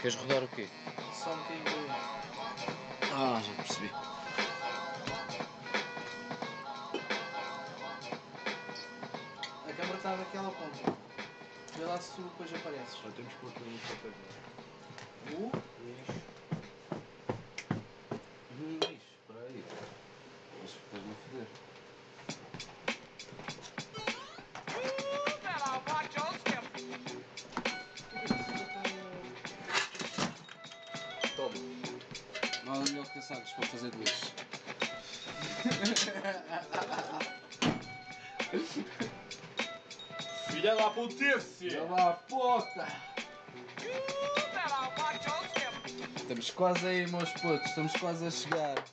Queres rodar o quê? Só um bocadinho para baixo. Ah, já percebi. A câmara está naquela ponta. Vê lá se tu depois apareces. Já temos que pôr tudo no papel. U, Lixo. Hum, Lixo, espera aí. Mas depois não foder. Toma. Nada melhor que caçados para fazer de lixo. Filha da putice! Filha da puta! Estamos quase aí, meus putos. Estamos quase a chegar.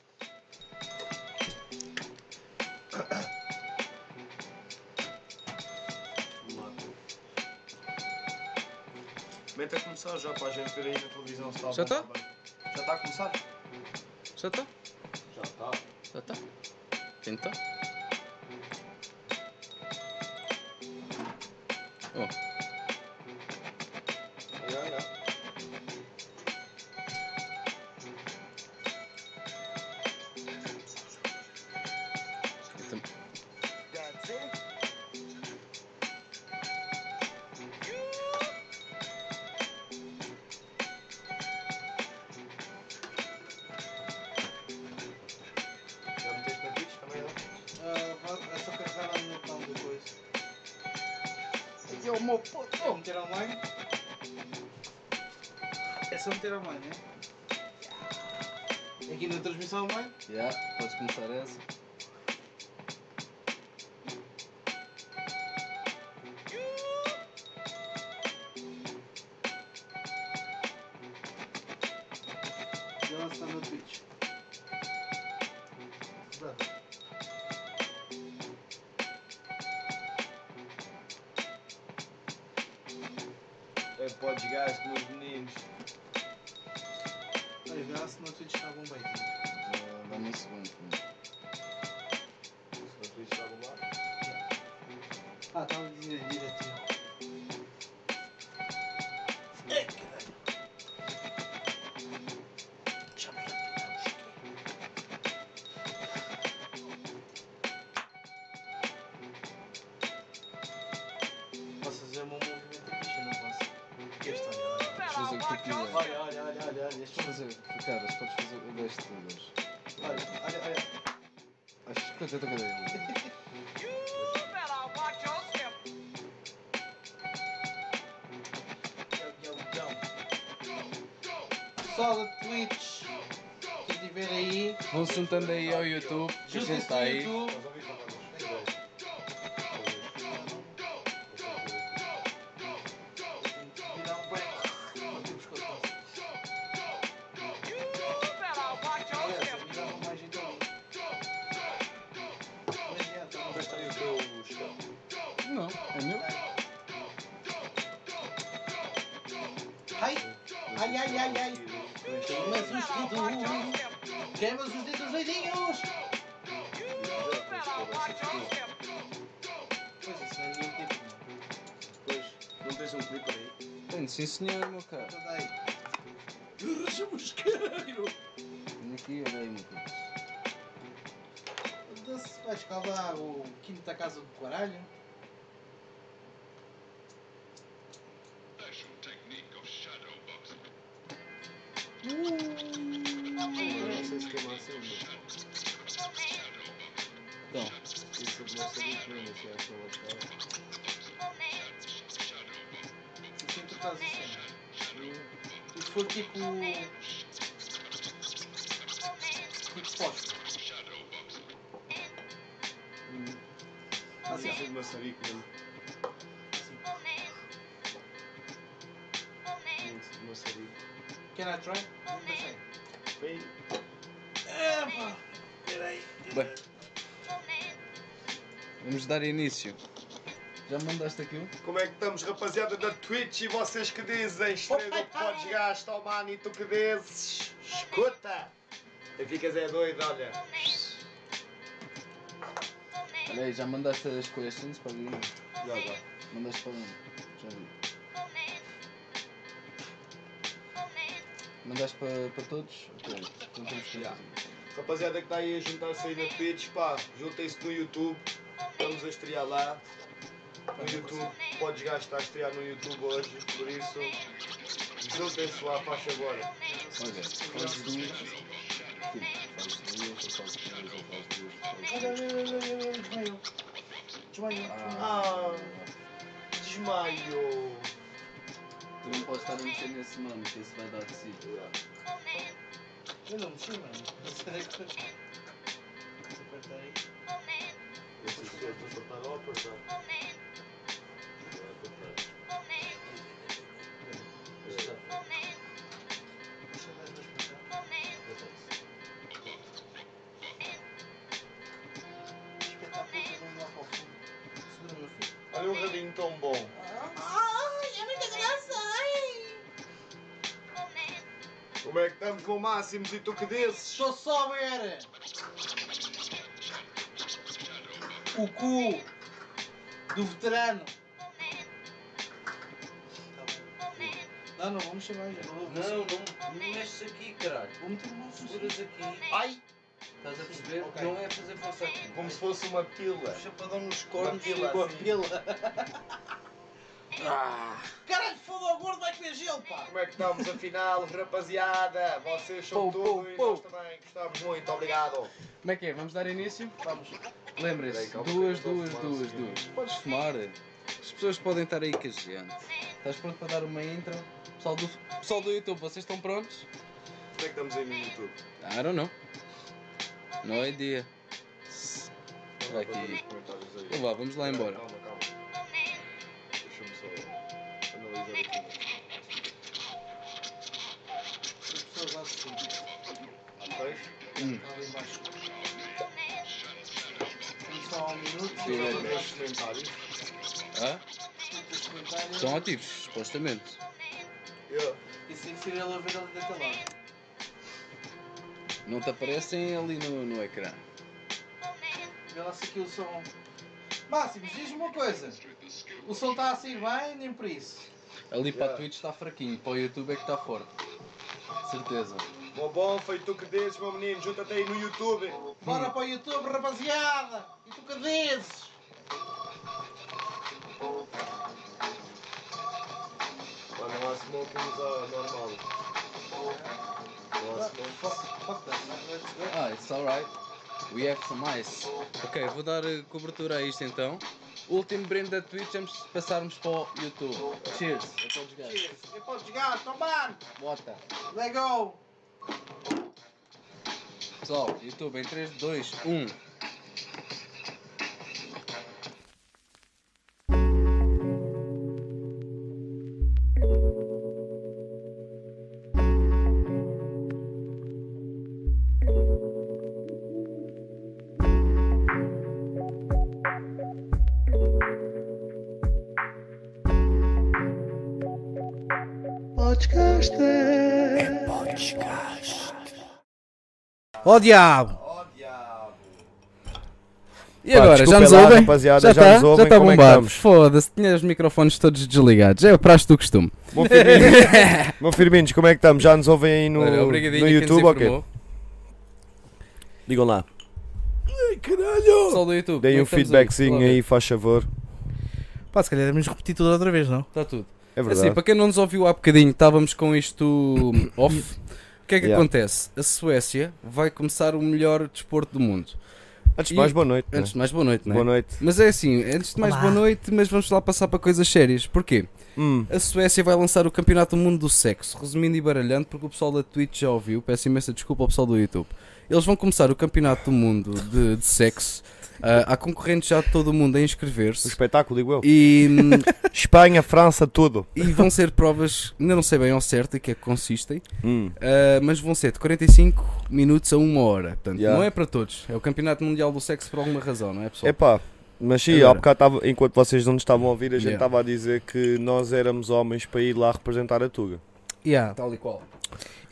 Mete a começar já para a gente ver aí na televisão se está Já bom tá? também. Já está a começar? Já está? Já está. Já tá. está. Então. Oh, Já, já. então. Já meteste na Twitch também lá? ah, vá- é só carregar lá no botão depois. Aqui é o meu puto. É meter online? É só meter online, né? É Aqui na transmissão online? Já, podes começar essa. Já lá está no Twitch. Brother. É pode jogar com os meninos. Olha, vê lá se no Twitch está bom bem. Já, Dá-me um segundo. Se na Twitch está bom lá. Ah, estava a dizer em direto. Posso fazer um movimento aqui, não posso? Porque este olha, olha. Podes fazer o que Olha, tu quiseres. olha, olha, olha, olha, este Podes fazer, caras, podes fazer o deste todas. Olha, olha, olha. Acho que eu estou cadê? Pessoal da Twitch, quem estiver aí, Vão se juntando aí ao YouTube. que A gente junta-se está no aí. YouTube. Estás a ouvir, João Carlos? Talvez. Virar um bem. Aqui o pescoço passa. Aliás, a virar uma mais gente ali. Não adianta, não Mas vai tem o teu chão. Não, é meu. Ai, ai, ai, ai, ai. Queimas os dedos, Step, queimas os dedos doidinhos. fellow, watch your step. Pois isso, não é nenhum tipo. Pois, não tens um clipe aí? Tenho, sim senhor, meu caro. Não dá aí. Rajamos caralho! Tenho aqui, olha aí, meu puto. Então se vai escalar o quinto da casa do caralho. special technique of shadow boxing. Não sei se queima assim, mas Então, isso eu não sabia que não sei se ela está. Se sempre faz assim. E se for tipo. Tipo posto. Assim, Assim, foi de maçarico mesmo. Tinha que ser de maçarico. can I try? Não pensei. Bem, Epá, peraí. bem. Vamos dar início. Já me mandaste aquilo? como é que estamos, rapaziada da Twitch? E vocês que dizem? Estrela que podes gastar, oh mano, e tu que dizes? Escuta! E ficas é doido, olha. Olha aí, já mandaste as questions para mim? Já, já. um. Mandaste para mim. Já vi. Mandaste para, para todos? Pronto, não temos que Já. Rapaziada que tá aí a juntar-se aí na Twitch, pá, juntem-se no YouTube. Estamos a estrear lá. No YouTube, podes gastar a estrear no YouTube hoje, por isso. Juntem-se lá, faz favor. Olha, faz duas. Tipo, faz duas, eu faço duas, eu faço duas. eu faço duas. Desmaiou. Desmaiou. Ah, Desmaio. também posso estar a mexer nesse mano, que esse vai dar de si. Eu não mexi, mano. Apertei. Esse é o teu paróquia, tá? Deixa eu ver as duas para cá. Espetáculo, vamos lá para o fundo. Segura meu filho. Olha um rabinho tão bom. Ai, é muita graça, ai! Como é que estamos com o máximo e tu que desses? Sou só ver! O cu do veterano. Tá Não, não, vamos chamar já. Não, Não, não, não mexes aqui, caralho. Vou meter o nosso Seguras aqui, Ai! estás a perceber? Ok. Não é fazer força aqui. Como se fosse uma pila. chapadão nos cornos pila com a assim. pila. Ah. Caralho, foda o gordo, vai comer gelo, pá! Como é que estamos afinal, rapaziada? Vocês Pou, são pou, tudo e pou. nós também gostamos muito, obrigado. Como é que é? Vamos dar início? Vamos. Lembrem-se, Peraí, calma, duas, eu vou duas, fumar um duas, cigarro. duas. Podes fumar. As pessoas podem estar aí com a gente. Estás pronto para dar uma intro? Pessoal do, pessoal do YouTube, vocês estão prontos? Como é que estamos aí no YouTube? I don't know. No idea. Olha aqui. Então vá, vamos lá embora. Calma, calma. Deixa-me só analisar aqui. As pessoas lá de cima. Pois? Hum. Está ali embaixo. Vamos só um ao minuto. Direito. Vamos ver os comentários. Ah? Os comentários. Estão ativos, supostamente. Eu. Isso tem que ser ele a ver ali daquele lado. Não te aparecem ali no, no ecrã. Vê lá se aquilo são. Máximos, diz-me uma coisa. O som está a sair bem, nem por isso. Ali para Yeah. a Twitch está fraquinho, para o YouTube é que está forte. Certeza. Bom, bom, foi tu que dizes, meu menino. Junta-te aí no YouTube. Hum. Bora para o YouTube, rapaziada! E tu que dizes? Olha, não há smoke nos a normal. Não há smoke. Fuck, fuck that, man. Let's go. Ah, it's alright. We have some ice. Ok, vou dar eh, cobertura a isto então. Último brinde da Twitch antes de passarmos para o YouTube. Cheers a todos os gajos. Cheers. Eu posso jogar, tomar! Bota. Let go! Pessoal, YouTube em um. 3, 2, 1. Ó diabo! Ó diabo. E Pá, agora, já desculpem nos lá, ouvem? rapaziada, já tá? nos ouvem, Já está como é que bombado. estamos? Foda-se, tinha os microfones todos desligados. É o praxe do costume. Meu Firminos, meu Firminos, como é que estamos? Já nos ouvem aí no, Olha, no obrigadinho a quem nos YouTube? Ok. informou. Digam lá. Pessoal do YouTube, Deem como é que um estamos feedbackzinho Olá, aí, faz favor. Pá, se calhar devemos repetir tudo outra vez, não? Está tudo. É Assim, verdade. para quem não nos ouviu há bocadinho, estávamos com isto hum, off. O que é que Yeah. acontece? A Suécia vai começar o melhor desporto do mundo. Antes de mais, e- boa noite. né? Antes de mais, boa noite, né? Boa noite. Mas é assim, antes de mais, boa noite, mas vamos lá passar para coisas sérias. Porquê? Hum, A Suécia vai lançar o Campeonato do Mundo do Sexo, resumindo e baralhando, porque o pessoal da Twitch já ouviu, peço imensa desculpa ao pessoal do YouTube. Eles vão começar o Campeonato do Mundo de, de Sexo, ah, há concorrentes já de todo o mundo a o inscrever-se. um espetáculo, digo eu. E, hum, Espanha, França, tudo. e vão ser provas, ainda não sei bem ao certo em que é que consistem, Hum. ah, mas vão ser de 45 minutos a uma hora. Portanto, Yeah. não é para todos. É o Campeonato Mundial do Sexo por alguma razão, não é, pessoal? Epá, mas sim, Agora. há bocado, tava, enquanto vocês não nos estavam a ouvir, a gente É Yeah. estava a dizer que nós éramos homens para ir lá representar a Tuga. Yeah. Tal e qual.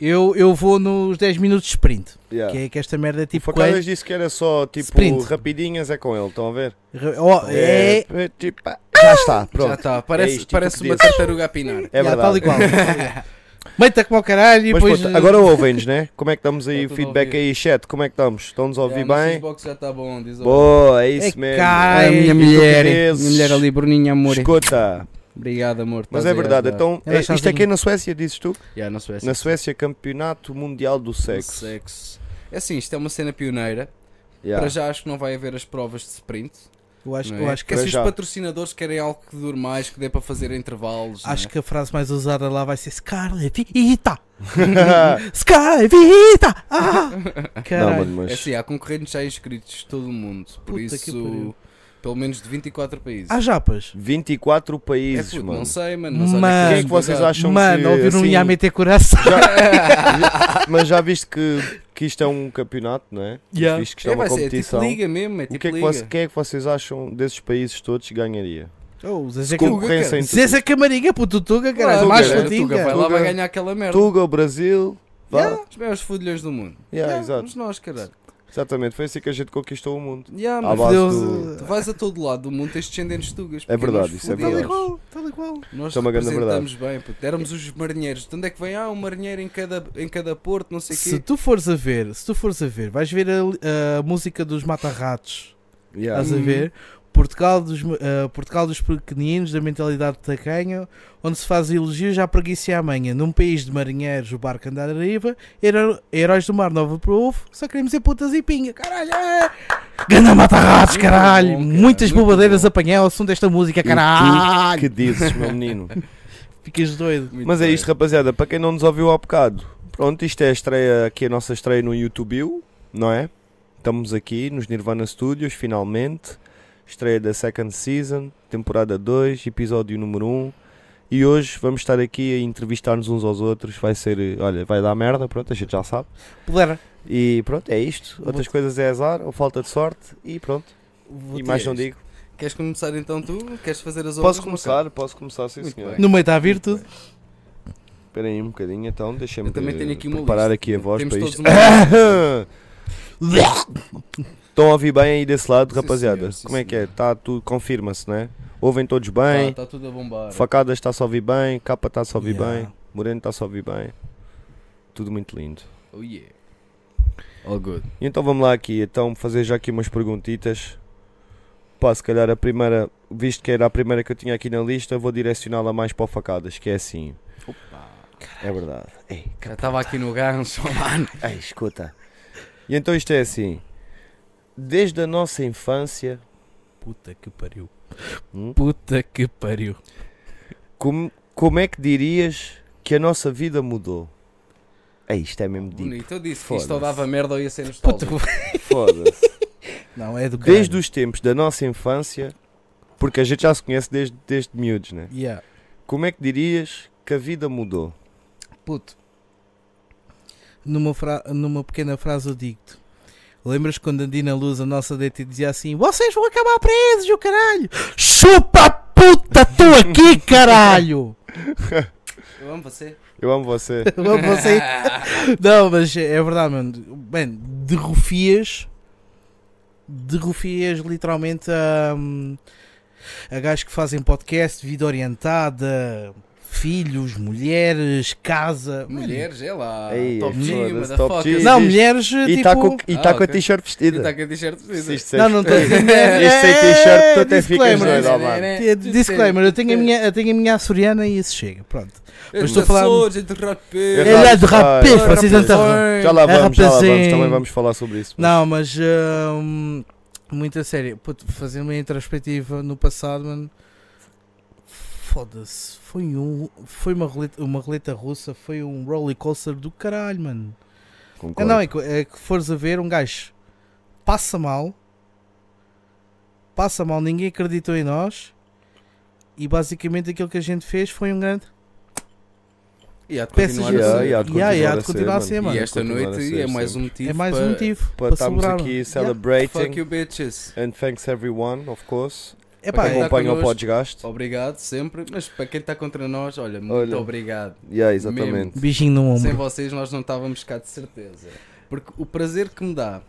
Eu, eu vou nos 10 minutos de sprint. Yeah. Que é que esta merda é tipo. Facadas coelho. disse que era só tipo Sprint. rapidinhas, é com ele, estão a ver? Re- Oh, é. é tipo, já está, pronto. Já está, parece, isto, tipo parece que uma disse. tartaruga a pinar. É Yeah, verdade. tal e qual. Meita como o caralho e Mas depois. pronto, agora ouvem-nos, né? Como é que estamos aí? Está tudo a Feedback aí, chat, como é que estamos? Estão-nos Já, a ouvir o nosso bem? Xbox já está bom, diz o- Boa, é isso É mesmo. cara, a Ai, minha e mulher, minha portugueses. mulher ali, Bruninha Amor. Escuta, Obrigado, amor. mas estás é aí a verdade, ajudar. então, Ela é- isto é sozinha. que é na Suécia, dizes tu? Yeah, na Suécia. Na Suécia, Campeonato Mundial do Sexo. Sexo. É assim, isto é uma cena pioneira. Yeah. Para já acho que não vai haver as provas de sprint. Eu acho, não eu é? acho, que, Porque Para se os já. patrocinadores querem algo que dure mais, que dê para fazer intervalos. acho não é? que a frase mais usada lá vai ser Scarlevita! Scarlevita! Ah! Não, Caralho. mano, mas... É assim, há concorrentes já inscritos de todo o mundo. Por Puta que isso, pariu. pelo menos de 24 países. Há japas. 24 é países, puto, mano. não sei, mano. Mas olha O que Mano. é tens que de vocês cuidar. acham que, Mano, ouvir um assim, Yami ter coração. já- Mas já viste que, que isto é um campeonato, não é? Yeah. Viste que isto é, É, vai uma ser, é tipo competição. liga mesmo, é o tipo que é que, liga. voce- quem é que vocês acham desses países todos que ganharia? Oh, Zezé, Tuga, Cam... Concorrência entre Zezé Camaringa, puto Tuga, Claro, caralho. Tuga, Mais né? Tuga, vai fotinga. lá, vai Tuga. ganhar aquela merda. Tuga, Brasil, vá. Yeah, os maiores fudilhões do mundo. Yeah, Yeah, exato. Vamos nós, caralho. Exatamente, foi assim que a gente conquistou o mundo. Yeah, À mas base Deus, eh, do- tu vais a todo lado do mundo, tens descendentes tugas. É porque verdade, nós isso é fudemos. verdade. Tal e qual. Nós Isso é uma grande representamos bem, puto. éramos os marinheiros. De onde é que vem? Ah, um marinheiro em cada, em cada porto, não sei o Se quê. tu fores a ver, se tu fores a ver, vais ver a, a música dos Mata-Ratos. Yeah. Uhum. Estás a Hum, ver? Portugal dos, eh, Portugal dos pequeninos, da mentalidade de tacanho, onde se faz elogios à preguiça e à manha. Num país de marinheiros, o barco andar à deriva, hero- heróis do mar, nova para o ovo, só queremos ser putas e pinga. Caralho! é! Ganda mata-ratos, Muito caralho! bom, cara, Muitas muito bobadeiras bom. apanhei ao som desta música, tu, caralho! Que dizes, meu menino? Ficas doido. Muito Mas é bem. isto, rapaziada. Para quem não nos ouviu há bocado, pronto, isto é a estreia aqui, a nossa estreia no YouTube, não é? Estamos aqui nos Nirvana Studios, finalmente. Estreia da Second Season, temporada 2, episódio número 1. E hoje vamos estar aqui a entrevistar-nos uns aos outros. Vai ser, eh, olha, vai dar merda, pronto, a gente já sabe. Pudera, E pronto, é isto. Outras coisas é azar ou falta de sorte e pronto. Vou E ter mais não isto. digo. Queres começar então tu? Queres fazer as outras? Posso começar? Posso começar, sim Muito senhor. bem. no meio da virtude, Espera aí um bocadinho, então, deixa-me Eu também tenho aqui uma preparar lista. aqui a voz Temos para todos isto. Estão a ouvir bem aí desse lado, Sim, rapaziada? senhor, sim, Como é que é? Tá, tu, confirma-se, né? Ouvem todos bem, Está Tá, tudo a bombar. facadas está-se a ouvir bem, capa está-se a ouvir Yeah. bem, moreno está-se a ouvir bem. Tudo muito lindo. Oh yeah. All good. E Então vamos lá aqui, então fazer já aqui umas perguntitas. Pá, se calhar a primeira, visto que era a primeira que eu tinha aqui na lista, vou direcioná-la mais para o facadas, que é assim. É verdade. Ei, Já estava aqui no gancho, mano. Ei, escuta. E então isto é assim. Desde a nossa infância, puta que pariu. Hum? Puta que pariu. com- como é que dirias que a nossa vida mudou? Ei, isto é mesmo deep. Bonito, eu disse que isto ou Foda-se. dava merda ou ia ser Puta, nostálgico. Foda-se. não, é do caralho. Desde os tempos da nossa infância, porque a gente já se conhece desde, desde miúdos, né? Yeah. Como é que dirias que a vida mudou? Puto, numa, fra- numa pequena frase eu digo-te. Lembras quando a Dina Luz, a nossa dente, dizia assim: Vocês vão acabar presos, o caralho! Chupa a puta, tu aqui, caralho! Eu amo você. Eu amo você. Não, você- Não, mas é verdade, mano. Bem, derrufias. Derrufias literalmente a. a gajos que fazem podcast, vida orientada, filhos, mulheres, casa. Mano, Mulheres, é lá. Ei, top foda-se, G, top motherfucker. G. Não, Existe. mulheres. E tipo... está com, e tá Ah, com a ok. t-shirt E está vestida. com a t-shirt Se vestida. isto Não, não estou a dizer merda. Isto sem t-shirt, tu até ficas Disclaimer. doido, ó, mano. Eh, Disclaimer, eu tenho a minha, eu tenho a minha açoriana e isso chega, pronto. Eu estou estou a falar- falando. de rapé. Ela é de rapaz, rapaz, vocês rapaz. enterram. Já lá vamos, já É, lá vamos. rapazinho. Também vamos falar sobre isso. mas- Não, mas hum, muito a sério, puto, fazer uma introspectiva no passado, mano. Foda-se, foi um, foi uma roleta, uma roleta russa, foi um roller coaster do caralho, mano. Ah, Concordo. não, é que, é que fores a ver, um gajo passa mal, passa mal, ninguém acreditou em nós. E basicamente aquilo que a gente fez foi um grande. E há de Peças continuar de- a Yeah, ser. yeah, de Yeah, yeah, continuar de a ser, continuar a mano. ser, mano. E esta Continuar a noite ser é mais um sempre. motivo é mais um para- motivo Pá, para, estamos celebrar. aqui mano. Fuck celebrating. you bitches. And thanks everyone, of course. Yeah. Epá, Pá, Para é. quem acompanha o Tá connosco. podcast. Obrigado sempre, mas para quem está contra nós, olha, muito Olha. obrigado. Yeah, exatamente. Mesmo. beijinho no ombro. Sem vocês nós não estávamos cá de certeza. Porque o prazer que me dá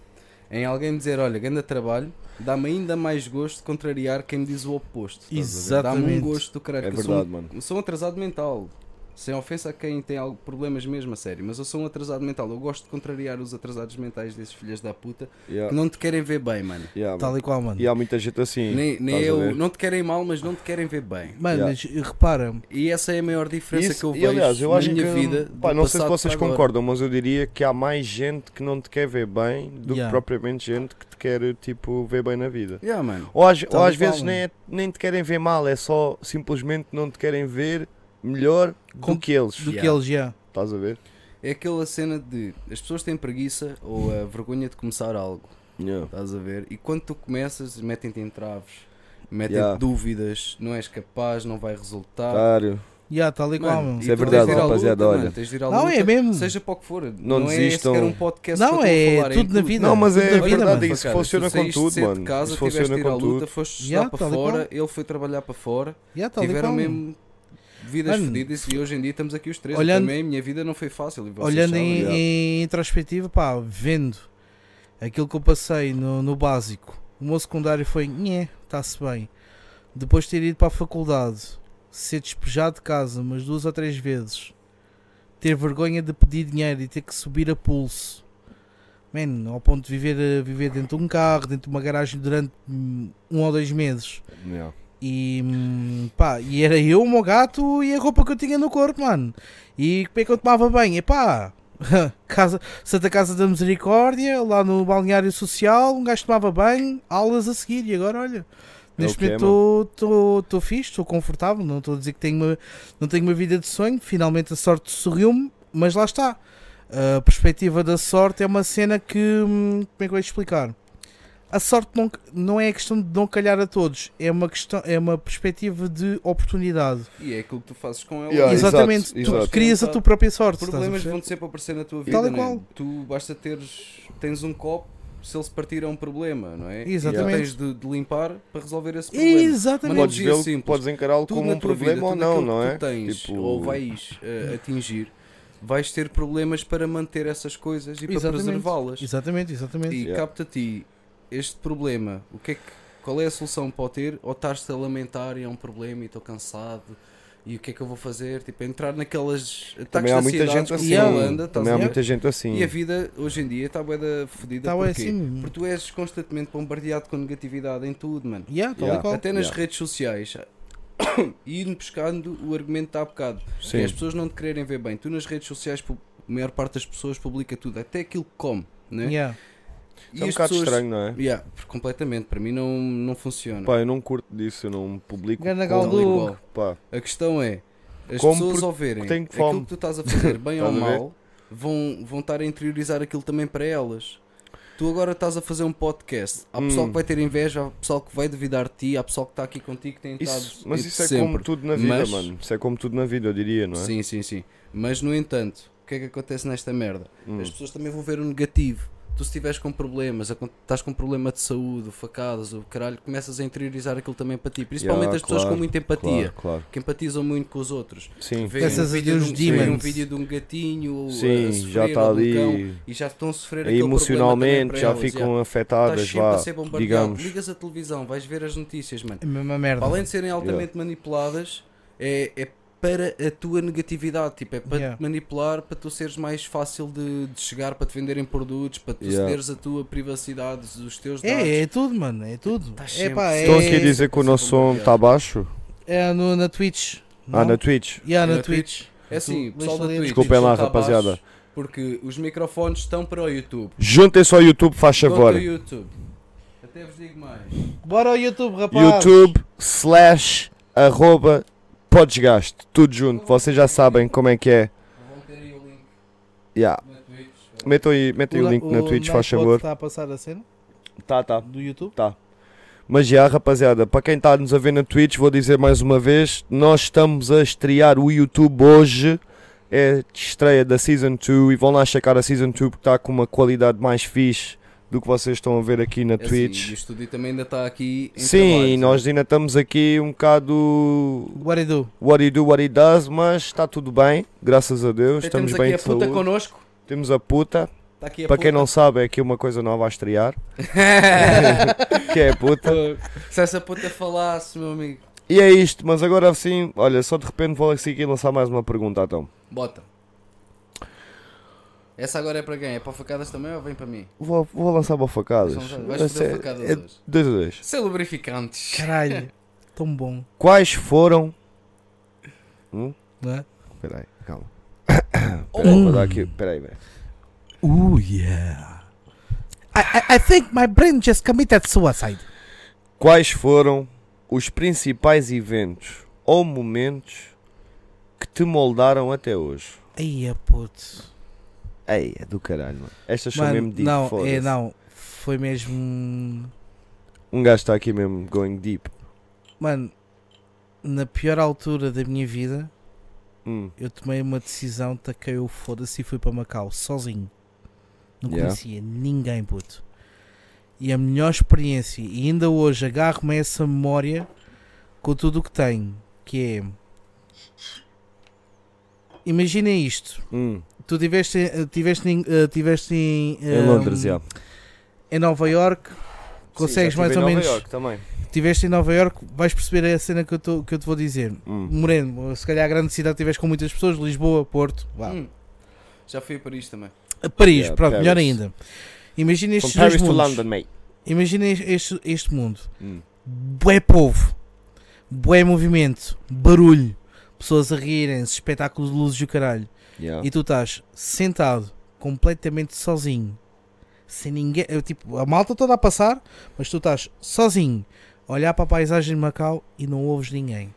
em alguém dizer, olha, grande trabalho, dá-me ainda mais gosto de contrariar quem me diz o oposto. estás a ver? Dá-me um Exatamente. gosto do caralho. É que eu sou verdade, um- mano. Sou um atrasado mental. Sem ofensa a quem tem algo- problemas mesmo a sério, mas eu sou um atrasado mental. Eu gosto de contrariar os atrasados mentais desses filhas da puta que Yeah, não te querem ver bem, mano. yeah, Tal mano. e qual, mano. E há muita gente assim. Nem, nem estás a eu, ver? não te querem mal, mas não te querem ver bem. Mano, Yeah. mas eh, repara, E essa é a maior diferença Isso- que eu e, vejo aliás, eu na acho minha que, vida. do pá, não sei se passado vocês para agora. concordam, mas eu diria que há mais gente que não te quer ver bem do Yeah. que propriamente gente que te quer tipo, ver bem na vida. Yeah, mano. Ou às, Tal Tá ou e às qual, vezes nem, é- nem te querem ver mal, é só simplesmente não te querem ver melhor Com- do que eles. do que Yeah. eles já. Estás a ver? É aquela cena de as pessoas têm preguiça ou a vergonha de começar algo. Yeah. Estás a ver? E quando tu começas, metem-te em traves, metem-te Yeah. dúvidas, não és capaz, não vai resultar. Claro. Já, tal e qual, Mano, mano. e Isso é tu tens verdade, de ir à rapaziada, luta, olha. mano, tens de ir à Não, é luta, mesmo. Seja para o que for. Não desistam. desistam. É sequer um podcast Não, só tu a é falar, tudo na vida. Não, mas Tudo é na vida, verdade, mano. isso Facada, funciona tu com saíste tudo, cedo mano. De casa, Isso tiveste funciona de ir à com luta, tudo. foste estudar Yeah, para tal e qual. fora, ele foi trabalhar para fora, Já, tal e tiveram qual. mesmo vidas Mano, fodidas e hoje em dia estamos aqui os três. Eu olhando- também a minha vida não foi fácil. e vocês Olhando sabem. em, Yeah. em introspectiva, pá, vendo aquilo que eu passei no, no básico, o meu secundário foi, nhé, está-se bem. Depois de ter ido para a faculdade, ser despejado de casa umas duas ou três vezes, ter vergonha de pedir dinheiro e ter que subir a pulso, man, ao ponto de viver, eh, viver dentro de um carro, dentro de uma garagem durante hum, um ou dois meses. Yeah. E hum, pá, e era eu, o meu gato e a roupa que eu tinha no corpo, mano. E como é que eu tomava banho? Epá, casa, Santa Casa da Misericórdia, lá no balneário social, um gajo tomava banho, aulas a seguir. E agora, olha, É neste o que é, momento estou fixe, estou confortável. Não estou a dizer que tenho uma, não tenho uma vida de sonho. Finalmente a sorte sorriu-me, mas lá está. A perspectiva da sorte é uma cena que. hum, Como é que eu vou explicar? a sorte não, não é a questão de não calhar a todos, é uma, questão, é uma perspectiva de oportunidade. E é aquilo que tu fazes com ela. Yeah, Ah, exato, Exatamente, tu exato. crias a tua própria sorte. estás a Problemas perceber? vão sempre aparecer na tua vida. Tal e né? qual. Tu basta teres. Tens um copo, se ele se partir é um problema, não é? Exatamente. E tu tens de, de limpar para resolver esse problema. Exatamente. Mano, Podes, Analogia vê-lo- simples. podes encará-lo Tu como na um tua problema vida, ou tudo não, aquilo não que é? Tu tens, Tipo, ou vais eh, atingir, vais ter problemas para manter essas coisas e para Exatamente. preservá-las. Exatamente, exatamente. E Yeah. capta te este problema, o que é que, qual é a solução para o ter? Ou estás-te a lamentar e é um problema e estou cansado e o que é que eu vou fazer? Tipo, entrar naquelas ataques também de há muita ansiedade gente que se assim. Yeah. Holanda, estás também tá a há ver? muita gente assim. E a vida hoje em dia está bué da fodida Tá bem porquê? assim. Porque tu és constantemente bombardeado com negatividade em tudo, mano. Yeah, tal Yeah. e qual. Até nas Yeah. redes sociais. E ir buscando o argumento está há bocado. Sim. Que é as pessoas não te quererem ver bem. Tu nas redes sociais, pu- a maior parte das pessoas publica tudo, até aquilo que come. Né? Yeah. E é um as bocado pessoas- estranho, não é? Yeah, completamente. Para mim não, não funciona. Pá, eu não curto disso, eu não publico. Ganda Tal e Galdu. como, qual. pá. A questão é, as Como pessoas porque ao verem tenho aquilo fome. que tu estás a fazer, bem ou Estás a ver? mal, vão, vão estar a interiorizar aquilo também para elas. Tu agora estás a fazer um podcast. Há pessoal Hum. que vai ter inveja, há pessoal que vai duvidar de ti, há pessoal que está aqui contigo que tem Isso, estado mas entre isso é sempre. como tudo na vida, Mas- mano. Isso é como tudo na vida, eu diria, não é? Sim, sim, sim. Mas no entanto, o que é que acontece nesta merda? Hum. As pessoas também vão ver o negativo. Tu se estiveres com problemas, acon- estás com um problema de saúde, facadas, o caralho, começas a interiorizar aquilo também para ti. Principalmente Yeah, as pessoas claro, com muita empatia, Claro, claro. que empatizam muito com os outros. Sim, Vêem Essas um, vídeo ideias de um, de vêem um demons. vídeo de um gatinho Sim, a sofrer, já está ou de um ali. cão, e já estão a sofrer Aí aquele problema também emocionalmente para já elas, ficam já. Estás afetadas, sempre vá, a ser bombardeado. digamos. Ligas a televisão, vais ver as notícias, mano. É uma merda. Para além de serem altamente manipuladas, é, é para a tua negatividade, tipo, é para Yeah. te manipular, para tu seres mais fácil de, de chegar, para te venderem produtos, para tu Yeah. cederes a tua privacidade, os teus dados. É, é tudo, mano. É tudo. Tá é, sempre- pá, é, Estão aqui a Então, dizer que o Essa nosso som bombardeada. está baixo? é no, na Twitch. Ah, não? na Twitch. Yeah, É na na Twitch. É assim, Tu- pessoal da deixa eu Twitch. ler. Desculpem lá, isto está abaixo, rapaziada. Porque os microfones estão para o YouTube. Juntem-se ao YouTube, faz Estão favor. para o YouTube. Até vos digo mais. Bora ao YouTube, rapaz. YouTube slash arroba podesgaste. Tudo junto. Vocês já sabem como é que é. Vão ter aí o link Yeah. na Twitch. Metam, aí, metem o, link na Twitch, faz favor. Está a passar a cena Tá, tá. do YouTube. Mas já, rapaziada, para quem está-nos a ver na Twitch, vou dizer mais uma vez: nós estamos a estrear o YouTube hoje. É de estreia da Season 2 e vão lá checar a Season 2 porque está com uma qualidade mais fixe do que vocês estão a ver aqui na É Twitch. Assim, e o estúdio também ainda está aqui em Sim, trabalho, e nós ainda estamos aqui um bocado What I do? what he do, what he does, mas está tudo bem, graças a Deus, Até estamos temos bem aqui de a puta saúde. connosco. Temos a puta, Está aqui a para quem puta. não sabe, é aqui uma coisa nova a estrear, que é a puta. Se essa puta falasse, meu amigo. E é isto, mas agora sim, olha, só de repente vou assim aqui lançar mais uma pergunta, então. Bota. Essa agora é para quem? É para facadas também ou vem para mim? Vou, vou lançar para facadas. Vais fazer Esse é- facadas é hoje. dois a dois. Ser lubrificantes. Caralho, tão bom, Quais foram. não é? Peraí, calma. Um. Peraí, vou dar aqui. Peraí, peraí. Oh yeah. I, I, I think my brain just committed suicide. Quais foram os principais eventos ou momentos que te moldaram até hoje? Aí é puto. Ei, é do caralho, mano. Estas são Mano, mesmo deep, não, foda-se. é não. Foi mesmo. Um gajo está aqui mesmo going deep. Mano, na pior altura da minha vida, Hum. eu tomei uma decisão, taquei o foda-se e fui para Macau, sozinho. Não Yeah. conhecia ninguém, puto. E a melhor experiência, e ainda hoje agarro-me a essa memória com tudo o que tenho, que é. Imagina isto. Hum. Tu tiveste, eh, tiveste, em- eh, tiveste em, Em eh, Londres, já. em Nova York, consegues Sim, já estive mais em ou Nova menos. York também. Tiveste em Nova York, vais perceber a cena que eu, tô- que eu te vou dizer. Hum. Moreno, se calhar a grande cidade tiveste com muitas pessoas, Lisboa, Porto, vá. Hum. Já fui a Paris também. A Paris, Yeah, pronto, Paris. melhor ainda. Imagina From estes dois Paris to mundos. London, mate. Imagina es- este, este mundo. Hum. Bué povo, bué movimento, barulho, pessoas a rirem-se, espetáculos de luzes do caralho. Yeah. E tu estás sentado, completamente sozinho, sem ninguém. eu, tipo, a malta toda a passar, mas tu estás sozinho, a olhar para a paisagem de Macau e não ouves ninguém.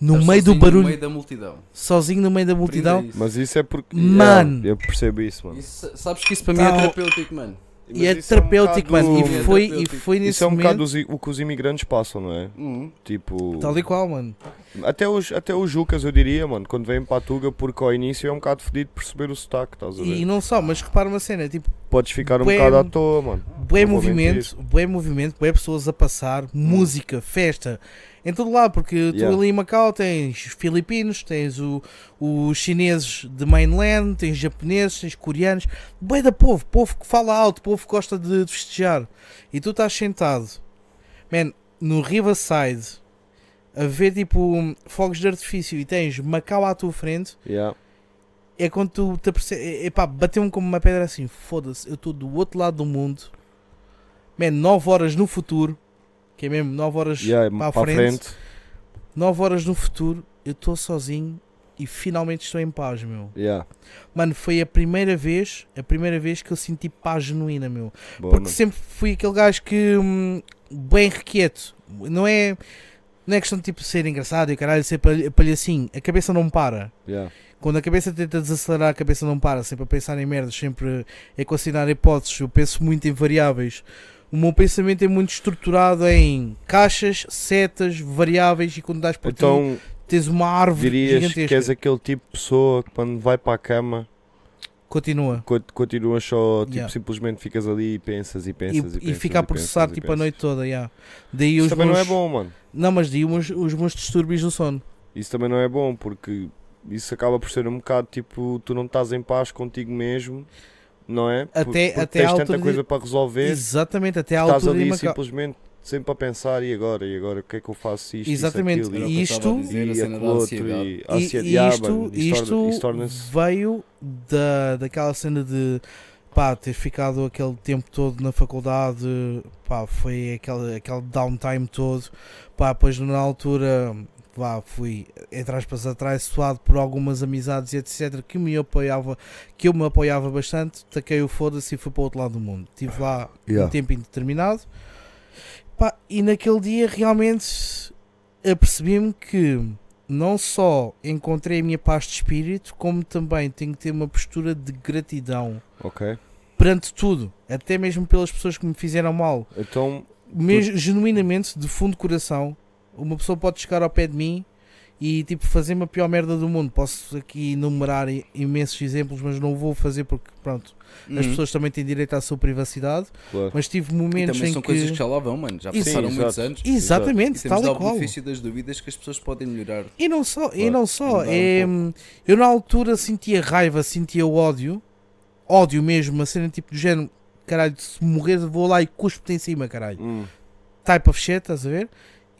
No Estás meio do sozinho barulho, No meio da multidão. sozinho no meio da multidão, Aprenda isso. Mas isso é porque. Mano. Yeah, eu percebo isso, mano. Isso- sabes que isso para mim Tá, é ó. terapêutico, mano. e é Mas isso terapêutico, um mano. bocado- E foi, e terapêutico. foi nesse Isso é um momento. Tá bocado os i- o que os imigrantes passam, não é? Uhum. Tipo. Tal e qual, mano. Até os, até os Jucas, eu diria, mano, quando vêm para a Tuga, porque ao início é um bocado fedido perceber o sotaque, estás a ver? E não só, mas repara uma cena, tipo, Podes ficar um Bué- bocado à toa, mano. bué Não vou Hum. movimento, bué movimento, bué pessoas a passar, música, festa, em todo lado, porque Yeah. tu ali em Macau tens os filipinos, tens o, os chineses de mainland, tens japoneses, tens coreanos, bué da povo, povo que fala alto, povo que gosta de, de festejar. E tu estás sentado, man, no Riverside, a ver tipo fogos de artifício e tens Macau à tua frente, Yeah. é quando tu te apercebes. Epá, bateu-me como uma pedra assim. Foda-se, eu estou do outro lado do mundo. Man, 9 horas no futuro. Que é mesmo 9 horas Yeah, é para a frente. 9 horas no futuro. Eu estou sozinho e finalmente estou em paz, meu. Yeah. Mano, foi a primeira vez, a primeira vez que eu senti paz genuína, meu. Boa, Porque mano. sempre fui aquele gajo que hum, bem requieto. Não é, não é questão de tipo ser engraçado e o caralho ser palha- palhacinho. A cabeça não para. Yeah. Quando a cabeça tenta desacelerar, a cabeça não para, sempre a pensar em merdas, sempre a equacionar hipóteses. Eu penso muito em variáveis. O meu pensamento é muito estruturado em caixas, setas, variáveis e quando dás por ti, um Então, tens uma árvore dirias que gigantesca. és aquele tipo de pessoa que quando vai para a cama, Continua. co- continuas só, tipo, Yeah. simplesmente ficas ali e pensas e E, pensas e, e pensas. fica a e processar pensas, e tipo a pensas. noite toda, yeah. Daí Isso os também meus... não é bom, mano. Não, mas daí os, os meus distúrbios do sono. Isso também não é bom, porque isso acaba por ser um bocado tipo, tu não estás em paz contigo mesmo, não é? Por- Até- porque até à tens altura tanta de- coisa para resolver, Exatamente, até à estás altura de ali Macau. simplesmente sempre a pensar e agora, e agora, o que é que eu faço isto, Exatamente, isto, Era o aquilo, que E eu isto- estava a dizer, a e cena da aquilo outro, ansiedade. e E- ansiedade, e ah, isto, mano, isto torna- isto isto torna-se... veio da, daquela cena de pá, ter ficado aquele tempo todo na faculdade, pá, foi aquele, aquele downtime todo, pá, pois na altura vá, fui, entre aspas, atraiçoado por algumas amizades e etc que me apoiava, que eu me apoiava bastante, taquei o foda-se e fui para o outro lado do mundo. Estive lá um Yeah. tempo indeterminado pá, e naquele dia realmente apercebi-me que não só encontrei a minha paz de espírito, como também tenho que ter uma postura de gratidão Ok, perante tudo, até mesmo pelas pessoas que me fizeram mal. então, Mesmo, genuinamente, de fundo de coração, uma pessoa pode chegar ao pé de mim e tipo fazer-me a pior merda do mundo. Posso aqui enumerar i- imensos exemplos, mas não o vou fazer porque, pronto, as Uhum. pessoas também têm direito à sua privacidade. claro. Mas tive E momentos também em são que. coisas que já lá vão, mano. Já Isso. passaram Sim, muitos exato. anos. E temos Exatamente, tal de dar e o qual. benefício das dúvidas que as pessoas podem melhorar. E não só, e Claro, não só. mudar um É, pouco. hum, eu na altura sentia raiva, sentia ódio, ódio mesmo, uma cena tipo do género, caralho, se morrer vou lá e cuspo-te em cima, caralho. Hum, Type of shit, estás a ver?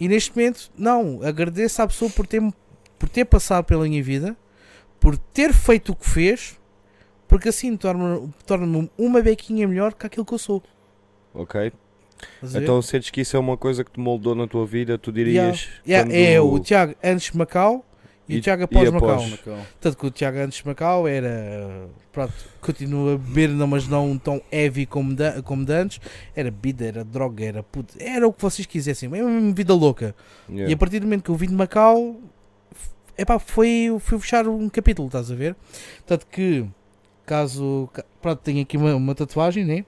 E neste momento, não. Agradeço à pessoa por ter, por ter passado pela minha vida, por ter feito o que fez, porque assim torna-me torna uma bequinha melhor que aquilo que eu sou. Ok? Estás a ver? Então sentes que isso é uma coisa que te moldou na tua vida, tu Yeah. dirias. Yeah, quando- É o Tiago antes de Macau e, E- o Tiago e após após. Macau. Macau. Tanto que o Tiago antes de Macau era. Pronto, continua a beber, não, mas não tão heavy como, da, como de antes. Era bebida, era droga, era puto, era o que vocês quisessem, é uma vida louca. Yeah. E a partir do momento que eu vim de Macau, f- epá, foi, fui fechar um capítulo, estás a ver? Tanto que, caso. ca- Pronto, tenho aqui uma, uma tatuagem, né?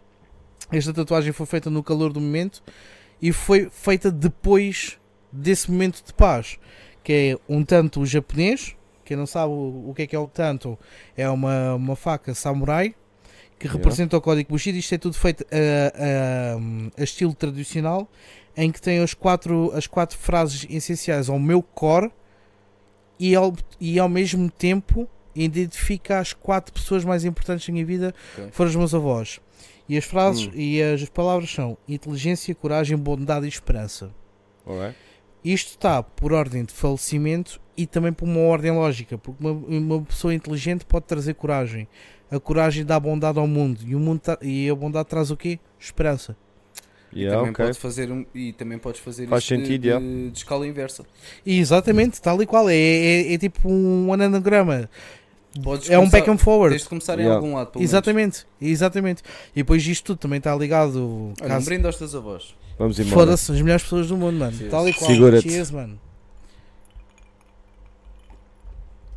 Esta tatuagem foi feita no calor do momento e foi feita depois desse momento de paz, que é um tanto japonês. Quem não sabe o o que é que é o tanto, é uma, uma faca samurai que Yeah. representa o código Bushido. Isto é tudo feito a, a- a estilo tradicional, em que tem as quatro, as quatro frases essenciais ao meu core e ao, e ao mesmo tempo identifica as quatro pessoas mais importantes da minha vida, Ok. foram os meus avós. E as frases e as palavras são inteligência, coragem, bondade e esperança. Alright. Isto está por ordem de falecimento e também por uma ordem lógica, porque uma, uma pessoa inteligente pode trazer coragem. A coragem dá bondade ao mundo e, o mundo tá- e a bondade traz o quê? Esperança. Yeah, também ok. podes fazer um- e também podes fazer Faz isto de- sentido, de, yeah. de escala inversa. E exatamente, tal e qual. É, é- é tipo um anagrama. Podes É um começar- back and forward. Tens de começar em Yeah. algum lado. pelo menos. Exatamente, exatamente. E depois isto tudo também está ligado. Olha, um caso- brinde aos teus avós. Vamos embora. Foda-se, as melhores pessoas do mundo, mano. Cheers. Tal e qual. Segura-te. Cheers, mano.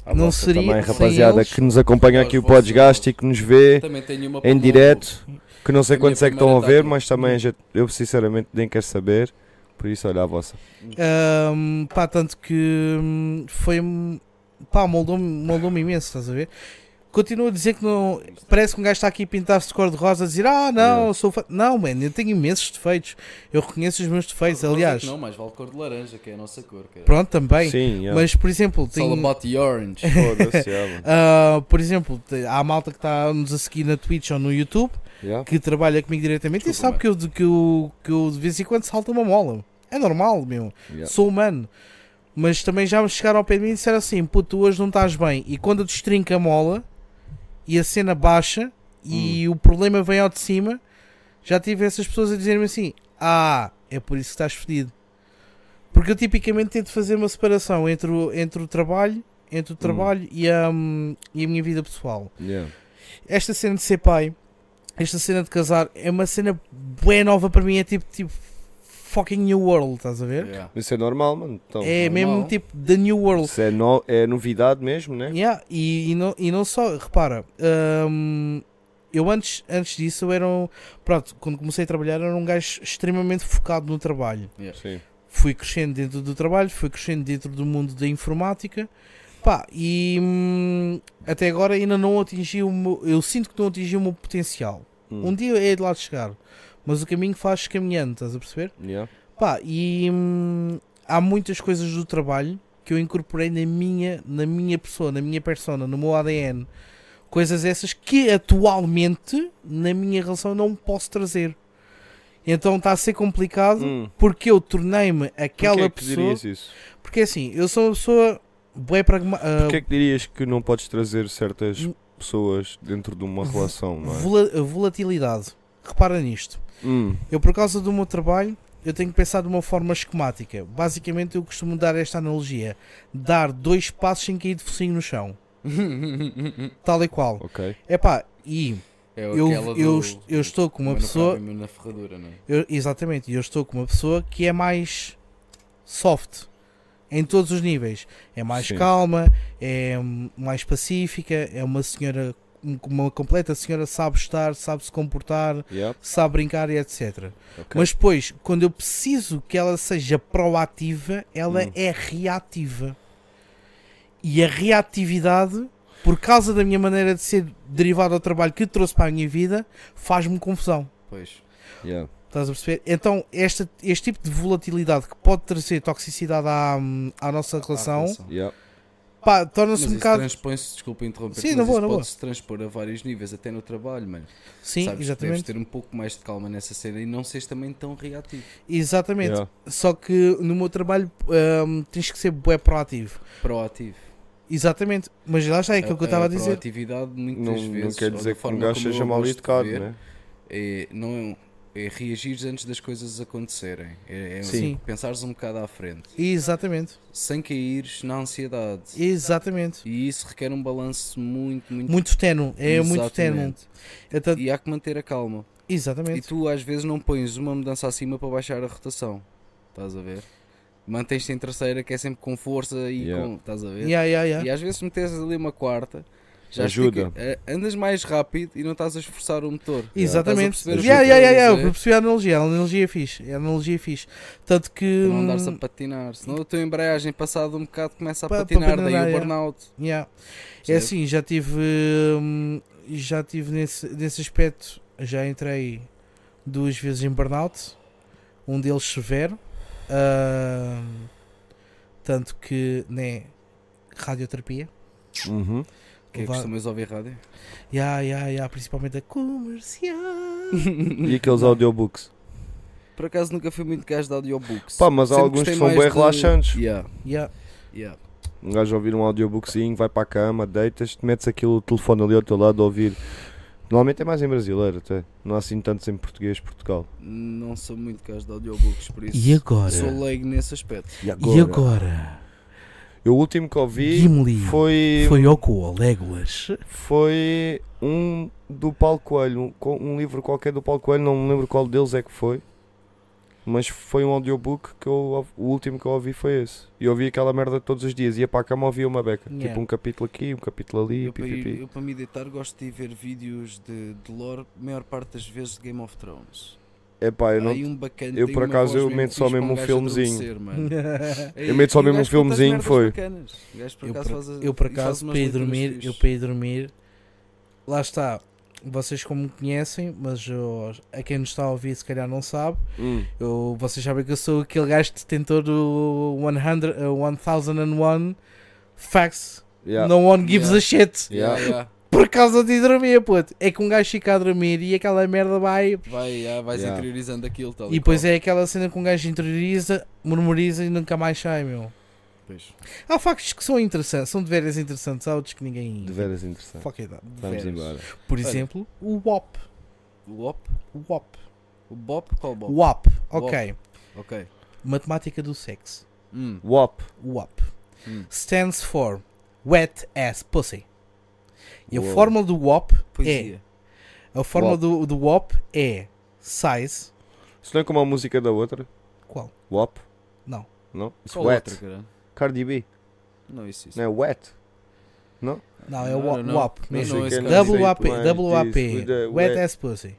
À não vossa seria- também, sem rapaziada, eles- que nos acompanha Aos aqui o vossos podcast e que nos vê Também tenho uma em pulmão. direto. Que não sei A minha quantos é que estão a primeira ver, tá- mas também já- eu sinceramente nem quero saber. Por isso, olha a vossa. Ahm, Um, pá, tanto que hum, foi. pá, moldou-me moldou imenso, estás a ver? Continuo a dizer que não. Parece que um gajo está aqui a pintar-se de cor de rosa, a dizer ah, não, eu sou. fa-". Não, mano, eu tenho imensos defeitos. Eu reconheço os meus defeitos, Rosa é que aliás. Não, mais vale cor de laranja, que é a nossa cor. Cara. Pronto, também. Sim, yeah. Mas, por exemplo, It's all tenho. about the orange. Foda-se, yeah, mano. ah, por exemplo, te- há malta que está-nos a seguir na Twitch ou no YouTube Yeah. que trabalha comigo diretamente e sabe Desculpa, que eu, de- que, eu, que eu de vez em quando salto uma mola. É normal, meu. Yeah. Sou humano. Mas também já me chegaram ao pé de mim e disseram assim: puto, tu hoje não estás bem. E quando eu destrinco a mola e a cena baixa Hum. e o problema vem ao de cima, já tive essas pessoas a dizerem-me assim: ah, é por isso que estás fedido. Porque eu tipicamente tento fazer uma separação entre o, entre o trabalho, entre o Hum. trabalho e, a, hum, e a minha vida pessoal Yeah. esta cena de ser pai, esta cena de casar, é uma cena bué nova para mim, é tipo, tipo fucking New World, estás a ver? Yeah. Isso é normal, mano. Então, É mesmo normal. tipo The New World. Isso é, no- é novidade mesmo, né? Yeah, e, e não, e não só, repara, hum, eu antes, antes disso eu era um, pronto, quando comecei a trabalhar era um gajo extremamente focado no trabalho. Sim. fui crescendo dentro do trabalho, fui crescendo dentro do mundo da informática. Pá, e hum, até agora ainda não atingi o meu, eu sinto que não atingi o meu potencial. Um dia é de lá de chegar, mas o caminho faz caminhando, estás a perceber? Yeah. Pá, e hum, há muitas coisas do trabalho que eu incorporei na minha, na minha pessoa, na minha persona, no meu ADN. Coisas essas que atualmente na minha relação não posso trazer. Então está a ser complicado Hum. porque eu tornei-me aquela Porquê é que pessoa. dirias isso? Porque assim, eu sou uma pessoa bem pragma... ah, Porquê é que dirias que não podes trazer certas Hum. pessoas dentro de uma relação, não é? vola- volatilidade. Repara nisto. Hum. Eu, por causa do meu trabalho, eu tenho que pensar de uma forma esquemática. Basicamente, eu costumo dar esta analogia: dar dois passos sem cair de focinho no chão. Tal e qual. Ok. Epá, e É eu, aquela do- eu, eu estou com uma Mas não pessoa. cabe mesmo Na ferradura, não é? Eu, exatamente, e eu estou com uma pessoa que é mais soft em todos os níveis. É mais Sim. calma, é hum, mais pacífica, é uma senhora, um- uma completa senhora, sabe estar, sabe se comportar, Yep. sabe brincar e etc. Ok. Mas depois, quando eu preciso que ela seja proativa, ela Hum. é reativa. E a reatividade, por causa da minha maneira de ser derivada ao trabalho que trouxe para a minha vida, faz-me confusão. Pois. Yeah. Estás a perceber? Então, esta, este tipo de volatilidade que pode trazer toxicidade à, à nossa relação, relação. Yep. Pá, Ah, Mas torna-se um isso bocado. transpõe-se, desculpa interromper, Sim, mas não vou, isso não vou. pode-se transpor a vários níveis, até no trabalho, mano. Sim, Sabes, exatamente. Deves ter um pouco mais de calma nessa cena e não seres também tão reativo. Exatamente. Yeah. Só que no meu trabalho hum, tens que ser bué proativo. Proativo. Exatamente. Mas lá está, é aquilo que eu estava a dizer. Proatividade muitas Não, vezes. não ou quer da dizer que um forma gajo como eu seja a mal gosto de educado, ver, né? é, não é, é reagires antes das coisas acontecerem. É, é Sim. pensares um bocado à frente. Exatamente. Sem caíres na ansiedade. Exatamente. E isso requer um balanço muito, muito... Muito ténue. É muito ténue. Exatamente. Então, E há que manter a calma. E exatamente. tu às vezes não pões uma mudança acima para baixar a rotação. Estás a ver? Mantens-te em terceira, que é sempre com força e Yeah. com. Estás a ver? Yeah, yeah, E yeah. às vezes se metes ali uma quarta, já Ajuda. estica- eh, andas mais rápido e não estás a esforçar o motor. Exatamente. Estás a perceber o que Yeah, eu yeah, yeah, estou a yeah. dizer? Eu percebi a analogia. A analogia é fixe. A analogia é fixe. Tanto que. Para não andares a hum, patinar. Senão a tua embreagem passado um bocado começa a Pa- pa patinar, daí patinar, o yeah. burnout. Yeah. É Percebes? assim, já tive hum, já tive nesse, nesse aspecto, já entrei duas vezes em burnout, um deles severo, hum, tanto que né radioterapia. Uhum. Que é que Levar- costumas ouvir rádio? Yeah, yeah, yeah, principalmente a comercial. E aqueles audiobooks? Por acaso nunca fui muito gajo de audiobooks. Pá, mas há Sempre alguns que gostei são mais bem de- relaxantes. Yeah, Yeah. yeah. Um gajo ouvir um audiobookzinho, vai para a cama, deitas-te, metes aquilo o telefone ali ao teu lado a ouvir. Normalmente é mais em brasileiro até. Não há assim tantos em português, Portugal. Não sou muito gajo de audiobooks, por isso. E agora? Sou leigo nesse aspecto. E E agora? Eu, o último que ouvi Gimli foi, foi... foi ao cu, Legolas. um do Paulo Coelho. Um, co- um livro qualquer do Paulo Coelho, não me lembro qual deles é que foi. Mas foi um audiobook que eu, ouv- o último que eu ouvi foi esse. E eu ouvi aquela merda todos os dias. Ia para a cama ouvia uma beca. Yeah. Tipo um capítulo aqui, um capítulo ali. Eu para, Pipipi. ir- eu para me deitar gosto de ver vídeos de, de lore, maior parte das vezes de Game of Thrones. Epá, eu Há não aí um bacana, eu, tem por uma acaso, voz eu meto só fixe para mesmo um gajo filmezinho. adormecer, mano. Eu meto só E o gajo mesmo um conta as filmezinho, merdas foi. bacanas. O gajo, por Eu acaso, por, faz- eu, por faz acaso, umas para ir leituras dormir, fixes. eu para ir dormir, lá está. Vocês como me conhecem, mas eu- a quem nos está a ouvir se calhar não sabe, Hum. eu, vocês sabem que eu sou aquele gajo detentor do 100, eh, 1001 Facts. Yeah. No one gives Yeah. a shit. Yeah, Yeah. yeah. Por causa de dormir, puto. É que um gajo fica a dormir e aquela merda vai. Vai, yeah, vais Yeah. interiorizando aquilo. Tal E depois é aquela cena que um gajo interioriza, murmuriza e nunca mais sai, meu. Há factos que são interessantes, são de veras interessantes, há outros que ninguém. De veras interessante. Fuck it up. Vamos embora. Por Olha. exemplo, o WAP. O OP? O WAP. O BOP? Qual BOP? WAP. Ok. Ok. Matemática do sexo. É, Hum. WAP. WAP. Hum. Stands for Wet Ass Pussy. E a Uou. fórmula do WAP Poesia. é. A fórmula Wop. do, do WAP é size. Isso não é como a música da outra? Qual? WAP? Não. Não? Isso é Qual wet. outra, cara? Cardi B. Não, isso, isso. Não é wet. Não, é Não, WAP. não, WAP não, mesmo. não, é, esse cara WAP. disse. WAP. eh, With the Wet é wet- Ass Pussy.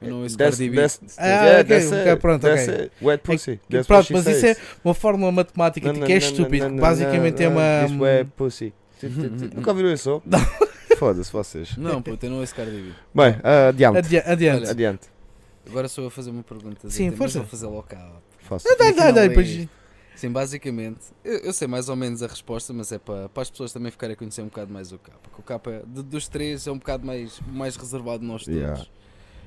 Eu não ouço That's- Cardi B. that's- Ah, yeah, ok, that's ok, it. pronto, That's ok. it. Wet É pussy. que- That's pronto, what she mas isso é says. uma fórmula matemática Não, que não, é não, estúpido. não, não, Basicamente é não, uma. Uhum, This wet pussy. Nunca ouviram isso? Não. Foda-se vocês. Não, puto, eu não ouço Cardi B. Bem, ah, adiante. Adia- Adiante. Adiante. Agora sou eu a fazer uma pergunta. Sim, Zé, mas força. Vou fazer logo cá. Faço. Dá- dá- dá, Afinal, depois- é- Sim, basicamente, eu, eu sei mais ou menos a resposta, mas é para, para as pessoas também ficarem a conhecer um bocado mais o K. Porque o K de- dos três é um bocado mais, mais reservado de nós todos. Yeah.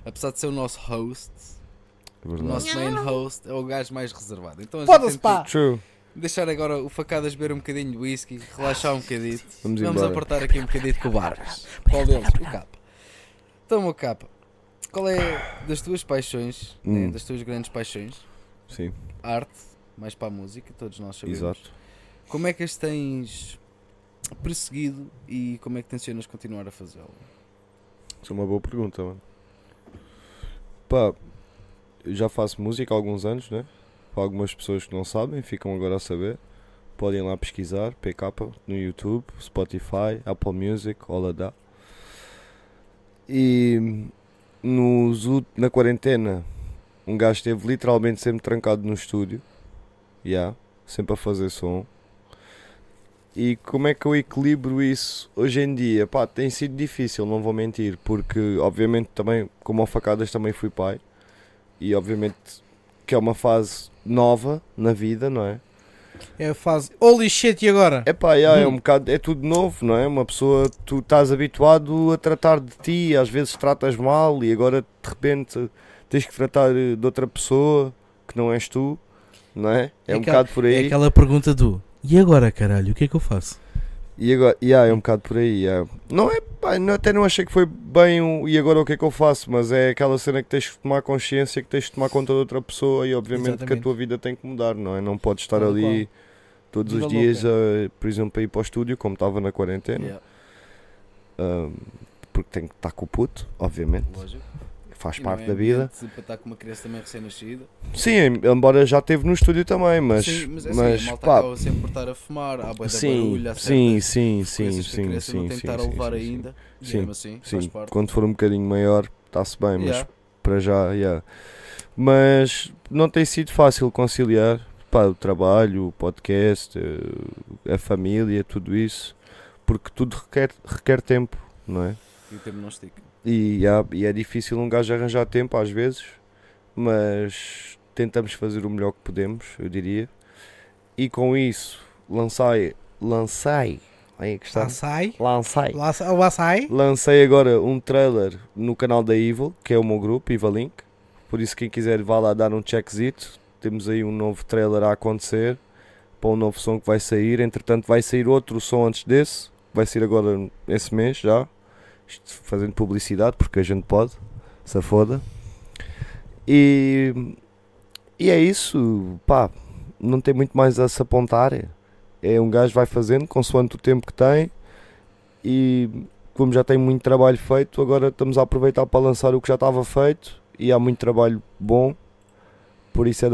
Apesar de ser o nosso host, o É Verdade. nosso main host é o gajo mais reservado. Então a gente Foda-se, tem pá. True. que deixar agora o facadas beber um bocadinho de whisky, relaxar um bocadito. Vamos Vamos embora. apertar aqui um bocadinho com o Barbas. Qual deles? O K. Então, meu K, qual é das tuas paixões, né, Hum. das tuas grandes paixões, Sim, arte, mais para a música, todos nós sabemos. exato. Como é que as tens perseguido e como é que tencionas continuar a fazê-lo? Isso é uma boa pergunta, mano. Pá, eu já faço música há alguns anos, né? Para algumas pessoas que não sabem, ficam agora a saber. Podem ir lá pesquisar, PK, no YouTube, Spotify, Apple Music, Oladá. E nos, ult- na quarentena, um gajo esteve literalmente sempre trancado no estúdio. Yeah, sempre a fazer som. E como é que eu equilibro isso hoje em dia? Pá, tem sido difícil, não vou mentir, porque obviamente também, como ao facadas, também fui pai. E obviamente que é uma fase nova na vida, não é? É a fase. Holy shit, e agora? É pá, yeah, é um bocado, é tudo novo, não é? Uma pessoa, tu estás habituado a tratar de ti, às vezes tratas mal e agora de repente tens que tratar eh, de outra pessoa que não és tu, não é? É, É um aquela- bocado por aí. É aquela pergunta do e agora, caralho, o que é que eu faço? E agora, yeah, é um bocado por aí. yeah. Não é, pá, não- até não achei que foi bem o e agora o que é que eu faço, mas é aquela cena que tens que tomar consciência, que tens que tomar conta de outra pessoa e obviamente que a Exatamente. tua vida tem que mudar, não é? Não podes estar Tal ali todos os Vida dias, a, por exemplo, a ir para o estúdio, como estava na quarentena, Yeah, ahm, porque tem que estar com o puto, obviamente, lógico. que faz E não parte é da vida. ambiente Para estar com uma criança também recém-nascida. Sim, embora já esteve no estúdio também, mas, sim, mas, é assim, a malta pá, acaba sempre por estar a fumar, há boia de sim, barulho, há sim, certas sim, sim, coisas que a sim, criança não sim, tem que sim, estar a sim, levar sim, sim. ainda. E Sim, mesmo assim, faz Sim, parte. quando for um bocadinho maior, está-se bem, mas Yeah. para já, yeah. Mas não tem sido fácil conciliar pá, o trabalho, o podcast, eh, a família, tudo isso, porque tudo requer, requer tempo, não é? E o tempo não estica. E, yeah, e é difícil um gajo arranjar tempo às vezes, mas tentamos fazer o melhor que podemos, eu diria. E com isso, lancei, lancei, aí é que está, Lá sai. lancei Lá sai. Lá É sai. lancei agora um trailer no canal da Evil, que é o meu grupo, Evilink. Por isso, quem quiser, vá lá dar um checkzito. Temos aí um novo trailer a acontecer para um novo som que vai sair. Entretanto, vai sair outro som antes desse, que vai sair agora esse mês já. Isto fazendo publicidade, porque a gente pode, se foda. E, e é isso, pá. Não tem muito mais a se apontar. É um gajo vai fazendo consoante o tempo que tem. E como já tem muito trabalho feito, agora estamos a aproveitar para lançar o que já estava feito e há muito trabalho bom, por isso é de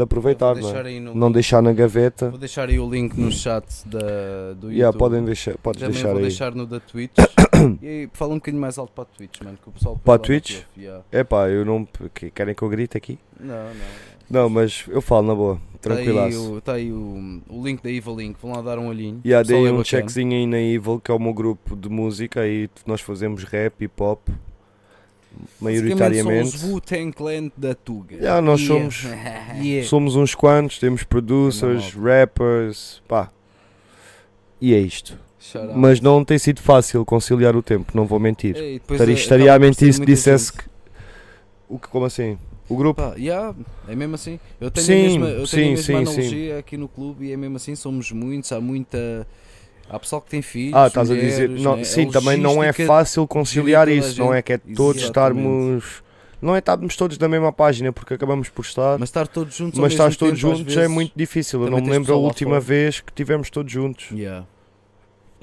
Vou aproveitar, não, deixar um é? aí no não link- deixar na gaveta. Vou deixar aí o link no chat da, do YouTube. Yeah, podem deixar, podes Também deixar vou aí. deixar no da Twitch. e aí, fala um bocadinho mais alto para a Twitch, mano, que o pessoal Para a lá Twitch? não te ouve, yeah. Epá, eu não. que- Querem que eu grite aqui? Não, não. Não, mas eu falo na boa, tranquilaço. Está aí, Tá o, tá aí o, o link da Evil Link, vão lá dar um olhinho. E há O pessoal dei é um bacana. checkzinho aí na Evil, que é o meu grupo de música, aí nós fazemos rap, hip hop, Basicamente maioritariamente. Somos Wu-Tang Clan da Tuga. Yeah, nós Yeah. somos. Yeah. Somos uns quantos, temos producers, rappers, pá. E é isto. Shout out. Mas não tem sido fácil conciliar o tempo, não vou mentir. Ei, depois Estaria, a- É, estaria acaba a por mentir ser se muita dissesse gente. que. O que, como assim? O grupo? Pá, yeah, é mesmo assim. Eu tenho Sim, a mesma, eu tenho a sim, mesma sim, analogia aqui no clube e é mesmo assim, somos muitos, há muita. Há pessoal que tem filhos. Ah, estás a mulheres, dizer. não, né? A Sim, também não é logística- fácil conciliar toda a isso, não é? Que é todos Exatamente. estarmos. Não é estarmos todos na mesma página, porque acabamos por estar. Mas estar todos juntos ao Mas mesmo estás todos tempo, às juntos é vezes- muito difícil. Eu também não me tens lembro a pessoal lá última fora. Hum. vez que tivemos todos juntos. Yeah.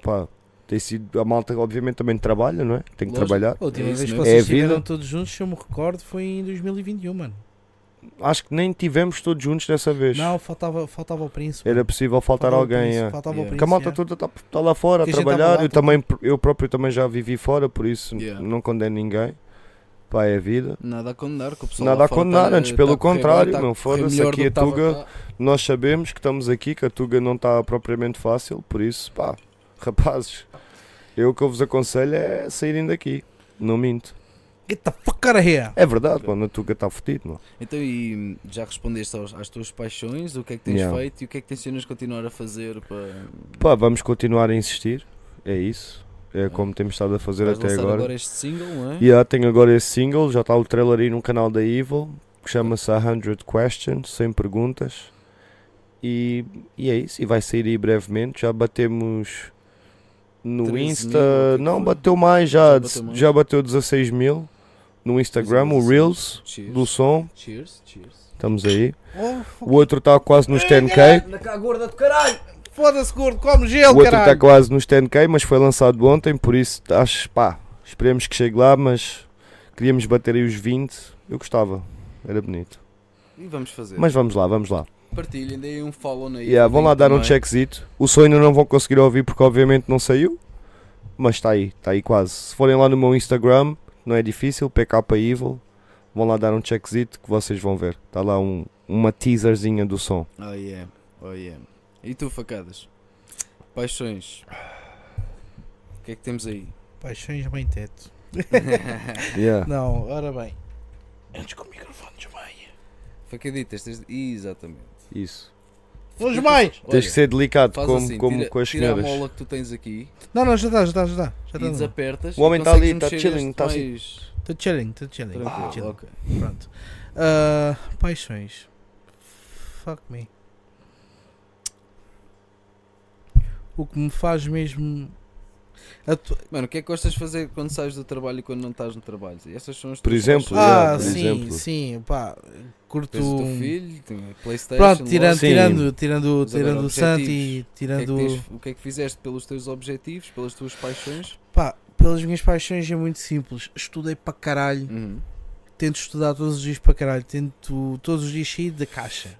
Pá, tem sido. A malta, obviamente, também trabalha, não é? Tem que Lógico. trabalhar. A última É isso vez que mesmo. vocês É a vida. estiveram todos juntos, se eu me recordo, foi em 2021, mano. Acho que nem tivemos todos juntos dessa vez. Não, faltava, faltava o príncipe. Era possível faltar Faltava o alguém. príncipe, é. Faltava Yeah. o príncipe. Porque a malta é. toda está lá fora a Que a gente tá trabalhar. tava lá, eu, tava- também, eu próprio também já vivi fora, por isso Yeah. não condeno ninguém. Pá, é a vida. Nada a condenar, que o pessoal Nada lá a fora condenar, tá- antes tá pelo a correr bem, contrário, tá a meu, correr foda-se, melhor do aqui a que tava Tuga- cá. Nós sabemos que estamos aqui, que a Tuga não está propriamente fácil, por isso, pá, rapazes, eu o que eu vos aconselho é saírem daqui. Não minto. Get the fuck out of here! É verdade, mano, a Tuga está fodido, é? mano. Então, e já respondeste aos, às tuas paixões, o que é que tens Yeah. feito e o que é que tens de continuar a fazer para. Pá, vamos continuar a insistir, é isso. É como temos estado a fazer Vais até lançar agora. este single, não é? Yeah, tenho agora esse single, já está o trailer aí no canal da Evil, que chama-se 100 Questions, 100 perguntas. E, e é isso, e vai sair aí brevemente. Já batemos no 13 Insta, mil, o que não, foi? bateu mais já, Já já bateu bateu, mais? 16 mil no Instagram, o 16. Reels Cheers. é do som, Cheers, cheers. estamos aí. Oh, O outro está quase nos 10k, Na cá gorda do caralho! foda-se, gordo, come o gelo, outro está caralho! quase nos 10k, mas foi lançado ontem, por isso acho, pá, esperemos que chegue lá, mas queríamos bater aí os 20, eu gostava, era bonito. E vamos fazer. Mas vamos lá, vamos lá. Partilhem, deem um follow na Yeah, vão lá dar um também. checkzito. O som ainda não vão conseguir ouvir porque obviamente não saiu. Mas está aí, está aí quase. Se forem lá no meu Instagram, não é difícil, PK Evil, vão lá dar um checkzito que vocês vão ver. Está lá um, uma teaserzinha do som. Oh yeah, oh yeah. E tu, facadas? Paixões. O que é que temos aí? Paixões bem teto. Yeah. Não, ora bem. Antes com o microfone desmaia. Facaditas, tens... Exatamente. Isso. Longe mais! Olha, Tens que ser delicado faz como, assim, como tira, com as tira senhoras. a mola que tu tens aqui Não, não, já está, já está, já está. Já tá e está. Estou desapertas. O homem e tá ali, consegues tá mexer chilling, este tá assim. mais chilling, estou chilling. tô Tranquilo, chilling. ok. Pronto. Ah, paixões. Fuck me. O que me faz mesmo. atu- Mano, o que é que gostas de fazer quando sais do trabalho e quando não estás no trabalho? E Essas são as Por tuas exemplo, coisas. yeah, Ah, por sim, exemplo. sim, pá. Curto. Tens o teu um- filho, tem a Playstation. Pronto, tirando, logo. Sim. tirando, tirando, Mas agora tirando o Santi, objetivos. O que, é que tirando. tens- o que é que fizeste pelos teus objetivos, pelas tuas paixões? Pá, pelas minhas paixões é muito simples. Estudei para caralho. Uhum. Tento estudar todos os dias para caralho. Tento todos os dias sair da caixa.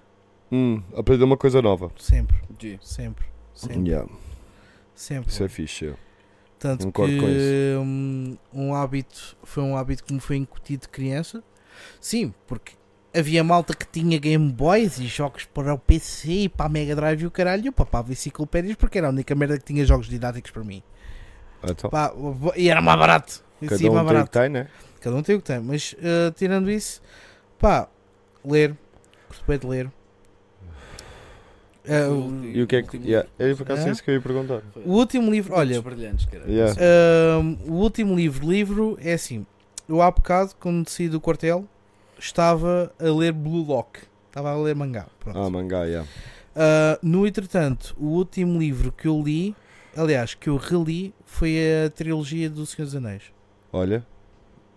Hum, aprender uma coisa nova. Sempre, G. sempre, sempre. Yeah, sempre. isso é fixe. yeah. Tanto concordo que com hum, um hábito foi um hábito que me foi incutido de criança. Sim, porque havia malta que tinha Game Boys e jogos para o PC e para a Mega Drive e o caralho. E eu papava enciclopédias porque era a única merda que tinha jogos didáticos para mim. Então, Pá, e era mais barato. Em cada si, mais um tem o barato. que tem, né? Cada um tem o que tem, mas eh, tirando isso, pá, ler, gosto bem de ler. Eh, o, E o que é que. Último Yeah, é por acaso É? isso que eu ia perguntar. o último livro, olha, Todos brilhantes, caralho. Yeah. Ahm, o último livro, livro é assim. Eu há bocado, quando saí do quartel, estava a ler Blue Lock. Estava a ler mangá. Pronto. Ah, mangá, yeah. Ah, no entretanto, o último livro que eu li, aliás, que eu reli, foi a trilogia do Senhor dos Anéis. Olha,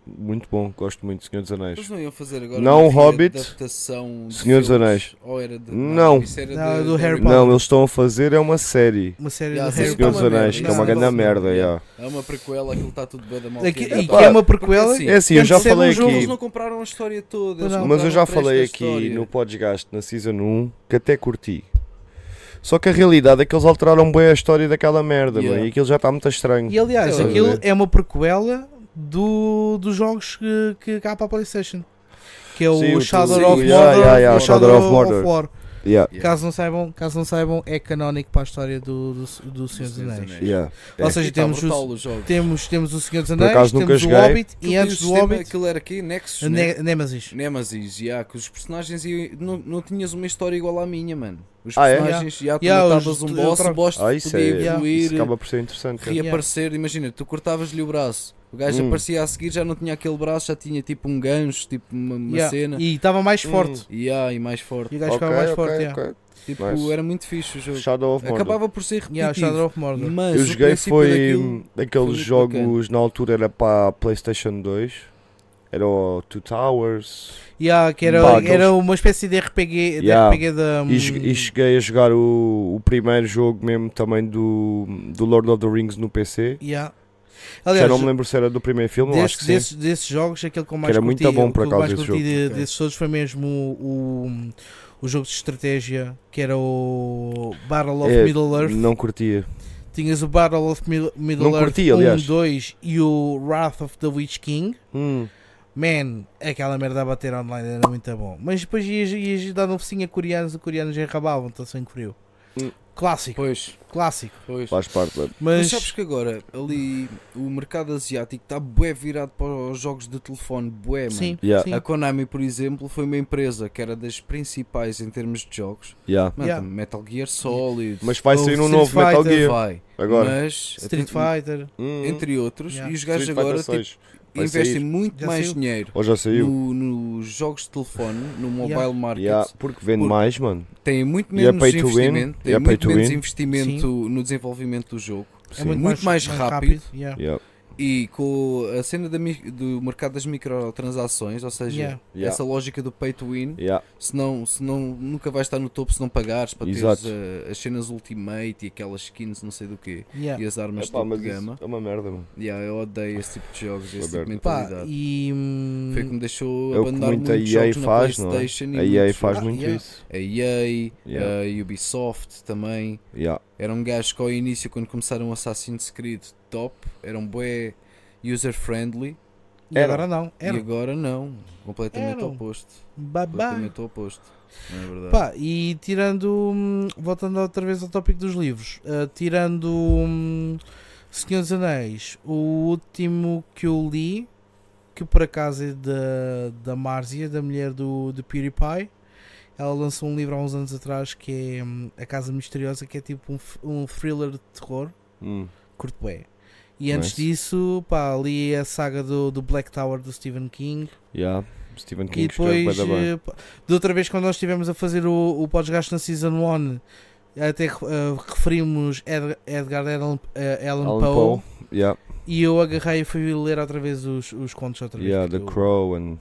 muito bom, gosto muito de Senhor dos Anéis. Eles não iam fazer agora Não uma grande Hobbit, adaptação de Senhor dos filmes? Anéis. Ou era de, Não. isso era Não, é de- do de Harry Potter. Não, eles estão a fazer é uma série. Uma série Yeah, do sim, Harry Senhor dos tá uma Anéis, que é uma merda. grande merda. yeah. É uma prequela, aquilo está tudo bem da mal. Aqui, e Epá, que é uma prequela. porque assim, É assim, eu Antes já de ser falei um jogo, Eles aqui. não compraram a história toda. Não, eles Mas eu compraram um já trecho falei da aqui história. no podcast, na Season 1, que até curti. Só que a realidade é que eles alteraram bem a história daquela merda, Yeah. mano, e aquilo já está muito estranho. E aliás, Estás a aquilo ver? é uma prequela do, dos jogos que, que cá para a PlayStation. Que é o Sim, o Shadow sim, of Mordor. yeah, yeah, yeah, o Shadow of Mordor. War. Yeah, Yeah. Caso, não saibam, caso não saibam, é canónico para a história do, do, do Senhor dos Anéis. yeah. Ou É. seja, E tá temos, brutal o, o jogo. temos, temos o Senhor dos Anéis, acaso temos nunca o joguei. Hobbit Aquilo e tem o antes do sistema- Hobbit, Aquilo era aqui, Nexus, né? ne Nemesis. Nemesis, yeah, que os personagens iam- não, não tinhas uma história igual à minha, mano. Os Ah, é? personagens, já tu Yeah, matavas os- um eu boss, o troco. boss Ah, podia isso, é, evoluir, isso acaba por ser interessante. cara. reaparecer. Imagina, tu cortavas-lhe o braço, o gajo Hum. aparecia a seguir, já não tinha aquele braço, já tinha tipo um gancho, tipo uma, uma Yeah, cena. E estava mais Hum. forte. E, yeah, e mais forte. E o gajo Ok, ficava mais ok, forte. yeah. ok. Tipo, Nice. era muito fixe o jogo. Shadow of Mordor. Acabava por ser repetitivo. Yeah, o Shadow of Mordor. Mas Eu o joguei Ah, princípio foi daquilo- hum, muito aqueles jogos, na altura era para a Playstation 2, era o Two Towers, Yeah, que era, Pá, aqueles- era uma espécie de RPG, de hum, Yeah. RPG da. Hum. e, jo- e cheguei a jogar o, o primeiro jogo mesmo também do, do Lord of the Rings no PC. Yeah. Já Aliás, não me lembro se era do primeiro filme, eu acho que Desses, sim. desses, desses jogos, aquele que eu mais era curti, muito bom, o por que eu acaso, mais esse curti de- Ok. desses todos foi mesmo o, o, o jogo de estratégia, que era o Battle of É, Middle Earth. Não curtia. Tinhas o Battle of Mil- Middle Não Earth curti, 1, aliás. 2 e o Wrath of the Witch King. Hum, Man, aquela merda a bater online era muito bom. Mas depois ias, ias dar um focinho a coreanos, os coreanos enrabavam-te assim que frio. Hum. Clássico, Pois, clássico. pois. faz parte, mano. Mas Mas, sabes que agora ali o mercado asiático está bué virado para os jogos de telefone, bué, é, mano. sim, Yeah. sim. A Konami, por exemplo, foi uma empresa que era das principais em termos de jogos. Yeah. Mano, Yeah. Metal Gear Solid. Mas vai O sair um Street novo Metal Fighter. Gear vai. agora. Mas, Street Fighter. Hum, entre outros, Yeah. e os gajos Street agora Fighter tipo, 6. vai investem sair. muito Já mais saiu? dinheiro Ou já saiu? no- nos jogos de telefone, no mobile Yeah. market. Yeah, porque vende Porque- mais, mano. Têm muito E é menos pay to win? investimento, E têm é pay muito to menos win? investimento no desenvolvimento do jogo. É Sim. muito, Muito mais rápido. yeah. Yeah. E com a cena da mi- do mercado das microtransações, ou seja, Yeah. Yeah. essa lógica do pay to win, Yeah. se não, se não, nunca vais estar no topo se não pagares para Exato. teres uh, as cenas Ultimate e aquelas skins, não sei do quê, Yeah. e as armas Epá, de mas isso gama. é uma merda, mano. Yeah, eu odeio esse tipo de jogos, esse tipo de Roberto. Pá, mentalidade. e. hum, Foi o que me deixou É o que abandonar muito a muitos EA jogos faz, na não é? PlayStation. e A EA muitos faz Ah, jogos. muito yeah. isso. A EA, Yeah. a Ubisoft também. Yeah. Era um gajo que ao início, quando começaram o Assassin's Creed top, era um bué user-friendly. e Era. agora não. E Era. agora não. Completamente Era. oposto. Babá. Completamente oposto. Não é verdade? Pá, e tirando. hum, Voltando outra vez ao tópico dos livros. ah, tirando. hum, Senhor dos Anéis, o último que eu li, que por acaso é da, da Marzia, da mulher do, do PewDiePie. Ela lançou um livro há uns anos atrás que é hum, A Casa Misteriosa, que é tipo um, f- um thriller de terror. Hum. Curto bem. E antes Nice. disso, pá, li a saga do, do Black Tower do Stephen King. Yeah. Stephen E King escreveu depois, bué da bem. eh, pá, de outra vez, quando nós estivemos a fazer o, o podcast na Season 1, até eh, referimos Ed- Edgar Allan, eh, Allan Alan Poe, Poe. Yeah, e eu agarrei e fui ler outra vez os, os contos. Outra vez, yeah, The porque eu- Crow and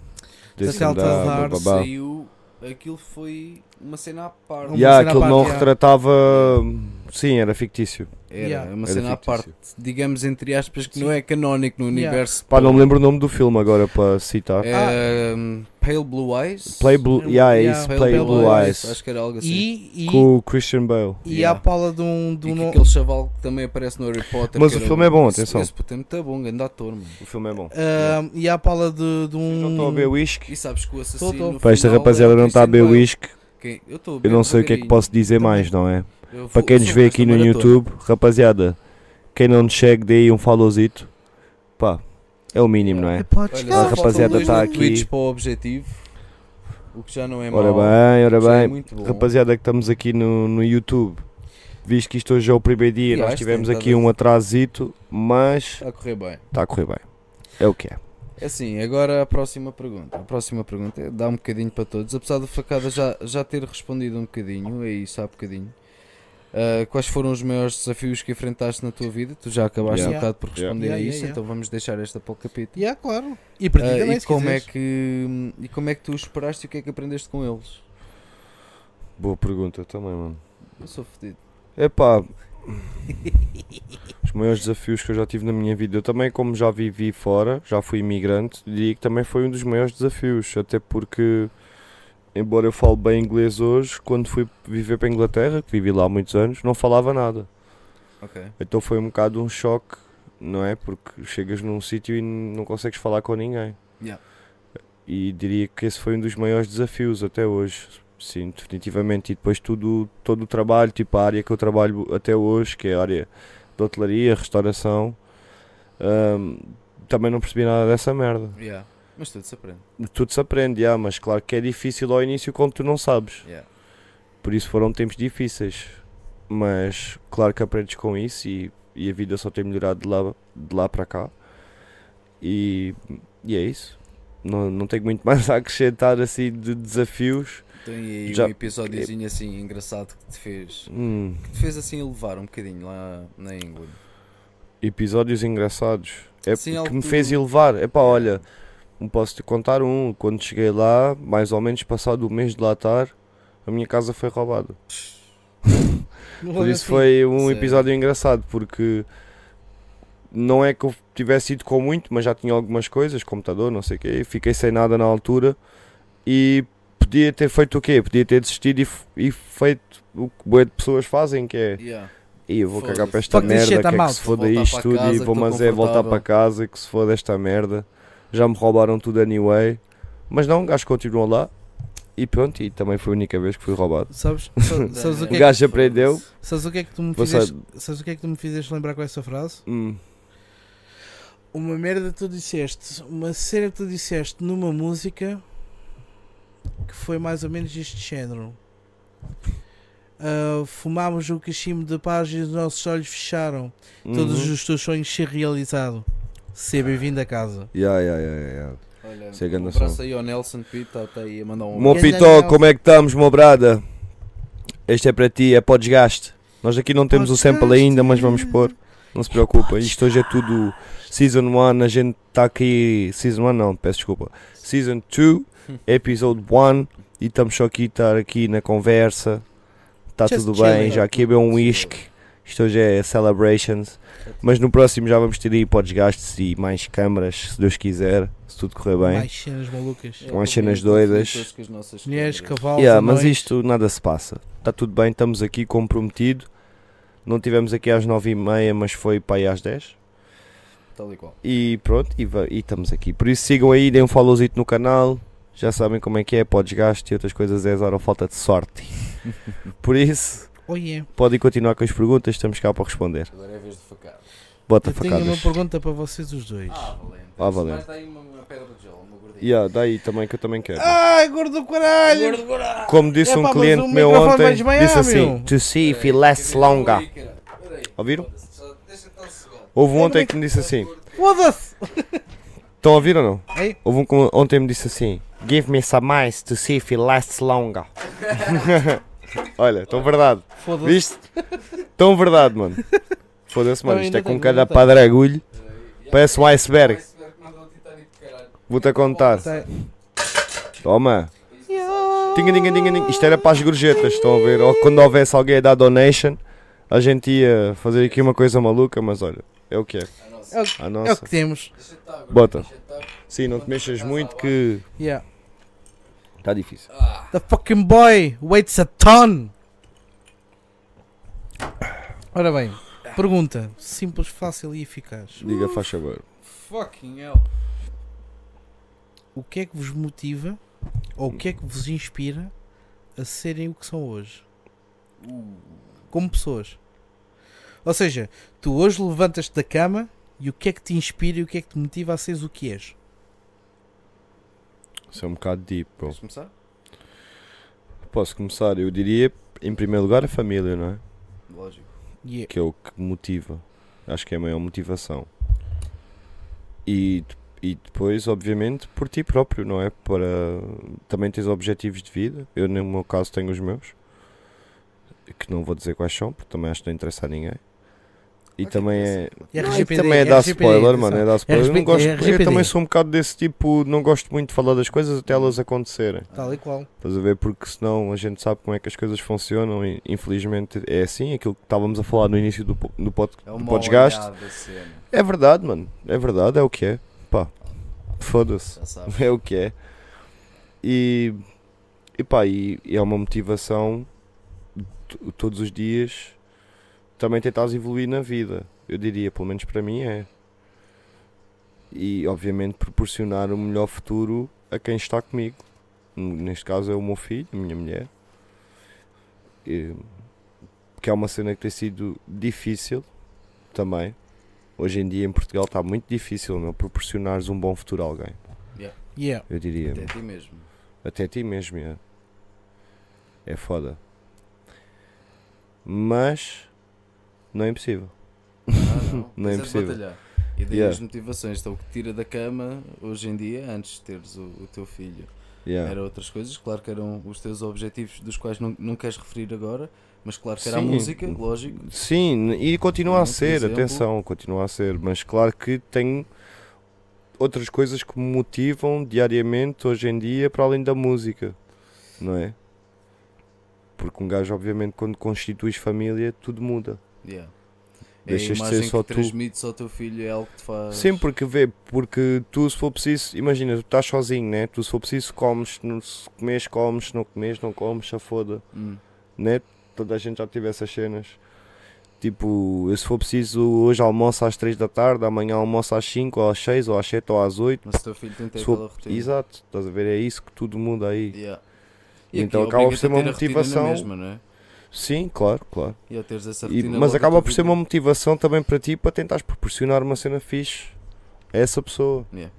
this The and that, Saltazar, blá, blá, blá. Saiu. Aquilo foi uma cena à parte. Uma Yeah, cena à aquilo não parte, yeah. retratava. Sim, era fictício. Era Yeah. uma Era cena à parte, É fictício. digamos entre aspas, que não é canónico no Yeah. universo. Pá, não me lembro o nome do filme agora para citar. É, um, Pale Blue Eyes. Play Blue, yeah, é Yeah, isso, Play Blue Eyes. Acho que era algo assim. E, e, Com o Christian Bale. e Yeah. a Paula de um. De E um que no- aquele chaval que também aparece no Harry Potter. Mas que o era filme é bom, esse- atenção. Esse puto é muito bom, grande ator, mano. O filme é bom. Ah, e a Paula de, de Vocês não um. estão a ver o whisky? E sabes que o Tô, assassino. tô. no Para esta final rapaziada era não está a Christian ver o Bale. whisky, Quem- Eu, tô a eu ver não sei o que é que devagarinho. posso dizer mais, não é? Eu vou- Para quem sou nos vê mais aqui no maratona. YouTube, rapaziada, quem não nos segue, dê aí um followzito. Pá, é o mínimo, não é? Epá, Olha, desculpa. só A rapaziada faltam dois tá aqui. tweets para o objetivo. O que já não é mau. Ora bem, ora já é bem. muito bom. Rapaziada que estamos aqui no, no YouTube, visto que isto hoje é o primeiro dia, Yeah, nós isto tivemos tem aqui estado a- um atrasito, mas Está a correr bem. está a correr bem. É o que é. É Assim, agora a próxima pergunta. A próxima pergunta é, dá um bocadinho para todos. Apesar do Facada já, já ter respondido um bocadinho, é isso há bocadinho. Ah, quais foram os maiores desafios que enfrentaste na tua vida? Tu já acabaste Yeah. um bocado por Yeah. responder Yeah, a yeah, isso, yeah. então vamos deixar esta para o capítulo. Yeah, claro. E para Eh, ti Ah, também, e, se como é quiseres. que, e como é que tu os esperaste e o que é que aprendeste com eles? Boa pergunta também, mano. Eu sou fedido. Epá, os maiores desafios que eu já tive na minha vida, eu também, como já vivi fora, já fui imigrante, diria que também foi um dos maiores desafios, até porque, embora eu fale bem inglês hoje, quando fui viver para a Inglaterra, que vivi lá há muitos anos, não falava nada. Ok. Então foi um bocado um choque, não é? Porque chegas num sítio e não consegues falar com ninguém. Yeah. E diria que esse foi um dos maiores desafios até hoje. Sim, definitivamente. E depois tudo, todo o trabalho, tipo a área que eu trabalho até hoje, que é a área de hotelaria, restauração, hum, também não percebi nada dessa merda. Yeah. Mas tudo se aprende. Tudo se aprende, ah, mas claro que é difícil ao início quando tu não sabes. Yeah. Por isso foram tempos difíceis. Mas claro que aprendes com isso e, e a vida só tem melhorado de lá, de lá para cá. E, e é isso. Não, não tenho muito mais a acrescentar assim de desafios. Tem aí Já- um episódiozinho assim engraçado que te fez. Hum, Que te fez assim elevar um bocadinho lá na Inglaterra. episódios engraçados. É Sim, porque algo que me que- fez elevar. É pá, olha, posso te contar um. Quando cheguei lá, mais ou menos passado o mês de lá estar, a minha casa foi roubada. Por Olha assim. isso foi um Sério. episódio engraçado, porque não é que eu tivesse ido com muito, mas já tinha algumas coisas, computador, não sei o quê, fiquei sem nada na altura e podia ter feito o quê? Podia ter desistido e, f- e feito o que boé de pessoas fazem, que é Yeah. "Ih, eu vou Foda-se. cagar para esta Fuck this merda, shit, que é I'm que out." se foda Voltar isto para tudo casa, e que vou tô mas é voltar confortável. para casa, que se foda esta merda, já me roubaram tudo anyway, mas não, o gajo continuou lá e pronto, e também foi a única vez que fui roubado. Sabes, sa- sabes, o que O é que, gajo aprendeu. sabes o que é que tu me Você- fizeste? Sabes o que é que tu me fizeste lembrar com essa frase? Hum, Uma merda que tu disseste, uma cena que tu disseste numa música que foi mais ou menos deste género. Ah, fumámos o cachimbo de paz e os nossos olhos fecharam. Todos uhum. os teus sonhos se realizado. Seja bem-vindo a casa. Yeah, yeah, yeah, yeah, yeah. Olha, Isso é grande um abraço aí ao Nelson Pita, está aí a mandar um Meu abraço. Grande Pitó, Nelson. como é que estamos, meu brada? Este é para ti, é para o desgaste. Nós aqui não temos o sample ainda, mas vamos pôr. Não se preocupa, isto hoje é tudo Season 1, a gente está aqui. Season 1 não, peço desculpa. Season 2, Episode 1, e estamos só aqui estar aqui na conversa. Está Just tudo bem, chilling. já aqui é um whisky. Isto hoje é celebrations. Mas no próximo já vamos ter aí para o desgaste e mais câmaras, se Deus quiser, se tudo correr bem. Mais cenas malucas. É, com as eu cenas vi todas doidas. as com as nossas Mulheres, câmaras. cavalos, Yeah, mas anões. isto nada se passa. Está tudo bem, estamos aqui comprometido. Não tivemos aqui às 9h30, mas foi para aí às 10. Tal e qual. E pronto, e, va- e estamos aqui. Por isso sigam aí, deem um followzito no canal. Já sabem como é que é, pode desgaste e outras coisas é zero falta de sorte. Por isso, Oh, yeah. podem continuar com as perguntas, estamos cá para responder. Agora é a vez de facar. Bota Eu tenho uma facadas. pergunta para vocês os dois. Ah, valente. Ah, valente. Mas dá aí uma, uma pedra de gelo, uma gordinha. Yeah, daí também que eu também quero. Ai, gordo do caralho! Gordo, gordo. Como Ah! disse Epá, um mas cliente o meu microfone vai ontem, desmaiar, disse assim: meu. To see if it lasts longer. Ouviram? Houve um ontem que me disse assim: Foda-se! É Estão a ouvir ou não? Ei. Houve um que ontem me disse assim: Give me some ice to see if it lasts longer. Olha, tão verdade. Foda-se! Viste? Tão verdade, mano. Foda-se, mano. Não, Isto ainda é com tenho, cada ainda padragulho. Parece um iceberg. Vou-te a contar. Tá. Toma. Tinga, tinga, tinga, tinga. Isto era para as gorjetas, estão a ver? Ou quando houvesse alguém a dar donation, a gente ia fazer aqui uma coisa maluca, mas olha, é o que é. É o que- A É o nossa. que temos. Bota. Sim, não te mexas muito que Yeah. está difícil. The fucking boy waits a ton! Ora bem, pergunta. Simples, fácil e eficaz. Diga, faz favor. Fucking hell. O que é que vos motiva ou o que é que vos inspira a serem o que são hoje? Como pessoas. Ou seja, tu hoje levantas-te da cama e o que é que te inspira e o que é que te motiva a seres o que és? Isso é um bocado deep, bro. Vamos começar? Posso começar? Eu diria, em primeiro lugar, a família, não é? Lógico. E é- que é o que motiva. Acho que é a maior motivação. E, de- e depois, obviamente, por ti próprio, não é? Para também tens objetivos de vida. Eu, no meu caso, tenho os meus, que não vou dizer quais são, porque também acho que não interessa a ninguém. E também é. e Não, e RGPD, também é dar RGPD, spoiler, mano. atenção. É dar spoiler. Eu, não gosto, RGPD. eu também sou um bocado desse tipo, não gosto muito de falar das coisas até elas acontecerem. Tal e qual. Estás a ver? Porque senão a gente sabe como é que as coisas funcionam e infelizmente é assim, aquilo que estávamos a falar no início do, po- do, pod, É do uma podcast. olhada cena, É verdade, mano. É verdade, é o que é. Pá, foda-se. já sabes. É o que é. E, e pá, e, e é uma motivação t- todos os dias também tentares evoluir na vida. Eu diria, pelo menos para mim é. E obviamente proporcionar o melhor futuro a quem está comigo. N- Neste caso é o meu filho, a minha mulher. E- que é uma cena que tem sido difícil também. Hoje em dia em Portugal está muito difícil meu, proporcionares um bom futuro a alguém. Yeah. Eu diria. Até É a ti mesmo. Até ti mesmo, é. É foda. Mas não é impossível. Ah, não. Não Tens de é impossível. batalhar. E daí Yeah. as motivações. Então, o que te tira da cama hoje em dia, antes de teres o, o teu filho, Yeah. eram outras coisas. Claro que eram os teus objetivos, dos quais não, não queres referir agora. Mas claro que era a Sim. Uhum. música, lógico. Sim, e continua Não, a por ser, um exemplo. atenção, continua a ser. Mas claro que tenho outras coisas que me motivam diariamente hoje em dia para além da música, não é? Porque um gajo, obviamente, quando constituis família, tudo muda. Yeah. É Deixas de a ser imagem só que tu. transmites ao teu filho é algo que te faz. Sim, porque vê, porque tu se for preciso, imagina, tu estás sozinho, né? Tu se for preciso comes, se não- se comes, comes, se não comes, não comes, se foda, Hum. né? Toda a gente já teve essas cenas. Tipo, eu se for preciso, hoje almoço às 3 da tarde, amanhã almoço às 5, ou às 6, ou às 7, ou às 8. Mas o teu filho tem que ter Se for- aquela rotina. Exato, estás a ver? É isso que tudo muda aí. Yeah. Então aqui acaba por obriga-te ser a uma ter a rotina na motivação. mesma, não é? Sim, claro, claro. E ao teres essa E- rotina mas logo acaba na por tua ser uma vida. motivação também para ti, para tentares proporcionar uma cena fixe a essa pessoa. Yeah.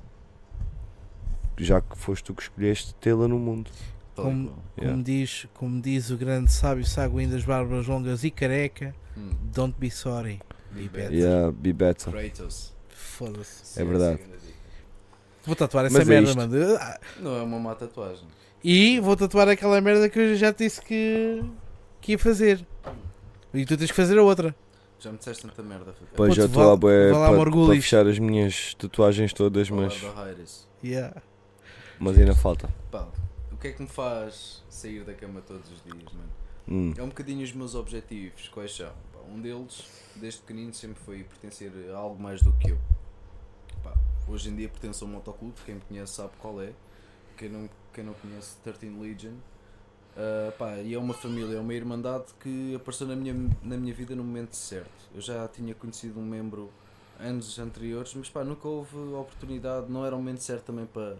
Já que foste tu que escolheste tê-la no mundo. Tal e Como- qual. Como, Yeah. diz, como diz o grande sábio Saguin das Barbas Longas e Careca, Hum. don't be sorry. Be better. Yeah, be better. Kratos. Foda-se. É Sim, verdade. essa é a grande dica. Vou tatuar essa Mas é merda, isto. mano. Ah, Não é uma má tatuagem. E vou tatuar aquela merda que eu já te disse que, que ia fazer. E tu tens que fazer a outra. Já me disseste tanta merda, Fabiano. Pois Puto, já estou vá- lá bué vá lá, para, Morgulis. para fechar as minhas tatuagens todas, Falar mas, do Hades. Yeah. mas ainda falta. Pá, o que é que me faz sair da cama todos os dias, mano? Hum, É um bocadinho os meus objetivos. Quais são? Pá, um deles, desde pequenino, sempre foi pertencer a algo mais do que eu. Pá, hoje em dia pertenço a um motoclube, quem me conhece sabe qual é. Quem não, quem não conhece, 13 Legion. Ah, pá, e é uma família, é uma irmandade que apareceu na minha, na minha vida no momento certo. Eu já tinha conhecido um membro anos anteriores, mas pá, nunca houve oportunidade, não era o momento certo também para,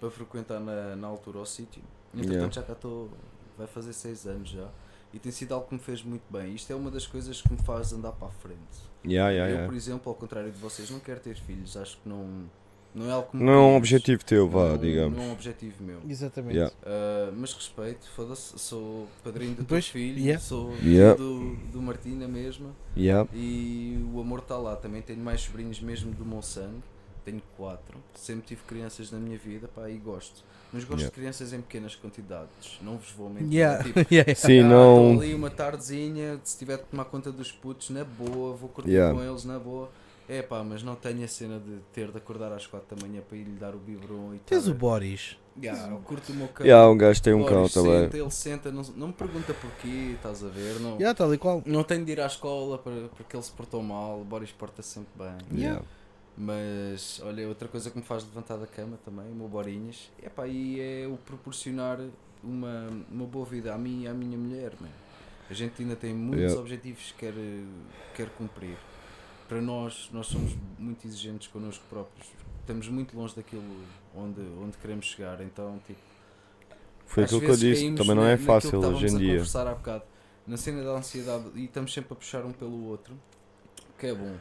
para frequentar na, na altura o sítio. Entretanto, Yeah. já cá estou, vai fazer 6 anos já. E tem sido algo que me fez muito bem. Isto é uma das coisas que me faz andar para a frente. yeah, yeah, eu, yeah. por exemplo, ao contrário de vocês, não quero ter filhos. Acho que não, Não é algo que me Não é um pedes. objetivo teu, vá, Não- digamos. Não é um objetivo meu. Exatamente. Yeah. Uh, mas respeito, foda-se, sou padrinho do Pois, teu filho, yeah. sou Yeah. do, do Martina mesmo Yeah. e o amor está lá. Também tenho mais sobrinhos mesmo do meu sangue, tenho quatro. Sempre tive crianças na minha vida pá, e gosto. Mas gosto Yeah. de crianças em pequenas quantidades, não vos vou mentir. Yeah. Tipo, Yeah, yeah. Sim, ah, não. tô ali uma tardezinha, se tiver de tomar conta dos putos, na boa, vou curtir Yeah. com eles, na boa. É pá, mas não tenho a cena de ter de acordar às quatro da manhã para ir lhe dar o biberon e Tens estar o a- Boris. Yeah, eu curto o meu cão. Yeah, um gajo tem um cão Boris também. senta, Ele senta, não, não me pergunta porquê, estás a ver? Não, Yeah, tal e qual. não tenho de ir à escola para- porque ele se portou mal, o Boris porta sempre bem. Yeah. Mas, olha, outra coisa que me faz levantar da cama também, o meu Borinhas, é pá, e é o proporcionar uma, uma boa vida a mim e à minha mulher, man. A gente ainda tem muitos Yeah. objetivos que quer, eh, quer cumprir. Para nós, nós somos muito exigentes connosco próprios. Estamos muito longe daquilo onde, onde queremos chegar, então, tipo, Foi às aquilo que eu vezes disse, caímos também não na- é naquilo que fácil hoje estávamos em a dia. conversar há bocado, na cena da ansiedade, e estamos sempre a puxar um pelo outro, que é bom.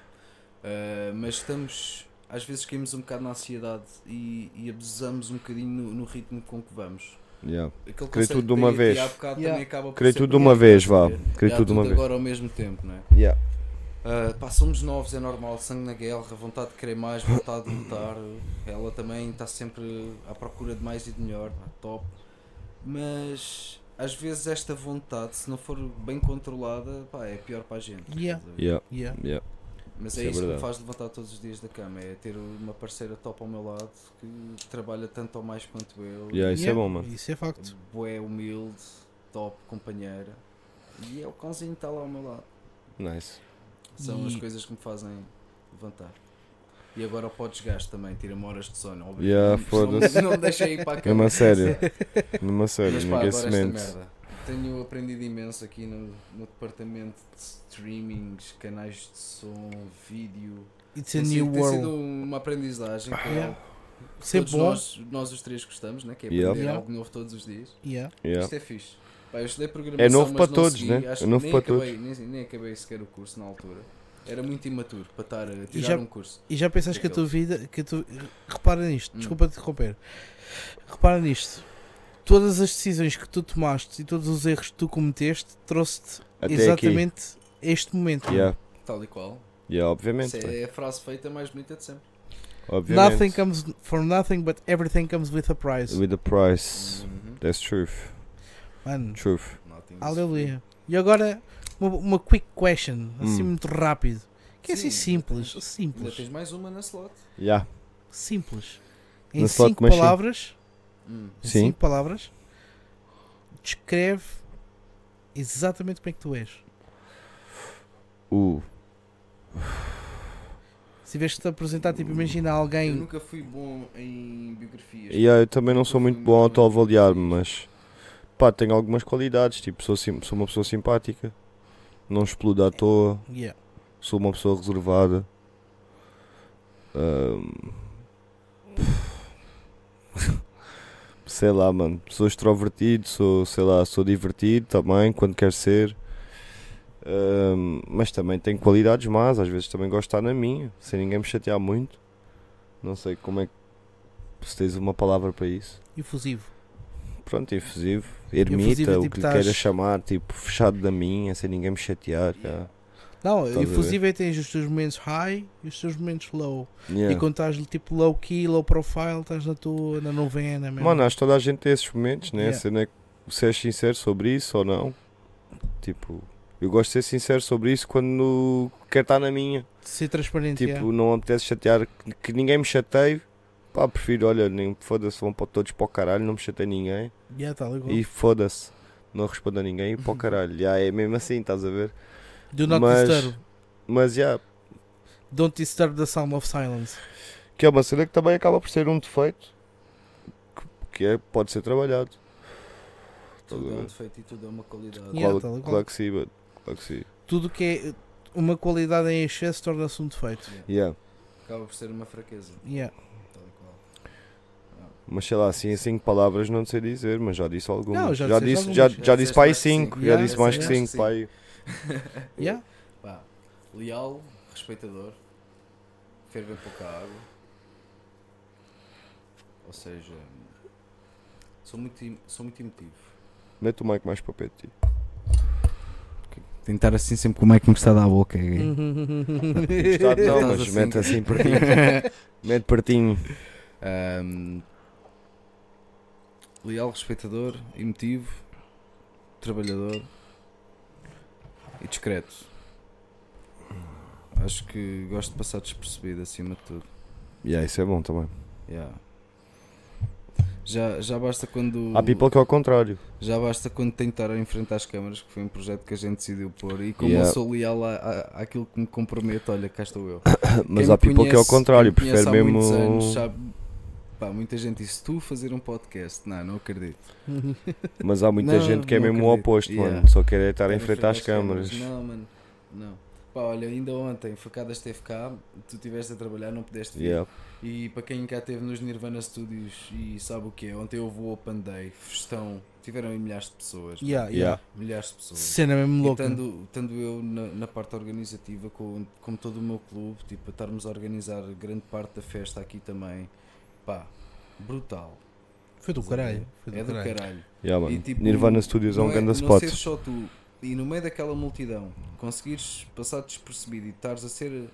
Ah, mas estamos, às vezes caímos um bocado na ansiedade e, e abusamos um bocadinho no, no ritmo com que vamos. Yeah. Aquele Querer conceito tudo de uma que vez. há bocado Yeah. também acaba por Querer ser tudo de uma perdido, vez, estás a vá. ver? Querer Já tudo de uma vez. agora ao mesmo tempo, não é? Yeah. Uh, pá, somos novos, é normal, sangue na guerra, vontade de querer mais, vontade de lutar. Ela também está sempre à procura de mais e de melhor, pá, top. Mas às vezes esta vontade, se não for bem controlada, pá, é pior para a gente. Yeah. estás a ver? Yeah. Yeah. Yeah. Mas Isso é é isso que me verdade. faz levantar todos os dias da cama, é ter uma parceira top ao meu lado que trabalha tanto ou mais quanto eu. Yeah, isso é bom, mano. Isso é facto. Boé, humilde, top, companheira. E é o cãozinho que está lá ao meu lado. Nice. São as E- coisas que me fazem levantar. E agora o pós-desgaste também, tira-me horas de sono. Óbvio. Não- Yeah, foda-se. Não me deixei ir para a Mesmo cama. a sério. Mesmo a sério, Mas pá, ninguém agora se esta mente. merda. Tenho aprendido imenso aqui no, no departamento de streamings, canais de som, vídeo. It's a Tem new sido, tem sido world. uma aprendizagem que é Yeah. algo que Sempre todos bom. nós, nós os três gostamos, né? que é aprender Yeah. Yeah. algo novo todos os dias. Yeah. Yeah. Isto é fixe. Pá, eu estudei programação, É novo mas para não todos, segui. né? Acho É que novo nem para acabei, Nem, nem acabei sequer o curso na altura. Era muito imaturo para estar a tirar já- um curso. E já pensaste que a tua Daqueles. vida. Que a tua... Repara nisto, Hum. desculpa te interromper. Repara nisto. Todas as decisões que tu tomaste e todos os erros que tu cometeste trouxe-te Até exatamente este momento. Yeah. Tal e qual. Yeah, obviamente. Isso mano. é a frase feita mais bonita de sempre. Obviamente. Nothing comes from nothing, but everything comes with a price. With the price. Uhum. That's truth. Mano, Truth. Nothing is aleluia. E agora, uma, uma quick question, assim Hum. muito rápido. Que é assim Sim, ainda simples, tens- free. Ainda simples, tens mais uma na slot. Yeah. simples. Em Na slot cinco machine. palavras, Hum. em Sim. cinco palavras, descreve exatamente como é que tu és. Uh. Se tivesse que te apresentar, tipo, imagina Eu alguém. nunca fui bom em biografias. Yeah, eu também não sou muito bom a autoavaliar-me, mas pá, tenho algumas qualidades, tipo, sou, sim- sou uma pessoa simpática, não explodo à toa, Yeah. sou uma pessoa reservada. Ahm. sei lá, mano, sou extrovertido, sou, sei lá, sou divertido também, quando quer ser. Ahm, mas também tenho qualidades más, às vezes também gosto de estar na minha, sem ninguém me chatear muito. Não sei como é que se tens uma palavra para isso Infusivo. pronto, efusivo, ermita, Efusivo é o tipo que lhe tás- queira chamar, tipo, fechado da minha, sem ninguém me chatear. já. Não, Estás a ver? infusivo é tens os teus momentos high e os teus momentos low. Yeah. E quando estás tipo low key, low profile, estás na tua na novena mesmo. Mano, acho que toda a gente tem esses momentos, né? Yeah. Se, não é- se és sincero sobre isso ou não, tipo, eu gosto de ser sincero sobre isso quando quer estar na minha. ser transparente. Tipo, é. não me apetece chatear, que- que ninguém me chateie. Pá, prefiro, olha, nem foda-se, vão para todos para o caralho, não me chateia ninguém. Yeah, tá tal e qual. E foda-se, não respondo a ninguém e para o caralho. Já é mesmo assim, estás a ver? Uhum. Do not mas- disturb. Mas já, Don't disturb the sound of silence. Que é uma cena que também acaba por ser um defeito que, que é, pode ser trabalhado. Tudo é Tudo um bem. defeito e tudo é uma qualidade. Yeah, Claro- tal e claro, qual. que sim, mano. Claro que sim. Tudo que é uma qualidade em excesso torna-se um defeito. Yeah. Acaba por ser uma fraqueza. Yeah. Tal e qual. Mas sei lá, assim em 5 palavras não sei dizer, mas já disse algumas. Não, já disseste disse, já, algumas. já Já disse disseste pai mais que 5, cinco. já Yeah, disse mais que disseste 5, pai. Yeah? Pá, leal, respeitador, fervem pouca água, Ou seja, sou muito, im- sou muito emotivo. Mete o mic mais para o pé de ti. Tenho que estar assim sempre com o mic encostado à boca. é gay. Gostado não, Estás mas assim. mete assim pertinho. mete pertinho. Ahm, leal, respeitador, emotivo, trabalhador e discreto. Acho que gosto de passar despercebido acima de tudo. E yeah, isso é bom também. Hum. Yeah. Já, já basta quando. Há people que é ao contrário. Já basta quando tenho de estar a enfrentar as câmaras, que foi um projeto que a gente decidiu pôr. E como Yeah. eu sou leal à- à- àquilo que me comprometo, olha, cá estou eu. Quem Mas me há people que é ao conhece- contrário. quem me conhece Prefere há muitos mesmo. anos sabe- pá, muita gente disse: Tu fazer um podcast? Não, não acredito. Mas há muita Não, gente que é não mesmo o acredito. oposto, Yeah. mano. Só quer é estar em frente às câmaras. Não, mano, não. Pá, olha, ainda ontem, Facadas esteve cá, tu estiveste a trabalhar, não pudeste vir. Yeah. E para quem cá esteve nos Nirvana Studios e sabe o que é, ontem houve o Open Day, festão, tiveram aí milhares de pessoas. Yeah, yeah. Yeah. Milhares de pessoas. Cena mesmo E louca. Estando, estando eu na, na parte organizativa, com, como todo o meu clube, tipo, a estarmos a organizar grande parte da festa aqui também, pá, brutal. Foi do caralho. Foi do é do caralho. caralho. Yeah, mano. E, tipo, Tá Nirvana Studios é um não grande não spot. seres só tu e no meio daquela multidão conseguires passar despercebido e estares a ser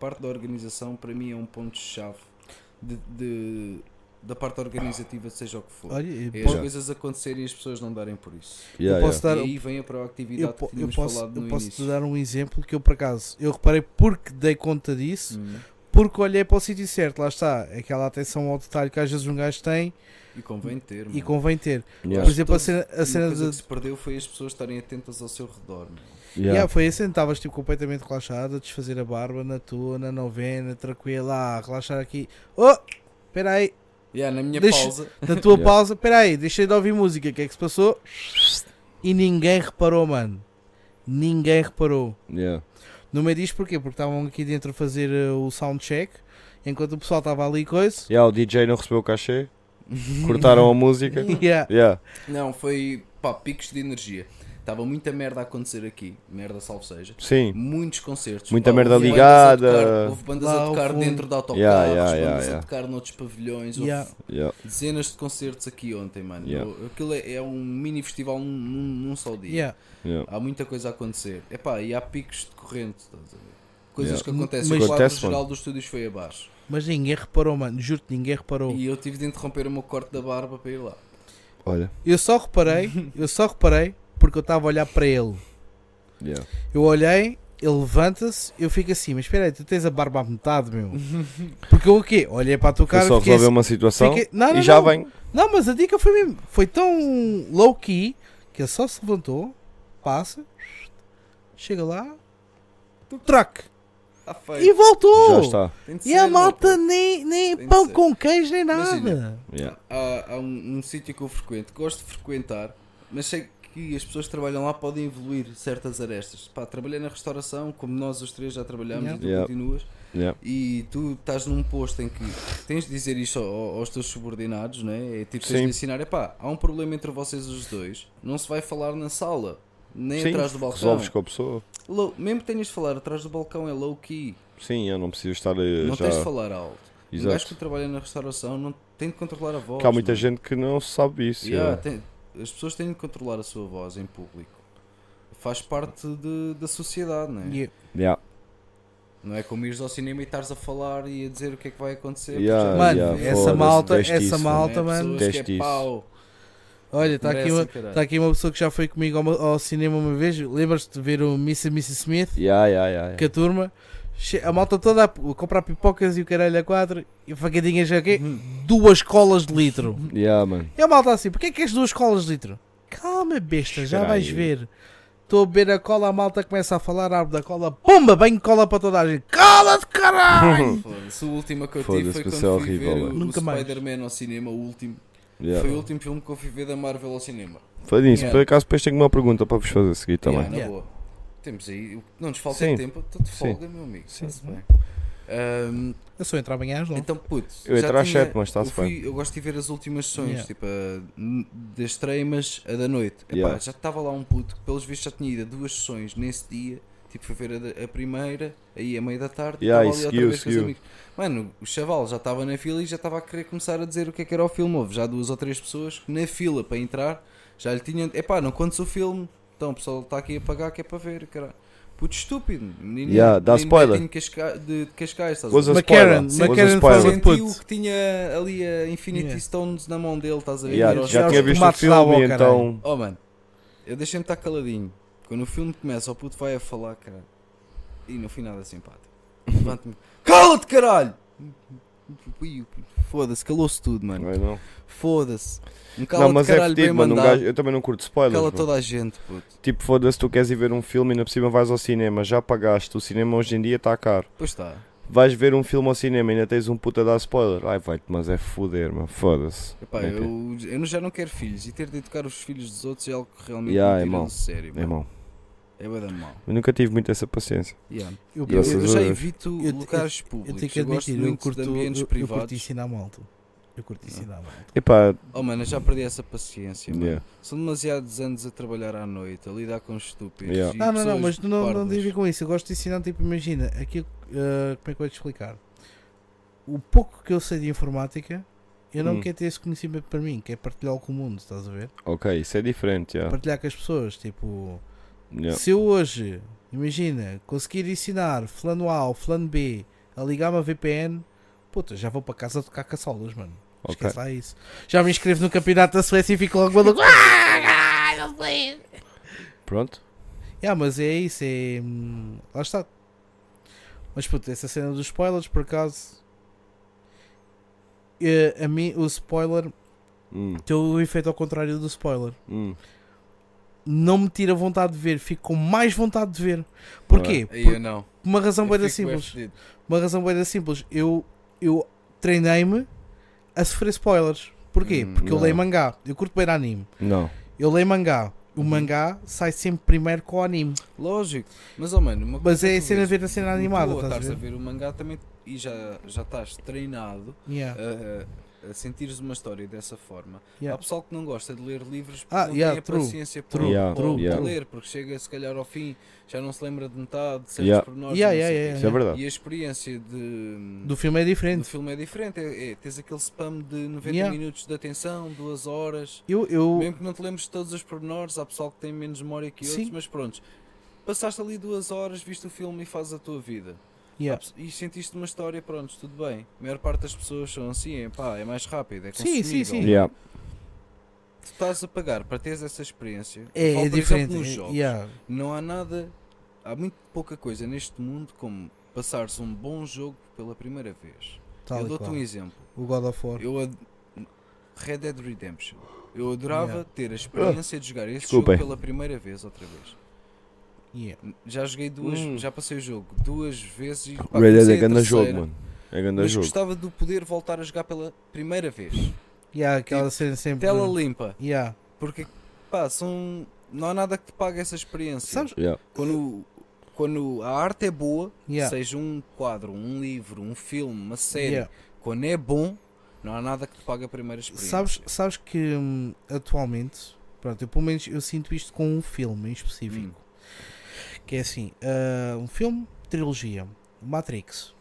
parte da organização, para mim é um ponto-chave de, de- da parte organizativa, seja o que for. Olha, eu é as posso- coisas acontecerem e as pessoas não darem por isso. Yeah, eu posso yeah. dar. um- e aí vem a proactividade Eu, po- que eu tínhamos posso, falado no eu posso te início. dar um exemplo que eu por acaso eu reparei porque dei conta disso, Hum, porque olhei para o sítio certo, lá está, aquela atenção ao detalhe que às vezes um gajo tem e convém ter. e mano. convém ter. Yeah. Por exemplo, a cena, a Uhum. Uma cena coisa de, que se perdeu foi as pessoas estarem atentas ao seu redor. mano. Yeah. Yeah, foi assim, estavas tipo, completamente relaxado, a desfazer a barba na tua, na novena, tranquila, a relaxar aqui. Oh, espera aí, Yeah, na minha Deixa- pausa, na tua Yeah. pausa, espera aí, deixei de ouvir música, o que é que se passou? E ninguém reparou, mano. Ninguém reparou. Yeah. No meio disto porquê? Porque estavam aqui dentro a fazer uh, o soundcheck, enquanto o pessoal estava ali e coisa. Yeah, o DJ não recebeu o cachê. Cortaram a música. Yeah. Yeah. não, foi pá, picos de energia. Estava muita merda a acontecer aqui, merda salvo seja. Sim. muitos concertos. Muita merda houve ligada. bandas a tocar- houve bandas Lá um- a ao tocar fundo. dentro de autocarros, Yeah, yeah, yeah, bandas yeah. a tocar noutros pavilhões. Yeah. Houve Yeah. dezenas de concertos aqui ontem, mano. Yeah. Eu- Aquilo é, é um mini festival num, num- num só dia. Yeah. Yeah. Há muita coisa a acontecer. Epá, e há picos de corrente, estás a ver? Coisas Yeah. que acontecem. Mas- o quadro Acontece, geral mano. dos estúdios foi abaixo. Mas ninguém reparou, mano. Juro-te, ninguém reparou. E eu tive de interromper o meu corte da barba para ir lá. Olha. Eu só reparei, eu só reparei porque eu estava a olhar para ele. Yeah. Eu olhei, ele levanta-se, eu fico assim, mas espera aí, tu tens a barba à metade, meu. Porque eu o quê? Olhei para a tua Foi cara e só fiquei resolver assim- uma situação fiquei- Não, não, e já não. vem. Não, mas a dica foi mesmo, foi tão low-key que ele só se levantou, passa, chega lá, traque, Ah, Está e feio. voltou. Uh! Já está. Tem de E a ser, malta nem, nem Tem de pão ser. com queijo, nem nada. Imagina. Yeah. há, há um, um sítio que eu frequento, gosto de frequentar, mas sei que as pessoas que trabalham lá podem evoluir certas arestas. Pá, trabalhei na restauração, como nós os três já trabalhamos Yeah. e tu Yeah. continuas, Yeah. e tu estás num posto em que tens de dizer isto ao- aos teus subordinados, né? é tipo, tens Sim. de ensinar, epá, há um problema entre vocês os dois, não se vai falar na sala, nem Sim, atrás do balcão. resolves com a pessoa. Low- mesmo que tenhas de falar atrás do balcão é low-key. Sim, eu não preciso estar eh, Não já. tens de falar alto. Um Exato. gajo que trabalha na restauração não tem de controlar a voz. Que há muita mano. gente que não sabe isso. Yeah, yeah. tem- as pessoas têm de controlar a sua voz em público. Faz parte de- da sociedade, não é? Yeah. Yeah. Não é como ires ao cinema e estares a falar e a dizer o que é que vai acontecer. Yeah, porque já- Mano, yeah, essa foda-se, malta, teste essa isso, mano. malta, Não é? mano. Pessoas que é Teste isso. pau. Olha, está aqui, Merecem, uma- caralho. tá aqui uma pessoa que já foi comigo ao, ao cinema uma vez. Lembras-te de ver o Mr. Mrs. Smith? Yeah, yeah, yeah, yeah. Que a turma, che- a malta toda a p- a comprar pipocas e o caralho a quatro e facadinhas aqui, duas colas de litro. Yeah, mano. E a malta assim, porquê é que és duas colas de litro? Calma, besta, já Espera vais aí. ver. Estou a beber a cola, a malta começa a falar, a árvore da cola, pumba, bem cola para toda a gente. Cola de caralho! Foda-se, o último que eu tive Foda-se, foi que isso quando é fui ver horrível, o, mano. o Nunca mais. Spider-Man ao cinema, o último. Yeah. Foi o último filme que eu fui ver da Marvel ao cinema. Foi isso. Yeah. Por acaso, depois tenho uma pergunta para vos fazer a seguir também. Yeah, na Yeah. boa. Temos aí, o que não nos falta Sim. é tempo. Estou de folga, meu amigo. Sim. Está-se bem. Ahm, Eu sou entrar amanhã às nove. Então, puto, Eu já entro às tinha- sete, mas está-se eu fui- bem. Eu gosto de ver as últimas sessões, Yeah. tipo, a- n- das extremas a da noite. Epá, Yeah. Já estava lá um puto que, pelos vistos, já tinha ido a duas sessões nesse dia. Tipo, fui ver a, a primeira, aí a meia da tarde, Yeah, estava e ali outra seguiu, vez com os seguiu. amigos. Mano, o chaval já estava na fila e já estava a querer começar a dizer o que é que era o filme. Houve já duas ou três pessoas que na fila para entrar já lhe tinham. Epá, não contes o filme. Então o pessoal está aqui a pagar que é para ver, caralho. Puto estúpido, menino. Yeah, dá menino spoiler. gatinho Casca... de de Cascais, estás a Was a ver? spoiler. McCarran, Was McCarran a spoiler. fazia- Sentiu puto. que tinha ali a Infinity Yeah. Stones na mão dele, estás a ver? Yeah, Ir aos já Os tinha visto o tomates lá, ó, filme, caralho. então. Oh mano, eu deixei-me estar caladinho. Quando o filme começa, o puto vai a falar, caralho. E não fui nada simpático. Levanto-me. Cala-te, caralho! Ui, Foda-se, calou-se tudo, mano. Não, não. Foda-se. Um Não, cala-te, mas é caralho, bem fedido, mano. Um mandado. gajo- Eu também não curto spoilers. Cala mano. toda a gente, puto. Tipo, foda-se, tu queres ir ver um filme e ainda por cima vais ao cinema, já pagaste, o cinema hoje em dia está caro. Pois tá. está. Vais ver um filme ao cinema e ainda tens um puta da spoiler. Ai, vai-te, mas é foder, mano, foda-se. Epá, É que- eu, eu já não quero filhos e ter de educar os filhos dos outros é algo que realmente Yeah, me é tira mau. do sério. É mano. mau. É bué de mal. Eu nunca tive muito essa paciência. Yeah. Eu, Eu, Graças eu a já Deus. evito Eu te- locais eu públicos. tenho que gosto admitir, muito eu curto, de ambientes eu, eu curto privados. ensinar malta. Eu curto ensinar malta. Epá, Oh mano, eu já perdi essa paciência, mano. yeah. São demasiados anos a trabalhar à noite, a lidar com estúpidos. Yeah. e Ah, Não, não, não, pessoas mas não, não parvas. tem a ver com isso. Eu gosto de ensinar, tipo, imagina, aquilo, eh, como é que eu vou te explicar? O pouco que eu sei de informática, eu não Hum. quero ter esse conhecimento para mim, quero partilhá-lo com o mundo, estás a ver? ok, isso é diferente, yeah. Partilhar com as pessoas, tipo, Yeah. se eu hoje, imagina, conseguir ensinar fulano A ou fulano B a ligar uma VPN, puta, já vou para casa tocar caçolas, mano. Ok. Esquece lá isso. Já me inscrevo no campeonato da Suécia e fico logo maluco. Ah, não sei. Pronto? Yeah, mas é isso, é. hum, Lá está. Mas puto, essa cena dos spoilers, por acaso. eh, a mim, o spoiler Hum, tem o efeito ao contrário do spoiler. hum. Não me tira vontade de ver, fico com mais vontade de ver. Porquê? Aí Por eu não. uma razão Eu bem fico bué simples. fedido. Uma razão bem simples. Eu, eu treinei-me a sofrer spoilers. Porquê? Hum, Porque eu não. leio mangá. Eu curto bem anime. Não. Eu leio mangá. O Uhum. mangá sai sempre primeiro com o anime. Lógico, mas oh mano, uma Mas coisa é a que tu cena vês, ver a cena tu animada, ao estás a estares tá a ver? ver o mangá também e já, já estás treinado Yeah, a, a sentires uma história dessa forma. Há yeah. pessoal que não gosta de ler livros porque Ah, não yeah, tem a true, paciência true, para Yeah, para- para yeah. ler, porque chega se calhar ao fim, já não se lembra de metade, certos Yeah. pormenores, Yeah, não yeah, sei o yeah, quê. Isso é verdade. E a experiência de, Do filme é No diferente. filme é diferente, é, é- tens aquele spam de 90 Yeah. minutos de atenção, 2 horas. Eu, eu, Mesmo que não te lembres de todos os pormenores, há pessoal que tem menos memória que outros, Sim. mas pronto. Passaste ali 2 horas, viste o filme e fazes a tua vida. Há yeah. pes- E sentiste uma história, pronto, tudo bem. A maior parte das pessoas são assim, é pá, é mais rápido, é Sim, sim, consumível. sim. Yeah. Tu estás a pagar para teres essa experiência. É, Falo, é por exemplo, diferente. nos é- jogos. yeah. Não há nada, há muito pouca coisa neste mundo como passares um bom jogo pela primeira vez. Tal Eu e dou-te qual. um exemplo. O God of War. Eu ad- Red Dead Redemption. Eu adorava Yeah. ter a experiência de jogar esse Desculpem. jogo pela primeira vez, outra vez. Yeah. Já joguei duas, Hum. já passei o jogo duas vezes e pá, Red Dead comecei é a grande terceira, jogo, mano. É grande Mas jogo. gostava de poder voltar a jogar pela primeira vez. Yeah, aquela Tipo, cena sempre. Tela limpa, Yeah. porque pá, são não há nada que te pague essa experiência. Sabes? Yeah. Quando quando a arte é boa, Yeah. seja um quadro, um livro, um filme, uma série, Yeah. quando é bom, não há nada que te pague a primeira experiência. Sabes, sabes que hum, atualmente, pronto, eu pelo menos eu sinto isto com um filme em específico. Hum. Que é assim, ah, um filme, trilogia, Matrix.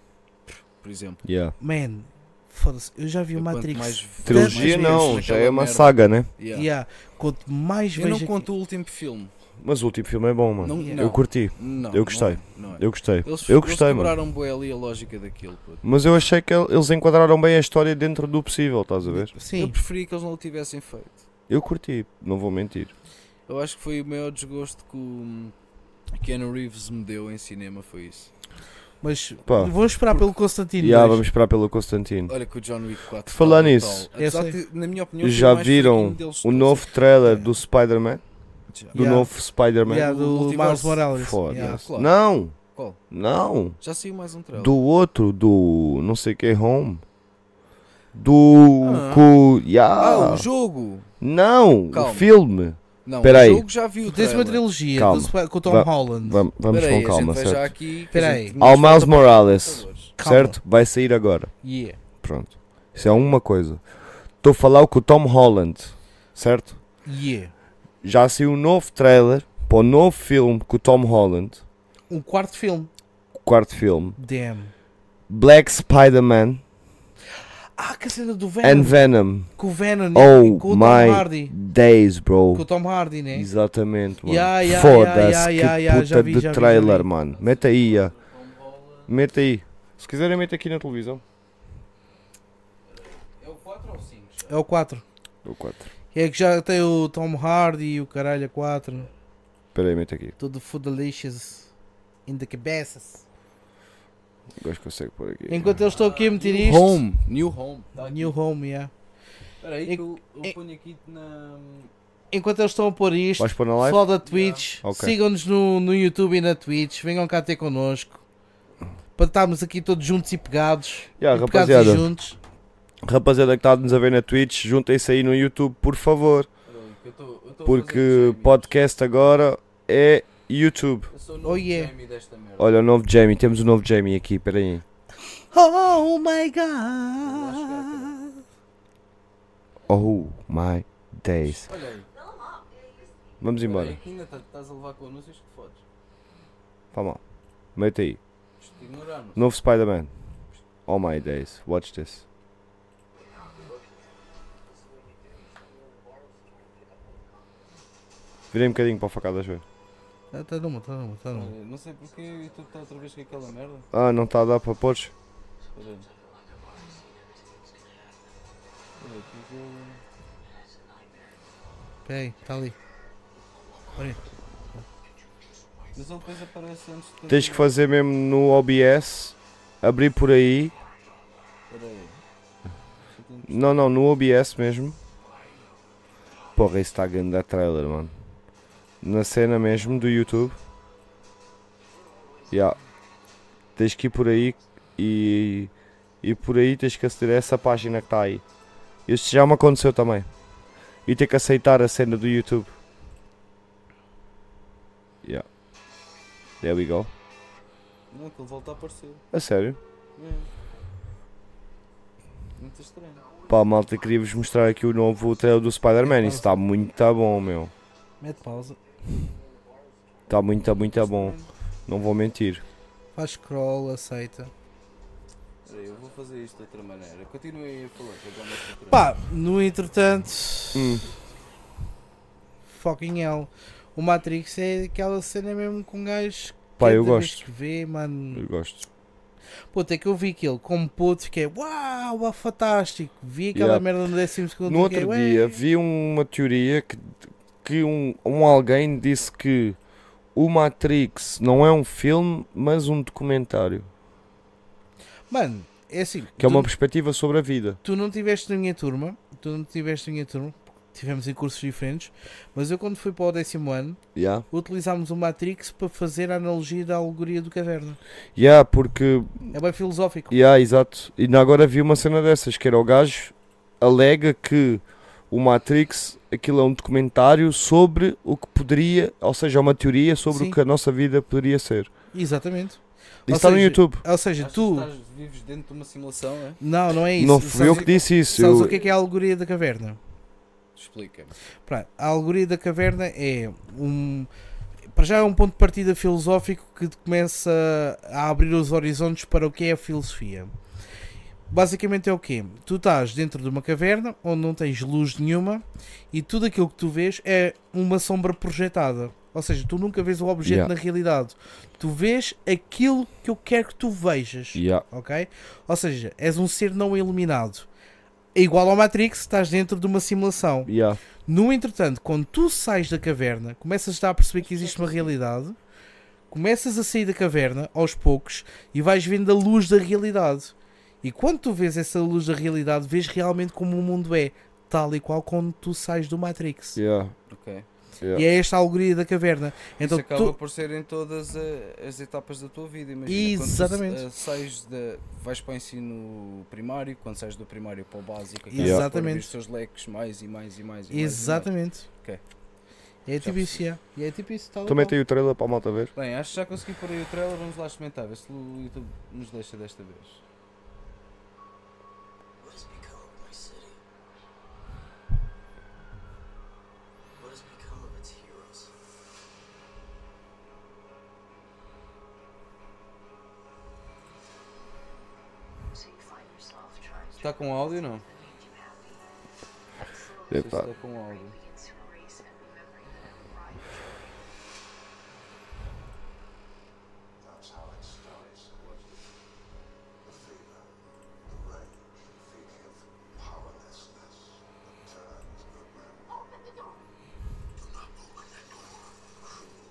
por exemplo. Yeah. Man, foda-se, eu já vi o Eu É quanto Matrix. mais- tantas Trilogia vezes. não, já naquela é uma merda. saga, né? Yeah. Yeah. Quanto mais Eu vejo não aqui- conto o último filme. Mas o último filme é bom, mano. Não, Yeah. não, Eu curti, não, eu gostei. Não é, não é. eu gostei. Eles, Eu gostei, eles mano. quebraram bué ali a lógica daquilo. puto. Mas eu achei que el- eles enquadraram bem a história dentro do possível, estás a ver? Eu Sim, preferia que eles não o tivessem feito. Eu curti, não vou mentir. Eu acho que foi o maior desgosto que o Keanu Reeves me deu em cinema. Foi isso. mas Pá. vou esperar pelo Constantino. Yeah, dois. vamos esperar pelo Constantino. Olha que o John Wick 4. De falar está nisso, brutal. Apesar eu sei. de, na minha opinião, ser Já mais viram fraquinho deles O todos. novo trailer É. do Spider-Man, Já. do Yeah. novo Spider-Man. Yeah, o do multiverso. Miles Morales. Foda-se. Yeah. claro. Não, Qual? não. Já saiu mais um trailer. Do outro, do não sei que Home. Do. Ah. co- yeah. Ah, o jogo! Não, Calma. o filme. Não, Espera aí. o jogo já viu. Tu tens uma trilogia do Calma. Sp- com o Tom Va- Holland. Vam- Vamos, Espera aí, com a gente calma, vai certo? já aqui. que Espera a aí. gente- Ao Miles Morales, Calma. certo? Vai sair agora. Yeah. Pronto. Isso é uma coisa. Estou a falar com o Tom Holland, certo? Yeah. Já saiu um novo trailer para o novo filme com o Tom Holland. Um quarto filme. Quarto filme. Damn. Black Spider-Man Ah, que a cena do and Venom. Venom. Com o Venom, né? Oh com o Tom my Hardy. days, Com o bro. Tom Hardy, né? Exatamente, mano. Yeah, yeah, yeah, Foda-se, que yeah, yeah, já puta vi, já de vi, já trailer, vi. mano. Mete aí, ah. Mete aí. Se quiserem, mete aqui na televisão. É o 4 ou 5? É o 4. O 4. É que já tem o Tom Hardy e o caralho, a 4. Espera aí, mete aqui. Tudo foodalicious. In the cabeças. O Um gajo consegue pôr aqui. Enquanto eu estou aqui a meter isto. Home. New Home. Tá aqui. New Home, yeah. Espera aí Em- que eu, eu em- ponho aqui na... Enquanto eles estão a pôr isto, Vais pôr na live? pessoal da Twitch, Ok. sigam-nos no, no YouTube e na Twitch, venham cá ter connosco. Para estarmos aqui todos juntos e pegados. Yeah, e pegados rapaziada. e juntos. Rapaziada que está-nos a ver na Twitch, juntem-se aí no YouTube, por favor. Pronto, que eu tô- eu tô a fazer Porque Jamie. podcast agora é YouTube. Eu sou o Oh, novo yeah. Jamie desta merda. Olha, o novo Jamie. Temos o novo Jamie aqui, espera aí. Oh my god! Oh my days. é assim. Olha aí. Vamos Olha aí embora. que ainda tá- estás a levar com anúncios que fodes. Vamos lá. Mete aí. Isto Ignorar-nos. Novo Spider-Man. Oh my days. Watch this. Virei um bocadinho para a facada, acho eu. Está numa, está numa, está numa. Olha, Não sei porque o YouTube está tá outra vez com aquela merda. Ah, não está a dar para pôr? Espera aí. Espera aí, que eu- Espera aí, está ali. Mas ele depois aparece antes de... Tens que fazer mesmo no OBS. Abrir por aí. Espera aí. Não, não, no OBS mesmo. Porra, isso está a grande trailer, mano. Na cena mesmo do YouTube. Yeah. Tens que ir por aí e. E por aí tens que aceder a essa página que está aí. Isso já me aconteceu também. E ter que aceitar a cena do YouTube. Yeah. There we go. Não, que ele volta a aparecer. A sério. É. Muito estranho. Pá, malta, queria-vos mostrar aqui o novo trailer do Spider-Man. Isso está muito tá bom, meu. Mete pausa. Está muito, muito bom. Não vou mentir. Faz scroll, aceita. Espera aí, eu vou fazer isto de outra maneira. Continuem a falar, que eu já me estou Pá, no entretanto. Hum. Fucking hell. O Matrix é aquela cena mesmo com gajos. que Pá, eu cada vez gosto. Que vê, mano. Eu gosto. Puta, é que eu vi aquilo como puto, fiquei é, uau, uau, fantástico. Vi aquela Yeah. merda no décimo segundo. No fiquei, outro "Ué". dia vi uma teoria que, que um, um alguém disse que o Matrix não é um filme, mas um documentário. Mano, é assim. Que é tu- uma perspectiva sobre a vida. tu não estiveste na minha turma, tu não estiveste na minha turma, porque tivemos em cursos diferentes, mas eu quando fui para o décimo ano, Yeah. utilizámos o Matrix para fazer a analogia da alegoria do caverna. Yeah, porque. É bem filosófico. Yeah, exato. E ainda agora vi uma cena dessas, que era o gajo alega que o Matrix, aquilo é um documentário sobre o que poderia, ou seja, é uma teoria sobre Sim. o que a nossa vida poderia ser. Exatamente. Isso Ou está no seja, YouTube. Ou seja, Achas que tu. estás vivos dentro de uma simulação, é? Não, não é isso. não fui Sabes eu o- que disse isso. Sabes eu- o que é que é a alegoria da caverna? Explica-me. Pronto, a alegoria da caverna é um. Para já é um ponto de partida filosófico que te começa a abrir os horizontes para o que é a filosofia. Basicamente é o quê? Tu estás dentro de uma caverna onde não tens luz nenhuma e tudo aquilo que tu vês é uma sombra projetada. Ou seja, tu nunca vês o objeto Yeah. na realidade. Tu vês aquilo que eu quero que tu vejas Yeah. ok? Ou seja, és um ser não iluminado. É igual ao Matrix, estás dentro de uma simulação. Yeah. No entretanto, quando tu sais da caverna, começas já a perceber que existe uma realidade, começas a sair da caverna aos poucos e vais vendo a luz da realidade. E quando tu vês essa luz da realidade, vês realmente como o mundo é, tal e qual quando tu sais do Matrix. Yeah. Ok. yeah. E é esta a alegoria da caverna. Então Isso acaba tu. por ser em todas eh, as etapas da tua vida, imagina. Exatamente. Quando tu, eh, sais da, vais para o ensino primário, quando sais do primário para o básico, acabas Yeah. por abrir Exatamente. os teus leques mais e mais e mais. E mais e Exatamente. Ok. É tipo isso, yeah. E é tipo isso, tal e Também qual. tem o trailer para a malta ver. mais. Bem, acho que já consegui pôr aí o trailer, vamos lá experimentar, ver se o YouTube nos deixa desta vez. Está Tá com áudio não? Não sei se Epá. está com áudio.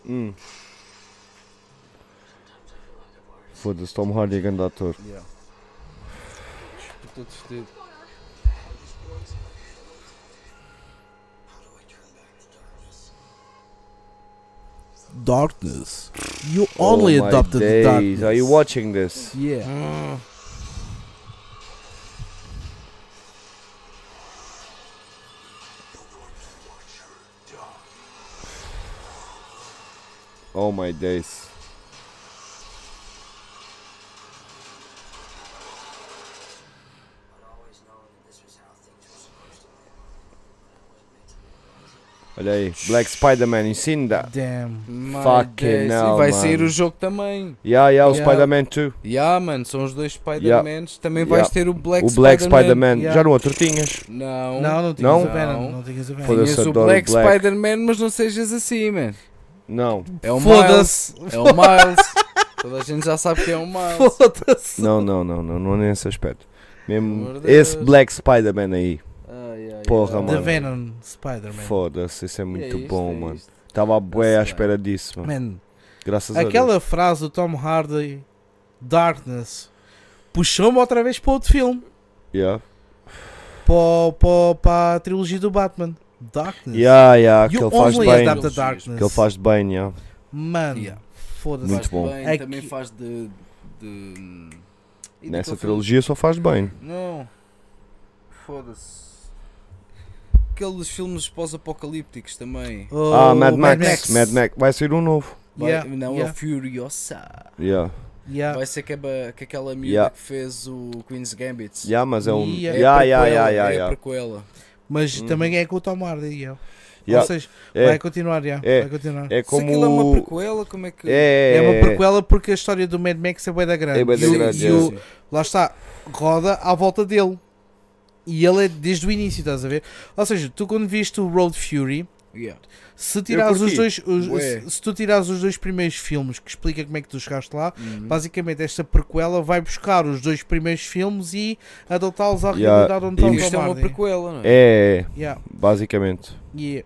Hum. Foda-se, Tom Hardy é grande ator. Yeah. Estou todo vestido. Darkness. You only Oh my adopted the days, darkness. Are you watching this? Mm. Yeah. Oh my days. Olha aí, Black Spider-Man, you seen that? Damn. My Fucking days. hell, E vai mano. sair o jogo também. Yeah, yeah, o Yeah. Spider-Man 2. Yeah, mano, são os dois Yeah. Spider-Mans. Também Yeah. vais ter o Black o Black Spider-Man. yeah. Já no outro tinhas. Não. Não, não tinhas Não? o Venom. Não. Não tinhas o Venom. Foda-se. Tinhas o adoro o Black, Black. Spider-Man, mas não sejas assim, man. Não, É o Foda-se. Miles. É o Miles. Toda a gente já sabe que é o Miles. Foda-se. não, não, não, não, não é nesse aspecto. Pelo Mesmo amor de esse Deus. Black Spider-Man aí. Ai, ai, Porra, ai. The mano. Venom Spider-Man. Foda-se, isso é É muito isto, bom, é mano. isto. Tava bué à bem. espera disso, mano. Man, Graças a Deus. aquela frase do Tom Hardy, Darkness, puxou-me outra vez para outro filme. Yeah. Para, para, para a trilogia do Batman. Darkness. Yeah, yeah, que You ele faz only bem. adapt the Eles mesmo. darkness. Que ele faz de bem, yeah. Mano, Yeah. foda-se. Faz Muito de bom. bem, Aqui- Também faz de. de... e Nessa daquele filme- trilogia só faz de bem. Não. Foda-se. Aqueles filmes pós-apocalípticos também. Oh, ah, Mad Max. Mad Max. Vai ser um novo. Vai- Yeah, não, é yeah. o Furiosa. Yeah. Yeah. Vai ser que, é, que aquela miúda Yeah. que fez o Queen's Gambit. Yeah, mas é um. Yeah. Yeah, yeah, prequela, yeah, é yeah, a yeah. prequela. Mas também é com o Tom Hardy. Yeah. Ou Hum. Yeah, seja, é. vai continuar. Yeah. É. Vai continuar. É Se aquilo é uma como. prequela, como é que. É, É uma prequela porque a história do Mad Max é bué da grande. É bué da E o- grande, e é. o- Lá está, roda à volta dele. E ele é desde o início, estás a ver? Ou seja, tu quando viste o Road Fury, Yeah. se tirares os curti. dois, os- Bué. se, se tu tirares os dois primeiros filmes que explica como é que tu chegaste lá, Uhum. basicamente esta prequela vai buscar os dois primeiros filmes e adotá-los à Yeah, realidade onde e- está o Isto é Tom uma Hardy. prequela, não é? É, é, Yeah, basicamente. yeah.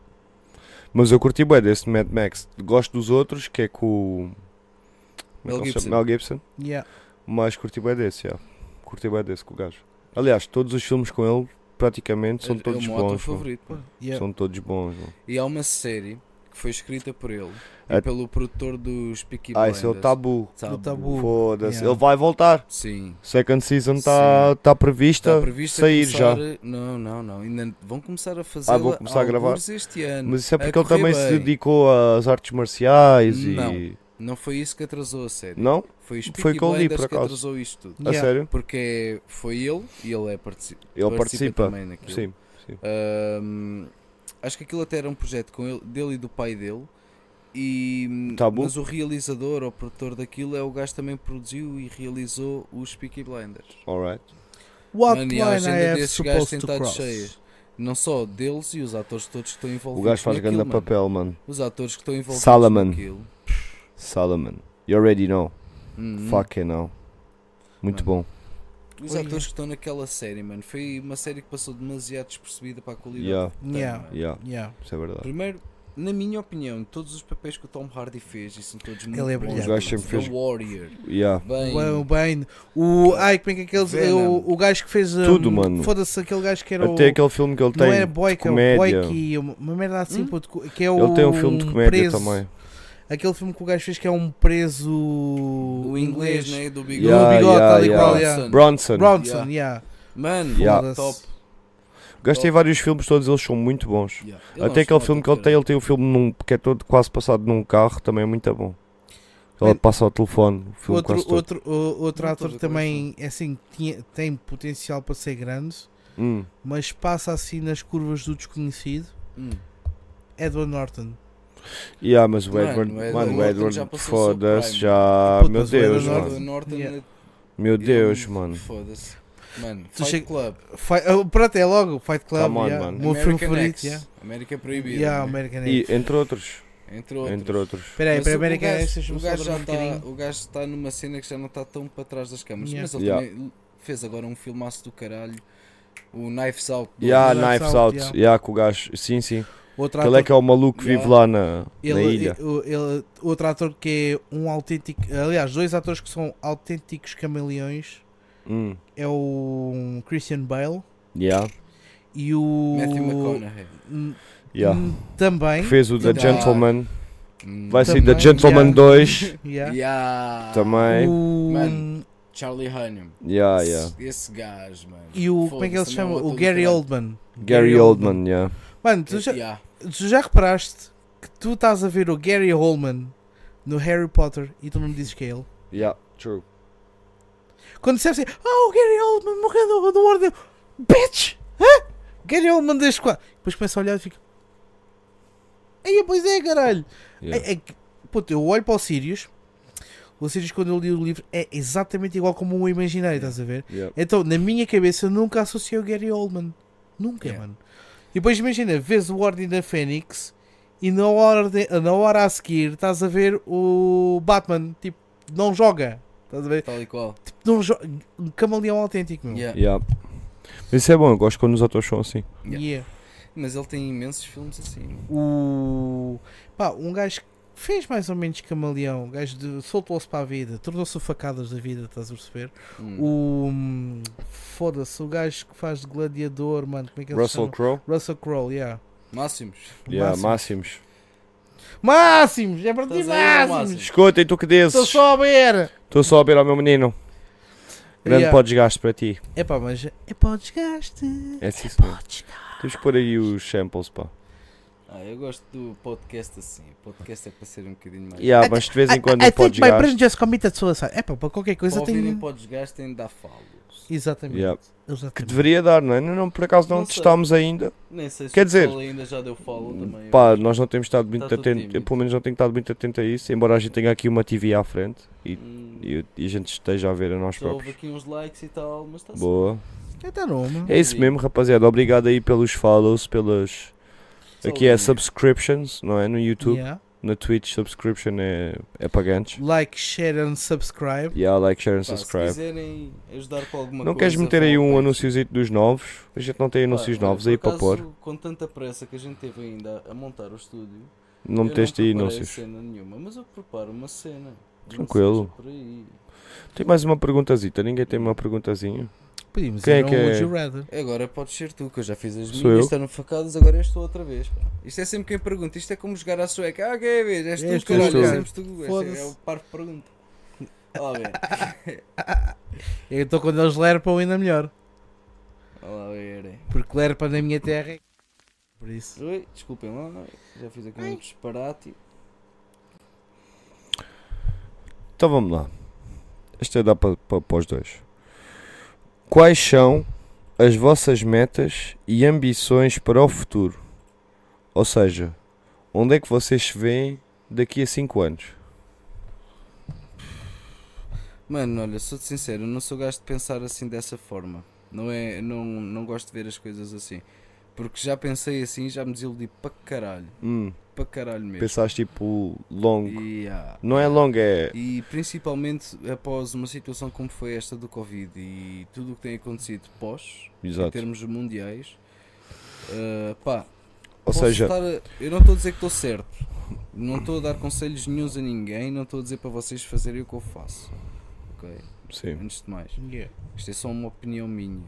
Mas eu curti bem desse Mad Max. Gosto dos outros, que é com. o- como é Mel que ele se Gibson. chama? Mel Gibson. Yeah. Mas curti bem desse, yeah. Curti bem desse com o gajo. Aliás, todos os filmes com ele, praticamente, são É- todos é o meu ator bons. mano. favorito. pá. Yeah. São todos bons, mano. E há uma série que foi escrita por ele e Ah. pelo produtor dos Peaky Ah, Blinders. esse é o tabu. Sabe? O Tabu. Tabu. Foda-se. Yeah. Ele vai voltar. Sim. Second season está tá prevista, Está previsto sair já. Ah, já. Não, não, não. Ainda vão começar a fazer. vão começar a gravar? este ano. Mas isso é A porque ele correr também se bem. dedicou às artes marciais e. Não foi isso que atrasou a série. Não? Foi os Peaky Foi que eu li, Blinders por que acaso. atrasou isto tudo. A Yeah. sério? Porque foi ele e ele é partici Ele participa. também naquilo. É. Sim. Ahm, acho que aquilo até era um projeto com ele, dele e do pai dele. E, hum, Tabu? Mas o realizador ou produtor daquilo é o gajo que também produziu e realizou os Peaky Blinders. Alright. What Mano, e line I a agenda have desses gajos tem supposed to estado cross? cheia. Não só deles e os atores todos é que estão O envolvidos. gajo faz naquilo, grande mano. papel, mano. Os atores que estão envolvidos Salaman. naquilo. Solomon. You already know. Uhum. Fucking know. Muito bom. Os Olha. atores que estão naquela série, mano. Foi uma série que passou demasiado despercebida para a qualidade. Yeah, que tem, Yeah. mano. yeah. Yeah. Isso é verdade. Primeiro, na minha opinião, todos os papéis que o Tom Hardy fez, e são todos muito Ele é bons. brilhante. O gajo sempre The fez- Warrior. Yeah. Bem, O Bane, o. Ai, como é que é aquele. é Venom. O, o gajo que fez. um, Tudo, mano. Foda-se, aquele gajo que era é o. Até aquele filme que ele não era tem. Boyka, é o comédia. Boyki, uma uma merda Hum? assim, puto, que é o. Ele tem um filme de comédia preso, também. Aquele filme que o gajo fez que é um preso. o inglês, né? Do Big Yeah, bigode, tal e yeah, qual, yeah. yeah. Bronson. Bronson, yeah. Mano, Yeah. top. O gajo tem vários filmes, todos eles são muito bons. Yeah. Ele Até é um aquele senhor filme do que ele tem, caralho. ele tem o filme num, que é todo quase passado num carro, também é muito bom. Ele Man, passa ao telefone, o filme Outro, quase todo. outro, o- outro Não, ator todo também, é assim, tinha- tem potencial para ser grande, Hum. mas passa assim nas curvas do desconhecido. Hum. Edward Norton. Yeah, mas o Mano, Edward, o Edward mano, o Norton Edward, já passou o seu foda-se prime. já, Puta, meu mas o Edward Edward Deus, Norton- é um mano, Norton, Yeah. ele- meu Deus, ele- mano, Foda-se. Mano, Tu Fight chega- Club. Fi- ah, pronto, é logo. Fight Club. Come on, yeah. mano. Meu American favorito. X. Yeah. América Proibida. Yeah, É, né? American E, então- X. entre outros. Entre outros. Entre outros. Espera aí, Mas espera aí, o- o American gajo- X. Deixa-me o só gajo já dormir tá um bocadinho. está- O gajo está numa cena que já não está tão para trás das câmaras. Yeah. Mas ele Yeah. também fez agora um filmaço do caralho. O Knives Out. dois. Yeah, Knives Knives Out, Out. é yeah. Yeah, com o gajo. Sim, sim. Outro Aquele é ator, que é o maluco que vive Yeah. lá na, na ele, ilha. o- ele- outro ator que é um autêntico. Aliás, dois atores que são autênticos camaleões Hum. é o Christian Bale Yeah, e o. Matthew McConaughey. Hum, yeah. hum, Também. Que fez o The Ainda- Gentleman. Hum. Vai sair The Também, Gentleman yeah. 2. Yeah. Yeah. Também. O- Mano. Charlie Hunnam. Yeah, Ah, yeah. Esse, esse gajo, mano. E o. Como é que ele Foda-se, se também chama? é um O ator Gary do Oldman. Gary Oldman, yeah. Mano, tu caralho. já, Yeah. tu já reparaste que tu estás a ver o Gary Oldman no Harry Potter e tu não me dizes que é ele? Yeah, true. Quando disseram assim, oh, o Gary Oldman morreu do, do Ordem. Bitch! Hã? Gary Oldman desde quando? Depois começa a olhar e fica. Aí, pois é, caralho. Yeah. É- é que- puto, eu olho para o Sirius. O Sirius, quando eu li o livro, é exatamente igual como o imaginei, estás a ver? Yeah. Então, na minha cabeça, eu nunca associei o Gary Oldman. Nunca, Yeah. mano. E depois imagina, vês o Ordem da Fênix e na hora, de- na hora a seguir estás a ver o Batman. Tipo, não joga. Estás a ver? Tal e qual. Tipo, não jo- um camaleão autêntico, meu. Yeah. Yeah. Isso é bom, eu gosto quando os atores são assim. Yeah. Yeah. Mas ele tem imensos filmes assim. O... Pá, um gajo que fez mais ou menos camaleão, um gajo de... soltou-se para a vida, tornou-se o facadas da vida, estás a perceber? Hum. O... hum, Foda-se, o gajo que faz de gladiador, mano, como é que ele se Russell chama? Crowe. Russell Crowe, yeah. Máximos. Yeah, Máximo. máximos. Máximos, é para ti Estás aí, máximos! o Máximo. Escutem, tu que Estou dizes. só a ver! Estou só a ver ao meu menino. Grande Yeah. pó de desgaste para ti. É pá, mas é para o desgaste. É sim, senhor. Temos que pôr aí os samples, pá. Ah, eu gosto do podcast assim. O podcast é para ser um bocadinho mais. Yeah, mas de vez em quando é I, I o pó de think my desgaste. brain just committed suicide. É pá, para qualquer Para coisa ouvirem tem... para o desgaste ainda falos. Exatamente. Yeah. Que Exatamente. deveria dar, não é? Não, não, por acaso não, Não sei. testámos ainda. Nem sei se Quer o dizer, hum, Paulo ainda já deu follow também. Pá, nós não temos estado muito Está tudo atentos, eu tímido. pelo menos não tenho estado muito atento a isso, embora a gente tenha aqui uma TV à frente e, Hum, e, e a gente esteja a ver a nós já houve próprios. aqui uns likes e tal, mas tá está Boa. Então não, mano. É isso Sim. mesmo, rapaziada. Obrigado aí pelos follows, pelas. Aqui é subscriptions, não é? No YouTube. Yeah. Na Twitch, subscription é, é pagantes. Like, share and subscribe. Yeah, like, share and Pá, Se subscribe. quiserem ajudar com alguma Não coisa. queres meter aí fala um para anunciozito dos novos? A gente não tem Pá, anúncios olha, novos por aí para acaso, pôr. Com tanta pressa que a gente teve ainda a montar o estúdio. Não eu meteste aí preparei anúncios. cena nenhuma, mas eu preparo uma cena. Não Tranquilo. seja por aí. assim. Tem mais uma perguntazita? Ninguém tem uma perguntazinha? Podíamos Quem é ir ao que é? Would You Rather. Agora podes ser tu, que eu já fiz as Sou eu. minhas, estão facadas, agora és tu outra vez. pá. Isto é sempre quem pergunta, isto é como jogar à sueca. Ah, quem é vez? És tu, És tu, caralho, sou é eu. sempre tu. Este é Foda-se. o par de pergunta. Olha lá ver. Então quando eles lerpam ainda melhor. Olha lá ver. Porque lerpa na minha terra é... Por isso. Oi, desculpem lá, já fiz aqui um disparate. Então vamos lá. Esta dá para, para, para os dois. Quais são as vossas metas e ambições para o futuro? Ou seja, onde é que vocês se veem daqui a 5 anos? Mano, olha, sou-te sincero, eu não sou gajo de pensar assim dessa forma. Não é, não, não gosto de ver as coisas assim. Porque já pensei assim e já me desiludi para caralho. Hum, Para caralho mesmo. pensaste tipo longo. E, ah, Não é longo, é. E principalmente após uma situação como foi esta do Covid e tudo o que tem acontecido pós, em Exato. termos mundiais, uh, pá, Ou posso seja, estar a- eu não estou a dizer que estou certo, não estou a dar conselhos nenhums a ninguém, não estou a dizer para vocês fazerem o que eu faço, ok? sim. Antes de mais, Yeah. isto é só uma opinião minha,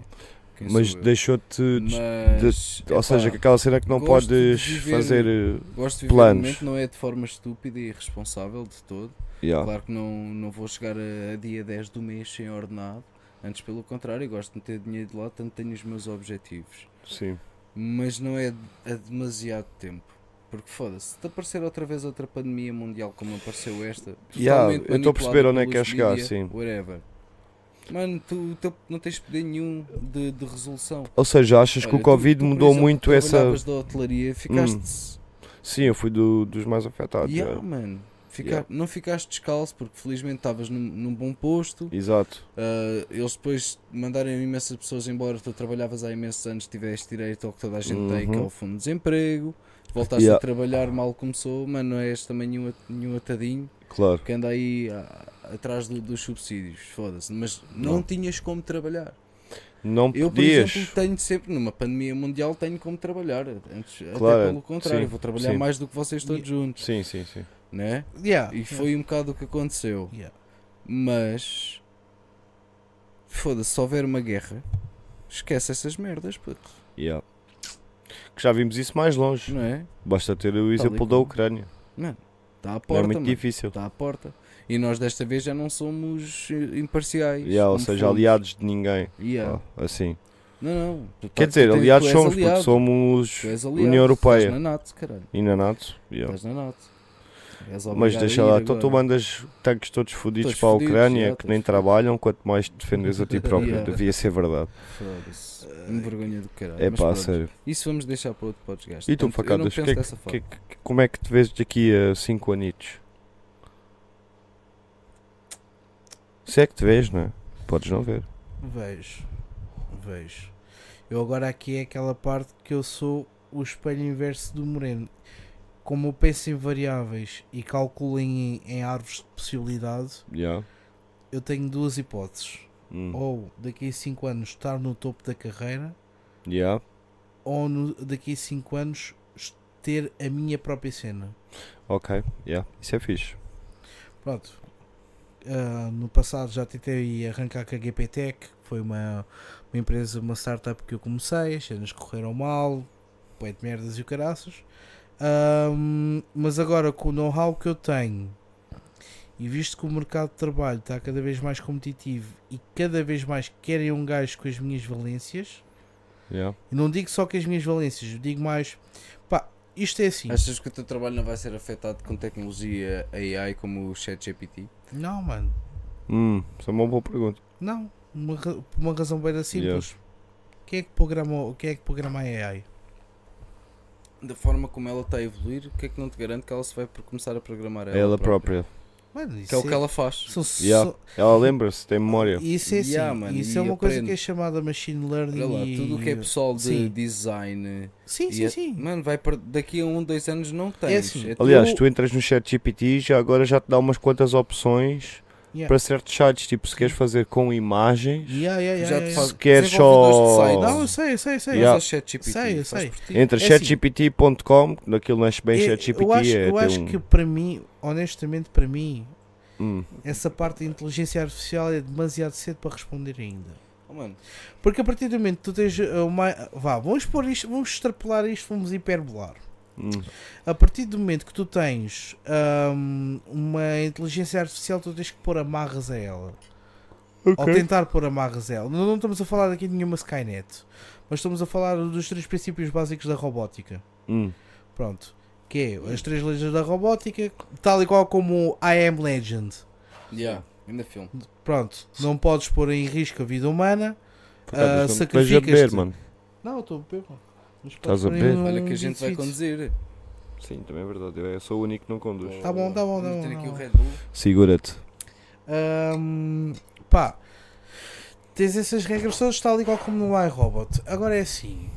quem Mas sou eu? deixou-te. de- Mas, ou epá, seja, que aquela cena que não gosto de podes viver- fazer. eh, gosto de viver planos. o momento, não é de forma estúpida e irresponsável de todo. eh, yeah. Claro que não, não vou chegar a, a dia 10 do mês sem ordenado. Antes, pelo contrário, eu gosto de meter dinheiro de lado, tanto tenho os meus objetivos. Sim. Mas não é a demasiado tempo. Porque foda-se, se te aparecer outra vez outra pandemia mundial como apareceu esta, Yeah, totalmente eu estou a perceber manipulada onde é que pelos quer chegar, media, sim. Whatever. Mano, tu, tu não tens poder nenhum de, de resolução. Ou seja, achas que Olha, o tu- Covid tu, por mudou exemplo, muito essa. Hum. trabalhavas da hotelaria, ficaste. Sim, eu fui do- dos mais afetados. Yeah, é. mano. Fica- Yeah. Não ficaste descalço porque felizmente estavas num, num bom posto. Exato. Ah, eles depois mandaram imensas pessoas embora. Tu trabalhavas há imensos anos, tiveste direito ao que toda a gente tem, que é Uhum. o fundo de desemprego. Voltaste Yeah. a trabalhar, mal começou. Mano, não és também nenhum, at- nenhum atadinho Claro. que anda aí a- atrás do- dos subsídios. Foda-se. Mas não, Não. tinhas como trabalhar. Não Eu, por podias. exemplo, tenho sempre, numa pandemia mundial, tenho como trabalhar. Antes, Claro, até pelo contrário, sim, vou trabalhar sim. mais do que vocês todos juntos, Sim, sim, sim. né? Yeah. E foi um bocado o que aconteceu. Ah, Yeah. Mas foda-se, se houver uma guerra, esquece essas merdas, puto, Yeah. Que já vimos isso mais longe. não é? Basta ter o exemplo qual. da Ucrânia. Está à Não é porta, muito mano. Tá difícil. Está à porta. E nós desta vez já não somos eh, imparciais. Yeah, ou como seja, fomos. aliados de ninguém. Yeah. Ah, Assim. Não, não. Tu tá- Quer dizer, tu tens- aliados tu és somos aliado. porque somos Tu és aliado. União Estás Europeia na NATO, caralho. e na NATO. yeah. Estás na NATO. És Mas obrigado a deixa ir lá, então agora. tu mandas tanques todos fodidos Todos para a fodidos, Ucrânia yeah, que todos nem fodidos. trabalham, quanto mais te defendes a ti próprio. Yeah. Devia ser verdade. Foda-se. Uma vergonha do caralho. É Mas pá, a pronto, sério. Isso vamos deixar para outro podcast. E tu, Portanto, eu não facadas, penso que é que- dessa forma. que- que- como é que te vês daqui a 5 anitos? Se é que te vês, não é? Podes não ver. Vejo. Vejo. Eu agora aqui é aquela parte que eu sou o espelho inverso do Moreno. Como eu penso em variáveis e calculo em, em árvores de possibilidade, Yeah. eu tenho duas hipóteses. Hum. Ou daqui a 5 anos estar no topo da carreira, Yeah. ou no- daqui a 5 anos es- ter a minha própria cena. Ok. Yeah. Isso é fixe. Pronto. Ah, no passado já tentei arrancar com a GPTech, que foi uma, uma empresa, uma startup que eu comecei, as cenas correram mal, põe de merdas e o caraças. Ahm, mas agora com o know-how que eu tenho e visto que o mercado de trabalho está cada vez mais competitivo e cada vez mais querem um gajo com as minhas valências, Yeah. e não digo só com as minhas valências, eu digo mais pá, isto é assim. Achas que o teu trabalho não vai ser afetado com tecnologia AI como o ChatGPT? Não, mano. Hum. Isso é uma boa pergunta. Não, uma, ra- por uma razão bem simples. Quem é que programou, quem é que programa a AI? Da forma como ela está a evoluir, o que é que não te garante que ela se vai por- começar a programar ela, Ela, própria. Mano, isso Que é o que é- ela faz. são- são- Yeah. Ela lembra-se, tem memória. Isso é assim, Yeah, mano, isso é e uma coisa aprende. que é chamada machine learning Olha lá, e... tudo o que é pessoal de Sim. design. Sim, e sim, a- sim. Mano, vai per- daqui a um, dois anos não tens. um É assim, tu- Aliás, tu entras no chat GPT e já agora já te dá umas quantas opções Yeah. para certos sites. Tipo, se queres fazer com imagens, Yeah, yeah, já yeah, yeah, te yeah. faz. Se queres só- Não, eu sei, eu sei, eu sei. Oh. Yeah. Faz ChatGPT. Sei, eu faz sei. por ti. É entre assim. chatgpt.com, naquilo não é bem Eu- chatgpt, eu acho, é eu tem acho um- que para mim, honestamente para mim, Hum. essa parte de inteligência artificial é demasiado cedo para responder ainda. Oh, mano, Porque a partir do momento que tu tens uh, uma. Vá, vamos pôr isto, vamos extrapolar isto, vamos hiperbolar. Hum. A partir do momento que tu tens hum, uma inteligência artificial, tu tens que pôr amarras a ela. Ou tentar pôr amarras a ela. Não, não estamos a falar aqui de nenhuma Skynet. Mas estamos a falar dos três princípios básicos da robótica. Hum. Pronto. Que é as três leis da robótica, tal e qual como o I Am Legend. yeah, ainda filme. Pronto. Não podes pôr em risco a vida humana. Por acaso, Ah, não te vejo a beber, sacrificas-te. mano. Não, eu estou a beber. mano. Mas Estás podes a pôr em beber? um Olha que a gente vai benefício. conduzir. Sim, também é verdade. Eu sou o único que não conduz. Tá bom, tá bom, tá Vamos bom, ter aqui tá o bom. Red Bull. Segura-te. Hum, pá, tens essas regras todas, tal igual como no iRobot. Agora é assim: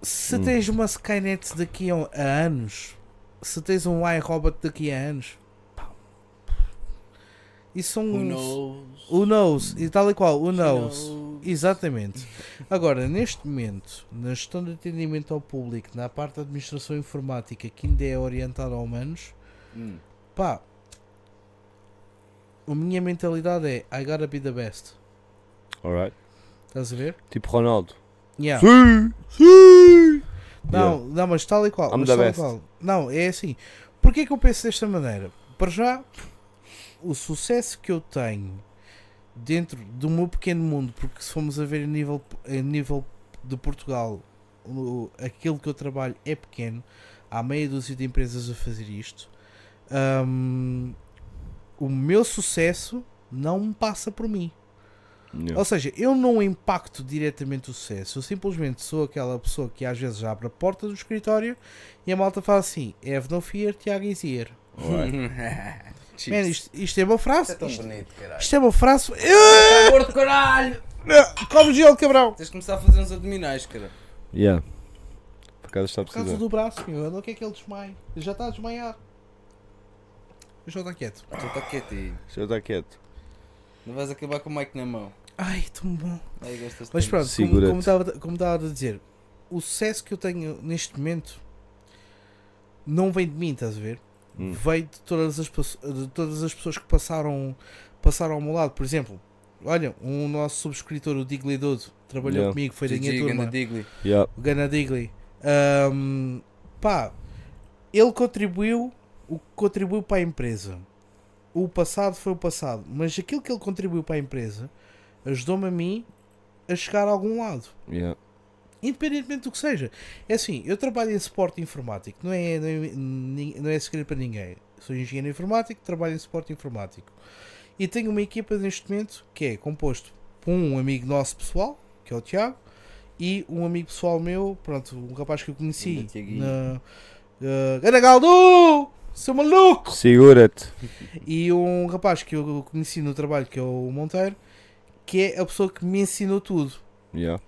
se Hum. tens uma Skynet daqui a, um, a anos, se tens um iRobot daqui a anos, pá, isso são. Who knows? O knows, e tal e qual, o knows? knows. Exatamente. Agora, neste momento, na gestão de atendimento ao público, na parte da administração informática, que ainda é orientada a humanos, Hum. pá, a minha mentalidade é I gotta be the best. Alright. Estás a ver? Tipo Ronaldo. Yeah. Sim! Não, não, mas tal e qual. I'm mas the tal e best. qual. Não, é assim. Porquê que eu penso desta maneira? Para já, o sucesso que eu tenho dentro do meu pequeno mundo, porque se formos a ver a nível, a nível de Portugal, o- aquilo que eu trabalho é pequeno, há meia dúzia de empresas a fazer isto. Hum, o meu sucesso não passa por mim. Yeah. Ou seja, eu não impacto diretamente o sucesso, eu simplesmente sou aquela pessoa que às vezes abre a porta do escritório e a malta fala assim: Have no fear, Tiago is here. Man, isto, isto é uma frase. é tão Isto, bonito, caralho. isto é uma frase. Eh, Gordo, caralho! Come gelo, cabrão. Tens de começar a fazer uns abdominais, cara. Yeah. Por acaso está a Por causa precisar. do braço, meu. Olha o que é que ele desmaia. Ele já está a desmaiar. Já está quieto. Tu está quietinho. Já está tá quieto. Não vais acabar com o mic na mão. Ai, tão bom. Aí gastas Mas tempo. pronto, como, Segura-te. como, estava, como estava a dizer, o sucesso que eu tenho neste momento não vem de mim, estás a ver? Hum. Vem de todas, as, pesso- de todas as pessoas que passaram, passaram ao meu lado. Por exemplo, olha, um nosso subscritor, o Digly Dodo, trabalhou Yeah. comigo, foi da GG, minha turma. ganda Digli. Yeah. O Gana Digly. Ahm, pá, ele contribuiu o que contribuiu para a empresa. O passado foi o passado, mas aquilo que ele contribuiu para a empresa ajudou-me a mim a chegar a algum lado. Yeah. Independentemente do que seja. É assim, eu trabalho em suporte informático, não é, não é, ni- não é segredo para ninguém. Sou engenheiro informático, trabalho em suporte informático. E tenho uma equipa neste momento que é composto por um amigo nosso pessoal, que é o Tiago, e um amigo pessoal meu, pronto, um rapaz que eu conheci. Grande Tiaguinho. Na, eh, Ganda Galdu! Seu maluco! Segura-te. E um rapaz que eu conheci no trabalho, que é o Monteiro, que é a pessoa que me ensinou tudo. Yeah.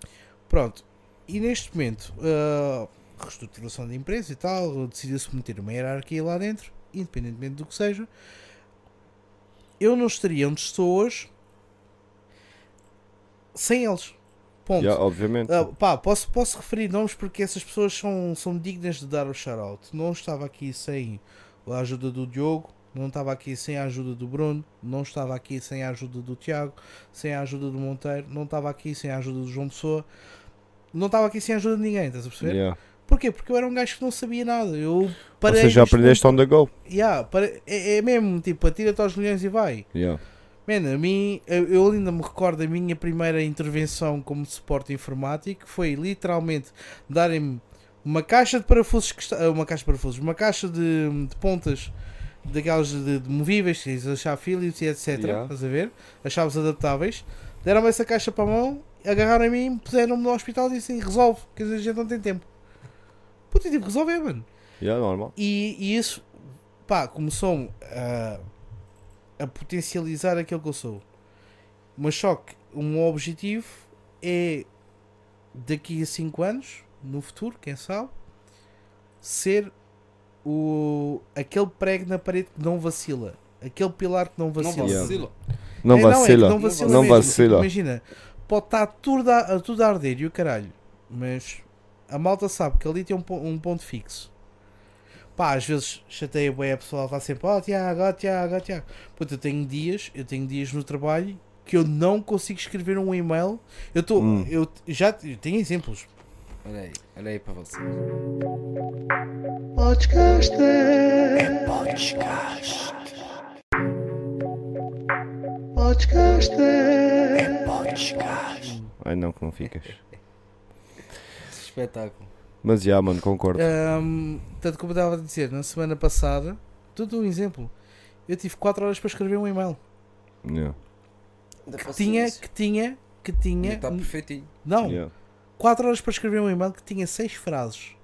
Pronto, e neste momento, ah, reestruturação da empresa e tal, decidiu-se meter uma hierarquia lá dentro, independentemente do que seja. Eu não estaria onde estou hoje sem eles. Ponto. Yeah, obviamente. Ah, pá, posso, posso referir nomes porque essas pessoas são, são dignas de dar o shout-out. Não estava aqui sem a ajuda do Diogo, não estava aqui sem a ajuda do Bruno, não estava aqui sem a ajuda do Tiago, sem a ajuda do Monteiro, não estava aqui sem a ajuda do João Pessoa, não estava aqui sem a ajuda de ninguém, estás a perceber? Yeah. Porquê? Porque eu era um gajo que não sabia nada. Eu Ou parei. seja, neste aprendeste on the go. ponto- Yeah, parei- é, é mesmo, tipo, atira-te aos milhões e vai. Yeah. Mano, a mim, eu eu ainda me recordo a minha primeira intervenção como suporte informático foi literalmente darem-me uma caixa de parafusos, que esta- ah, uma caixa de parafusos, uma caixa de, de pontas daquelas de, de movíveis, tens a chave Phillips e etc. Yeah. Estás a ver? As chaves adaptáveis. Deram-me essa caixa para a mão, agarraram a mim, puseram-me no hospital e disse assim: resolve, que a gente não tem tempo. Puta, eu tive que resolver, mano. Yeah, normal. E, e isso, pá, começou a, a potencializar aquilo que eu sou. Mas só que o meu objetivo é, daqui a 5 anos, no futuro, quem sabe, ser o, aquele prego na parede que não vacila. Aquele pilar que não Não vacila. Yeah. vacila. Não É, não, é que vacila. não vacila. Não mesmo. vacila. Imagina, pode estar tudo a, a tudo a arder e o caralho, mas a malta sabe que ali tem um, po- um ponto fixo. Pá, às vezes chateia bem a pessoa, está sempre, ó Tiago, ó Tiago, ó Tiago. Puta, eu tenho dias, eu tenho dias no trabalho que eu não consigo escrever um e-mail. Eu estou, Hum. eu já eu tenho exemplos. Olha aí, olha aí para você. Ai não, que não ficas. Espetáculo. Mas já, mano, concordo. É. Ahm, tanto como eu estava a dizer, na semana passada, tudo um exemplo. Eu tive 4 horas para escrever um e-mail. Yeah. que tinha, que tinha, que tinha. Está perfeitinho. Não, Yeah. 4 horas para escrever um e-mail que tinha 6 frases.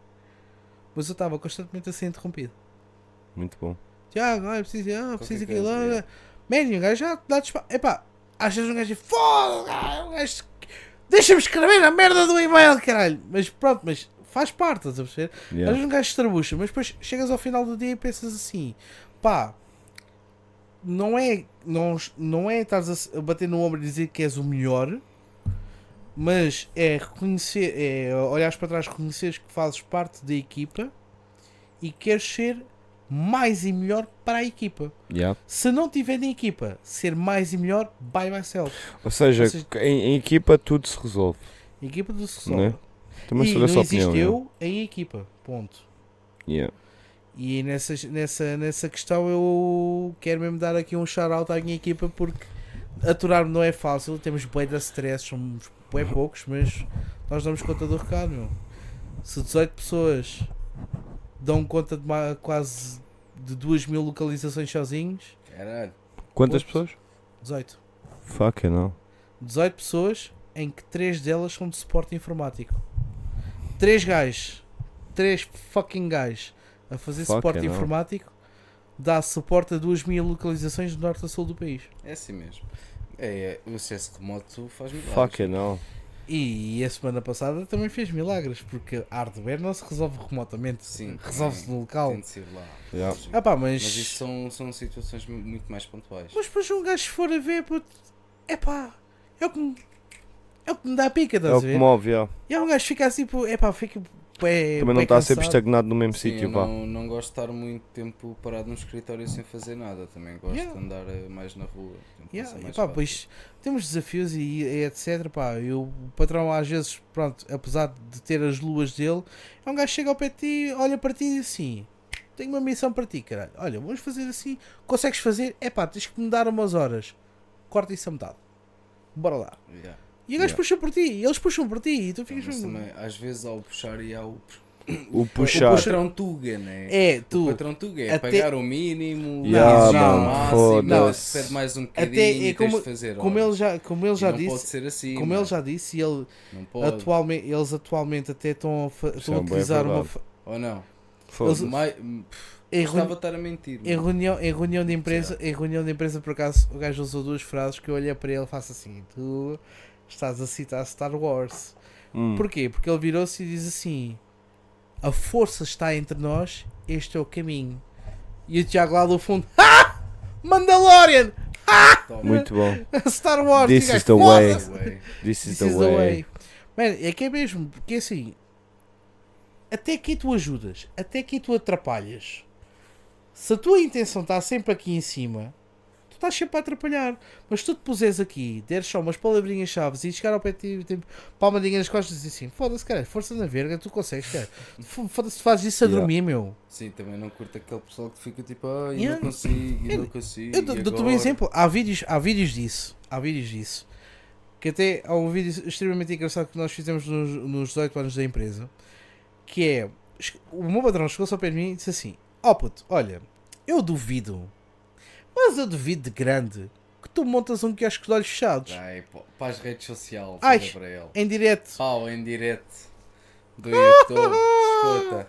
Mas eu estava constantemente a ser interrompido. Muito bom. Tiago, ah, preciso, ah, preciso Qualquer aquilo. coisa, Ah, Mano, o gajo já dá dispa. Epá, às vezes um gajo diz, foda, ah, um gajo. Deixa-me escrever a merda do e-mail, caralho. Mas pronto, mas faz parte, estás a perceber? Às Yeah. vezes um gajo se trabucha, mas depois chegas ao final do dia e pensas assim: pá, não é, não, não é estás a se- a bater no ombro e dizer que és o melhor, mas é reconhecer, é olhares para trás, reconheceres que fazes parte da equipa e queres ser mais e melhor para a equipa. Yeah. Se não tiver na equipa, ser mais e melhor by myself. Ou seja, Ou seja- em, em equipa tudo se resolve. Equipa do sucesso. Né? Também E sou não dessa existe opinião. né? eu em equipa. Ponto. Yeah. E nessa, nessa, nessa questão eu quero mesmo dar aqui um shout-out à minha equipa porque aturar-me não é fácil, temos bué de stress, somos bué poucos, mas nós damos conta do recado, meu. Se 18 pessoas dão conta de ma- quase de 2 mil localizações sozinhos, Caralho. Quantas Pois. pessoas? 18. Fuck, eu não. 18 pessoas em que 3 delas são de suporte informático. 3 gajos, 3 fucking gajos a fazer Fuck, suporte é não. informático dá suporte a 2 mil localizações do norte a sul do país. É assim mesmo. É, é, o acesso remoto faz milagres. Fuck não. E a semana passada também fez milagres, porque a hardware não se resolve remotamente, Sim. resolve-se no local. Tem de ser lá. Yeah. Ah pá, mas. Mas isso são, são situações mu- muito mais pontuais. Mas depois um gajo for a ver, puto, é pá, é o que me, é o que me dá pica, É o estás a que ver? move, yeah. E há um gajo que fica assim, pô, é pá, fica. Pé, Também não está sempre estagnado no mesmo Sim, eu sítio, pá. não, não gosto de estar muito tempo parado no escritório sem fazer nada. Também gosto Yeah. de andar eh, mais na rua. Tempo Yeah, passa e mais pá, rápido. pois temos desafios e, e etc. Pá, e o patrão às vezes, pronto, apesar de ter as luas dele, é um gajo que chega ao pé de ti, olha para ti e diz assim: Tenho uma missão para ti, caralho. Olha, vamos fazer assim, consegues fazer? É pá, tens que me dar umas horas. Corta isso a metade. Bora lá. Yeah. E o gajo Yeah. puxa por ti, e eles puxam por ti, e tu ficas Mas mesmo. também, às vezes, ao puxar e ao O O puxar. patrão Tuga, né? É, O tu. patrão Tuga é até- pagar o mínimo, Yeah, exigir mano, o máximo, foda-se. pede mais um bocadinho Até e é tens como, de fazer. como horas. ele já, como ele E já não pode disse, ser assim. como mano. ele já disse, e ele Não pode. atualmente, eles atualmente até estão a, fa- estão a é bué utilizar uma, verdade. fa- Ou não? Foda-se. É Mai... em, reuni- Estava a estar a mentir. em mano. reunião, em reunião de empresa, em reunião de empresa por acaso o gajo usou duas frases que eu olhei para ele e faço assim, tu estás a citar Star Wars. Hum. Porquê? Porque ele virou-se e diz assim: a força está entre nós, este é o caminho. E o Tiago lá do fundo, ah! Mandalorian! Toma. Muito bom. Star Wars! This E o is the gajo, way. "Foda-se!" Ué. This This is the way. Mano, é que é mesmo, porque assim, até aqui tu ajudas, até aqui tu atrapalhas. Se a tua intenção está sempre aqui em cima, tu estás sempre a atrapalhar. Mas se tu te puseres aqui, deres só umas palavrinhas chaves e chegar ao pé de ti, tipo, palmadinha nas costas e assim, foda-se, cara, força na verga, tu consegues, cara. F- Foda-se, tu fazes isso a Yeah. dormir, meu. Sim, também não curto aquele pessoal que fica tipo, ah, eu Yeah. não consigo, eu Eu- não consigo. Eu e dou- dou-te um agora?" exemplo. Há vídeos, há vídeos disso. Há vídeos disso. Que até há um vídeo extremamente engraçado que nós fizemos nos, nos 18 anos da empresa. Que é. O meu patrão chegou-se ao pé de mim e disse assim: Ó puto, olha, eu duvido. Mas eu duvido de grande que tu montas um quiosque de olhos fechados. Ai, pô, para as redes sociais, Ai. olha para ele. Em direto. Pau em direto do YouTube. Escuta.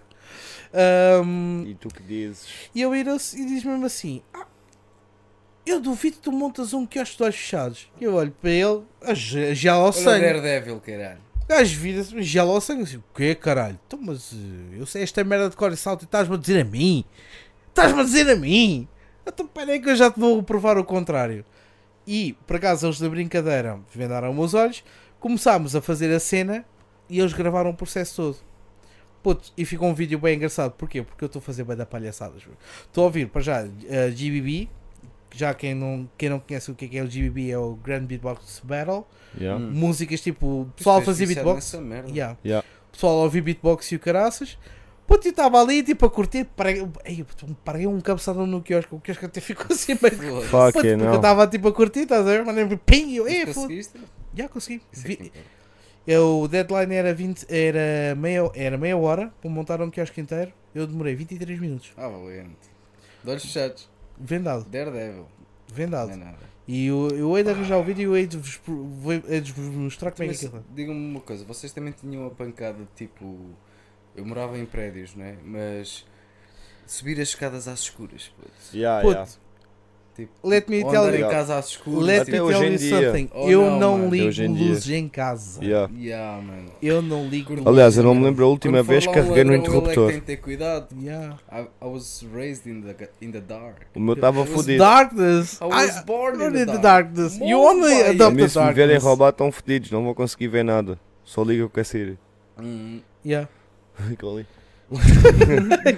Ahm, E tu que dizes? E eu viro-se e diz mesmo assim: "Ah, Eu duvido que tu montas um quiosque de olhos fechados. E eu olho para ele, a ge- já ao Olha o sangue. Daredevil, caralho. O gajo vira-se, gela o sangue. Assim, o quê, caralho? Então, mas eh, eu sei esta merda de cor e salto e estás-me a dizer a mim? Estás-me a dizer a mim? Então, peraí que eu já te vou provar o contrário. E, por acaso, eles da brincadeira vendaram os olhos, começámos a fazer a cena e eles gravaram o processo todo. Putz, e ficou um vídeo bem engraçado. Porquê? Porque eu estou a fazer bem da palhaçadas. meu. Estou a ouvir, para já, eh, GBB. Já quem não, quem não conhece o que é, que é o GBB é o Grand Beatbox Battle. Yeah. Hum. Músicas tipo, o pessoal a Isto é fazer viciado beatbox. nessa merda. Yeah. Yeah. O pessoal ouvia beatbox e o caraças. Puto, eu estava ali tipo a curtir. Parei, ei, puto, parei um cabeçadão no quiosque. O quiosque até ficou assim meio. Puto, Foda-se. Fuck porque eu não. estava tipo a curtir, estás a ver? Mandei-me pim. Eu, Mas ei, foda conseguiste? Já consegui. Isso é Vi- que importa. eu, o deadline era, 20, era, meia, era meia hora para montar um quiosque inteiro. Eu demorei 23 minutos. Ah, valente. De olhos fechados. Vendado, Daredevil. Não vendado. é nada. E eu, eu hei de arranjar o vídeo e eu hei de vos, pro- vou- hei de vos mostrar como é que Mas, aquilo é. Digam-me uma coisa, vocês também tinham uma pancada de tipo. Eu morava em prédios, né? Mas. Subir as escadas às escuras, puto. Yeah, Puto, yeah. Tipo, é. Let me ou tell andar you- em casa às escuras. tipo, Let Até me hoje tell em you dia. something. Oh, eu não, não, mano. Até ligo hoje em dia. luzes em casa. Yeah. Yeah, mano. Eu não ligo luzes. Aliás, eu não me lembro a última Quando vez for que lá um carreguei no ladrão, ele é que interruptor. Tem de ter cuidado. Yeah. I, I was raised in the, in the dark. O meu estava é was fodido. Darkness. I was born in the darkness. dark. You only Moved by adopt Mesmo the se me verem darkness. roubar, estão fodidos. Não vão conseguir ver nada. Só ligam com a Siri. Hum, Yeah. Ficam ali.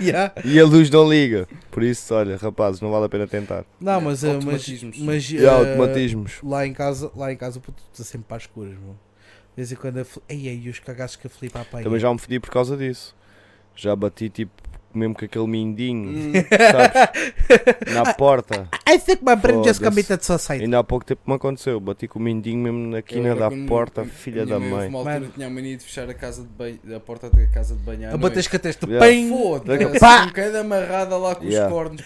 yeah. E a luz não liga. Por isso, olha, rapazes, não vale a pena tentar. Não, mas. eh, mas, Automatismos. mas E há eh, automatismos. lá em casa, lá em casa, puto, está sempre para as escuras, meu. De vez em quando, a Fli- ei, ei, os cagaços que a Filipe apanha. Também já me fodi por causa disso. Já bati tipo mesmo com aquele mindinho, hum, Ah, sabes? Na porta. I think my brain just Foda-se. committed suicide. Ainda há pouco tempo me aconteceu. Bati com o mindinho mesmo na quina eu da era com- porta, com- filha a da minha houve mãe. Uma altura Mano. tinha a mania de fechar a, casa de banho, a porta da casa de banho. à A bater noite. com a testa. Yeah. Bem! Foda-se, Pá! com cada amarrada lá com Yeah. os cornos.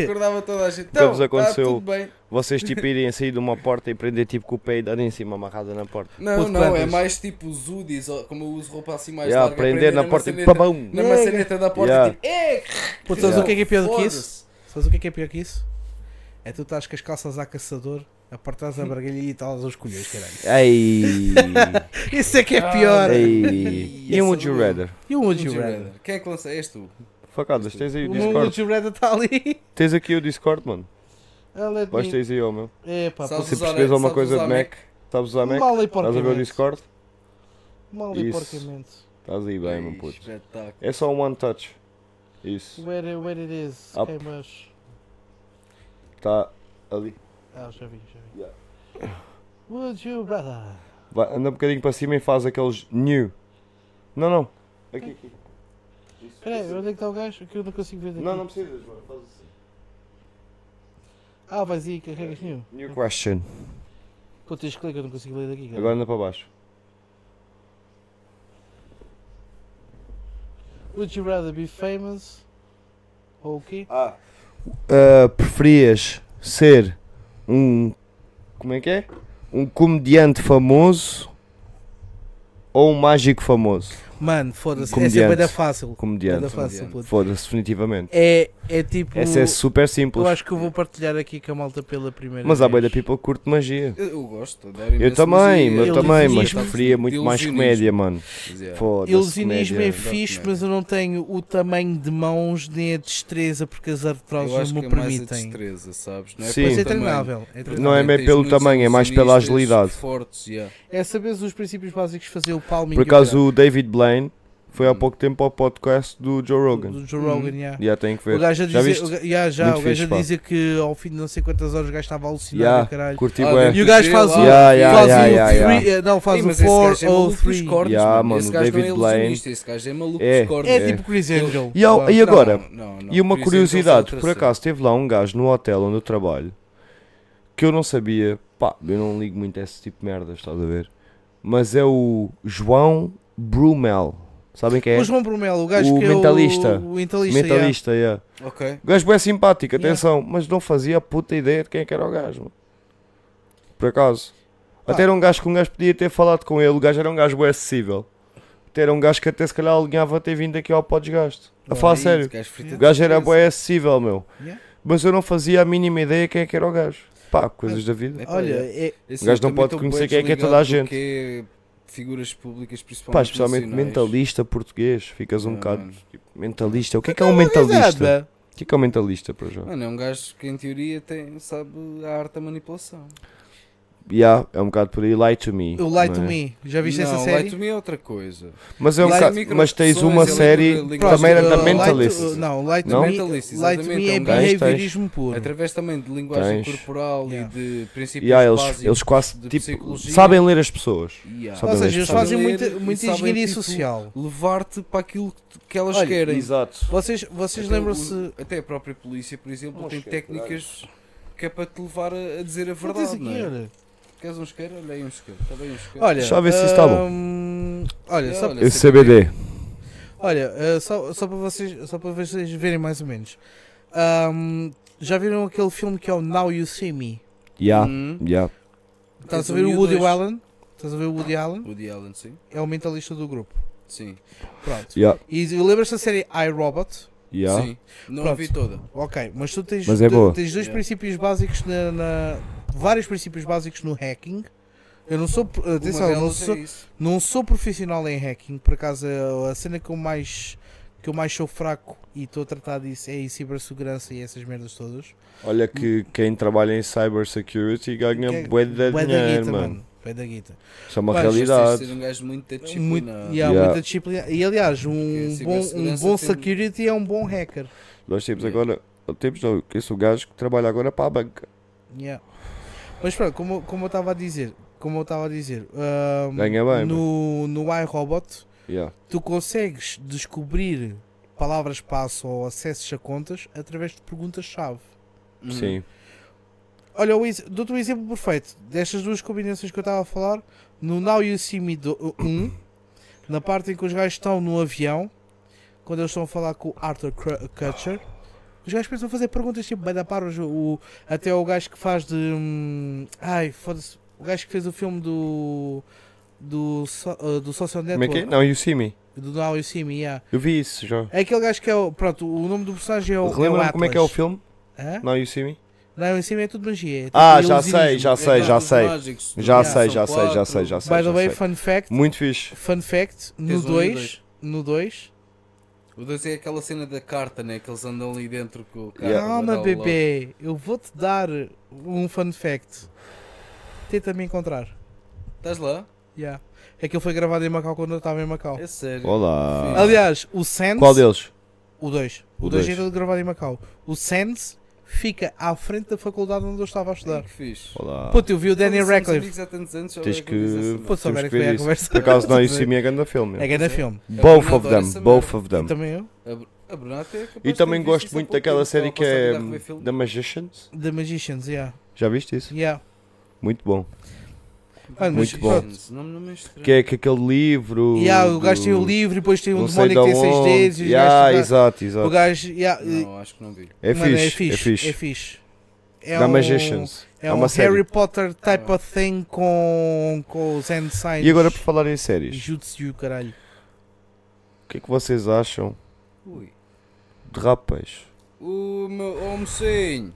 Acordava toda a gente. Nunca Então, vos tá aconteceu tudo bem. vocês tipo irem sair de uma porta e prender tipo com o pé e dar em cima amarrada na porta. Não, Puto, não, quantas? é mais tipo os hoodies, ó, como eu uso roupa assim mais Yeah, larga. prender na porta tipo, e maçaneta- pabum. Na maçaneta da porta Yeah. tipo, é, Pô, sabes Yeah. o que é que é pior do que isso? foda-se. Sabes o que é que é pior que isso? É tu estás com as calças a caçador, apertás a bargalha e estás aos colhões, caralho. Ei! Isso é que é pior. Ei! E um Would You Rather? E o Would Would You you Rather? rather? Quem é que lança? És tu. Facadas, tens Um aí o O meu Would Discord. You Rather está tá ali. Tens aqui o Discord, mano. Ah, let Vais me... tens aí, ó, meu. É pá, Sabes se usar- percebes alguma sabes coisa de usar Mac, Sabes usar Mac? mal e Estás a ver o porcamente. Discord? Mal e Isso. porcamente. Estás aí bem, É, meu Ixi, puto. espetáculo. É só um one touch. Isso. Where, where it is, Up. quem mais? Está Tá ali. Ah, já vi, já vi. Yeah. Would You Rather? Vai, anda um bocadinho para cima e faz aqueles new. Não, não. Aqui, aqui. Espera aí, onde é que está o gajo? Que eu não consigo ver daqui. Não, não precisas, mano. Faz assim. Ah, vais aí, carregas nenhum. New question. Pô, tens clique, eu não consigo ler daqui. cara. Agora anda para baixo. Would you rather be famous? Ou o quê? Ah. Uh, preferias ser um. Como é que é? Um comediante famoso ou um mágico famoso? Mano, foda-se, essa é Comediante. bada fácil. Bada Comediante. fácil, puto. Foda-se, definitivamente. É, é tipo. Essa é super simples. eu acho é que eu vou partilhar aqui com a malta pela primeira Mas há vez. bem da people que curte magia. Eu, eu gosto. adoro Eu imenso também, magia. eu Ilusionismo. também, mas preferia muito Ilusionismo. mais comédia, mano. Yeah. Foda-se. Ilusionismo é comédia. fixe, Exatamente. mas eu não tenho o tamanho de mãos nem a destreza porque as Eu artroses acho não que me é mais a permitem. destreza, sabes? Não é Sim. pelo Mas é tamanho. treinável. É, treinável. Não é bem Tens pelo muitos tamanho, é mais pela ilusionistas agilidade. Fortes, yeah. é saber os princípios básicos de fazer o palming. Por e o caralho. Hum. acaso o David Blaine foi há pouco tempo ao podcast do Joe Rogan. do Joe Rogan, yeah. Já tem que ver. O gajo a hum, Já dizer, o viste? ga- yeah, já, Muito o gajo fixe, a pá. dizer que ao fim de não sei quantas horas o gajo estava alucinado, Yeah, caralho. Curti Ah, bué. deve E o gajo ser faz o- lá. Yeah, yeah, faz yeah, o yeah, yeah. three- eh, não, Ih, faz o mas esse gajo é maluco dos 403. cortes, Yeah, mano, Esse o gajo David não é Blaine. ilusionista, esse gajo é maluco É. dos cortes. É tipo Chris Angel. E, ao- e Não, agora? não, não, E por isso uma é que curiosidade, eles por acaso teve lá um gajo no hotel onde eu trabalho que eu não sabia, pá, eu não ligo muito a esse tipo de merdas, estás a ver? Mas é o João Brumel. Sabem quem é? O João Brumel, o gajo O que é mentalista. o, o mentalista. yeah. Mentalista, yeah. Ok. O gajo é simpático, Yeah. atenção, mas não fazia a puta ideia de quem é que era o gajo. mano. Por acaso. Pá. Até era um gajo que um gajo podia ter falado com ele, o gajo era um gajo bem acessível. Até era um gajo que até se calhar alinhava ter vindo aqui ao podesgasto. A falar Ih, sério. esse gajo frita O gajo era de bem acessível, meu. Yeah. Mas eu não fazia a mínima ideia quem é que era o gajo. Pá, coisas da vida. É. Olha, é, certeza. O gajo não Esse pode também conhecer estou quem é que é bem toda a desligado do gente. que é figuras públicas, principalmente. Pá, especialmente nacionais. mentalista português. Ficas um Ah, bocado. mano. tipo, mentalista. O que é que é um mentalista? nada. O que é que é um mentalista para já? Mano, é um gajo que em teoria tem, sabe a arte da manipulação. Yeah, é um bocado por aí. Lie to me. O Lie não to é? Me, já viste não, essa Light série? to Me é outra coisa. Mas, é um Light bocado- micro mas tens opções, uma ele série liga- que Pronto, também era uh, da Light to- Mentalist. Light to, não, Light to Não? Me, Mentalist, Light to exatamente, me é é um gajo- behaviorismo puro. Através também de linguagem Tens. corporal Yeah. e de princípios Yeah, eles, tipo, básicos eles quase de tipo, psicologia. sabem ler as pessoas. Yeah. Sabem Ou ler as seja, eles pessoas. fazem Sabem muita, ler e muita sabem, engenharia tipo, social. Levar-te para aquilo que, que elas Olha, querem. Exato. Vocês, vocês Até o- lembram-se Até a própria polícia, por exemplo, Não tem esquece, técnicas que é para te levar a, a dizer a Não tens verdade. aqui, Não é? olha. Queres um isqueiro? Olha aí um isqueiro. Está bem um isqueiro. Olha, Deixa eu ver se está bom. hum, Olha, só, Olha, Esse CBD. olha eh, só, só, para vocês, só para vocês verem mais ou menos. Hum, já viram aquele filme que é o Now You See Me? Yeah, Hum. yeah. Estás a Tens ver um é o e o Woody dois. Allen? Estás a ver o Woody Allen? Woody Allen, sim. É o mentalista do grupo. Sim. Pronto. Yeah, E lembras-te da série I, Robot? yeah. sim. Não Pronto. a vi toda. Ok, mas tu tens, Mas é tu- boa. tens dois Yeah. princípios básicos na, na- vários princípios básicos no hacking. Eu não sou, atenção, Uma eu não delas é sou, isso. não sou profissional em hacking, por acaso a- a cena que eu mais que eu mais sou fraco e estou a tratar disso é em cibersegurança e essas merdas todas. Olha que quem trabalha em cybersecurity ganha Que é- bué de bué da dinheiro, guita, mano. bué da guita. Isso é uma Mas, Mas tens de realidade. ser um gajo muito Muito, disciplinado. e há Yeah. muita disciplina. E aliás, um Porque a bom, um cibersegurança bom tem- security é um bom hacker. Nós temos Yeah. agora. Temos não, que esse gajo que trabalha agora para a banca. Yeah. Mas pronto, como, como eu estava a dizer, como eu estava a dizer, ahm, Ganha bem, no, no iRobot Yeah. tu consegues descobrir palavras-passo ou acessos a contas através de perguntas-chave. Uhum. Sim. Olha, o ex- dou-te um exemplo perfeito destas duas combinações que eu estava a falar. No Now You See Me 1, na parte em que os gajos estão no avião, quando eles estão a falar com o Arthur Cru- Kutcher, Os gajos começam a fazer perguntas tipo, bem da par, o, o- até o gajo que faz de. hum, ai, foda-se. O gajo que fez o filme do. do, so, eh, do Social Como é que é? Network. Não, You See Me. Do Now You See Me, yeah. Eu vi isso já. É aquele gajo que é o. Pronto, o nome do personagem é o. Relembra-me o como é que é o filme? Hã? Não, You See Me? Não, em cima é tudo magia. é tudo Ah, já ilusionismo. sei, já sei, já sei. Já sei, já sei, já sei, já sei. By the já way, sei. fun fact. Muito fixe. Fun fact, no Tens um e o 2. dois. No 2. O 2 é aquela cena da carta, né? Que eles andam ali dentro com o carro. Yeah. Calma, bebê. Eu vou-te dar um fun fact. Tenta me encontrar. Estás lá? Yeah. Aquilo foi gravado em Macau quando eu estava em Macau. É sério. Olá. Aliás, o Sands. Qual deles? O 2. O O 2 é dois. todo gravado em Macau. O Sands fica à frente da faculdade onde eu estava a Ai, estudar. Que fixe. Olá. Puto, eu vi o Danny Radcliffe. Tens que. Pô, só agora é que Tens que veio a ver isso. conversa. Por acaso, não, You See Me é grande filme. É grande filme. Both Eu of adoro essa them, both merda. of them. E também eu. A Brunata é capaz E de também ter visto gosto isso muito há pouco daquela tempo, série estava que a passar a é virar a ver hum, filme. The Magicians. The Magicians, yeah. Já viste isso? Yeah. Muito bom. Mano, Muito mas bom. pronto. Não, não é estranho. Que é que aquele livro. Yeah, o gajo do- tem ah, o livro e depois tem um não sei demónio que da tem seis onde. dedos. e os Yeah, gajos- exato, O exato. gajo. yeah, Não, acho que não vi. É mano, fixe, é É fixe. fixe. É The um- Magicians. É, É um uma série. Harry Potter type of thing com, com os hand signs. E agora, por falar em séries, Jutsu, caralho. o que é que vocês acham Ui. de rapaz? O meu homocinho.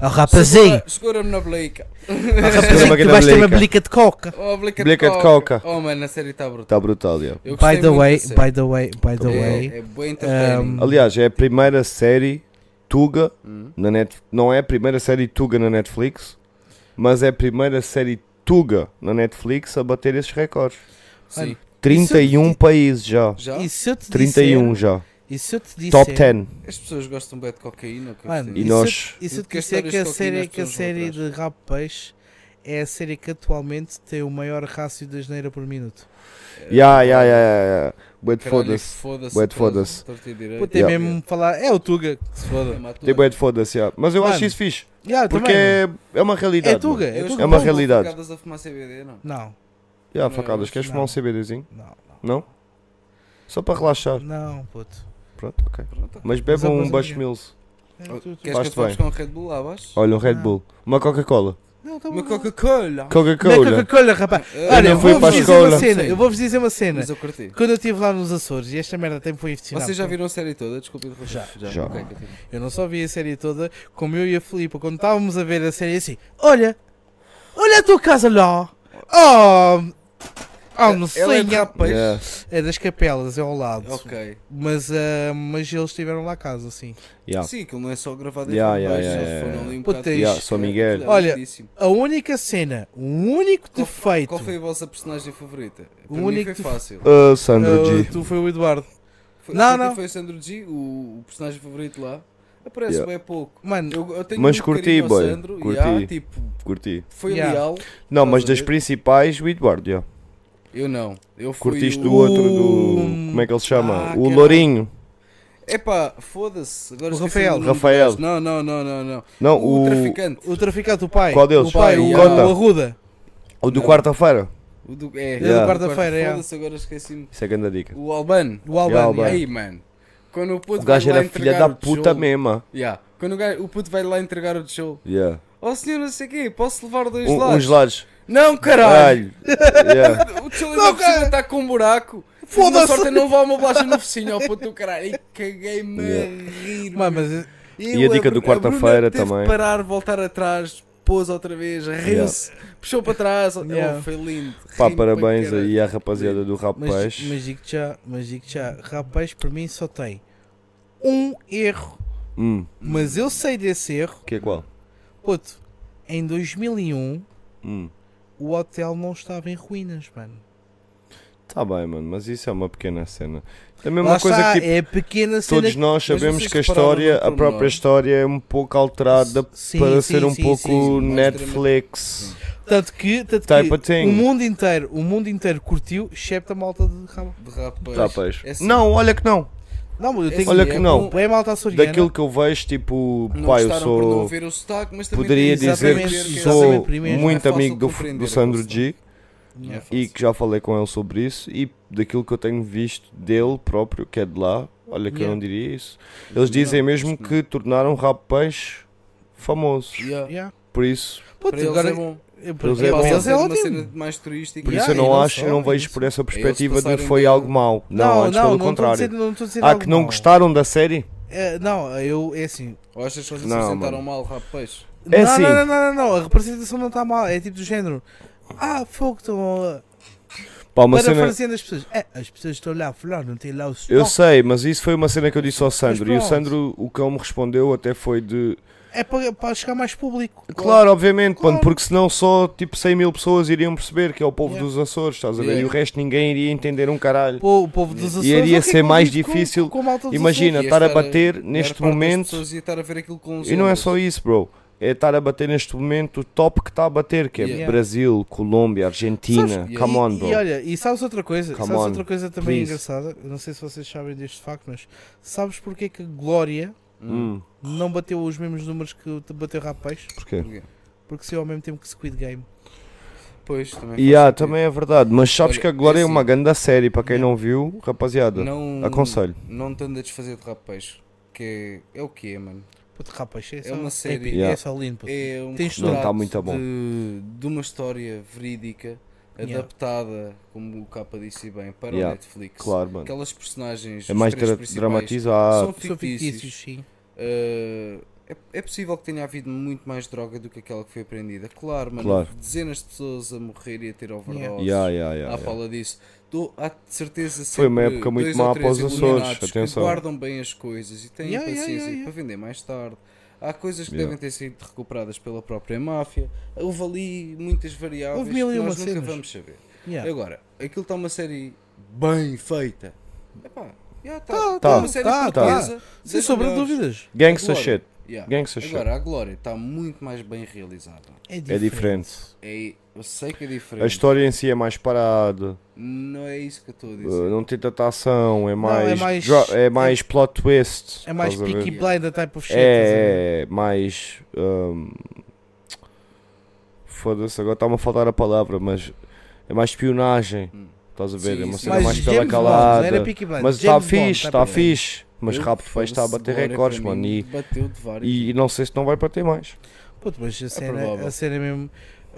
Oh, rapazinho, Segura- Segura-me na blica. rapazinho, tu vais ter uma blica de coca. Oh, blica Blica de de coca. coca. Oh, mano, a série está brutal. Está brutal, yeah. Eu gostei By the muito way, da série. by the way, by the Também. way. É, é bem entertaining. Aliás, é a primeira série Tuga Hum. na net... Não é a primeira série Tuga na Netflix, mas é a primeira série Tuga na Netflix a bater esses recordes. Sim. 31 países já. Já? E se eu te 31 disser, já. e se eu te disser, um, Top 10. As pessoas gostam bem de cocaína. que eu Mano, sei. E isso- nós. E se eu te Porque as disser que a histórias série, coquinas que a todas vão série de atrás. Rabo Peixe é a série que atualmente tem o maior rácio de asneira por minuto? É. Ya, ya, ya, ya. Bué de Caralho, foda-se. Foda-se. Bué de foda-se. torto e direito. Puta, é Yeah. mesmo falar. É o Tuga que se foda. É, mata tudo. Tem bué de foda-se, ya. Mas eu acho Mano, isso fixe. Yeah, Porque também. é, é uma realidade. É Tuga, Eu é acho Tuga. que É não uma bom. vão realidade. ficar a fumar CBD, não. Não, Ya, Não, facadas, queres não. fumar um CBDzinho? não, Não? Só para relaxar. não, puto. Pronto, ok. Pronto. Mas Mas é bebam uma um coisa Bush que- Mills. É, Oh, tu- tu- Queres que eu Faz-te bem. fale com o Red Bull lá abaixo? Olha, um Red Ah. Bull. Uma Coca-cola. Não, tá bom. Uma Coca-Cola. Não é Coca-Cola. Coca-Cola, rapaz. Eu Olha, não fui eu pra vou-vos dizer uma escola. cena. Sim. Eu vou-vos dizer uma cena. Mas eu curti. Quando eu estive lá nos Açores, e esta merda até me foi enfiado. Vocês já viram a série toda? Desculpa interromper. Já. Já. Ok, continua. Eu não só vi a série toda, como eu e a Filipa, quando estávamos a ver a série assim, olha, olha a tua casa lá, Ela é de oh, almocinha, rapaz. Yeah. é das capelas, é ao lado, Ok. mas, ah, mas eles estiveram lá a casa, assim. Yeah. Sim, aquilo não é só gravado em Yeah, Rio yeah, Baixo, yeah, eles yeah. foram ali um Puta, bocado- yeah, Aquilo São é Miguel. Olha, lindíssimo. A única cena, o único Qual- defeito, Qual foi a vossa personagem favorita? Para O mim único foi que- fácil. Ah, Sandra ah, G. tu foi o Eduardo, Foi, Não, para mim não. Foi o Sandro G, o, o personagem favorito lá. Aparece Yeah. bem pouco. mano, Eu, eu tenho Mas muito curti, carinho ao boy, Sandro, curti. yeah, tipo, Curti. foi Yeah. leal. Não, Estás mas a das ver? principais, o Eduardo. yeah. Eu não. Eu fui Curtiste o... do outro do. o- Como é que ele se chama? Ah, o caralho. Lourinho. Epá, foda-se. Agora O esqueci Rafael. do nome do Rafael. gajo. Não, não, não, não, não. Não, o, o. traficante. o traficante, o pai, Qual deles? o pai, o, Pai, Cota. o Arruda, O do Não. quarta-feira. O do, é, o Yeah. do Quarta-feira, é. Foda-se, agora esqueci-me. Isso é grande dica. O Albano. o Albano, Albano. Aí, mano. Quando o puto O gajo vai lá era filha entregar da o tijolo- puta mesmo. ah. Yeah. Quando o, gajo- o puto vai lá entregar o tijolo. Yeah. Oh senhor, não sei o quê, posso levar dois Um- lados? Uns lados. Não, caralho! Caralho. Yeah. O tijolo ainda por cima está com um buraco. Foda-se! Foda-se. sorte é não levar uma blacha no focinho ao puto do caralho. E caguei-me Yeah. a rir. mano, mas Eu, E a dica Bru- do Bruna quarta-feira teve também. que parar, voltar atrás, pôs outra vez, riu-se, puxou para trás. Oh, Yeah. foi lindo. Pá, Ri-me para parabéns caralho. aí à rapaziada do Mas, rapaz. mas digo já, mas digo já, rapaz, para mim só tem um erro, Hum, mas eu sei desse erro. que é qual? Puto, em 2001 Hum. o hotel não estava em ruínas, mano. Tá bem, mano, mas isso é uma pequena cena. É a Lá mesma coisa está, que tipo, é a pequena cena. todos que- nós mas sabemos vocês que a repararam história, num a pormenor? própria história é um pouco alterada Sim, para sim, ser um sim, pouco sim, sim. Netflix. Tanto que, tanto Type que of thing. o mundo inteiro, o mundo inteiro curtiu, excepto a malta de Rabo. De rapaz. Rapaz. É assim, Não, olha que não. Não, eu é tenho assim, Olha que é não. bom- É a malta açoriana. Daquilo que eu vejo, tipo, Não pá, eu gostaram por não sou. ouvir o sotaque, mas também Poderia tem dizer que exatamente exatamente, sou por mim mesmo, não é muito fácil amigo do, compreender do o Sandro vosso G Não é fácil. e que já falei com ele sobre isso. E daquilo que eu tenho visto dele próprio, que é de lá, Olha que eu Yeah. não diria isso. Eles dizem mesmo que tornaram o rabo peixe famoso. Yeah. Yeah. Por isso, Para Putz, eles agora. é bom. Eu- Eles é É, bom. para eles Eles é é uma ótimo. cena mais turística. por Yeah, isso eu e não acho, só, eu não é vejo isso. por essa eles perspectiva de passarem foi bem- algo mau. Não, antes pelo não estou a dizer- contrário. não estou a dizer Ah, algo que não mau. gostaram da série? Eh, não, eu, é assim. Ou achas que eles Não, apresentaram mano. mal o rabo de peixe? É não, assim. não, não, não, não, não, a representação não está mal, é tipo do género. Ah, fogo, estão a- Pá, uma cena... parafraseando as pessoas. É, as pessoas estão lá a falar, não tem lá o Eu stock. sei, mas isso foi uma cena que eu disse ao Sandro. E o pronto. Sandro, o que ele me respondeu até foi de. É para, para chegar mais público. Claro, obviamente, Claro. mano, porque senão só tipo 100 mil pessoas iriam perceber que é o povo Yeah. dos Açores, estás a ver? Yeah. E o resto ninguém iria entender um caralho. Pô, o povo dos Açores. iria o que é ser que mais convive com- difícil. com a malta dos Imagina, Ia estar a estar a- bater A maior neste parte das momento. pessoas ia estar a ver aquilo com os E não é olhos. só isso, bro. É estar a bater neste momento o top que está a bater, que é Yeah. Brasil, Colômbia, Argentina. Sabes- Come e, on, bro. E olha, e sabes outra coisa? Come sabes on, outra coisa também please. engraçada? Eu Não sei se vocês sabem deste facto, mas sabes porque é que a Glória Hum, não bateu os mesmos números que o- bateu Rapaz? porquê? Porque saiu ao mesmo tempo que Squid Game. Pois, também. E faz há, sentido. também é verdade, mas sabes Olha, que a Glória é é uma assim. grande série, para quem não viu, rapaziada. Não, é Aconselho. Não tendo a desfazer de rabo de peixe. Que é, é o que é, mano. Puto, rapaz, é, só, uma série. épico, Yeah. É só lindo. puto. É um Tens Não, tá retrato muito bom. De, de uma história verídica Yeah. adaptada, como o Capa disse bem, para o Yeah, Netflix. Claro, mano. Aquelas personagens. É os mais três dra- ah, principais, São dramatizado. São fictícios, fictícios. sim. Uh, é, é possível que tenha havido muito mais droga do que aquela que foi apreendida. Claro, mano. Claro. Dezenas de pessoas a morrer e a ter overdose. Yeah, yeah, yeah, à yeah. fala disso. Tô, há de certeza Foi uma sempre época muito dois má ou três para os Açores, iluminados atenção. Que guardam bem as coisas e têm Yeah, yeah, paciência yeah, yeah. para vender mais tarde. Há coisas que Yeah. devem ter sido recuperadas pela própria máfia. Houve ali muitas variáveis Houve mil e que uma nós nunca cenas. vamos saber. Yeah. Agora, aquilo está uma série bem feita. Epá, yeah, tá, Tá, tá tá, uma série tá, portuguesa. das Sem sombra de melhores. dúvidas. Gangsta Glória. shit. Yeah. Gangsta shit. Agora, a Glória está muito mais bem realizada. É diferente. É diferente. É, eu sei que é diferente. A história em si é mais parada, Não é isso que eu estou a dizer. uh, não tem tanta ação, é mais, é mais- dra- é mais plot twist. É mais estás a ver? Peaky Blinder type of shit. estás a ver? É mais. hum, Foda-se, agora está-me a faltar a palavra, mas é mais espionagem. Hum. Estás a ver? Sim, é uma sim. cena Mas mais James pela Bond, não era calada. Peaky Blinders, Mas está James Bond, fixe, tá está bem. fixe. Mas Eu, rápido fez está a bater Glória, recordes, para mano. mim, E, Bateu de vários. e não sei se não vai bater mais. Puto, mas a cena, provável. a cena é mesmo.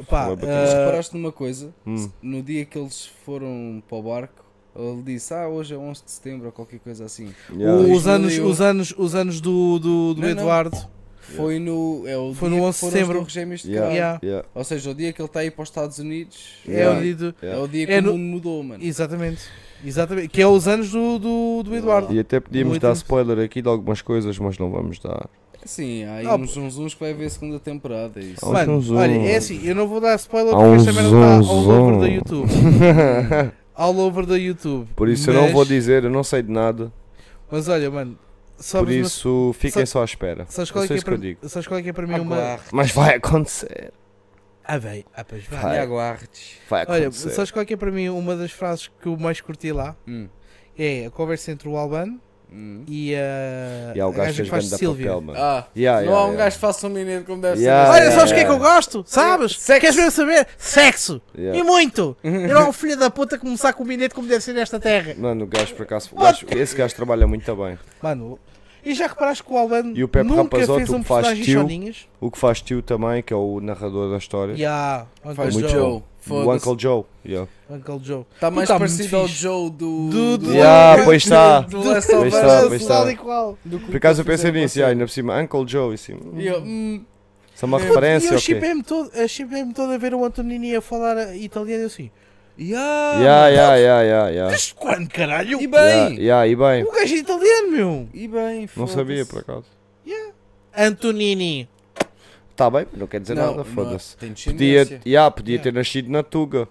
Pá, Vai bater. Mas ah, reparaste numa coisa? Uh, Hum. No dia que eles foram para o barco, ele disse: Ah, hoje é 11 de setembro ou qualquer coisa assim. Yeah. o- os, anos, 2001. os, anos, os anos do, do, do Não, não. Eduardo. Foi no. É o Foi dia no que 11 de foram setembro. Os Torres Gêmeas de Yeah. carro. Yeah. Yeah. Ou seja, o dia que ele está aí para os Estados Unidos É Yeah. o dito. é o dia que É o no- mundo mudou, mano. Exatamente. Exatamente. Que é os anos do, do, do Eduardo. E até podíamos Muito dar interessante. spoiler aqui de algumas coisas, mas não vamos dar. Sim, há aí Ah, uns uns uns que vai haver a segunda temporada. é Isso. Há uns Mano, uns olha, uns. é assim, eu não vou dar spoiler Há porque esta uns merda está uns all over uns. da YouTube. all over da YouTube. Por isso eu não Mas- vou dizer, eu não sei de nada. Mas olha, mano, sabes, Por uma- isso fiquem só à espera. sabes, Eu qual é que sei é isso que eu digo. para, sabes qual é que é para mim Ah, uma. Aguar- Mas vai acontecer. Ah, bem, ah, pois vai. Vai. Aguardes. Vai Olha, acontecer. sabes qual é que é para mim uma das frases que eu mais curti lá? Hum. É a conversa entre o Albano Hum. e a. E há o a gajo gaja que faz da Silvia. papel, Ah, mano. Ah, Yeah, não yeah, há um yeah. gajo que faça um menino como deve Yeah, ser. Olha, sabes o que é yeah. que eu gosto? Sabes? Sexo. Queres mesmo saber? Sexo! Yeah. E muito! Ele é um filho da puta começar com o minete como deve ser nesta terra. Mano, o gajo por acaso. o gajo- esse gajo trabalha muito bem. Mano, e já reparaste que o Albano E o Pepe nunca Rapazote, fez o um que faz personagem tio. choninhas? O que faz tio também, que é o narrador da história. Yeah, Uncle Faz Muito Joe. bom. O Foda-se. Uncle Joe. Yeah. Uncle Joe. Está Tá mais Puta, muito parecido ao fixe. Joe do. Do- do- do- Yeah, pois está. do Last of Pois Us. está, pois tá. está. Tal e qual. Do que Por acaso eu é fizeram pensei nisso, você. yeah, ainda por cima. Uncle Joe, isso. E eu, hum, Isso é uma Puto, E referência, eu ok? chipei-me todo, eu chipei-me todo a ver o Antonini a falar italiano e assim. yeah, Yeah, yeah, yeah, yeah, yeah. Desde quando, caralho? E Yeah, bem! yeah, e bem. O gajo é italiano, meu! E bem, Não foda-se. sabia, por acaso. Antonini. Tá bem, não quer dizer Não, nada, não, foda-se. Tem Podia, descendência. yeah, podia ter nascido na Tuga.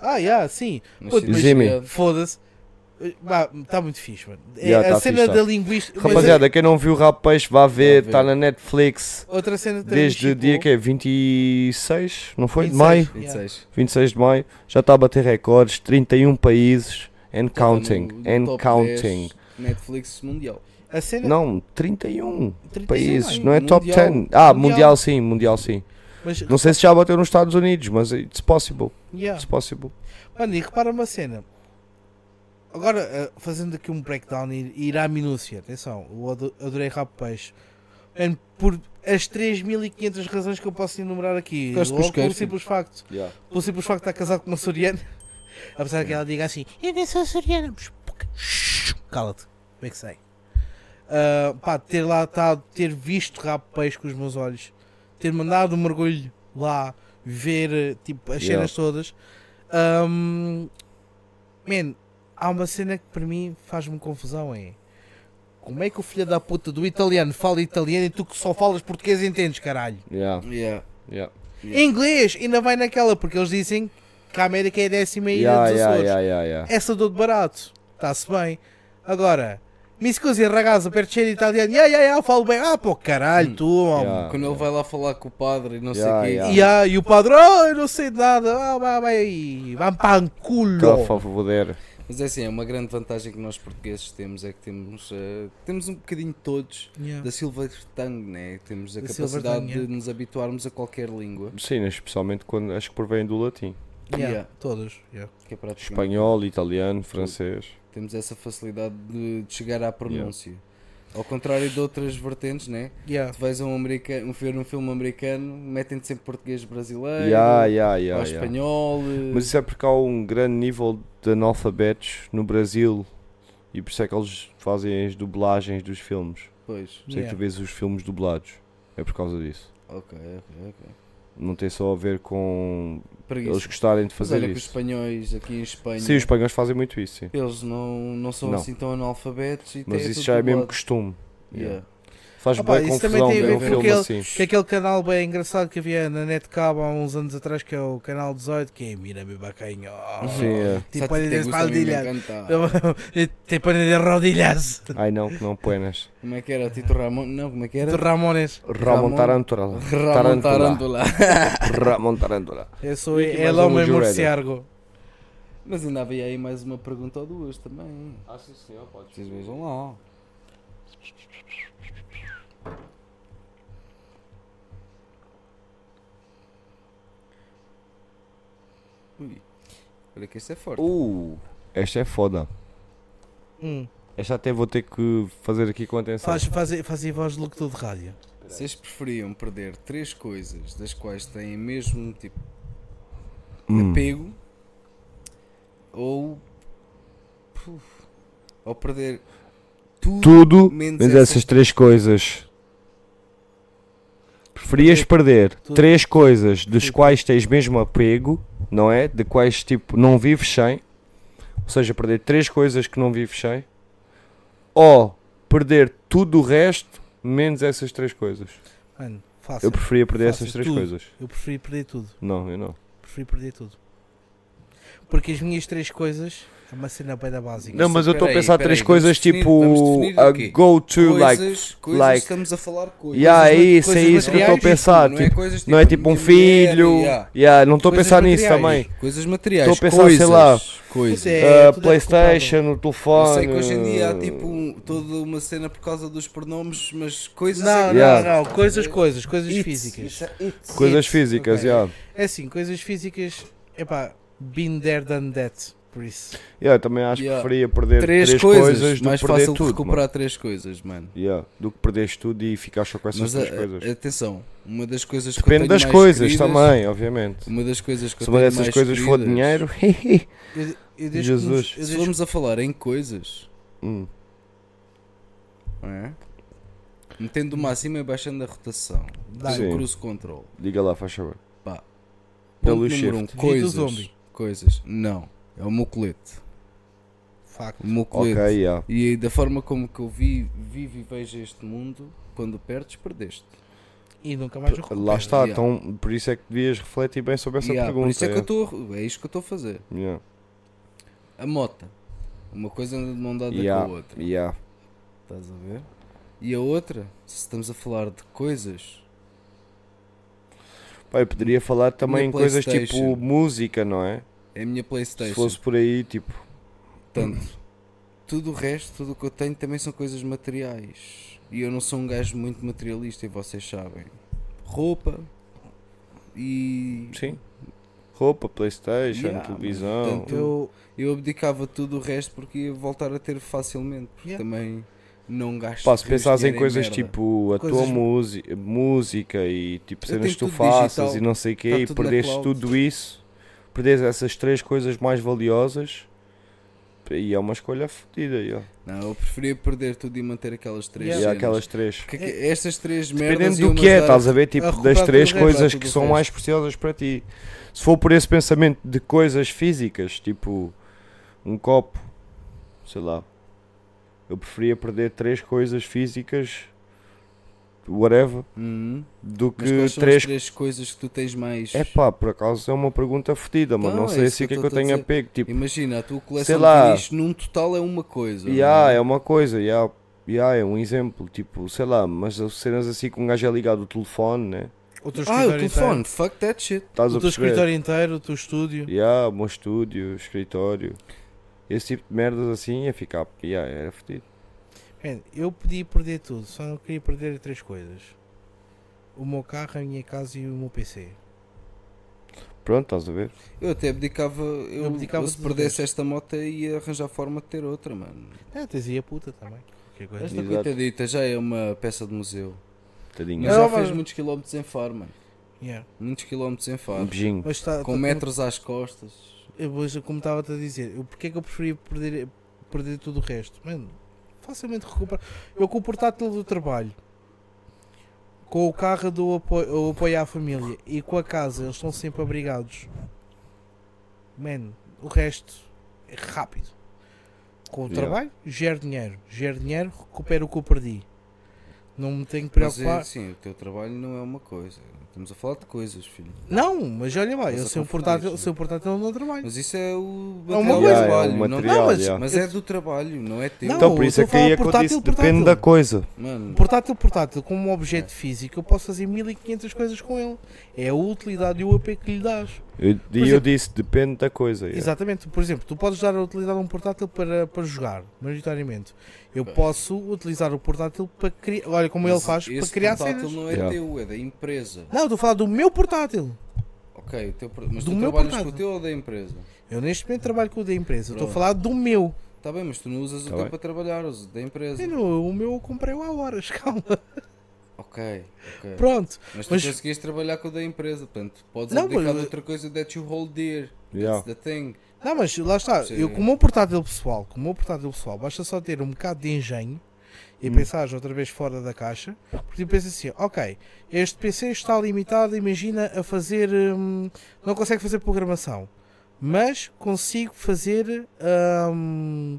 Ah, yeah, sim. Mas Puto, sim, mas eh, Jimmy. é- Foda-se. Está muito fixe, mano. É, Yeah, a tá cena fixe, tá. da linguística. mas Rapaziada, quem não viu o Rapaz, vá ver, ver. está na Netflix. olha, outra cena também tipo Desde o chipou. dia que é 26, não foi? De 26. maio? 26. 26 de maio, já está a bater recordes, 31 países, and counting, Tava Tá no and top counting. 10 Netflix mundial. A cena. Não, 31 31, países, mano. não é top Mundial. 10. Ah, mundial. Mundial. sim, mundial sim. Mas, Não sei se já bateu nos Estados Unidos, mas it's possible, yeah. it's possible. Mano, e repara uma cena. Agora, eh, fazendo aqui um breakdown e ir à minúcia, atenção, eu ado- adorei Rabo de Peixe. Mano, por as 3.500 razões que eu posso enumerar aqui, Ficaste com logo os queixos. pelo simples facto, Yeah. pelo simples facto de estar casado com uma soriana, apesar que ela diga assim, eu nem sou soriana, mas puca, shhh, cala-te, como é que sei? Ah, pá, ter lá estado, ter visto Rabo de Peixe com os meus olhos, ter mandado um mergulho lá, ver eh, tipo, as Yeah. cenas todas. Ahm, man, há uma cena que para mim faz-me confusão, é como é que o filho da puta do italiano fala italiano e tu que só falas português entendes, caralho? Yeah. Yeah. Yeah. Inglês ainda vai naquela, porque eles dizem que a América é a décima ilha Yeah, dos yeah, Açores. yeah, yeah, yeah. Essa dou É de barato, está-se bem. Agora, mi scusi ragazzo per ceder italiano, yeah, yeah, yeah, falo bem, ah, pô, Hum, caralho, tu, homem. Ah, Yeah. Quando ele vai lá falar com o padre e não Yeah, sei o quê. yeah. E, ah, e o padre, oh, eu não sei de nada, ah, vai, vai, vai para um culo. Cough of poder. Mas é assim, é uma grande vantagem que nós portugueses temos, é que temos, eh, temos um bocadinho todos Yeah. da Silver Tongue, né? Temos a Da silver capacidade tongue, de yeah. nos habituarmos a qualquer língua. Sim, especialmente quando acho que provém do latim. Yeah, Yeah. Todos. yeah. Que é praticamente- Espanhol, italiano, francês. Temos essa facilidade de, de chegar à pronúncia. Ao contrário de outras vertentes, né? Yeah. Tu vais a um, americano, um, ver um filme americano, metem-te sempre português brasileiro, Yeah, yeah, yeah, ou yeah. espanhol. eh, Mas isso é porque há um grande nível de analfabetos no Brasil e por isso é que eles fazem as dublagens dos filmes. Pois, Por isso é que tu Yeah. vês os filmes dublados. É por causa disso. ok, ok, ok. Não tem só a ver com Preguiça. eles gostarem Mas de fazer olha que os isso. espanhóis aqui em Espanha, Sim, os espanhóis fazem muito isso, sim. eles não, não são Não. assim tão analfabetos. E Mas têm isso tudo já é mesmo dublado. costume. Yeah. Yeah. Faz Ah pá, bem isso também confusão tem a ver um ver com filme aquele- assim. Que é aquele canal bem engraçado que havia na Netcab há uns anos atrás, que é o canal 18, que é Mira Bibacanho. Sim, é. Tipo, Sabe, ele te diz gusta, a mí me rodilhas. encanta. Te pone de rodillas. Ai não, que não penas. Como é que era? Tito Ramon? Não, como é que era? Do Ramones. Ramon Ramon- Tarantula. Ramon Tarantula. Ramon Tarantula. Eu é sou Mickey El mais um Homem Jureda. Morciargo. Mas ainda havia aí mais uma pergunta ou duas também. Ah, sim, senhor, pode. Vocês vejam lá. Ui. Olha que isso é forte. Uh, esta é foda. Hum. Esta até vou ter que fazer aqui com atenção. Faz, faz, faz a voz de locutor de rádio. Vocês preferiam perder três coisas das quais têm mesmo tipo Hum. apego ou Puf. ou perder tudo, Tudo menos menos essas- essas três coisas. Preferias perder três coisas dos quais tens mesmo apego, não é? De quais tipo não vives sem, ou seja, perder três coisas que não vives sem, ou perder tudo o resto menos essas três coisas. Mano, fácil. Eu preferia perder Fácil, essas três tudo. coisas. Eu preferi perder tudo. Não, eu não. Preferi perder tudo. Porque as minhas três coisas é uma cena bem da básica. Não, mas eu estou a peraí, pensar peraí, três vamos coisas definir- tipo vamos definir a o quê? go to like coisas, coisas like- estamos a falar coisas. Yeah, é Coisas ma- isso, é coisas isso que eu estou a materiais, pensar. isto, Tipo, é coisas não é tipo um de mulher, filho. yeah. yeah, não estou a Coisas pensar nisso materiais, também. Coisas materiais. Estou a pensar, sei coisas, lá, Coisas. É, Ah, tudo é Playstation, o telefone. Eu sei que hoje em Ah, dia há tipo um- toda uma cena por causa dos pronomes, mas coisas. é Não, que- não, Yeah. não. Coisas, coisas, coisas It's, físicas. it's a- it's. Coisas Sim, físicas, ok. yeah. É assim, coisas físicas, epá, been there done that, por isso. Yeah, eu também acho Yeah. que preferia perder Três, três, coisas, coisas do mais que perder fácil tudo. de recuperar três coisas, mano. mano. Yeah, do que perderes tudo e ficar só com essas Mas a- três coisas. a- atenção, uma das coisas que Depende eu tenho das mais coisas queridas- também, obviamente. Uma das coisas que Se eu uma tenho dessas mais coisas for queridas- dinheiro. Eu, eu desde Jesus. Que nos, Se eu desde, formos a falar em coisas, Hum, não é? Metendo o máximo e baixando a rotação. Dá-lhe. o Sim. cruise control. diga lá, faz favor. Pá. Pelo Ponto shift. número um, Diz do coisas. zombie. Coisas. Não. É o meu colete. facto. O meu Ok, colete. yeah. E da forma como que eu vi, vivo e vejo este mundo, quando perdes, perdeste. E nunca mais o Lá está, Yeah. então por isso é que devias refletir bem sobre essa Yeah, pergunta. por isso é que eu yeah. estou. É isto que eu estou a fazer. Yeah. A mota. Uma coisa anda de mão dada com a Yeah. outra. Yeah. Estás a ver? E a outra, se estamos a falar de coisas, Pá, eu poderia falar também em coisas tipo PlayStation. música, não é? é a minha Se Playstation. fosse por aí, tipo. Portanto, tudo o resto, tudo o que eu tenho também são coisas materiais. E eu não sou um gajo muito materialista, e vocês sabem. Roupa e Sim. Roupa, Playstation, Yeah, televisão. portanto, Eu, Eu abdicava tudo o resto porque ia voltar a ter facilmente. Porque Yeah. também não gasto. Pá, se rios pensares em dinheiro coisas merda. tipo a Coisas- tua musi- música e tipo Eu cenas tenho que tu tudo faças digital, e não sei o quê tá e tudo na perdes cloud. tudo isso, perdes essas três coisas mais valiosas e é uma escolha fodida. Yeah. Não, eu preferia perder tudo e manter aquelas três. E Yeah. cenas. há aquelas três. Porque que- é? estas três merdas. Dependendo do iam-me que é, ajudar a- estás a ver? Tipo, das recuperar três tudo o resto, coisas tudo que o são resto. mais preciosas para ti. Se for por esse pensamento de coisas físicas, tipo um copo, sei lá, eu preferia perder três coisas físicas, whatever, Uhum. do Mas que quais são as três. três coisas que tu tens mais? É pá, por acaso é uma pergunta fodida, mas Não, não é sei isso se que o que é eu que eu tô a tenho a dizer. pego. Tipo, Imagina, a tua coleção lá. de lixo num total é uma coisa. não Yeah, é? é uma coisa, yeah, yeah, é um exemplo, tipo, sei lá, mas as cenas assim que um gajo é ligado ao telefone, né? o teu Ah, o escritório telefone, inteiro. fuck that shit. Estás O a teu perceber? escritório inteiro, o teu estúdio. Yeah, o meu estúdio, escritório, esse tipo de merdas assim ia ficar. é Yeah, era fodido. Man, eu podia perder tudo, só não queria perder três coisas: o meu carro, a minha casa e o meu PC. Pronto, estás a ver? Eu até abdicava. Eu, Eu abdicava se tudo perdesse esta moto ia arranjar forma de ter outra, mano. É, tens aí a puta também. Qualquer coisa. Esta Exato. coitadita já é uma peça de museu. Tadinho. Mas Não, já mas- fez muitos quilómetros em faro, mano. Yeah. Muitos quilómetros em Um faro. beijinho. Mas tá, Com tá- metros às costas. Eu, pois, como estava-te a dizer, eu, porque é que eu preferia perder, perder tudo o resto? Mano, facilmente recupero. Eu com o portátil do trabalho, com o carro do apoio, o apoio à família e com a casa, eles estão sempre abrigados. Mano, o resto é rápido. Com o Yeah. trabalho, gero dinheiro. Gero dinheiro, recupero o que eu perdi. Não me tenho que Mas é, preocupar. sim, o teu trabalho não é uma coisa. Estamos a falar de coisas, filho. Não, mas olha lá, Mas eu a sem o confundir, portátil, né? sem o portátil não trabalho. Mas isso é o É uma material do coisa. Yeah, é trabalho. um não- material, Não, mas- yeah. Mas é do trabalho, não é teu. Não, Então por eu isso é tô que a aí falar é que eu disse, portátil, portátil. depende da coisa. Mano, Portátil, portátil, como um objeto É. físico, eu posso fazer 1500 coisas com ele. É a utilidade e o AP que lhe dás. Eu- E eu, exemplo- disse, depende da coisa. É. yeah. Exatamente, por exemplo, tu podes dar a utilidade a um portátil para, para jogar, maioritariamente. Eu posso utilizar o portátil para criar. Olha como ele esse- faz, esse para criar portátil cenas. Não, não é Yeah. teu, é da empresa. eu estou a falar do meu portátil. Ok, o teu, pro- mas Do tu meu trabalhas portátil. com o teu ou da empresa? Eu neste momento trabalho com o da empresa, eu estou Pronto. a falar do meu. Está bem, mas tu não usas o Tá teu bem. para trabalhar, usas o da empresa. Eu não- o meu eu comprei-o há horas, calma. Ok, ok. Pronto. Mas tu mas- conseguias trabalhar com o da empresa, portanto, podes Não, abdicar mas- de outra coisa that you hold dear. Yeah. That's the thing. Não, mas lá está, Sim. eu com o meu portátil pessoal, com o meu portátil pessoal, basta só ter um bocado de engenho e pensar outra vez fora da caixa, porque pensa assim, ok, este PC está limitado, imagina, a fazer. hum, não consegue fazer programação, mas consigo fazer hum,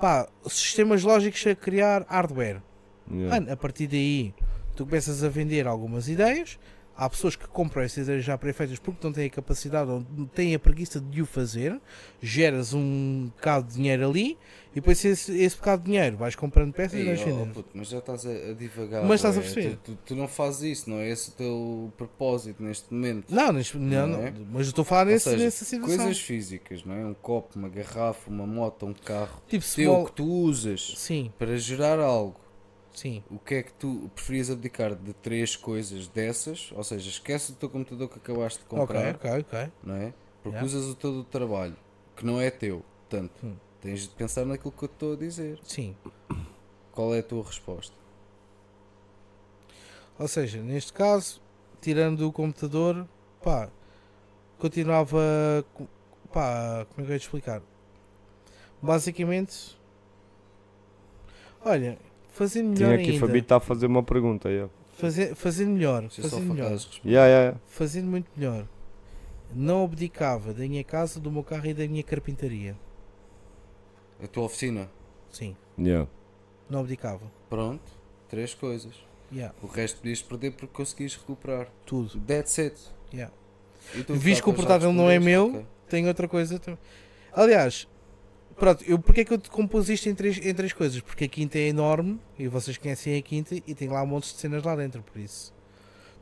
pá, sistemas lógicos a criar hardware. Yeah. Mano, a partir daí tu começas a vender algumas ideias. Há pessoas que compram essas ideias já pré-feitas porque não têm a capacidade ou não têm a preguiça de o fazer. Geras um bocado de dinheiro ali e depois esse, esse bocado de dinheiro vais comprando peças e Ei, vais ó, vendendo. puto, mas já estás a, a divagar. Mas estás a ué. perceber. Tu, tu- tu não fazes isso, não é esse o teu propósito neste momento. Não, neste- não, Não não, é? mas eu estou a falar Ou nesse, seja, nessa situação. Coisas físicas, não é? Um copo, uma garrafa, uma moto, um carro. Tipo, teu small- que tu usas Sim, para gerar algo. sim. O que é que tu preferias abdicar de três coisas dessas? Ou seja, esquece o teu computador que acabaste de comprar, Ok, ok, ok. não é? Porque Yeah. usas o teu do trabalho, que não é teu. Portanto, Hum. tens de pensar naquilo que eu te estou a dizer. Sim. Qual é a tua resposta? Ou seja, neste caso, tirando o computador, pá, continuava. com- pá, como é que eu ia te explicar? Basicamente, olha, fazendo Tinha melhor aqui ainda, Fabi está a fazer uma pergunta. Yeah. faze- fazendo melhor, Deixa eu só fazendo focar melhor, as respostas. Yeah, yeah. fazendo muito melhor, não abdicava da minha casa, do meu carro e da minha carpintaria. A tua oficina. Sim, Yeah. não abdicava. Pronto, três coisas. Yeah, O resto podias perder porque conseguias recuperar. tudo. That's it. Yeah. E tu, Visto que o Rafa, já portátil não é meu, respondeste, ok. tem outra coisa também. Aliás, pronto, eu, porque é que eu te compus isto em três, em três coisas? Porque a quinta é enorme e vocês conhecem a quinta e tem lá um monte de cenas lá dentro, por isso.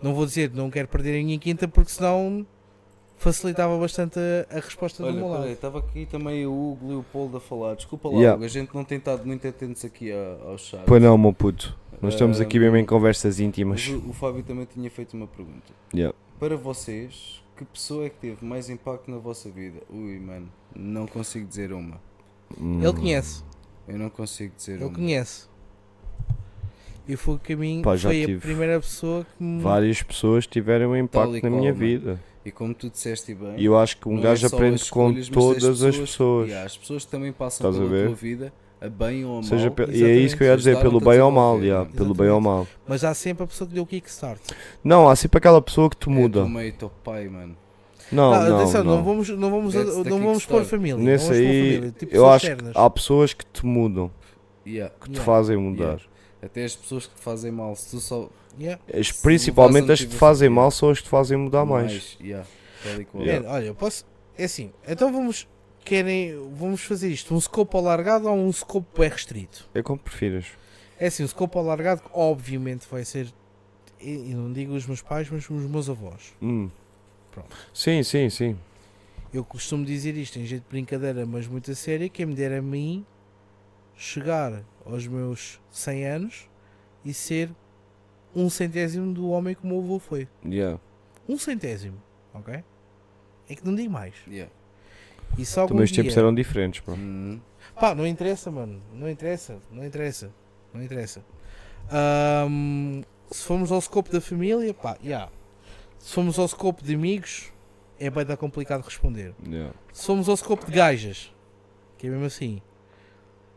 Não vou dizer, não quero perder a minha quinta porque senão facilitava bastante a, a resposta do Olha, meu peraí, lado. estava aqui também o Hugo Leopoldo a falar. Desculpa lá, Yeah. Hugo, a gente não tem estado muito atentos aqui a- ao chat. Pois não, meu puto. Nós estamos aqui Ah, mesmo em conversas Mas íntimas. o, o Fábio também tinha feito uma pergunta. Yeah. Para vocês, Que pessoa é que teve mais impacto na vossa vida? Ui, mano, não consigo dizer uma. Ele conhece. Eu não consigo dizer Eu uma. conheço. E foi o caminho. Pá, já foi a tive primeira pessoa que me. Várias pessoas tiveram um impacto Tal e na qual, minha mano. vida. E como tu disseste bem, E eu acho que um não é gajo só aprende as com escolhas, mas é todas as pessoas. Yeah, as pessoas que também passam Estás a pela ver? tua vida, a bem ou a mal. Seja pe- E é isso que eu ia dizer, pelo ajudaram-te a bem ou mal. desenvolver, yeah, mano. pelo bem ou mal. Mas há sempre a pessoa que deu o kickstart. Não, há sempre aquela pessoa que te É muda. do meio teu pai, mano. Não, Ah, não, atenção, não, não. vamos, não vamos, That's the não vamos pôr kickstart. família. Nesse não vamos pôr aí, família. Tipo eu pessoas acho que externas. há pessoas que te mudam, Yeah. que te Yeah. fazem mudar. Até as pessoas que te fazem mal, se tu só Yeah. As, Se principalmente não as que te tivesse- fazem mal são as que te fazem mudar mais. yeah, tal e qual. Yeah. Man, olha, eu posso. É assim, então vamos. Querem. Vamos fazer isto. Um scope alargado ou um scope bem restrito? É como prefiras. É assim, um scope alargado, obviamente, vai ser. E e não digo os meus pais, mas os meus avós. Hum. Pronto. Sim, sim, sim. Eu costumo dizer isto em jeito de brincadeira, mas muito a sério. Quem me dera a mim chegar aos meus 100 anos e ser um centésimo do homem que o meu avô foi. Yeah. Um centésimo, ok? É que não digo mais. Yeah. E só algum Também Então, os dia... Hum. tempos eram diferentes, bro. Uhum. Pá, não interessa, mano. Não interessa, não interessa, não interessa. Ahm, se formos ao scope da família, pá, já. Se formos ao scope de amigos, é bem da complicado responder. Yeah. Se formos ao scope de gajas, que é mesmo assim,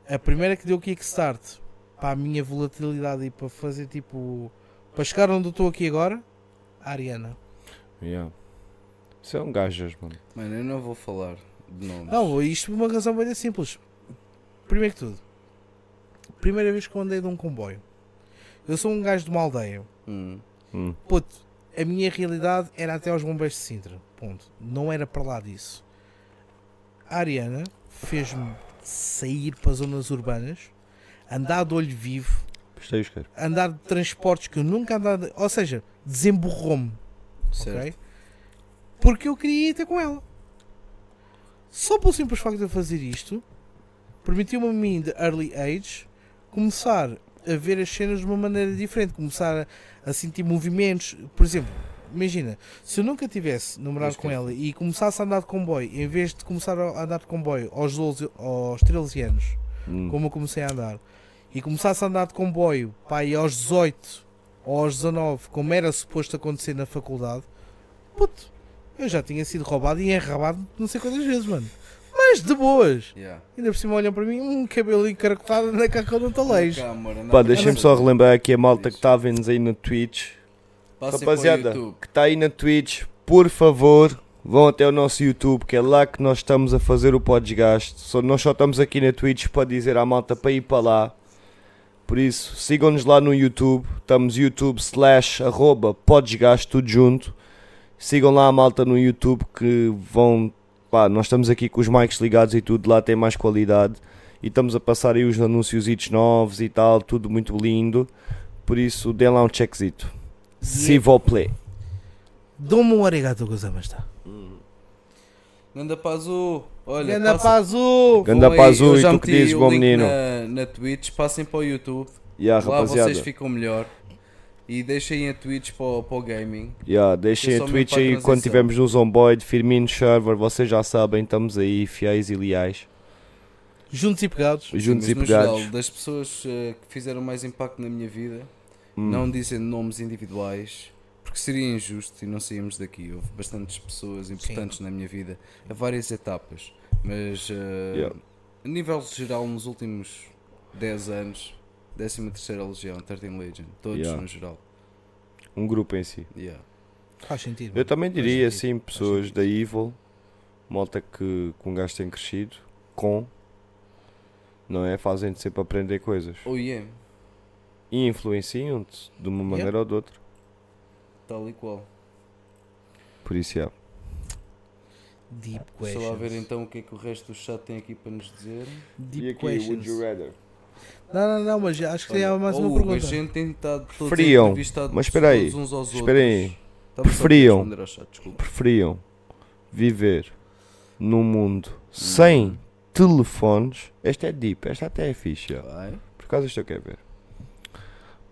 a primeira que deu o kickstart para a minha volatilidade e para fazer tipo. para chegar onde eu estou aqui agora, a Ariana. Yeah. São gajas, mano. Mano, eu não vou falar de nomes. Não, isto por uma razão bem simples. Primeiro que tudo, primeira vez que eu andei de um comboio. Eu sou um gajo de uma aldeia. Hum. Hum. Puto, a minha realidade era até aos bombeiros de Sintra. Ponto. Não era para lá disso. A Ariana fez-me sair para zonas urbanas, andar de olho vivo, Gostei, Oscar. andar de transportes que eu nunca andava. Ou seja, desemburrou-me. Certo. Ah, ok? Porque eu queria ir ter com ela. Só pelo simples facto de eu fazer isto, permitiu-me a mim, de early age, começar a ver as cenas de uma maneira diferente, começar a, a sentir movimentos. Por exemplo, imagina, se eu nunca tivesse namorado com ela e começasse a andar de comboio, em vez de começar a andar de comboio aos, 12, aos 13 anos, Hum. como eu comecei a andar, e começasse a andar de comboio pá, e aos 18 ou aos 19, como era suposto acontecer na faculdade, puto, eu já tinha sido roubado e enrabado não sei quantas vezes, mano. Mas de boas! Yeah. Ainda por cima olham para mim, um cabelo encaracotado na caca do talejo. Câmara, não Pá, tem deixem-me nada. só relembrar aqui a malta que está a ver-nos aí na Twitch. Passem para o Rapaziada, YouTube. que está aí na Twitch, por favor, vão até o nosso YouTube, que é lá que nós estamos a fazer o podesgaste. Só, nós só estamos aqui na Twitch para dizer à malta para ir para lá. Por isso, sigam-nos lá no YouTube. Estamos YouTube slash arroba podesgaste, tudo junto. Sigam lá a malta no YouTube que vão... Pá, nós estamos aqui com os mics ligados e tudo, lá tem mais qualidade. E estamos a passar aí os anúncios novos e tal, tudo muito lindo. Por isso, deem lá um checkzito. S'il vous plaît. Dou-me um arigato gozamasta. Ganda Pazu, olha, Ganda passa- Pazu! Ganda vão aí, Pazu, eu e já tu que meti dizes, o bom link menino? Na, na Twitch, passem para o YouTube, Yeah, lá rapaziada. vocês ficam melhor. E deixem a Twitch para, o- para o gaming. Yeah, deixem Eu a só mesmo Twitch para a aí transição. quando tivermos no Zomboid, Firmino Server, vocês já sabem, estamos aí, fiéis e leais, Juntos e pegados. juntos Mas e no pegados. geral, das pessoas eh, que fizeram mais impacto na minha vida, Hum. não dizem nomes individuais, porque seria injusto e não saímos daqui. Houve bastantes pessoas importantes na minha vida, a várias etapas. Mas eh, Yeah. a nível geral, nos últimos 10 anos, 13 terceira Legião, 13 Legion, todos Yeah. no geral. Um grupo em si. Yeah. Faz sentido. Eu mano. também Faz diria, sentido. assim, pessoas da Evil, malta que, que um gajo tem crescido, com, não é? Fazem-te sempre aprender coisas. Oh yeah, E influenciam-te de uma maneira ou de outra. tal e qual. Por isso, yeah. Deep Deixa lá ver questions. então o que é que o resto do chat tem aqui para nos dizer. E Deep aqui, would you questions. rather? Não, não, não, mas acho que há mais Oh, uma Hugo, pergunta. A gente tem estado todos Preferiam, entrevistados mas espera aí, todos uns aos espera aí. outros. Estava só a Preferiam. responder ao chat, desculpa. preferiam viver num mundo Hum. sem telefones. Esta é deep, esta até é fixe. ó. Vai. Por causa disto eu quero ver.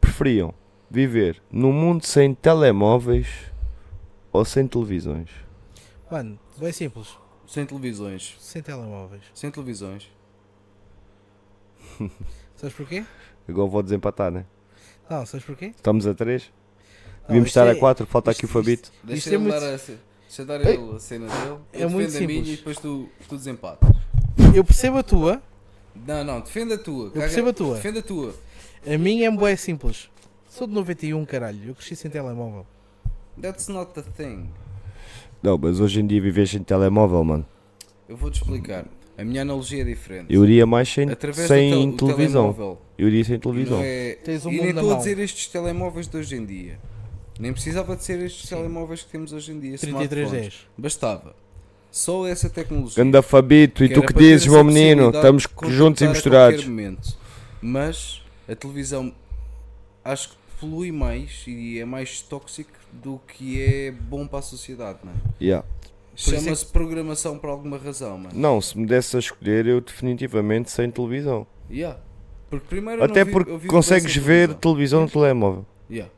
Preferiam viver num mundo sem telemóveis ou sem televisões? Mano, bem simples. Sem televisões. Sem telemóveis. Sem televisões. Sabes porquê? Agora vou desempatar, né? Não, sabes porquê? Estamos a 3. Não, Devíamos isto estar é- a 4, falta aqui o isto- Fabito. Deixa Isto é ele muito- dar a, ce- deixa eu dar ele a cena dele. É eu muito defendo a minha simples. e depois tu, tu desempatas. Eu percebo a tua. Não, não, defenda a tua. Eu percebo a tua. Defenda a tua. A minha é bué simples. Sou de 91, caralho. Eu cresci sem telemóvel. That's not the thing. Não, mas hoje em dia vives sem telemóvel, mano. Eu vou-te explicar. A minha analogia é diferente. Eu iria mais sem, Através sem do tel- o televisão. telemóvel. Eu iria sem E televisão. Não é... Tens um e mundo nem na estou a mão. dizer estes telemóveis de hoje em dia. Nem precisava de ser estes telemóveis que temos hoje em dia. 3310. smartphones. Bastava. Só essa tecnologia. Ganda Fabito, e Que tu era que para ter dizes, essa meu menino? possibilidade Estamos de contactar juntos e a misturados. qualquer momento. Mas a televisão acho que polui mais e é mais tóxico do que é bom para a sociedade, mano. Yeah. é Chama-se programação por alguma razão, é? mano. Não, se me desse a escolher, eu definitivamente sem televisão. Yeah. Porque primeiro eu não Até vi- porque eu vi consegues bem sem ver televisão. televisão no telemóvel. Yeah.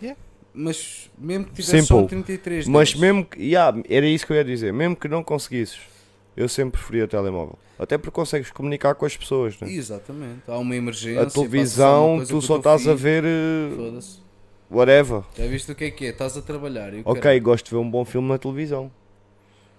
Yeah. Mas mesmo que Simple. tivesse só um 33 Mas deles, mesmo que. Yeah, era isso que eu ia dizer. Mesmo que não conseguisses, eu sempre preferia o telemóvel. Até porque consegues comunicar com as pessoas, né? Exatamente. Há uma emergência. A passa-se alguma televisão, é coisa tu com o só teu estás a filho, ver. eh, Foda-se. whatever. Já viste o que é que é? Estás a trabalhar. E o Ok, caralho. gosto de ver um bom filme na televisão.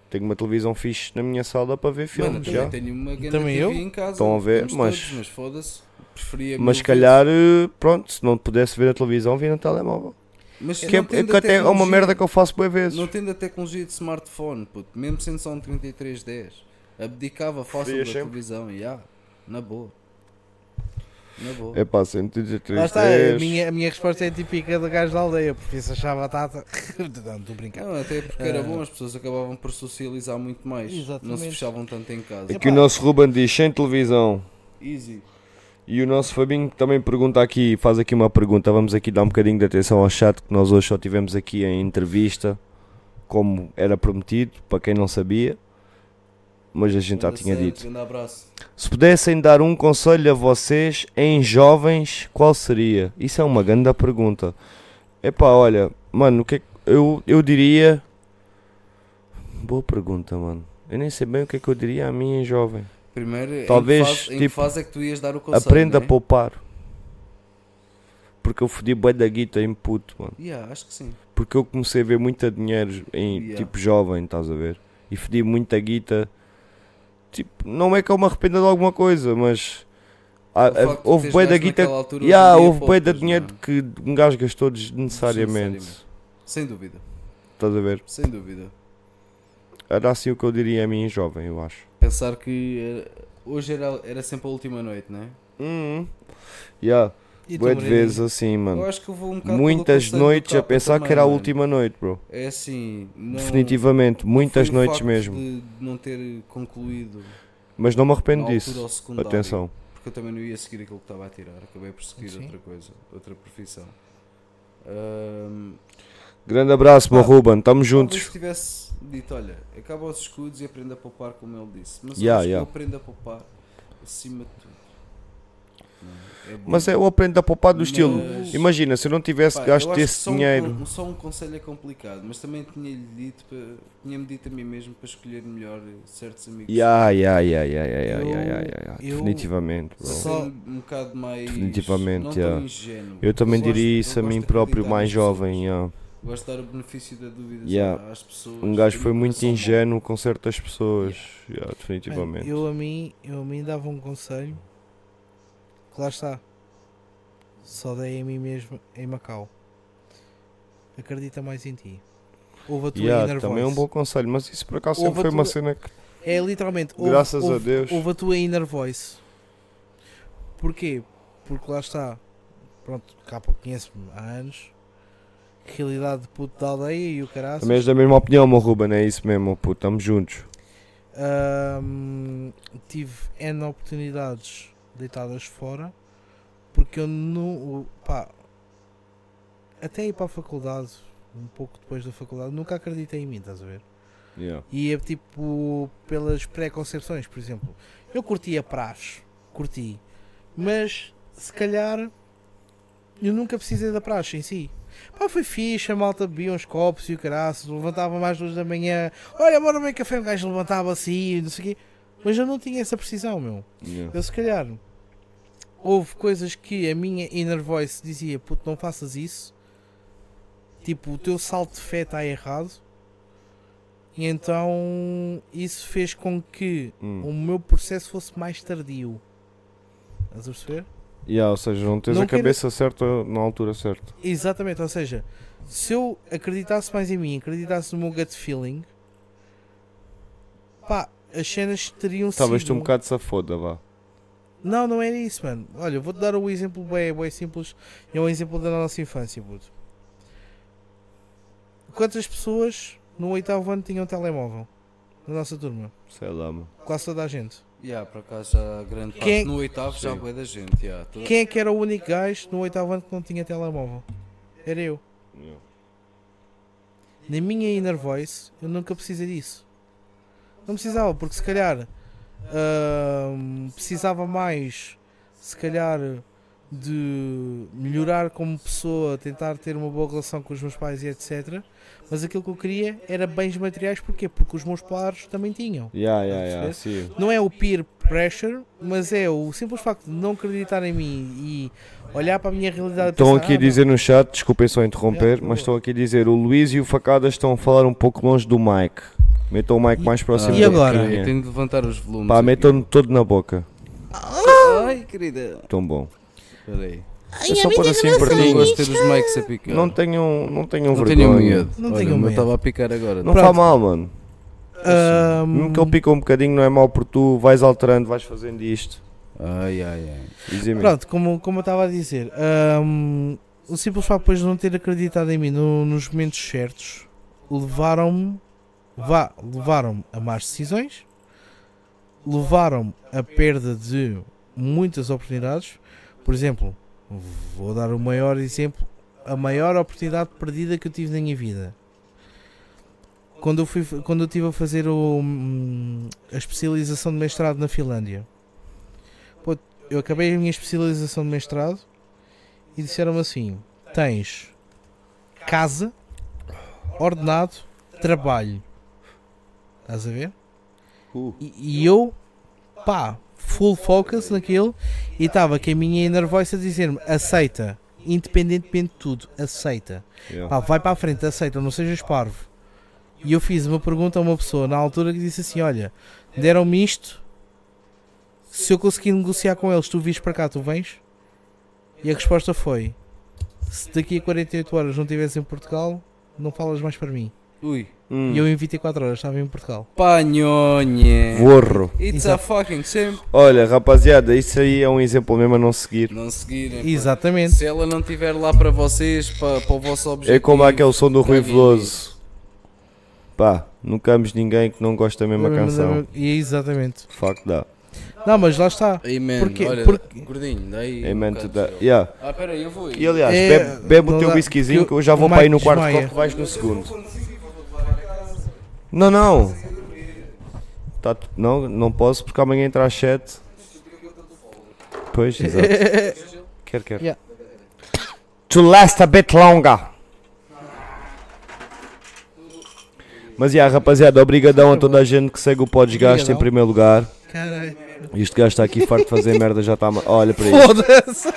Tenho uma televisão fixe na minha sala para ver Mano, eu filmes também já. tenho uma grande Também TV eu? em casa. Estão a ver, temos mas- todos, mas foda-se. Preferia mil Mas se vezes. calhar, eh, pronto, se não pudesse ver na televisão, via no telemóvel. Mas Que é, não tendo que a até é uma tecnologia- merda que eu faço boas vezes. Não tendo a tecnologia de smartphone, puto, mesmo sendo só um 3310, abdicava fácil Preferia da sempre. televisão. E há, na boa. Na boa. É pá, 133. Lá está, a minha, a minha resposta é típica do gajo da aldeia, porque se achava batata. Não, estou a brincar. Não, até porque era bom, as pessoas acabavam por socializar muito mais. Não se Exatamente. fechavam tanto em casa. Aqui o nosso Ruben diz sem televisão. Easy. E o nosso Fabinho também pergunta aqui, faz aqui uma pergunta. Vamos aqui dar um bocadinho de atenção ao chat que nós hoje só tivemos aqui em entrevista, como era prometido, para quem não sabia. Mas a gente já Grande tinha Sérgio, dito. Grande abraço. Se pudessem dar um conselho a vocês em jovens, qual seria? Isso é uma grande pergunta. Epá, olha, mano, o que é que- eu, eu diria. Boa pergunta, mano. Eu nem sei bem o que é que eu diria a mim em jovem. Primeiro, em que Talvez, fase- em que, tipo, fase é que tu ias dar o conselho? Aprenda né? a poupar. Porque eu fodi bué da guita em puto, mano. Yeah, acho que sim. Porque eu comecei a ver muito dinheiro em Yeah. tipo jovem, estás a ver? E fodi muita guita. Tipo, não é que eu me arrependa de alguma coisa, mas há- O facto há- de houve teres bué da gasto guita. naquela altura, hoje em Yeah, dia houve bué da poupas, dinheiro não é? que um gajo gastou desnecessariamente. Desnecessariamente. Sem dúvida, Estás a ver? sem dúvida. Era assim o que eu diria a mim jovem, eu acho. Pensar que eh, hoje era, era sempre a última noite, né? Hum. Yeah, E tu, bué de Moreninho? vezes assim, Eu mano. acho que eu vou um bocado pelo Muitas conselho do noites a Capa pensar também, que era a mano. última noite, bro. É assim, não, Definitivamente, não muitas foi o noites facto mesmo. De não ter concluído Mas não me arrependo na altura ao disso. secundário. Atenção. Porque eu também não ia seguir aquilo que estava a tirar. Acabei por seguir Sim. outra coisa, outra profissão. Ahm, Grande abraço, meu Pá, Ruben. Tamo Talvez juntos. se tivesse dito, olha, acaba os escudos e aprenda a poupar como ele disse. Mas Yeah, eu acho yeah. que eu aprendo a poupar acima de tudo. Não, bom. Mas é o aprendo a poupar do Mas- estilo. Imagina, se eu não tivesse Pá, eu gasto acho que esse só um dinheiro. con- só um conselho é complicado, mas também tinha-lhe dito, pa- tinha-me dito a mim mesmo para escolher melhor certos amigos. Ya, ya, ya, ya, ya, ya, ya, ya, Eu- ya, ya. eu- Definitivamente, Ser bro. Só- um bocado mais. Definitivamente, não yeah. tão ingênuo. Eu também gosto- diria isso eu a mim gosto de próprio, acreditar mais nas pessoas. jovem. ya. Gosto de dar o benefício da dúvida Yeah. às pessoas. Um gajo Tenho foi um muito coração bom. ingênuo com certas pessoas. Ya, Definitivamente. Eu a mim, eu a mim dava um conselho que lá está. Só dei a mim mesmo em Macau. Acredita mais em ti. Ouve a tua Ya, inner Também é voice. um bom conselho, mas isso por acaso Ouve sempre a foi uma tua- cena que. É literalmente. ouve- Graças a ouve- Deus. Ouve a tua inner voice. Porquê? Porque lá está. Pronto, capa conhece-me há anos. Realidade de puto da aldeia e o caralho. Também és da mesma opinião, meu Ruben. É isso mesmo, puto. Tamo juntos. Ahm, tive N oportunidades deitadas fora porque eu não. Pá, até ir para a faculdade, um pouco depois da faculdade, nunca acreditei em mim, estás a ver? Ya. E é tipo pelas preconcepções, por exemplo. Eu curti a praxe, curti, mas se calhar eu nunca precisei da praxe em si. Pá, foi fixe, a malta bebia uns copos e o caraças, levantava mais duas da manhã, olha, bora beber café, um gajo levantava assim, não sei o quê. Mas eu não tinha essa precisão, meu. Yeah. Eu se calhar houve coisas que a minha inner voice dizia, puto, não faças isso. Tipo, o teu salto de fé está errado. E então isso fez com que Hum. o meu processo fosse mais tardio. Estás a perceber? Yeah, ou seja, não tens Não a quero- cabeça certa na altura certa. Exatamente, ou seja, se eu acreditasse mais em mim, acreditasse no meu gut feeling, pá, as cenas teriam Talvez sido. tu um bocado safoda, vá. Não, não era isso, mano. Olha, vou-te dar um exemplo bem, bem simples. É um exemplo da nossa infância, puto. Quantas pessoas no oitavo ano tinham telemóvel? Na nossa turma? Sei lá, mano. Quase toda a gente. Yeah, por acaso já grande parte. Quem- No oitavo já boa da gente. Yeah, toda- Quem é que era o único gajo no oitavo ano que não tinha telemóvel? Era eu. Yeah. Na minha inner voice, eu nunca precisei disso. Não precisava, porque se calhar ahm, precisava mais, se calhar, de melhorar como pessoa, tentar ter uma boa relação com os meus pais e etc. Mas aquilo que eu queria era bens materiais, porquê? Porque os meus pares também tinham. Yeah, yeah, yeah. Sim. Não é o peer pressure, mas é o simples facto de não acreditar em mim e olhar para a minha realidade. e Estão pensar, aqui "Ah, a dizer no chat, desculpem só interromper, Yeah, por mas favor. estão aqui a dizer o Luís e o Facadas estão a falar um pouco longe do mic. Metam o mic E- Ah, mais próximo e da agora? Eu boquinha. tenho de levantar os volumes. Pá, aqui. metam-no todo na boca. Ai, querida. Tão bom. Peraí. é só pôr assim Porque eu não pertinho. gosto de ter os mics a picar. Não tenham, não tenham Não vergonha. tenham medo. Não Olha, tenham o meu medo. estava a picar agora. Não faz mal, mano. ahm, Mesmo que ele pica um bocadinho, não é mal por tu. Vais alterando, vais fazendo isto. Ai, ai, ai. Dizem-me. Pronto, como, como eu estava a dizer, hum, o simples facto depois de não ter acreditado em mim no- nos momentos certos levaram-me vá, levaram a más decisões, levaram-me a perda de muitas oportunidades. Por exemplo, vou dar o maior exemplo, a maior oportunidade perdida que eu tive na minha vida. Quando eu, fui, quando eu estive a fazer o, hum, a especialização de mestrado na Finlândia eu acabei a minha especialização de mestrado e disseram-me assim: tens casa, ordenado, trabalho. Estás a ver? Uh. E, e eu, pá, full focus naquilo e estava com a minha inner voice a dizer-me: aceita, independentemente de tudo, aceita. Yeah. Pá, vai para a frente, aceita, não sejas parvo. E eu fiz uma pergunta a uma pessoa na altura que disse assim: Olha, deram-me isto. Se eu conseguir negociar com eles, tu vires para cá, tu vens? E a resposta foi: Se daqui a 48 horas não estiveres em Portugal, não falas mais para mim. Ui. Hum. E eu em 24 horas estava em Portugal. Panhonha. Vorro. It's a Exato. fucking shame. Olha, rapaziada, isso aí é um exemplo mesmo a não seguir. Não seguirem. pá. Exatamente. Se ela não estiver lá para vocês, para, para o vosso objetivo. É como aquele som do Rui Caguem Veloso. Pá, nunca ames ninguém que não gosta da mesma canção. Exatamente. Fuck that. Não, mas lá está. Amen. Porque- Olha, porque- gordinho, daí. Amen um É to bocado that. de gelo. Yeah. Ah, pera aí, eu vou aí. E aliás, É, bebe, bebe o não teu dá- whiskyzinho que que eu já o vou para aí no Mike quarto desmaia. copo que vais no segundo. Não, não. Tá, tu- não, não posso porque amanhã entra às 7. Pois, exato. quer, quer. Yeah. To last a bit longer. Mas, yeah, rapaziada, obrigadão a toda a gente que segue o podcast em Obrigadão. primeiro lugar. Caralho. Este gajo está aqui farto de fazer merda, já está. ma- Olha para isto, Foda-se.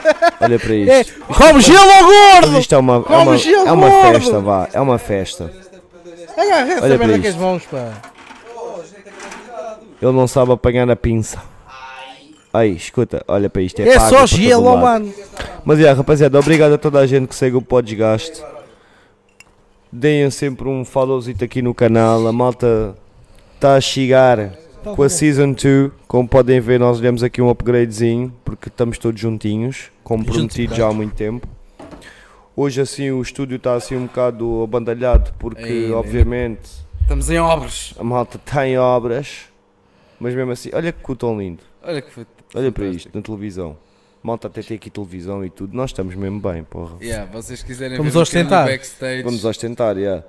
olha para isto. É, Come gelo ao Mas gordo! isto é uma, é Como uma, gelo é uma gordo! festa, vá. É uma festa. Agarra essa Olha para merda com as isto. mãos, pá. Ele não sabe apanhar a pinça. Ai, escuta, olha para isto. É, É pago só para gelo, todo ó, lado. mano. Mas é, rapaziada, obrigado a toda a gente que segue o podcast. Deem sempre um followzito aqui no canal. A malta está a chegar com a Season 2. Como podem ver, nós demos aqui um upgradezinho porque estamos todos juntinhos, como prometido já há muito tempo. Hoje assim o estúdio está assim um bocado abandalhado porque Ei, bem. obviamente Estamos em obras. a malta tem obras, mas mesmo assim, olha que cu tão lindo. Olha que foi. Olha para fantástico. isto na televisão. Malta até tem aqui televisão e tudo. Nós estamos mesmo bem, porra. Yeah, vocês quiserem Vamos ver um ostentar. bocadinho backstage. Vamos ostentar, yeah.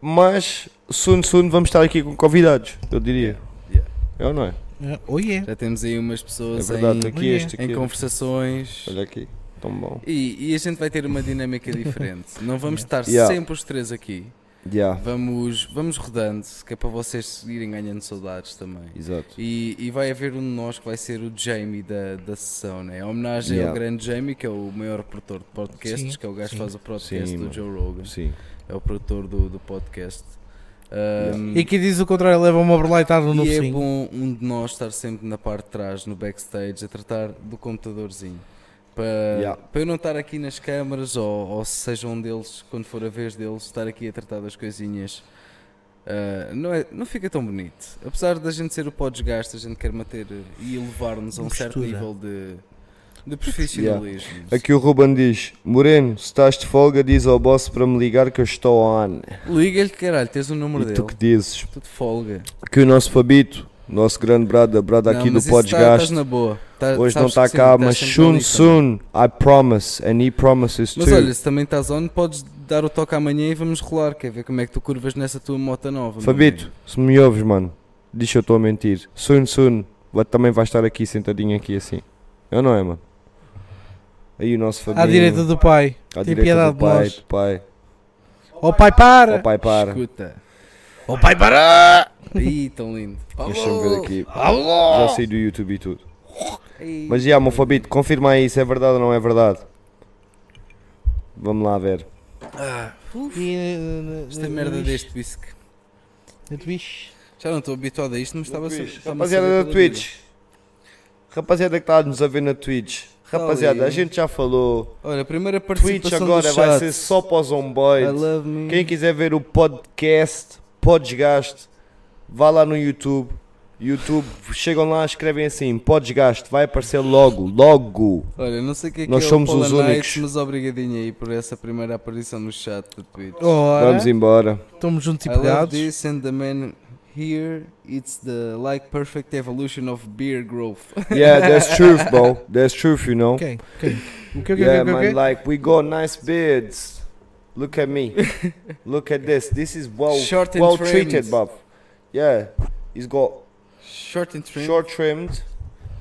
Mas, soon, soon, vamos estar aqui com convidados, eu diria. Yeah. É ou não é? É, Oh yeah. Já temos aí umas É pessoas verdade, em, aqui né? Olha. este em aqui. conversações. Olha aqui. Tão bom. E, e a gente vai ter uma dinâmica diferente. Não vamos estar Yeah. sempre os três aqui. Yeah, Vamos, vamos rodando, que é para vocês irem ganhando saudades também. exato. E, e vai haver um de nós que vai ser o Jamie da, da sessão, né? A homenagem ao Yeah. grande Jamie, que é o maior produtor de podcasts, Sim, que é o gajo que sim. faz o podcast Sim, do mano. Joe Rogan. Sim. É o produtor do, do podcast. Ahm, E quem diz o contrário leva uma berleitada no e é focinho. bom um de nós estar sempre na parte de trás, no backstage, a tratar do computadorzinho. Para, Yeah. para eu não estar aqui nas câmaras, ou, ou seja um deles, quando for a vez deles, estar aqui a tratar das coisinhas, ah, não, é, não fica tão bonito. Apesar da gente ser o pó desgaste, a gente quer manter e elevar-nos a um certo Postura. nível de, de profissionalismo. Aqui o Ruben diz: Moreno, se estás de folga, diz ao boss para me ligar que eu estou on. Liga-lhe, caralho, tens o número E tu dele. que dizes? Tu de folga. Que o nosso Fabito, nosso grande brada, brada aqui Não, mas do isso Pó tá- estás Desgaste, na boa. Tá- hoje não sabes está que sim, cá, estás mas sempre soon, ali, tá? soon, I promise, and he promises Mas too. olha, se também estás on, podes dar o toque amanhã e vamos rolar. Quer ver como é que tu curvas nessa tua moto nova? meu Fabito, amigo? se me ouves, mano, diz que eu estou a mentir. Soon, soon, vai- também vai estar aqui sentadinho aqui assim. Eu não é, mano? Aí o nosso Fabinho, À direita do pai. à tem direita piedade do de pai, nós. do pai. Ó pai, Ó para! pai, para. Escuta. Ó Oh, pai, para! Ih, tão lindo. Deixa-me ver aqui. Alô! Já saí do YouTube e tudo. Ei. Mas já, meu Fabito, confirma aí se é verdade ou não é verdade. Vamos lá ver. E, eh, Esta eh, merda bicho, deste bisque. bicho. Já não estou habituado a isto, mas estava Twitch. sempre. Rapaziada da Twitch. Rapaziada que está a nos a ver na Twitch. Rapaziada, ali. a gente já falou. Olha, a primeira participação Twitch agora do vai chat. ser só para os I homeboys. love me. Quem quiser ver o podcast, podesgaste, vá lá no YouTube. YouTube, chegam lá, escrevem assim, podesgaste, vai aparecer logo, logo. Olha, não sei o que é que Nós é somos o Paula os Knight, únicos. mas obrigadinho aí por essa primeira aparição no chat da Twitch. Oh, Ora, Vamos É? embora. estamos juntos e I love pegados. this and the man here, it's the like perfect evolution of beer growth. Yeah, that's truth, bro. That's truth, you know. Quem? Quem? O que é que Yeah, é que é man, que é? like we got nice beards. Look at me. Look at this. This is well Short and well trimmed. treated, bub. Yeah, he's got Short and trim. short trimmed.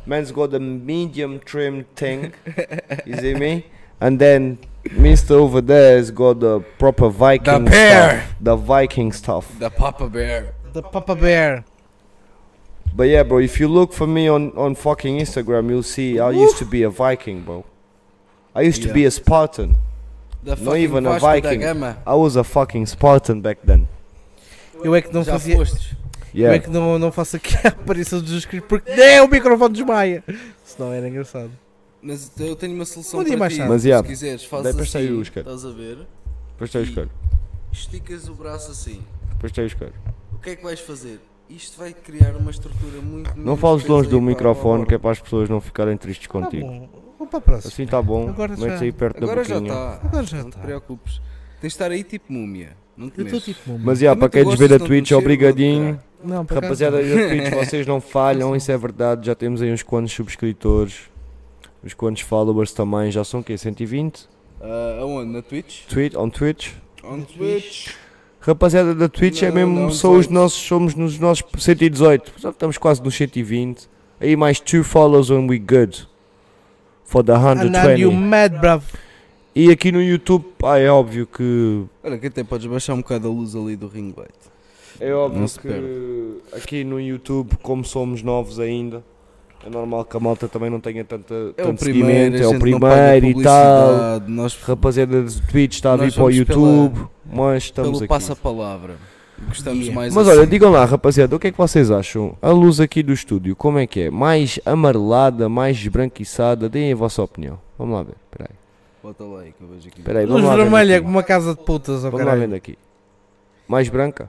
Man's got a medium trimmed thing. you see me? And then Mister over there has got the proper Viking pear. stuff. The Viking stuff. The Papa Bear. Da Papa Bear. But yeah, bro, if you look for me on, on fucking Instagram, you'll see I used to be a Viking, bro. I used to be a Spartan. The Not fucking even a Vasco da Viking. Gama. I was a fucking Spartan back then. Eu é que não Já fazia. fostes. Eu é Yeah. que não, não faço aqui a aparição dos inscritos porque nem é o microfone desmaia. Senão era engraçado. Mas eu tenho uma solução Um dia para mais ti. tarde. Mas, yeah. Se quiseres, Daí fazes depois sai assim. os, cara. Estás a ver? Depois tens, cara. Esticas o braço assim. Depois tens, cara. O que é que vais fazer? Isto vai criar uma estrutura muito. Não fales longe do microfone que é para as pessoas não ficarem tristes Tá contigo. bom. Vamos para a próxima. Assim tá bom. Agora Metes já- aí perto é da Agora já boquinha. está. Agora já Não te tá. preocupes. Tens de estar aí tipo múmia. Não te Eu estou mexes. tipo. Não, Mas yeah, Também para tu quem gostas desver a de Twitch, mexer, obrigadinho. não por acaso Rapaziada não. da Twitch, vocês não falham, isso é verdade. Já temos aí uns quantos subscritores, uns quantos followers também. Já são o quê? 120? Ah, aonde? Na Twitch? Tweet, on Twitch? On Twitch. Rapaziada da Twitch é Não, mesmo, não, são os 18. nossos, somos nos nossos 118, já estamos quase nos 120. Aí mais two follows and we good. For the And are you 120. mad, bruv? E aqui no YouTube, pá, é óbvio que. Olha, que até podes baixar um bocado a luz ali do ring light. É óbvio Não se que aqui no YouTube, como somos novos ainda, é normal que a malta também não tenha tanta, É o tanto primeiro, seguimento, a é o gente não paga primeiro e tal. publicidade, Nós Rapaziada da Twitch está a Nós vir para o vamos pela- YouTube, mas estamos pelo aqui. passa-palavra. Gostamos Yeah. mais Mas assim. olha, digam lá, rapaziada, o que é que vocês acham? A luz aqui do estúdio, como é que é? Mais amarelada, mais esbranquiçada? Deem a vossa opinião. Vamos lá ver, peraí. Bota lá aí que eu vejo aqui. Peraí, Luz vamos lá vermelha vendo como uma casa de putas, ó aqui. Vamos lá caralho. vendo aqui. Mais branca?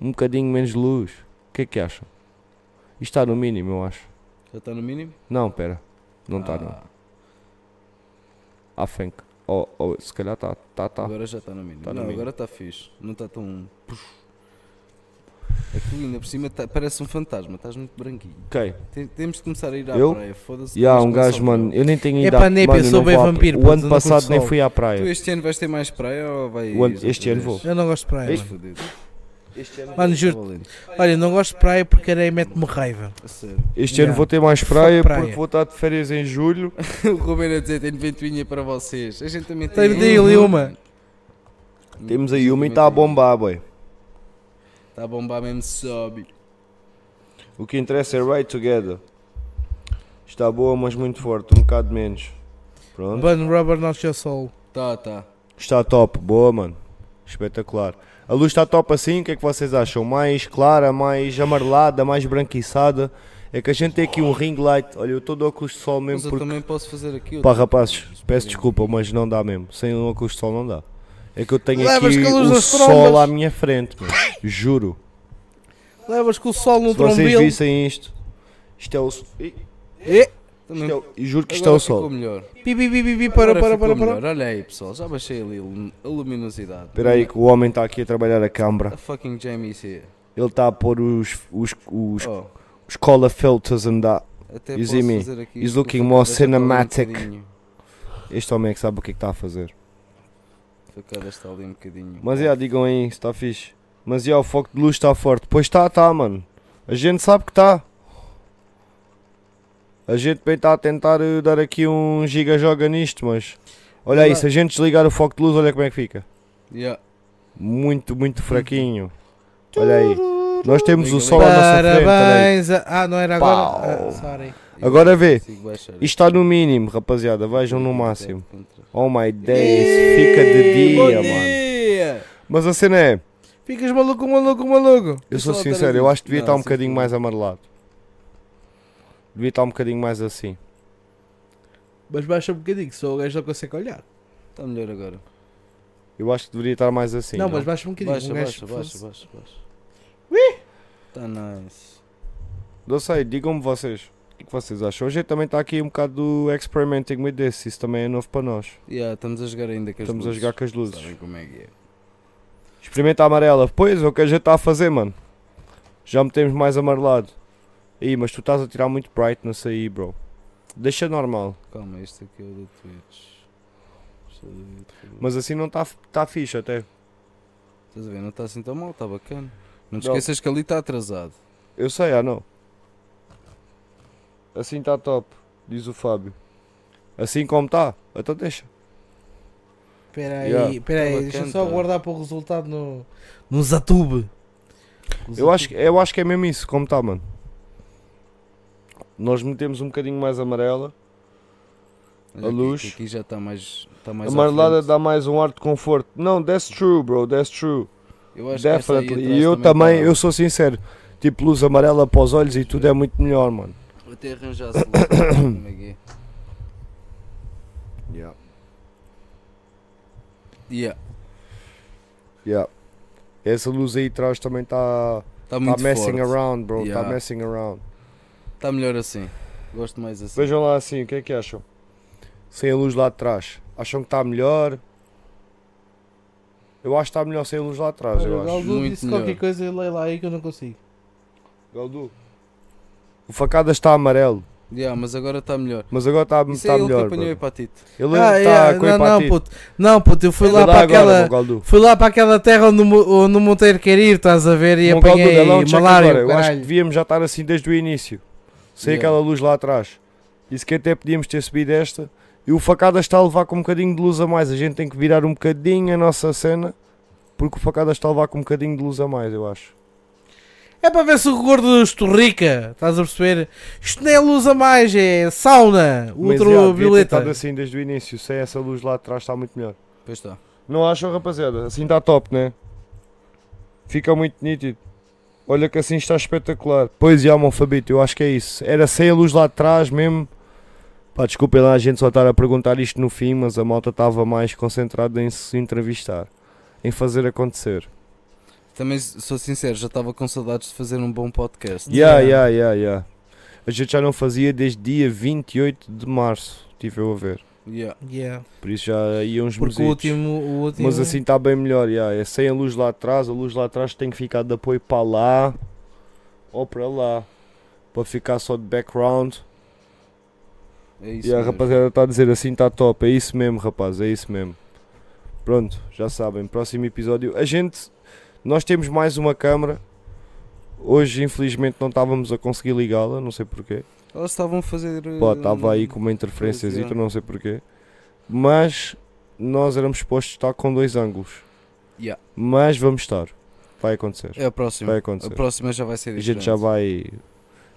Um bocadinho menos luz. O que é que acham? Isto está no mínimo, eu acho. Já está no mínimo? Não, pera. Não está, não. I think. Oh, oh, se calhar está, está, está. Agora já está no mínimo. Tá no não, mínimo. agora está fixe. Não está tão. Aquilo ainda por cima tá- parece um fantasma, estás muito branquinho. Ok. Tem- temos de começar a ir à Eu? praia, foda-se. E há temos um que começar gajo, o mano, verão. eu nem tenho ainda... Epá, nem mano, pensou não bem vou à- vampiro, O puto, ano não passado nem começou. fui à praia. Tu este ano vais ter mais praia ou vai. O ano- é- este ano vou. Eu não gosto de praia. Este- mano. Este ano, Mano, juro Tá Valente. Olha, não gosto de praia porque areia mete-me raiva. A sério. este Yeah. ano vou ter mais praia, praia. porque vou estar de férias em julho. o Ruben a dizer tem ventoinha para vocês. A gente também Tem de ali Uhum. uma. Hum, Temos aí uma e está a bombar, boy. Está Tá a bombar mesmo, sobe. O que interessa é Right Together. Está boa, mas muito forte, um bocado menos. Pronto. Bun rubber not your soul. Tá, tá. Está top, boa, mano. Espetacular. A luz está top assim, o que é que vocês acham? Mais clara, mais amarelada, mais branquiçada? É que a gente tem aqui um ring light. Olha, eu estou de óculos de sol Mas mesmo eu porque. também posso fazer aquilo. Pá, rapazes, peço desculpa, mas não dá mesmo. Sem um óculos de sol não dá. É que eu tenho Levas aqui com a luz o das sol trombas. à minha frente, mano. Juro. Levas com o sol no Se vocês trombil. vissem isto, isto é o. s- Ih, Eh, Também... Isto é o... Juro que isto é Agora o ficou sol. melhor. pi, pi, pi, pi, pi, para, Agora para, ficou para, para. melhor. Olha aí, pessoal, já baixei ali a lum- a luminosidade. Espera aí que o homem está aqui a trabalhar a câmara. A fucking Jamie's here. Ele está a pôr os, os, os, Oh, os color filters andar. até You posso see me? fazer aqui. He's isto looking com a more facada, está ali um cinematic. bocadinho. Este homem é que sabe o que é que está a fazer. A facada está ali um bocadinho. Mas já, digam aí, se está fixe. Mas já, o foco de luz está forte. Pois está, está, mano. A gente sabe que está. A gente bem está a tentar eh, dar aqui um giga-joga nisto, mas... Olha aí, se a gente desligar o foco de luz, olha como é que fica. Yeah. Muito, muito fraquinho. Olha aí. Nós temos o sol à nossa frente. olha aí. Parabéns. a- Ah, não era agora. Pau. Ah, sorry. Agora vê. Consigo baixar. Isto está no mínimo, rapaziada. Vejam no máximo. Contra- Oh my days, fica de Bom dia, mano. dia! Mas a cena é, Ficas maluco, maluco, maluco. eu Pessoal, sou sincero, eu Tarantino. acho que devia estar Não, um sim, bocadinho sim. mais amarelado. Devia estar um bocadinho mais assim. Mas baixa um bocadinho, só o gajo não consegue olhar. Está Tá melhor agora. Um Eu acho que deveria estar mais assim. não, não? mas baixa um bocadinho. Baixa, um baixa, gajo- baixa, baixa, baixa. Está nice. Não sei, digam-me vocês. O que é que vocês acham? Hoje também está aqui um bocado do experimenting with this. Isso também é novo para nós. Yeah, estamos a jogar ainda com as Estamos a luzes. jogar com as luzes. Sabem como é que é. Experimenta a amarela. Pois, é o que a gente está a fazer, mano. Já metemos mais amarelado. Ih, mas tu estás a tirar muito brightness aí, bro. Deixa normal. Calma, este aqui é o do Twitch. Deixa eu ver tudo. Mas assim não está tá fixe até. Estás a ver? Não está assim tão mal, está bacana. Não te Não. esqueças que ali está atrasado. Eu sei, ah não. Assim está top, diz o Fábio. Assim como está, então deixa. Espera aí, Yeah. espera aí, Tá deixa bacana, só tá. guardar para o resultado no, no Zatube. Eu acho, que- eu acho que é mesmo isso, como está, mano. Nós metemos um bocadinho mais amarela. Olha a aqui, luz. que Aqui já está mais. Está mais à Amarelada frente. dá mais um ar de conforto. Não, that's true, bro, that's true. Eu acho que essa aí Definitely. atrás E eu também, tá- eu sou sincero. Tipo, luz amarela para os olhos e tudo é muito melhor, mano. Vou até arranjar a solução. como é que é? Yeah. Yeah. Essa luz aí atrás também está Está tá muito messing forte. around, bro. Está Yeah. messing around. Está melhor assim. Gosto mais assim. Vejam lá assim, o que é que acham? Sem a luz lá de trás. Acham que está melhor? Eu acho que está melhor sem a luz lá atrás, eu Olha, O acho. Galdu muito disse melhor. qualquer coisa, lei lá aí que eu não consigo. Galdu. O facada está amarelo, Yeah, mas agora está melhor. mas agora está, Isso está é ele que tá melhor. apanhou bro. a hepatite. Ele Ah, está yeah, tá, com não, não, hepatite. puto. Não, puto, eu fui Ele lá dá para agora, aquela. meu Galdu. Fui lá para aquela terra onde o, Mo- onde o Monteiro quer ir, estás a ver? E Bom, Galdu, apanhei dá lá um check malária. agora. Eu acho que caralho. devíamos já estar assim desde o início. Sem Yeah. aquela luz lá atrás. E se que até podíamos ter subido esta. E o facada está a levar com um bocadinho de luz a mais. A gente tem que virar um bocadinho a nossa cena. Porque o facada está a levar com um bocadinho de luz a mais, eu acho. É para ver se o gordo esturrica, estás a perceber? Isto nem é luz a mais, é sauna, Mas, yeah, devia ter ultravioleta. estado assim desde o início. Sem essa luz lá atrás está muito melhor. Pois tá. está. Não acham, rapaziada? Assim está top, né? Fica muito nítido. Olha que assim está espetacular. Pois é, Monfabito, eu acho que é isso. Era sem a luz lá atrás mesmo. Pá, desculpem lá a gente só estar a perguntar isto no fim, mas a malta estava mais concentrada em se entrevistar. Em fazer acontecer. Também sou sincero, já estava com saudades de fazer um bom podcast. Yeah, yeah, yeah, yeah. A gente já não fazia desde dia 28 de março, tive eu a ver. Yeah. Yeah. Por isso já ia uns Porque o mesitos. último, o último. Mas assim está bem melhor, já. é sem a luz lá atrás, a luz lá atrás tem que ficar de apoio para lá ou para lá, para ficar só de background. É isso. e a mesmo. rapaziada está a dizer assim está top, é isso mesmo rapaz, é isso mesmo. Pronto, já sabem, próximo episódio. A gente Nós temos mais uma câmara. Hoje, infelizmente, não estávamos a conseguir ligá-la, não sei porquê. Elas estavam a fazer. eh, Pá, estava aí com uma interferência, Pois é. não sei porquê. Mas nós éramos supostos estar com dois ângulos. Yeah. Mas vamos estar. Vai acontecer. É a próxima. Vai A acontecer. próxima já vai ser A diferente. gente já vai.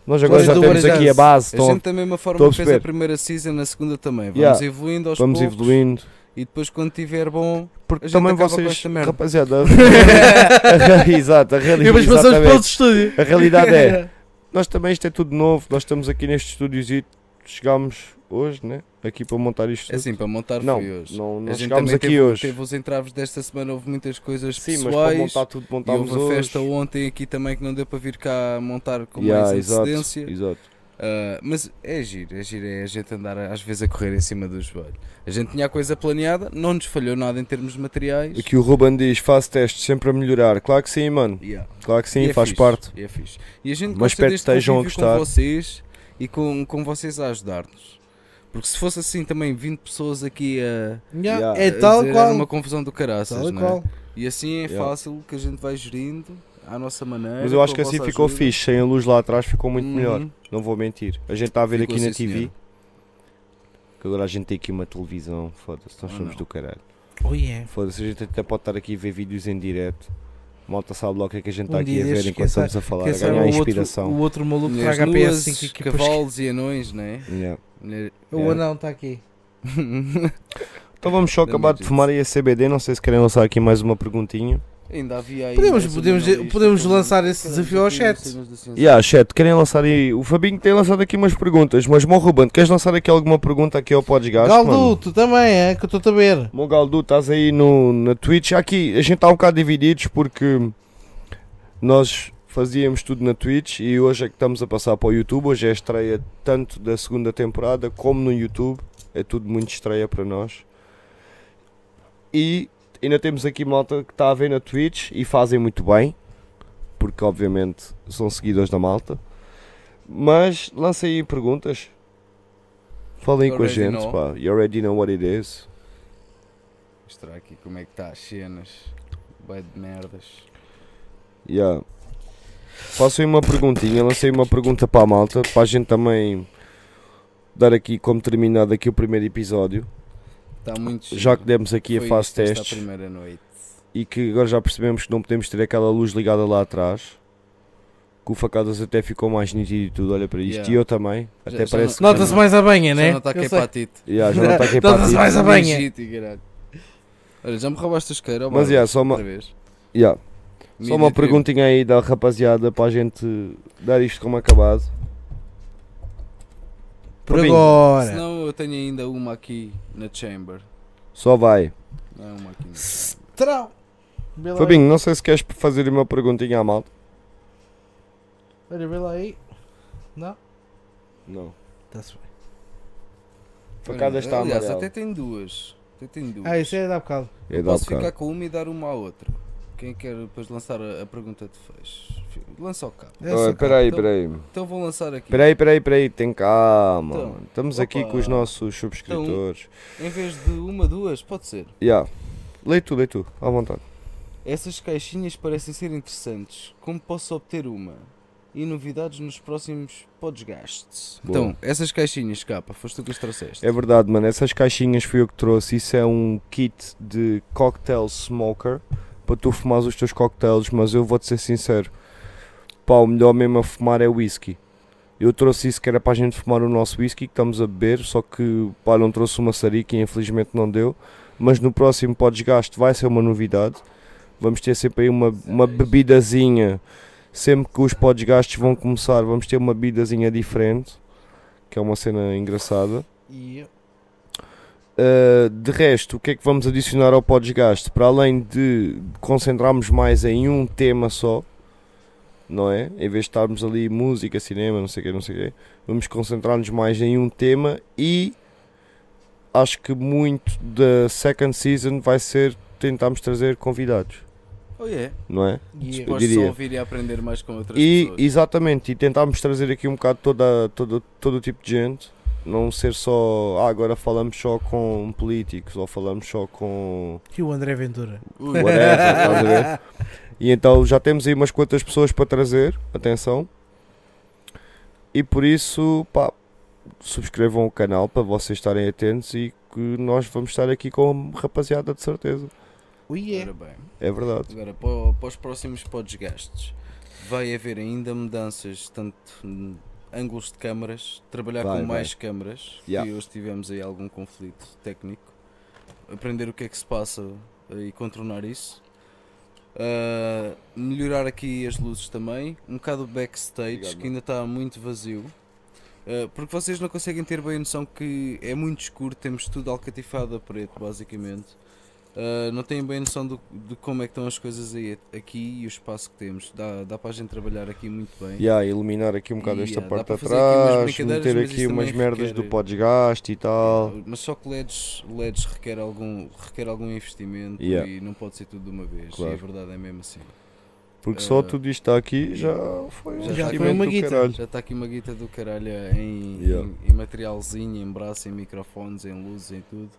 Nós agora já do temos Breakdance. aqui a base. A estão- gente da mesma estou forma a que fez a perceber. primeira season, a segunda também. Vamos Yeah. evoluindo tá aos Vamos poucos evoluindo. E depois quando tiver bom. Porque A gente também acaba com vocês, esta merda. rapaziada, a re- exato, a E depois realidade, passamos para exatamente. outro estúdio. a realidade é, nós também isto é tudo novo, nós estamos aqui neste estúdio chegámos hoje, né? Aqui para montar isto. É assim, para montar não, fui hoje. não, a não gente chegámos também aqui teve, um hoje. Teve os entraves desta semana, houve muitas coisas Sim, mas para pessoais. montar tudo e montámos houve a hoje. festa ontem aqui também que não deu para vir cá montar com Yeah, mais exato, antecedência. exato. Ah, mas é giro, é giro, é a gente andar às vezes a correr em cima do joelho. A gente tinha a coisa planeada, não nos falhou nada em termos de materiais. Aqui o Ruben diz, faço testes sempre a melhorar. Claro que sim, mano. Yeah. Claro que sim, E é faz fixe, parte. E é fixe. E a gente Mas gosta espero que deste estejam a convívio gostar. com vocês e com, com vocês a ajudar-nos. Porque se fosse assim também 20 pessoas aqui a, Yeah, Yeah. É a tal dizer, qual. era uma confusão do caraças, Tal e não é? qual. E assim é Yeah. fácil que a gente vai gerindo à nossa maneira. Mas eu acho com que a assim vossa ficou ajuda. fixe, sem a luz lá atrás ficou muito Uhum. melhor. Não vou mentir. A gente está a ver Ficou, aqui na sim, TV. senhora. Que agora a gente tem aqui uma televisão, foda-se, nós Ah, somos não. do caralho. Oh, yeah. Foda-se, a gente até pode estar aqui a ver vídeos em direto. Malta sabe logo o que é que a gente Um está aqui dia a ver destes, enquanto quem estamos a falar, Quem a sabe ganhar o inspiração. Outro, o outro maluco Mulheres traga a nuas, PS5 aqui para cavalos e anões, não é? Yeah. Mulher- O anão está aqui. Então vamos só acabar de fumar aí a CBD, não sei se querem lançar aqui mais uma perguntinha. Ainda havia aí. Podemos- mais podemos- uma lista podemos com- lançar esse Caralho, desafio já ao tenho chat. é cenas da ciência. Yeah, chat, querem lançar aí. O Fabinho tem lançado aqui umas perguntas, mas bom Ruben, queres lançar aqui alguma pergunta aqui ao Podesgasto? mano? Galdu, tu também, é? Que eu estou a ver. Mogaldu, estás aí no, na Twitch. Aqui, a gente está um bocado divididos porque nós fazíamos tudo na Twitch e hoje é que estamos a passar para o YouTube. Hoje é a estreia tanto da segunda temporada como no YouTube. É tudo muito estreia para nós. E ainda temos aqui malta que está a ver na Twitch e fazem muito bem, porque obviamente são seguidores da malta. Mas lancem aí perguntas. Falem You com a already gente, know. pá. You already know what it is. Mostrar aqui como é que está as cenas. Bué de merdas. Yeah. Faço aí uma perguntinha, lancei uma pergunta para a malta, para a gente também dar aqui como terminado aqui o primeiro episódio, Está Tá muito giro. já que demos aqui a Foi fase isto esta testes primeira noite. e que agora já percebemos que não podemos ter aquela luz ligada lá atrás, que o facadas até ficou mais nítido e tudo, olha para isto, Yeah. e eu também, Já- até já parece não- que... Nota-se mais a banha, né? Já não tá está Eu aqui sei. para ti. Yeah, já não está aqui Nota-se para ti. mais- a banha. Olha, já me roubaste os queiro, Mas yeah, só uma, outra vez. yeah, só Media uma Trip. perguntinha aí da rapaziada para a gente dar isto como acabado. Por Fabinho, agora. Senão eu tenho ainda uma aqui na chamber. Só vai. Não é uma aqui. na- Será? Vê lá Fabinho, não sei se queres fazer uma perguntinha à malta. aí. Olha, vê lá aí. Não? Não. Está-se bem. Facada está Aliás, amarela. até tem duas. Até tem duas. Ah, isso é dá bocado. É dá Posso bocado. ficar com uma e dar uma à outra. Quem quer depois lançar a, a pergunta de fecho? Fi- Lança o cabo. É Ah, só Espera aí, Então- espera aí. Então vou lançar aqui. Espera aí, espera aí, espera aí. Tem calma. Então, mano. Estamos aqui opa. Então, com os nossos subscritores. Em vez de uma, duas, pode ser. Yeah. Lei tu, lei tu. À vontade. Essas caixinhas parecem ser interessantes. Como posso obter uma? E novidades nos próximos podcasts. Boa. Então, essas caixinhas, capa, foste tu que as trouxeste. É verdade, mano. Essas caixinhas fui eu que trouxe. Isso é um kit de cocktail smoker para tu fumares os teus cocktails. Mas eu vou-te ser sincero. Pá, o melhor mesmo a fumar é whisky. Eu trouxe isso que era para a gente fumar o nosso whisky que estamos a beber. Só que, pá, não trouxe uma sarica e infelizmente não deu. Mas no próximo Podesgaste vai ser uma novidade. Vamos ter sempre aí uma, uma bebidazinha. Sempre que os Podesgastes vão começar, vamos ter uma bebidazinha diferente. Que é uma cena engraçada. E eu- Uh, de resto, o que é que vamos adicionar ao Podesgaste? Para além de concentrarmos mais em um tema só, não é? Em vez de estarmos ali música, cinema, não sei o quê, não sei o quê, vamos concentrar-nos mais em um tema e acho que muito da second season vai ser tentarmos trazer convidados, Oh, yeah. não é? e eu- Desculpa. Podes só diria. ouvir e aprender mais com outras E pessoas. exatamente, e tentarmos trazer aqui um bocado toda, todo, todo o tipo de gente, não ser só "Ah, agora falamos só com políticos ou falamos só com E o André Ventura. Ui, whatever, estás a ver? E então já temos aí umas quantas pessoas para trazer, atenção. E por isso, pá, subscrevam o canal para vocês estarem atentos e que nós vamos estar aqui com a rapaziada de certeza. Ui, é. Ora bem. É verdade. Agora, para, o- para os próximos podcasts, vai haver ainda mudanças, tanto hum, ângulos de câmaras, trabalhar Vai, com vai. mais câmaras, Yeah. e hoje tivemos aí algum conflito técnico, aprender o que é que se passa e contornar isso. Ah, melhorar aqui as luzes também, um bocado o backstage Obrigado, que ainda está muito vazio, ah, porque vocês não conseguem ter bem a noção que é muito escuro, temos tudo alcatifado a preto basicamente. Uh, não têm bem noção do, de como é que estão as coisas aí, aqui e o espaço que temos. Dá, dá para a gente trabalhar aqui muito bem. E yeah, iluminar aqui um bocado Yeah, esta dá parte para fazer aqui umas atrás, brincadeiras, meter mas aqui isso umas também É, merdas requer- do podgaste e tal. Mas só que LEDs, LEDs requer, algum, requer algum investimento Yeah. e não pode ser tudo de uma vez. E Claro. a verdade é mesmo assim. Porque só Eh, tudo isto está aqui já foi um já foi investimento uma do guita. caralho. Já está aqui uma guita do caralho em, Yeah. em- em materialzinho, em braço, em microfones, em luzes, em tudo.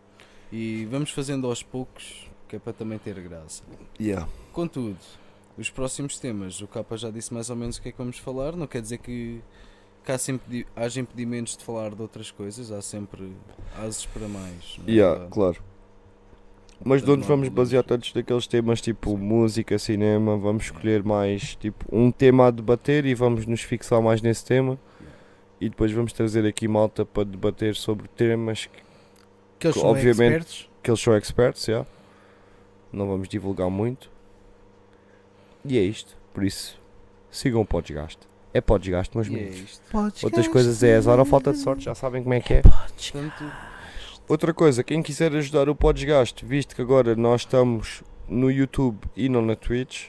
E vamos fazendo aos poucos, que é para também ter graça. Yeah. Contudo, os próximos temas, o Capa já disse mais ou menos o que é que vamos falar, não quer dizer que, que há sempre, haja impedimentos de falar de outras coisas, há sempre ases para mais. não é Yeah, verdade? claro. Mas de Portanto, onde não há vamos problemas. basear todos daqueles temas tipo música, cinema, vamos escolher mais tipo um tema a debater e vamos nos fixar mais nesse tema e depois vamos trazer aqui malta para debater sobre temas que, Que eles são Obviamente. expertos. que eles são experts, yeah. não vamos divulgar muito. E é isto, por isso sigam o Podgaste. É Podgaste, mas E é menos. isto. Outras coisas é azar ou falta de sorte, já sabem como é que é. Portanto, Outra coisa, quem quiser ajudar o Podesgaste, visto que agora nós estamos no YouTube e não na Twitch,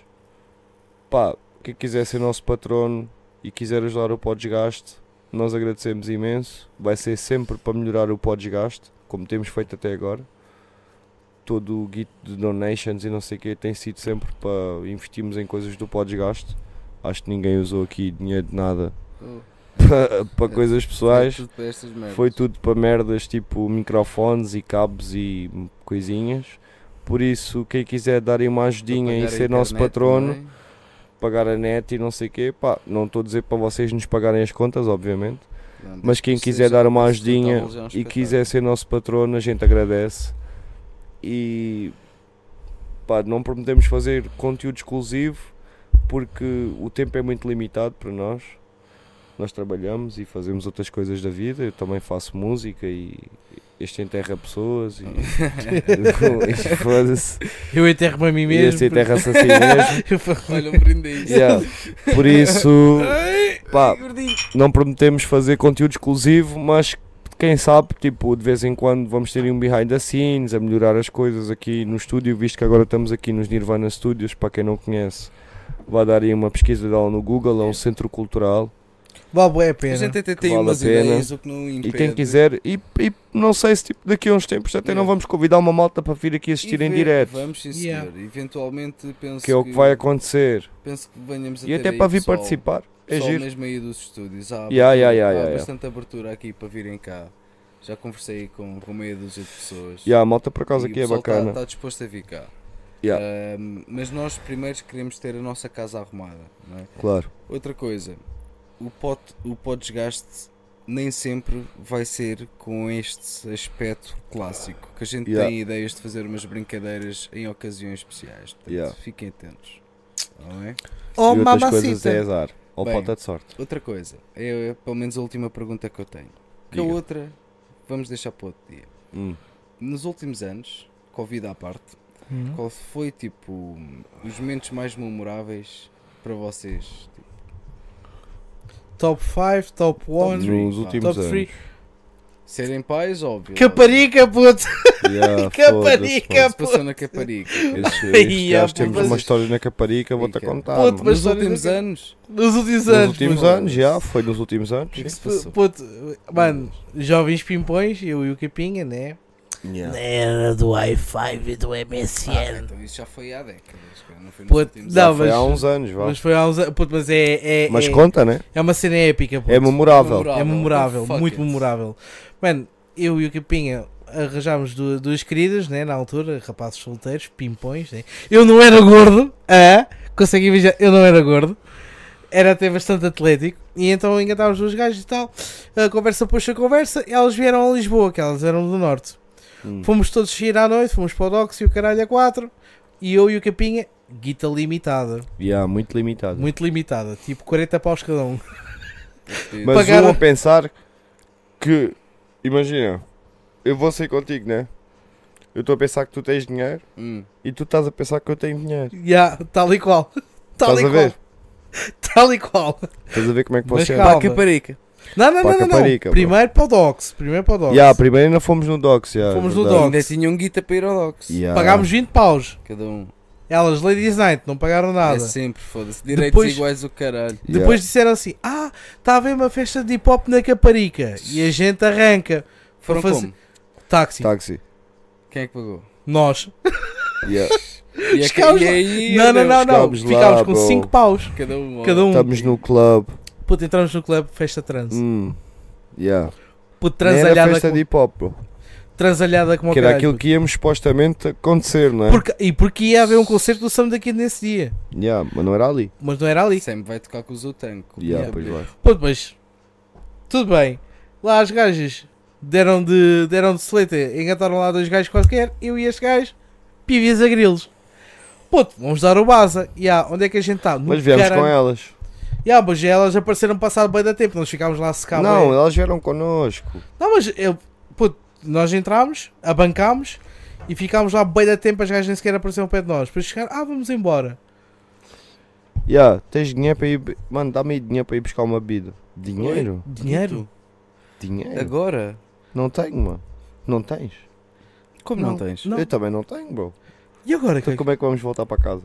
pá, quem quiser ser nosso patrono e quiser ajudar o Podesgaste, nós agradecemos imenso. Vai ser sempre para melhorar o Podesgaste, como temos feito até agora. Todo o guito de donations e não sei o que tem sido sempre para investirmos em coisas do Podesgaste. Acho que ninguém usou aqui dinheiro de nada oh, É. para, para coisas foi pessoais. tudo para estas merdas. Foi tudo para merdas tipo microfones e cabos e coisinhas. Por isso, quem quiser dar aí uma ajudinha e Apagar a ser é nosso internet patrono, também. pagar a net e não sei o quê, pá, não estou a dizer para vocês nos pagarem as contas, obviamente. Portanto, Mas quem isto quiser seja- dar uma isto ajudinha total já é um e espetáculo. quiser ser nosso patrono, a gente agradece. E pá, não prometemos fazer conteúdo exclusivo porque o tempo é muito limitado para nós. Nós trabalhamos e fazemos outras coisas da vida. Eu também faço música e este enterra pessoas e, e foda-se. Eu enterro-me a mim E mesmo. este enterra-se a si mesmo. porque- Olha, um brinde aí. Yeah. Por isso, pá, Gordinho. não prometemos fazer conteúdo exclusivo, mas quem sabe, tipo, de vez em quando vamos ter um behind the scenes, a melhorar as coisas aqui no estúdio, visto que agora estamos aqui nos Nirvana Studios, para quem não conhece, vai dar aí uma pesquisa dela no Google, é um centro cultural. Vale bué a pena. A gente até tem vale a umas pena. ideias, um, o que não impede. E quem quiser, e, e não sei se tipo, daqui a uns tempos até não Yeah. vamos convidar uma malta para vir aqui E assistir em ver- direto, Vamos, sim, senhor. Yeah. Eventualmente penso que é o que vai acontecer, Penso que venhamos a e ter até aí para vir pessoal- participar, é pessoal giro. mesmo aí dos estúdios. Há, Yeah, abertura- yeah, yeah, há yeah, bastante abertura aqui para virem cá. Já conversei aí com, com meia dúzia de pessoas. E a malta por acaso aqui é Está, bacana. tá- disposto a vir cá. Yeah. Ahm, mas nós primeiros queremos ter a nossa casa arrumada. não é? Claro, Outra coisa, o pot, o pot desgaste nem sempre vai ser com este aspecto clássico. Que a gente Yeah. tem ideias de fazer umas brincadeiras em ocasiões especiais. Portanto, Yeah. fiquem atentos. Não é? Oh, e outras coisas é mamacita. azar, ou Bem, falta de sorte. Outra coisa, é, é pelo menos a última pergunta que eu tenho. Que a Diga. outra, vamos deixar para outro dia. Hum. Nos últimos anos, Covid à parte, Hum. qual foi tipo os momentos mais memoráveis para vocês? Tipo, Top 5, top 1. three, Nos pá. últimos Top anos. 3. serem pais, óbvio. Caparica, puto. Yeah, Caparica, ah, foda-se, pá. Se passou na Caparica. Estes, Ai, estes gajos ah, temos mas- uma história na Caparica, vou-te a Fica. contar. Puto, mano. Nos história últimos da- anos, Nos últimos Nos anos. últimos puto. anos, já, foi nos últimos anos. o que é que se Pu- passou? puto, mano, jovens pimpões, eu e o Capinha, né? Yeah. Ah, Era do i5 e do MSN. Então isso já foi há décadas, cara, não foi nos Puta, últimos dá- anos. Não, Já foi mas- há uns anos, vá. mas foi há uns anos. Puto, mas é. É, Mas é, conta, né? é uma cena épica, puto. É memorável. memorável. É memorável, Fuck muito it. memorável. Mano, eu e o Capinha arranjámos du- duas queridas, né? Na altura, rapazes solteiros, pimpões, né? Eu não era gordo, ah, consegue imaginar, eu não era gordo, era até bastante atlético, e então engatávamos os gajos e tal, a conversa puxa a conversa, e elas vieram a Lisboa, que elas eram do norte. Hum. Fomos todos sair à noite, fomos para o Dox e o caralho a 4, e eu e o Capinha, guita limitada, Yeah, muito limitado. muito limitada, tipo 40 paus cada um. Mas Pagaram- eu a pensar que, imagina, eu vou sair contigo, né? Eu estou a pensar que tu tens dinheiro Hum. e tu estás a pensar que eu tenho dinheiro. Ya, tal e qual, tal e Estás a qual, ver? tal e qual. Estás a ver como é que Mas funciona? calma. Pá, caparica. Não, não, Pá, não, não, não. Caparica, bro. primeiro para o Dox, primeiro para o Dox. Yeah, primeiro ainda fomos no Docs. Yeah, Fomos no verdade. Docs. Ainda tinha um guita para ir ao Docs. Yeah. Pagámos 20 paus. Cada um. Elas, Ladies Night, não pagaram É nada. sempre, foda-se. Direitos Depois- iguais o caralho. Yeah. Depois disseram assim: Ah, está a ver uma festa de hip hop na Caparica. E a gente arranca. Foram fazer- como? Táxi. Táxi. Quem é que pagou? Nós. Yeah. E, é que- Chegámos e lá. aí, não, não, adeus. não, não. chegámos lá, Ficámos com bro. 5 paus. Cada um. Cada um. Estamos no club. Puto, entramos no clube Festa Trans. Hum. Yeah. Puto, Nem Era transalhada festa como, de hip hop, bro. transalhada como Que era caralho, aquilo puto. que íamos supostamente acontecer, não é? Porque, e porque ia haver um concerto do Sam daqui nesse dia. Yeah, mas não era ali. Mas não era ali. Sempre vai tocar com o Zutanco. Yeah, um- Yeah. pois vai. Puto, mas tudo bem. Lá as gajas deram de, deram de seleta, engataram lá dois gajos qualquer, eu e este gajo, pivias a grilos. Puto, vamos dar o baza. E há, onde é que a gente está? No Mas viemos com caralho. elas. E há, mas elas apareceram passado bem da tempo, nós ficámos lá a secar. não, bué. elas vieram connosco. não mas eu, puto, nós entramos, abancámos e ficámos lá bem da tempo, as gajas nem sequer apareceram ao pé de nós. Depois chegaram, ah, vamos embora. Yeah, tens dinheiro para ir. be- Mano, dá-me aí dinheiro para ir buscar uma bebida. Dinheiro? Dinheiro? Dinheiro? Agora? Não tenho, mano. Não tens? Como não, tens? Não. Eu também não tenho, bro. E agora? Então que- como é que vamos voltar para casa?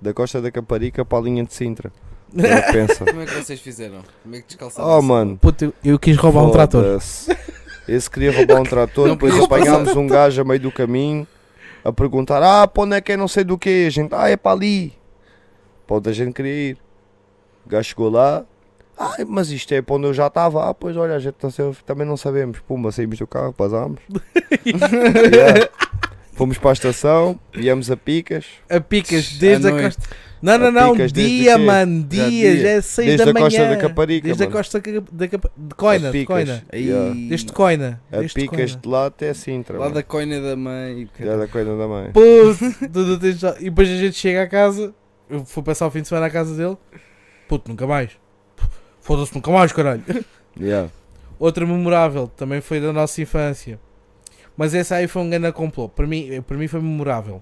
Da Costa da Caparica para a linha de Sintra. Agora pensa. Como é que vocês fizeram? Como é que descalçaram? Oh, isso? mano. Puto, eu, eu quis roubar um trator. Foda-se. Esse queria roubar um trator, Não depois queria apanhámos um gajo a meio do caminho a perguntar: Ah, para onde é que é não sei do que? A gente, ah, é para ali. Para onde a gente queria ir. O gajo chegou lá. Ah, mas isto é para onde eu já estava. Ah, pois olha, a gente não sei- também não sabemos. Pumba, saímos do carro, pasámos. Yeah. Fomos para a estação, viemos a picas. A picas À desde a noite. costa. Não, não, A não, picas desde dia, quê? mano, Já dia, dia. já é 6 Desde da a manhã. costa da Caparica, Desde a mano. costa da Cap- da Cap- de a Coina, de picas. Coina. Aí, Yeah. Desde Coina. A Desde picas Coina. de lá até Sintra. Lá mano. da coina da mãe. o é Já caralho. da coisa da mãe. Puto, tu não tens- e depois a gente chega à casa, eu fui passar o fim de semana à casa dele. Puto, nunca mais. Foda-se, nunca mais, caralho. Yeah. Outra memorável, também foi da nossa infância. Mas essa aí foi um grande complô. Para mim, eh, para mim foi memorável.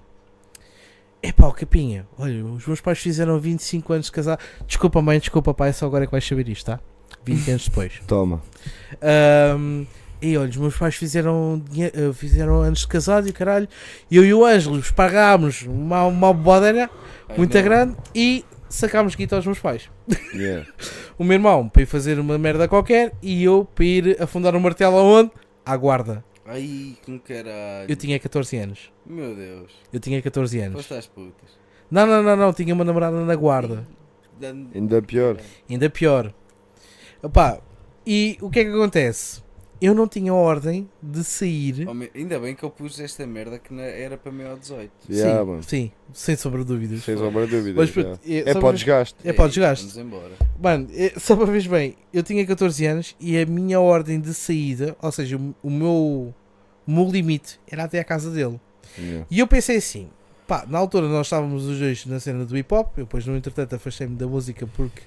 Epá, o Capinha, olha, os meus pais fizeram 25 anos de casar. Desculpa, mãe, desculpa, pai, só agora é que vais saber isto, tá? 20 anos depois. Toma. Ahm, e olha, os meus pais fizeram, dinhe- eh, fizeram anos de casado e o caralho. Eu e o Ângelo pagámos uma, uma bodeira Ai, muito não. grande e sacámos guita aos meus pais. Yeah. O meu irmão para ir fazer uma merda qualquer e eu para ir afundar um martelo aonde? À guarda. Ai, que um caralho. Eu tinha 14 anos. Meu Deus. Eu tinha 14 anos. Foste tá. às putas. Não, não, não, não. Tinha uma namorada na guarda. Dando- Ainda pior. Ainda pior. Opá, e o que é que acontece? Eu não tinha ordem de sair. Oh, me- Ainda bem que eu pus esta merda que na- era para meio ao 18. Yeah, sim, mano. sim, sem sombra de dúvidas. Sem sombra de dúvida. Mas, yeah. puto, é, É só para o para- desgaste. É pá, Ei, desgaste. Vamos embora. Mano, é- só para veres bem, eu tinha 14 anos e a minha ordem de saída, ou seja, o, o meu, o meu limite era até a casa dele. Yeah. E eu pensei assim, pá, na altura nós estávamos os dois na cena do hip hop, eu depois no entretanto afastei-me da música porque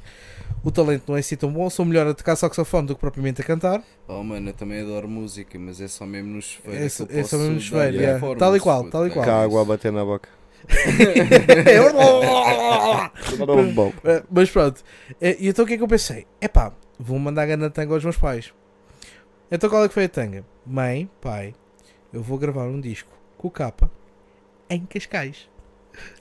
o talento não é assim tão bom, sou melhor a tocar saxofone do que propriamente a cantar, Oh mano, eu também adoro música, mas é só mesmo nos É feiros. só- é só mesmo no chuveiro, yeah. Tal e qual, tal e qual. Cá a água a bater na boca. um Bom. Eh, mas pronto. Eh, E então o que é que eu pensei? Epá, vou mandar a ganda tanga aos meus pais. Então qual é que foi a tanga? Mãe, pai, eu vou gravar um disco com o capa em Cascais.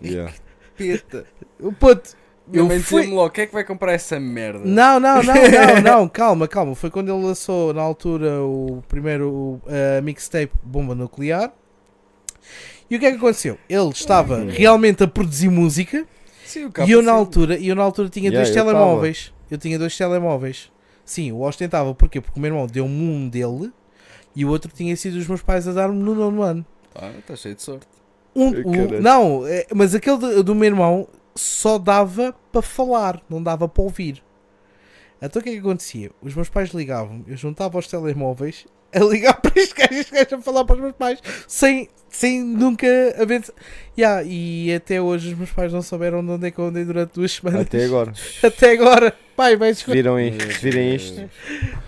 Yeah. Peta. Eu, Puto, Eu eu fui fui... logo, quem é que vai comprar essa merda? Não, não, não, não, não, calma, calma. Foi quando ele lançou na altura o primeiro o, eh, mixtape Bomba Nuclear. E o que é que aconteceu? Ele estava Hum. realmente a produzir música Sim, o E eu na altura, e eu na altura tinha Yeah, dois eu telemóveis. Eu tinha dois telemóveis. Sim, o ostentava. Porquê? Porque o meu irmão deu-me um dele e o outro tinha sido os meus pais a dar-me no nono ano. Ah, está cheio de sorte. Um, Ai, o- caralho. não, é, mas aquele do, do meu irmão só dava para falar, não dava para ouvir. Então o que é que acontecia? Os meus pais ligavam, eu juntava os telemóveis a ligar para este gajo, este gajo a falar para os meus pais, sem, sem nunca haver. Yeah, e até hoje os meus pais não souberam de onde é que eu andei durante duas semanas. Até agora. Até agora. Pai, vai Se Viram, i- Meu se virem isto? Deus. É.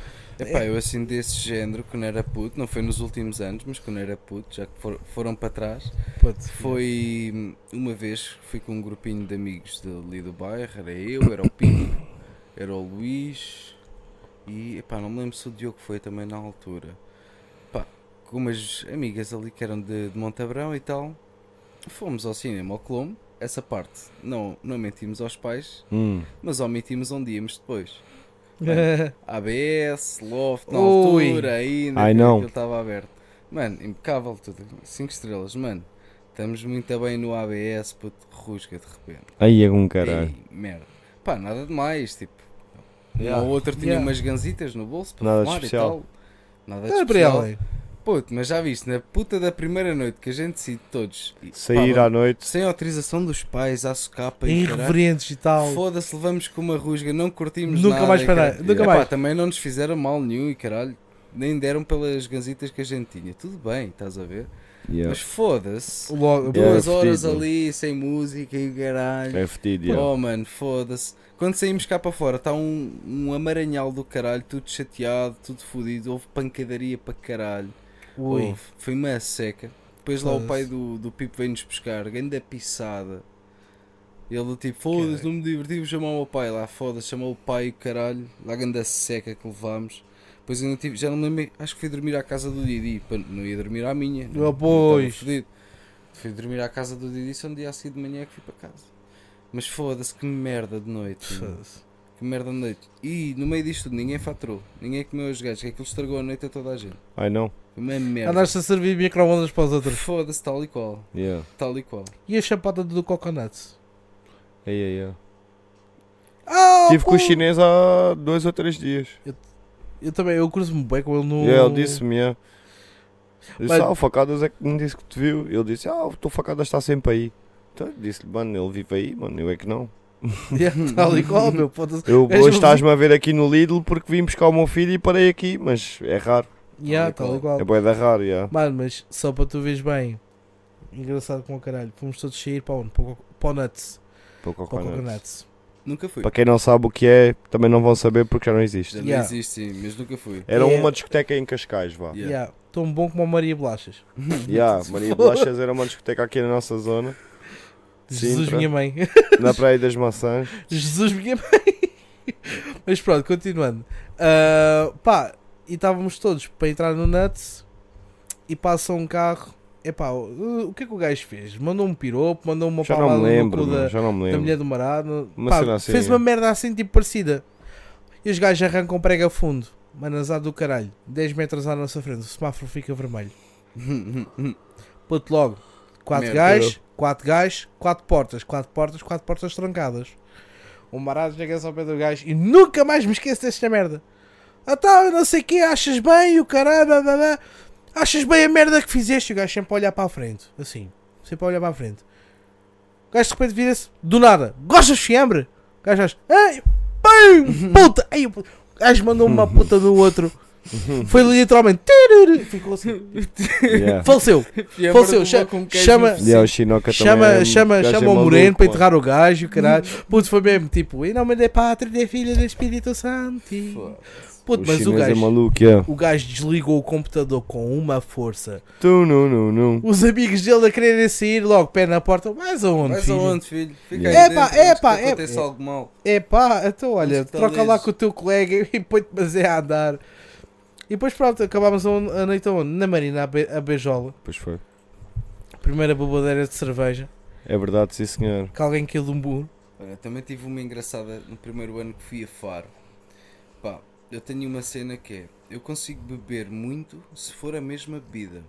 Epá, eu assim desse género, quando era puto, não foi nos últimos anos, mas quando era puto, já que for- foram para trás, foi hum, uma vez que fui com um grupinho de amigos de- ali do bairro, era eu, era o Pinho, era o Luís e epá, não me lembro se o Diogo foi também na altura. Pá, com umas amigas ali que eram de, de Montabrão e tal, fomos ao cinema ao Colombo, essa parte não, não mentimos aos pais, Hum. mas omitimos onde íamos depois. Foi. ABS, loft, na Ui. altura ainda, Ai, que não. aquilo estava aberto. Mano, impecável tudo, 5 estrelas, mano. Estamos muito bem no ABS, puto, rusga de repente. Aí é um caralho. Ei, merda. Pá, nada demais, tipo. Yeah. Um ou outro tinha Yeah. umas ganzitas no bolso para Nada de fumar especial. e tal. Nada é de especial. Gabriel, Puto, mas já viste, na puta da primeira noite que a gente decide todos, e- Sair pá, à noite. sem autorização dos pais, à socapa e caralho. irreverentes e tal. Foda-se, levamos com uma rusga, não curtimos Nunca nada. mais e para- caralho. nunca Epá, mais. Também não nos fizeram mal nenhum e caralho. Nem deram pelas ganzitas que a gente tinha. Tudo bem, estás a ver? Yeah. Mas foda-se. Logo, Yeah. é Duas horas fedido. ali, sem música e caralho. É fedido, yeah. Oh mano, foda-se. Quando saímos cá para fora, está um, um amaranhal do caralho, tudo chateado, tudo fodido. Houve pancadaria para caralho. Ui. Houve. Foi uma seca. Depois lá o Foda-se. pai do, do Pipo veio-nos buscar, grande pisada. Ele do tipo, foda-se, não me diverti, vou chamar o meu pai lá, foda-se, chamou o pai o caralho, lá grande seca que levámos. Depois ainda tive, já não me lembro, acho que fui dormir à casa do Didi, pá, não ia dormir à minha. não- não pois. estava fodido. Fui dormir à casa do Didi, só no dia a seguir de manhã é que fui para casa. Mas foda-se, que merda de noite. meu. Foda-se. Que merda de noite. E no meio disto tudo, ninguém faturou, ninguém comeu os gajos, que aquilo estragou a noite a toda a gente. Ai não. Foi Uma merda. É. Andaste a servir microondas para os outros. Foda-se, tal e qual. Yeah. Tal e qual. E a chapada do coconut? Ei, ei, ei. Ah, Estive com pô. o chinês há dois ou três dias. Eu também, eu cruzo-me bem com ele no. Yeah, ele disse-me, yeah. Eu disse, Hum. Mas- ah, o Facadas é que me disse que te viu. Ele disse, ah, o teu Facadas está sempre aí. Então, eu disse-lhe, mano, ele vive aí, mano, eu é que não. Yeah, tal e qual, meu. Foda-se. Eu És hoje maluco. estás-me a ver aqui no Lidl porque vim buscar o meu filho e parei aqui, mas é raro. Yeah, tal e qual. É boeda raro, yeah. Mano, mas só para tu veres bem. Engraçado com o caralho. Fomos todos sair para onde? Para o co- para o Nuts. Para o Para o Coconut. coconut. Nunca fui. Para quem não sabe o que é, também não vão saber porque já não Já existe. não Yeah. existe, sim, mas nunca fui. Era Yeah. uma discoteca em Cascais, vá. Yeah. Yeah. Tão bom como a Maria Blachas. Yeah, Maria Blachas era uma discoteca aqui na nossa zona, Jesus, Sintra. minha mãe. na Praia das Maçãs. Jesus, minha mãe. Mas pronto, continuando. Ah, pá, e estávamos todos para entrar no Nuts e passa um carro. Epá, o, o que é que o gajo fez? Mandou um piropo, mandou uma Já não palmada me lembro, no cu mano, da, já não me da mulher lembro. do marado. Uma Pá, cena assim. Fez uma merda assim, tipo parecida. E os gajos arrancam prega a fundo. Manazado do caralho. 10 metros à nossa frente. O semáforo fica vermelho. Puto logo. 4 Merda. gajos, 4 gajos, 4 portas, 4 portas, 4 portas trancadas. O marado chega-se ao pé do gajo e nunca mais me esqueço desta merda. Ah tá, eu não sei o que, achas bem o caralho, blá, blá, blá. achas bem a merda que fizeste? E O gajo sempre a olhar para a frente, assim, sempre a olhar para a frente. O gajo de repente vira-se, do nada, gostas de fiambre? O gajo faz, ai, pum, puta, ai, o gajo mandou uma puta do outro. Foi literalmente, tiriri, ficou assim, Yeah. faleceu. Faleceu, cha- chama- Yeah, o Shinoka também Chama, é- chama, gajo é chama o maluco, Moreno para mano. enterrar o gajo, caralho. Puto, foi mesmo tipo, em nome da pátria, da filha, do Espírito Santo. Puto, mas o chinês é gajo, maluco, yeah. o gajo desligou o computador com uma força. Tu, não, não, não. Os amigos dele a quererem sair, logo pé na porta, mais aonde? Vais filho? aonde, filho? Fica Yeah. aí Epá, dentro, antes epá, que epá. aconteça algo mal. É pá, então olha, Onde que tá troca lá liso? com o teu colega e põe-te mas é a andar. E depois pronto, acabámos a, a noite aonde? Na Marina, a, Be- a Beijola. Pois foi. Primeira bobadeira de cerveja, É verdade, sim senhor. que alguém que um burro. Olha, também tive uma engraçada no primeiro ano que fui a Faro. Pá, eu tenho uma cena que é: eu consigo beber muito se for a mesma bebida.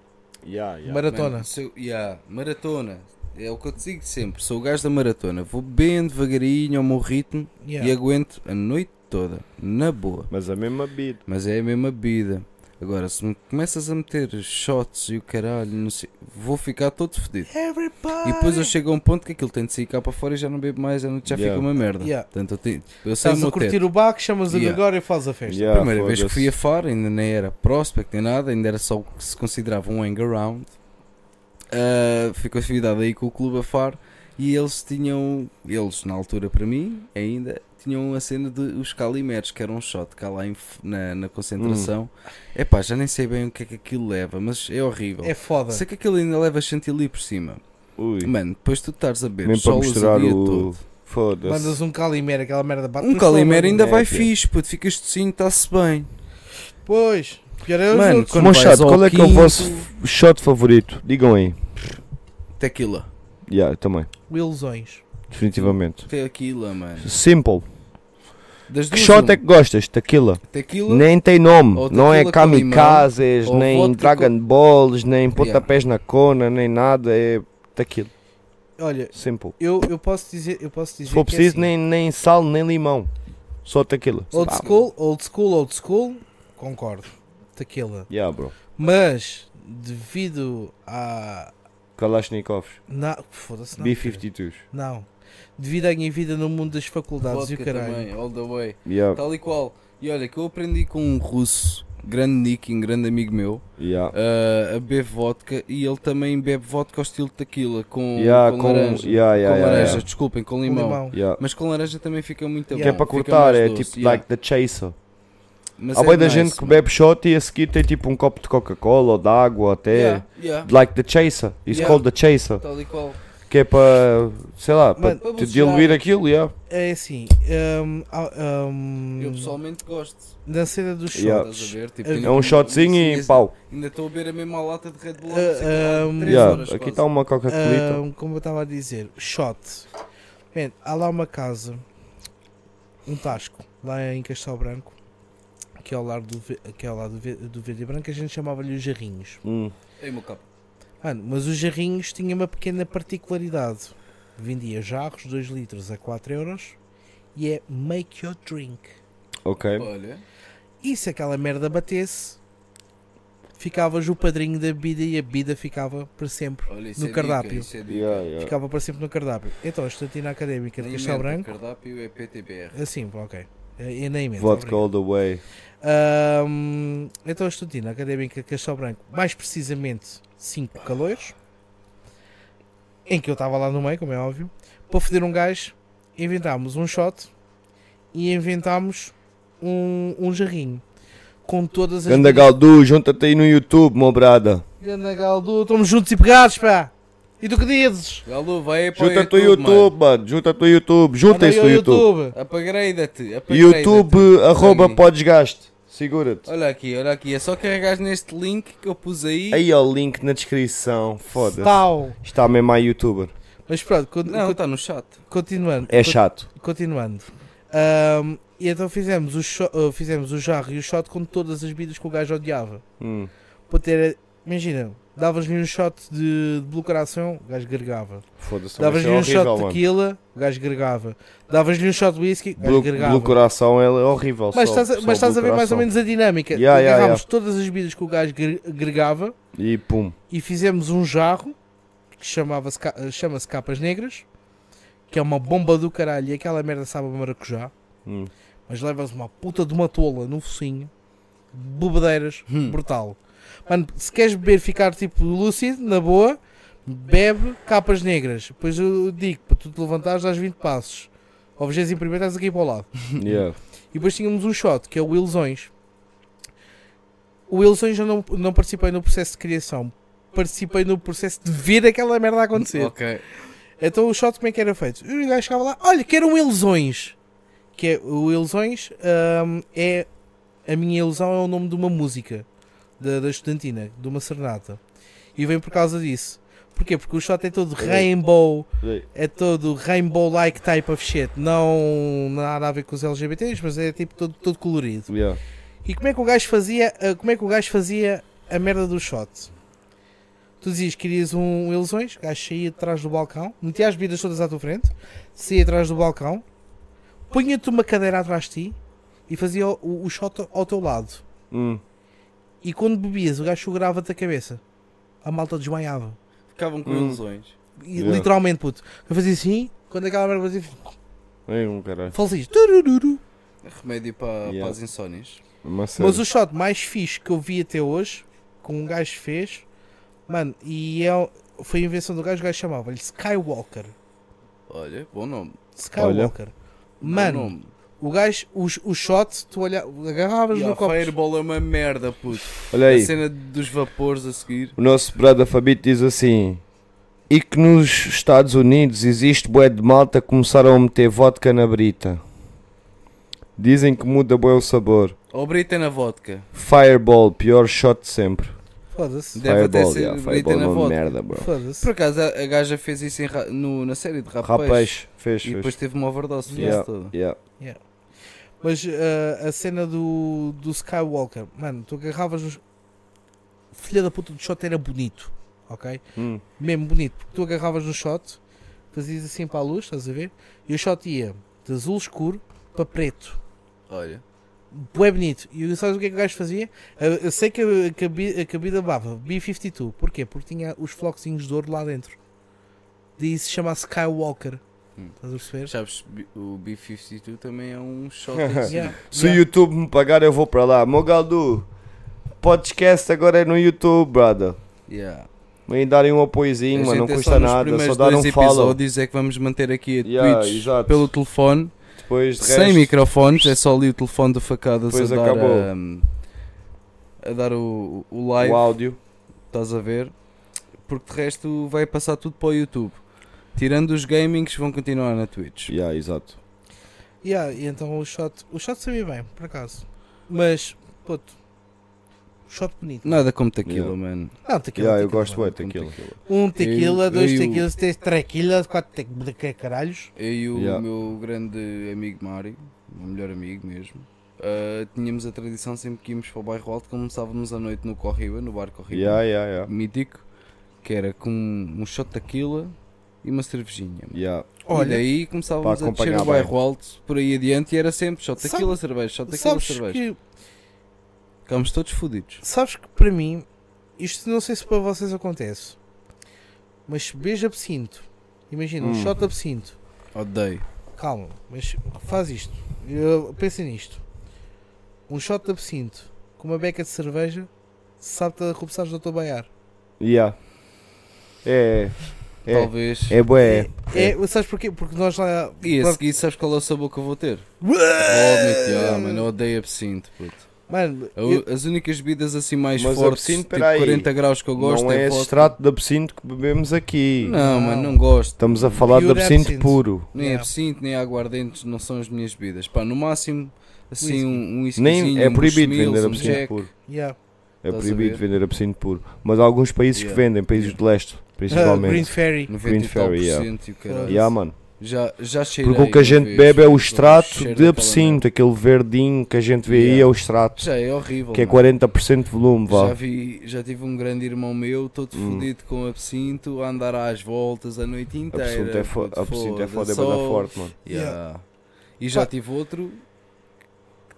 Yeah, Maratona. Mano, se eu- yeah, maratona. É o que eu te digo sempre: sou o gajo da maratona. Vou bem devagarinho ao meu ritmo Yeah. e aguento a noite toda, na boa. Mas a mesma beat. Mas é a mesma bebida. Agora, se me começas a meter shots e o caralho, não sei, vou ficar todo fedido. Everybody. E depois eu chego a um ponto que aquilo tem de sair cá para fora e já não bebo mais, a noite já Yeah. fica uma merda. Yeah. Portanto, eu, tenho, eu sei o Estás meu a curtir teto. o baco, chamas o Yeah. Gregório e fazes é a festa. Ah, A primeira vez que fui a fora, ainda nem era prospect nem nada, ainda era só o que se considerava um hang around. Ah, fico convidado aí com o clube a far e eles tinham, eles na altura para mim ainda, tinham a cena de os calimetes, que era um shot cá lá em f- na, na concentração. Hum. É pá, já nem sei bem o que é que aquilo leva, mas é horrível. É foda. sei que aquilo ainda leva chantilly por cima. Ui, Mano, depois tu estás a beber nem para solas o misturar dia o. todo. Foda-se. Mandas um calimero, aquela merda bate Um na fome, calimero ainda é, vai é. fixe, puto, ficas tocinho, está-se bem. Pois. Pior é os Mano, outros. quando vais Monchato, ao qual é que é o quinto- vosso shot favorito? Digam aí. Tequila. Yeah, eu também. Ilusões. Definitivamente. Tequila, mano. Simple. Das Que duas, shot uma. é que gostas? Tequila. Tequila? Nem tem nome. um. Ou Não é tequila com limão, kamikazes, ou nem vodka dragon balls, nem pontapés na cona, nem nada. É tequila. Olha, Simple. eu, eu posso dizer. Eu posso dizer Se for que é preciso, assim. nem, nem sal, nem limão. Só tequila. Old Ah, school, old school, old school. Concordo. Tequila. Yeah, bro. Mas, devido à. Kalashnikovs. Na... Foda-se, não. B-52s. Não. Devido à minha vida no mundo das faculdades e o Vodka caralho. também, all the way. Yeah, Tal e qual. E olha, que eu aprendi com um russo, grande Nick, um grande amigo meu, yeah. a- a beber vodka e ele também bebe vodka ao estilo tequila, com, Yeah, com com- laranja. yeah, yeah, com yeah, laranja, yeah. desculpem, com Com limão. limão. yeah. Mas com laranja também fica muito Que Que é bom. para fica cortar, mais é doce, tipo yeah. like the chaser. Mas Há é bem da nice, gente que mano. bebe shot e a seguir tem tipo um copo de Coca-Cola ou de água até. Yeah, yeah, Like the chaser. It's Yeah. called the chaser. Tal e qual. Que é para, sei lá, para Mano, para te bucejar. diluir aquilo, yeah. É assim. hum, há- hum, Eu pessoalmente gosto. na cena dos shots. Yeah. Estás a ver? Tipo, É ainda- É um shotzinho e Sim, pau. Ainda estou a beber a mesma lata de Red Bull. há Ah, sei lá, hum, três Yeah. horas Aqui quase. está uma Ah, Coca-Cola. como eu estava a dizer, shot. Man, há lá uma casa, um Tasco, lá em Castelo Branco, que é ao lado do, ve- que é ao lado do, ve- do Verde e Branco, a gente chamava-lhe os Jarrinhos. Hum. Ei, meu capa. Mano, mas os Jarrinhos tinha uma pequena particularidade. Vendia jarros, 2 litros a 4 euros e é make your drink. Ok. Olha. E se aquela merda batesse, ficavas o padrinho da bebida e a bebida ficava para sempre. Olha, isso No é dica, cardápio. isso é dica. Yeah, yeah. Ficava para sempre no cardápio. Então, a estatina académica de Nem Castelo inventa, Branco cardápio é PTBR. Assim, pá, ok. E nem mesmo. Vodka all the way. então, a estudantina académica Castelo Branco, mais precisamente 5 calores, em que eu estava lá no meio, como é óbvio, para foder um gajo, inventámos um shot e inventámos um, um jarrinho com todas as. Ganda Galdu, junta-te aí no YouTube, meu brada. Ganda Galdu, estamos juntos e pegados, pá! E tu que dizes? Galo, vai para Junta-te ao YouTube, mano. Junta-te ao YouTube. Junta-te Anda ao aí ao YouTube. Upgrade-te. upgrade-te. YouTube arroba Sangue. podesgaste. Segura-te. Olha aqui, olha aqui. É só carregares neste link que eu pus aí. Aí ao link na descrição. Foda-se. Tal. Está mesmo a youtuber. Mas pronto, con- Não, con- está no chat. continuando. É Con- chato. Continuando. Ahm, e então fizemos o, sho- ah, fizemos o jarro e o shot com todas as bebidas que o gajo odiava. Hum. Para ter. eh, Imagina, davas-lhe um shot de, de Blue Coração, o gajo gregava. Foda-se. também Davas-lhe isso um é shot horrível, de mano. tequila, o gajo gregava. Davas-lhe um shot de whisky, o gajo Blue, gregava. Blue Coração é horrível. mas só- estás, a- só mas estás a Blue ver mais ou Coração. menos a dinâmica. Yeah, yeah, Agarrámos todas as bebidas que o gajo gre- gregava E pum. e fizemos um jarro que chamava-se ca- eh, chama-se Capas Negras, que é uma bomba do caralho e aquela merda sabe a maracujá. Hum. mas levas uma puta de uma tola no focinho, bebedeiras, brutal. Mano, se queres beber, ficar tipo lúcido, na boa, bebe capas negras. Depois eu digo, para tu te levantares, dás 20 passos. Ao 21 primeiro estás aqui para o lado. Yeah. E depois tínhamos um shot, que é o Ilusões. O Ilusões eu não, não participei no processo de criação. Participei no processo de ver aquela merda acontecer. Ok. Então o shot como é que era feito? O gajo chegava lá, olha, quero um ilusões. Que é, o ilusões hum, é. A minha ilusão é o nome de uma música da, da estudantina, de uma serenata. E vem por causa disso. Porquê? Porque o shot é todo rainbow, é todo rainbow-like type of shit. Não nada a ver com os LGBTs, mas é tipo todo, todo colorido. Yeah. E como é que o gajo fazia, ah, como é que o gajo fazia a merda do shot? Tu dizias que querias um ilusões, o gajo saía atrás do balcão, metia as bebidas todas à tua frente, saía atrás do balcão, punha-te uma cadeira atrás de ti e fazia o, o- o shot ao teu lado. Hum. E quando bebias, o gajo segurava-te a cabeça. A malta desmaiava. Ficavam com Hum. ilusões. E, Yeah. Literalmente, puto. Eu fazia assim, quando aquela merda fazia. É um caralho. Falsias. Turururu. Remédio para, Yeah. para as insónias. Uma série. Mas o shot mais fixe que eu vi até hoje, que um gajo fez, mano, e é, foi a invenção do gajo, o gajo chamava-lhe Skywalker. Olha, bom nome. Skywalker. Bom Mano, nome. o gajo, os, o shot, tu olha, agarravas Yeah, no copo. Fireball é uma merda, puto. Olha aí. A cena dos vapores a seguir. O nosso brother Fabito diz assim: E que nos Estados Unidos existe bué de malta que começaram a meter vodka na brita. Dizem que muda bué o sabor. Ou Brita é na vodka. Fireball, pior shot de sempre. Foda-se. Deve até fireball, ser yeah, Brita fireball é na uma vodka. merda, bro. Foda-se. Por acaso, a a gaja fez isso em ra- no- na série de Rapaz. Rapaz, fez, E fez. depois teve uma overdose no Yeah, todo. yeah. Mas ah, a cena do, do Skywalker, mano, tu agarravas os. Filha da puta do shot era bonito, ok? Hum. Mesmo bonito, porque tu agarravas no shot, fazias assim para a luz, estás a ver? E o shot ia de azul escuro para preto. Olha. Bué bonito. E sabes o que é que o gajo fazia? Eu eu sei que a, que a bi- a cabida bava B52. Porquê? Porque tinha os flocozinhos de ouro lá dentro. Daí se chama Skywalker. Hum. Estás a perceber? Sabes, B- o B-52 também é um shot. Yeah, Se o yeah. YouTube me pagar, eu vou para lá. Mogaldu, podcast agora é no YouTube, brother. yeah. Vem darem um A apoiozinho, gente mano, não é custa só nos nada, primeiros só dar um dois follow. episódios é que vamos manter aqui a Yeah, Twitch exato. pelo telefone, Depois de sem resto, microfones, é só ali o telefone do Facadas Depois a dar, acabou. um, a dar o, o live, o áudio. estás a ver? Porque de resto vai passar tudo para o YouTube. Tirando os gamings, vão continuar na Twitch. Yeah, exato. Yeah, e então o shot, o shot sabia bem, por acaso. Mas, puto, shot bonito. Nada como tequila, Yeah. mano. Não, tequila. Yeah, eu tequila. gosto bué de Como tequila. Um tequila, dois eu- tequilas, três tequilas, quatro tequilas, caralhos. Eu e o Yeah. meu grande amigo Mário, o meu melhor amigo mesmo, ah, tínhamos a tradição sempre que íamos para o bairro alto, começávamos a noite no Corriba, no bar Corriba, Yeah, yeah, yeah. mítico, que era com um shot de tequila e uma cervejinha. Yeah. e Olha, daí começávamos Para a descer acompanhar o bairro alto, por aí adiante, e era sempre shot de Sabe- tequila, cerveja, shot de tequila, sabes cerveja. que, Ficámos todos fodidos. sabes que para mim, isto não sei se para vocês acontece, mas se beijo absinto, imagina, um Hum. shot de absinto, Odeio. calma, mas faz isto, eu- pensa nisto. Um shot de absinto com uma beca de cerveja, sabe-te a começares a baiar. Yeah. É, é, Talvez. é bué. É, sabes porquê? Porque nós lá. E a pronto- seguir, sabes qual é o sabor que eu vou ter? Óbvio, é. yeah, mano, eu odeio absinto, puto. Mano, A eu- u- As únicas bebidas assim mais Mas fortes, absinto, tipo peraí. 40 graus que eu gosto, Não é é esse vodka. extrato de absinto que bebemos aqui. Não, é Não. mano, não gosto. Estamos a falar de Pure absinto absinthe. puro. Nem Yeah. absinto, nem aguardentes não são as minhas bebidas. Pá, no máximo, assim, Whisky. um, um whiskyzinho, Nem é um proibido Bushmills, vender um absinto Jack. puro. yeah. É Estás a proibido ver? vender absinto puro. Mas há alguns países que Yeah. vendem, países do leste, Ah, Green principalmente. Ferry. 90 e tal por Ferry, yeah. cento e o caralho. Yeah, mano. Já, já cheirei. Porque o que a uma gente vez, bebe é o o extrato cheiro de daquela absinto, merda. aquele verdinho que a gente vê aí Yeah. é o extrato, Já é horrível. que é mano. 40% de volume, Já vá. vi, já tive um grande irmão meu, todo Hum. fodido com absinto, a andar às voltas a noite inteira. Absinto é fo- puto, absinto é foda, é só- bué da forte, mano. Yeah. E já tive outro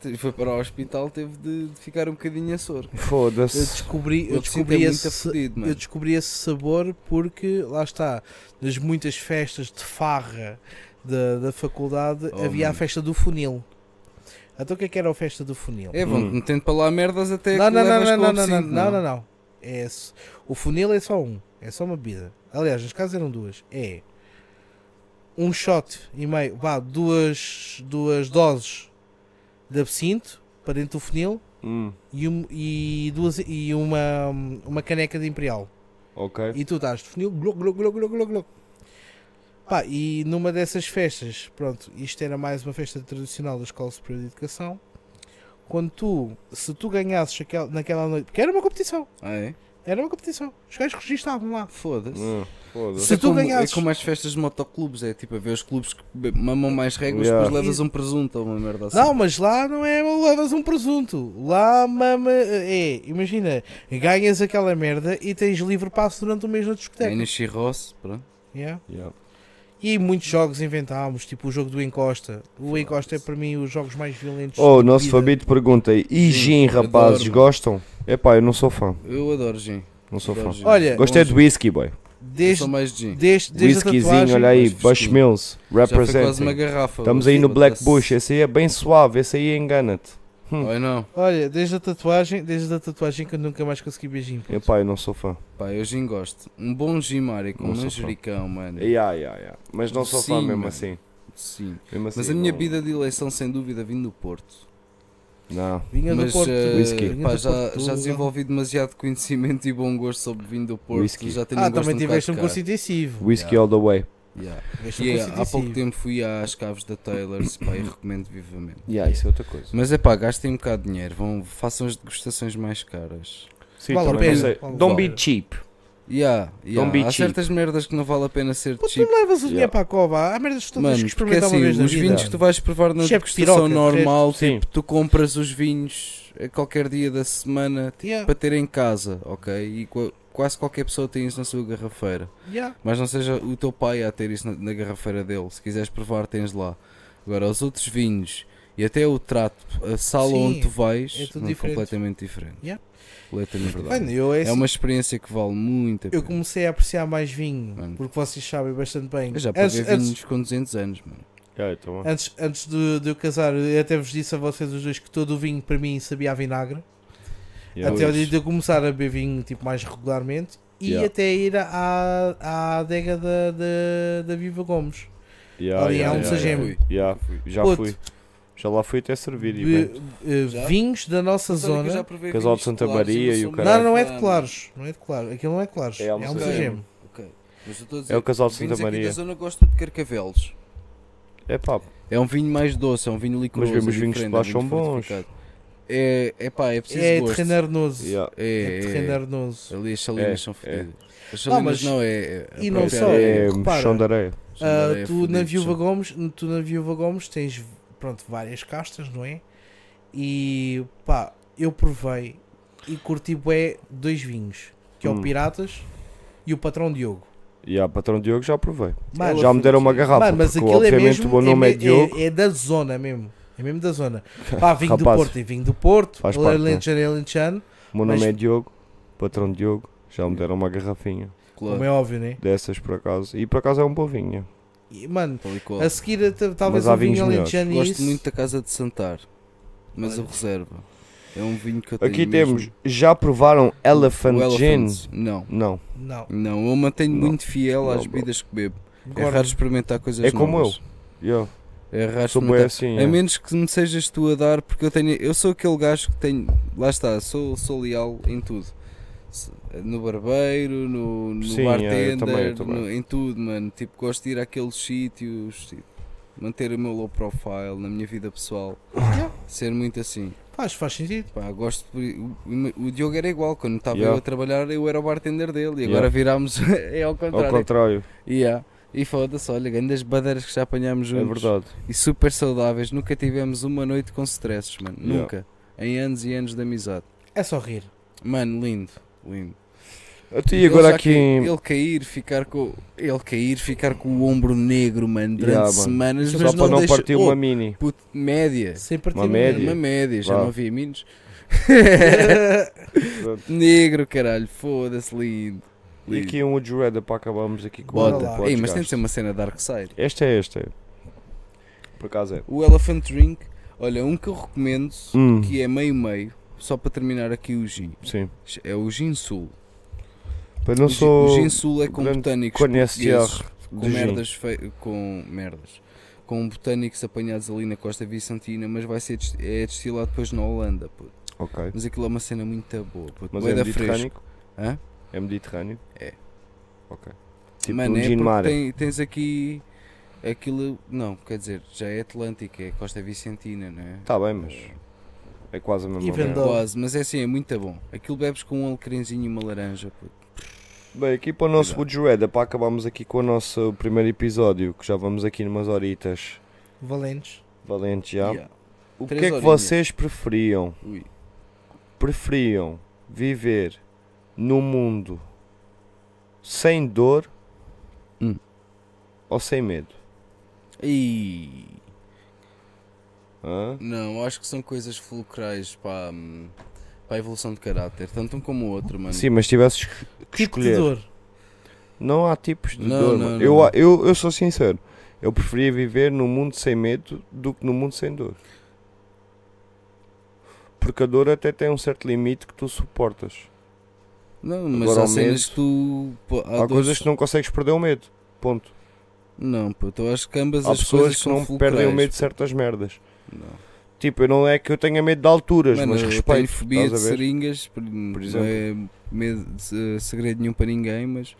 que te- foi para o hospital, teve de, de ficar um bocadinho a soro. Eu Foda-se. descobri, Eu eu descobri, é muito esse, fodido, mano. eu descobri esse sabor porque, lá está, nas muitas festas de farra da, da faculdade Oh, havia a mano. festa do funil. Então o que é que era a festa do funil? É, vão-te Hum. metendo para lá merdas até não, que não, não, levas não, com não, não, absinto, não, não, não, não. É esse. O funil é só um, é só uma bebida. Aliás, nas casas eram duas. É um shot e meio, vá, duas, duas doses de absinto para dentro do funil Hum, e, um- e duas, e uma, uma caneca de imperial. ok. E tu estás de funil, gloc, gloc, gloc, gloc, gloc, gloc. Pá, e numa dessas festas, pronto, isto era mais uma festa tradicional da Escola Superior de Educação. Quando tu, se tu ganhasses aquela- naquela noite, porque era uma competição, Ah, é? era uma competição, os gajos registavam lá. Foda-se. Hum, Foda-se. Se é tu como, ganhasses- É como as festas de motoclubes, é tipo a ver os clubes que be- mamam mais regras, Yeah. depois levas um presunto ou uma merda assim. Não, mas lá não é levas um presunto, lá mama, é, imagina, ganhas aquela merda e tens livre passo durante o mês na é discoteca. na Chirrosse, pronto. Yeah. Yeah. E muitos jogos inventámos, tipo o jogo do Encosta. O Encosta é para mim os jogos mais violentos. Oh, o de nosso vida. Fabito pergunta aí, e gin, adoro, rapazes, mano. gostam? Epá, eu não sou fã, Eu adoro gin. não sou Adoro fã. gin. Olha, Gosto é Bom de whisky, boy. Eu sou Desde, mais gin. desde, desde a Whiskyzinho, tatuagem. olha aí, mas Bush whisky. Já Mills, foi quase uma represent. garrafa. Estamos mas aí no Black acontece. Bush, esse aí é bem suave, esse aí engana-te. Ai não, Olha, desde a tatuagem, desde a tatuagem que eu nunca mais consegui beijinho. puto. Epá, eu não sou fã. pá, eu gin gosto. Um bom gin, Mari, com Não sou manjericão, mano. Yeah, yeah, yeah. Mas não sou fã Sim, mesmo mano. assim. Sim. Mesmo assim, Mas a minha não- bebida de eleição, sem dúvida, vindo do Porto. Não. Vinha Mas do Porto. eh, Whisky. Vinha pá, do já, Porto, já tudo. desenvolvi demasiado conhecimento e bom gosto sobre vinho do Porto. Whisky. Já tenho Ah, um gosto também um tiveste um bocado curso caro. intensivo. Whisky Yeah. all the way. Yeah. Tiveste um E curso eh, há pouco intensivo. tempo fui às caves da Taylor's pá, e recomendo vivamente. Yeah, isso é outra coisa. Mas é pá, gastem um bocado de dinheiro, vão, façam as degustações mais caras. Sim, Vale a também pena. sei. Vale. Don't be cheap. Yeah, yeah. Don't be Há cheap. certas merdas que não vale a pena ser Pô, tu cheap. me levas o dinheiro Yeah. para a cova. Há merdas que tu tens Mano, que porque experimentar assim, uma vez na os vida. vinhos que tu vais provar na Chefe de degustação piroca, normal, Sim. tipo, tu compras os vinhos a qualquer dia da semana tipo, Yeah, para ter em casa, ok? E qua- quase qualquer pessoa tem isso na sua garrafeira. yeah. Mas não seja o teu pai a ter isso na, na garrafeira dele. Se quiseres provar, tens lá. Agora, os outros vinhos e até o trato, a sala Sim, onde tu vais, é tudo não, diferente. completamente diferente. Yeah. Completamente Mano, verdade. eu, é É assim, uma experiência que vale muito a pena. eu comecei a apreciar mais vinho, Mano. porque vocês sabem bastante bem. Eu já antes, paguei vinhos antes, com 200 anos, mano. antes, antes de, de eu casar, eu até vos disse a vocês os dois que todo o vinho para mim sabia a vinagre. até o dia de eu começar a beber vinho tipo, mais regularmente e Yeah. até ir à, à adega da, da, da Viva Gomes. ali É, há um Sagemo. Yeah, já Puto. fui. Já lá fui até servir. e Be- bem. eh, Já? Então, vinhos da nossa zona. Casal de Santa Maria e o Não, Caralho. não é de claros. Não é de claros. Aquilo não é de claros. É É Almozema. um gemo. É o casal de Santa Aqui Maria. da zona gosto de carcavelos. É pá, É um vinho mais doce, é um vinho licoroso. Mas mesmo os é vinhos de diferente, baixo é um vinho são bons. fortificado. É, é pá, é preciso É gosto. terreno arenoso. yeah. É, É terreno é, arenoso. Ali as salinas É, são é. fodidas. As Não, salinas não, mas- é... é e a não própria só, areia. é repara. chão de areia. As Ah, areias tu, na fodidas, Viúva são- Gomes, tu na Viúva Gomes tens pronto, várias castas, não é? E pá, eu provei e curti bué dois vinhos, que é o Hum. Piratas e o Patrão Diogo. Yeah, patrão Diogo já provei. Mano, já me deram uma garrafa. Mano, mas porque, aquilo é obviamente mesmo, o meu nome é, é, me- Diogo. é, é da zona mesmo. É mesmo da zona. Pá, vinho do Rapaz, Porto, e vinho do Porto, faz parte, não é? Alentejano e Alentejano, O meu nome mas- é Diogo. Patrão Diogo. Já me deram uma garrafinha. Claro, como é óbvio, né? Dessas por acaso. E por acaso é um bom vinho. E, mano, tal e qual. a seguir eh, t- talvez Mas há o vinho vinhos melhores. Alentejano e Gosto Assim, isso. muito da Casa de Santar, mas a reserva. É um vinho que eu tenho Aqui mesmo. temos. Já provaram O Elephant Gin? Elephant, Não. Não. Não, Não, eu mantenho Não. muito fiel Não, às bro. bebidas que bebo. É gordo. raro experimentar coisas É como novas. Yeah. É raro Sou bué experimentar. assim. A é. menos que me sejas tu a dar, porque eu tenho. Eu sou aquele gajo que tenho. Lá está, sou, sou leal em tudo. Se- No barbeiro, no, no Sim, é, eu bartender, também, eu também. no- em tudo, mano. Tipo, gosto de ir àqueles sítios, tipo, manter o meu low profile na minha vida pessoal. Ser muito assim. Faz, faz sentido. Pá, gosto de- o, o Diogo era igual, quando estava Yeah. eu a trabalhar, eu era o bartender dele e Yeah. agora virámos é ao Ao contrário. contrário. Yeah. E foda-se, olha, grandes badeiras que já apanhámos É juntos verdade. e super saudáveis, nunca tivemos uma noite com stresses, mano, Yeah. nunca. Em anos e anos de amizade. É só rir. Mano, lindo, lindo. Até Ele agora já aqui. que- Ele cair, ficar com ele cair, ficar com o ombro negro, mano, durante Yeah, mano. semanas, Só mas para não deixa- partir Oh, uma mini. puto, média. Sem partir Uma o média. Uma média, já Vá. não havia meninos. Pronto. Negro, caralho, foda-se, lindo. E aqui um Would You Rather para acabarmos aqui com Bora o lá. podcast. Ei, mas tem de ser uma cena Dark Side. Esta é esta. Por acaso é. O Elephant Drink, olha, um que eu recomendo, Hum, que é meio-meio, só para terminar aqui o gin. sim. É o gin sul. Mas não o, gin- sou o gin sul é com grande botânicos conhecedor portugueses, com de gin. merdas, fei- com merdas. Com botânicos apanhados ali na costa vicentina, mas vai ser dest- é destilado depois na Holanda, puto. Ok. Mas aquilo é uma cena muito boa, puto. Mas é Bué da mediterrâneo? Hã? É mediterrâneo? É. Ok. Tipo Mano, um é gin porque mare. tem- tens aqui aquilo. Não, quer dizer, já é Atlântico, é Costa Vicentina, não é? Tá bem, mas é quase a mesma E merda. vendou. Quase, mas é assim, é muito bom. Aquilo bebes com um alecrenzinho e uma laranja. puto. Bem, aqui para o nosso Exato. Would You Rather, para acabarmos aqui com o nosso primeiro episódio, que já vamos aqui numas horitas Valentes. valentes já. Yeah. Tá. O que Três é que horinhas. vocês preferiam? Ui. preferiam viver num mundo sem dor Hum. ou sem medo? Ih, Hã? Não, acho que são coisas fulcrais para, hum, para a evolução de caráter, tanto um como o outro, mano. Sim, mas tivesses que- que Tipo de escolher. dor. Não há tipos de Não, dor, não, mano. não. Eu, eu, eu sou sincero. Eu preferia viver num mundo sem medo do que num mundo sem dor. Porque a dor até tem um certo limite que tu suportas. Não, mas Agora, há ao cenas que tu. pô, Há, dores- coisas que não consegues perder o medo. Ponto. Não, puto, eu acho que ambas Há as pessoas coisas que são não perdem o fulcrais. medo de certas merdas. Não. Tipo, eu não é que eu tenha medo de alturas, Mano, mas eu respeito. tenho fobia de estás a ver? seringas, por, exemplo. não é medo, de- eh, segredo nenhum para ninguém, mas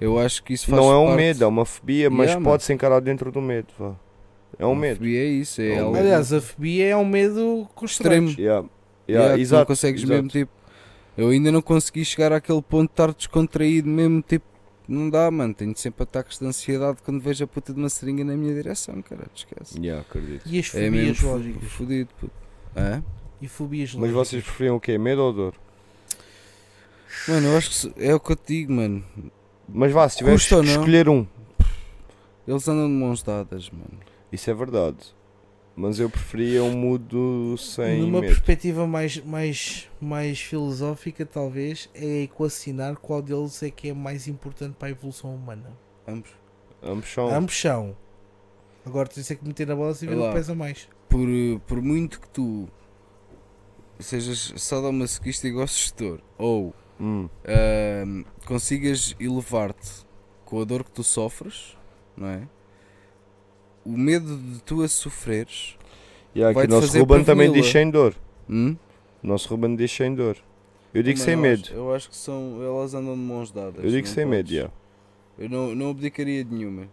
eu acho que isso faz Não é um parte- medo, é uma fobia, mas Yeah, mano. pode-se encarar dentro do medo. vá. É um Uma medo. Fobia é isso, é, É um algo medo. Aliás, a fobia é um medo extremo. constante. Yeah. Yeah, Yeah, que exato, não consegues exato. mesmo tipo. Eu ainda não consegui chegar àquele ponto de estar descontraído mesmo, tipo, não dá, mano. Tenho sempre ataques de ansiedade quando vejo a puta de uma seringa na minha direção, cara, esquece. Yeah, acredito. E as É fobias mesmo fu- lógicas. fudido, puto. É? E fobias Mas lógicas. vocês preferiam o quê? Medo ou dor? Mano, eu acho que se- é o que eu te digo, mano. Mas vá, se tiveres Custa que ou não? escolher um. Eles andam de mãos dadas, mano. Isso é verdade. Mas eu preferia um mudo sem Numa medo. perspectiva mais, mais, mais filosófica, talvez, é equacionar qual deles é que é mais importante para a evolução humana. Ambos. Ambos são. Ah, Ambos são. Agora tens é que meter na bola e ver Olha o lá. que pesa mais. por, eh, por muito que tu sejas sadomasoquista e gostes de dor, ou Hum, ahm, consigas elevar-te com a dor que tu sofres, não é? O medo de tu a sofreres, yeah, que Vai-te o nosso fazer Ruban também diz preveni-la. sem dor. hum? O nosso Ruban diz sem dor. Eu digo Mano, sem eu medo. acho- eu acho que são, elas andam de mãos dadas. Eu digo não sem medo, podes. yeah. Eu não, não abdicaria de nenhuma.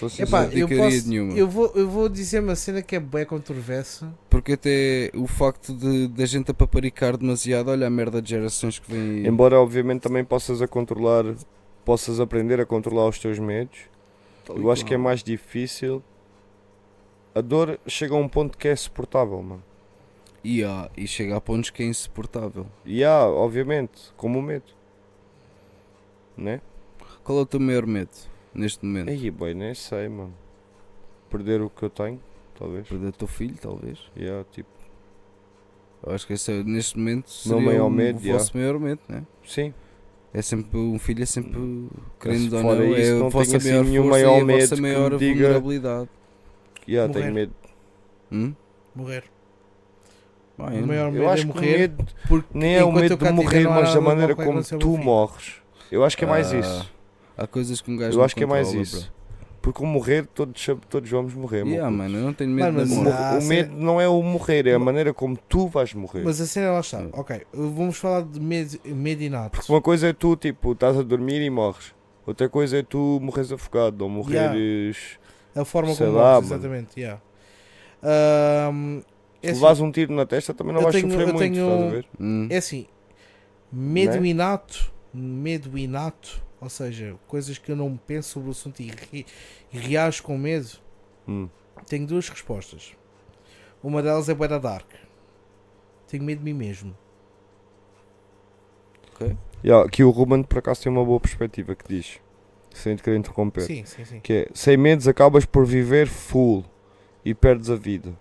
Sou Epá, sincero. digo eu, que haveria posso- nenhuma. eu vou, eu vou dizer uma cena que é bem controversa. Porque até o facto de da gente a paparicar demasiado, olha a merda de gerações que vem aí. Embora obviamente também possas a controlar, possas aprender a controlar os teus medos. Eu acho que é mais difícil. A dor chega a um ponto que é suportável, mano. E, há- e chega a pontos que é insuportável. E há, obviamente, como o medo. Né? Qual é o teu maior medo neste momento? Aí, bem, nem sei, mano. Perder o que eu tenho, talvez. Perder o teu filho, talvez. Yeah, tipo, Eu acho que esse, é- neste momento Meu seria maior o medo, já. vosso maior medo, né? sim. É sempre um filho, é sempre querendo ou fora não, Hum. isso, é não a vossa tenho assim maior nenhum força maior e a medo vossa que maior me diga- vulnerabilidade. Yeah, Morrer. tenho medo. Hum? Morrer. Bem, o maior medo Eu acho é que o morrer. medo porque nem é o enquanto medo eu de cá estiver, morrer, não há mas da nada maneira que vai como acontecer ao tu meu filho. morres. Eu acho que é mais Ah, isso. Há coisas que um gajo Eu não acho que é mais controla, isso. É bro. Porque o morrer, todos, todos vamos morrer, meu Yeah, puto. mano, eu não tenho medo Mano, da mas O morte. mor- Ah, o sim. medo não é o morrer, é a maneira como tu vais morrer. Mas a cena é lá está. Sim. Ok, vamos falar de medo, medo inato. Porque uma coisa é tu, tipo, estás a dormir e morres. Outra coisa é tu morres afogado ou Yeah. É morreres. A forma Sei como lá, morres, mano. exatamente. Yeah. Ahm, é, Se assim, levas um tiro na testa também não Eu vais tenho- sofrer eu muito, tenho- estás a ver? Hum. é assim, medo Né? inato, medo inato, ou seja, coisas que eu não penso sobre o assunto e, re- e reajo com medo. Hum. Tenho duas respostas. Uma delas é Boeda Dark. Tenho medo de mim mesmo. Yeah, aqui o Ruben por acaso tem uma boa perspectiva que diz, sem te querer interromper, Sim, sim, sim. que é sem medos acabas por viver full e perdes a vida.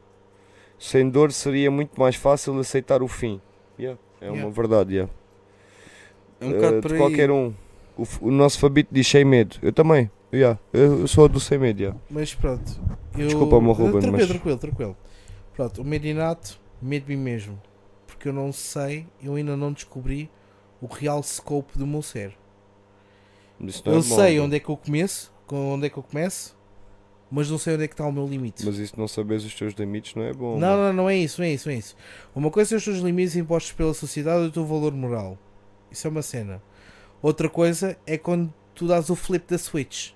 Sem dor seria muito mais fácil aceitar o fim. Yeah, é uma Yeah. verdade, yeah. É um Eh, bocado por de aí. qualquer um. O, f- o nosso Fabito diz sem medo. Eu também. Yeah, eu eu sou do sem medo. yeah. Mas pronto. Eu... Desculpa-me, Ruben, Tranquilo, mas- tranquilo, tranquilo. Pronto, o medo inato, medo de mim mesmo. Porque eu não sei, eu ainda não descobri o real scope do meu ser. Isso não Eu é bom, sei bro. onde é que eu começo, com- onde é que eu começo, mas não sei onde é que está o meu limite. Mas isso não saberes os teus limites não é bom. Não, mano. não, não é isso, não é isso, não é isso. Uma coisa são os teus limites impostos pela sociedade e o teu valor moral. Isso é uma cena. Outra coisa é quando tu dás o flip da Switch.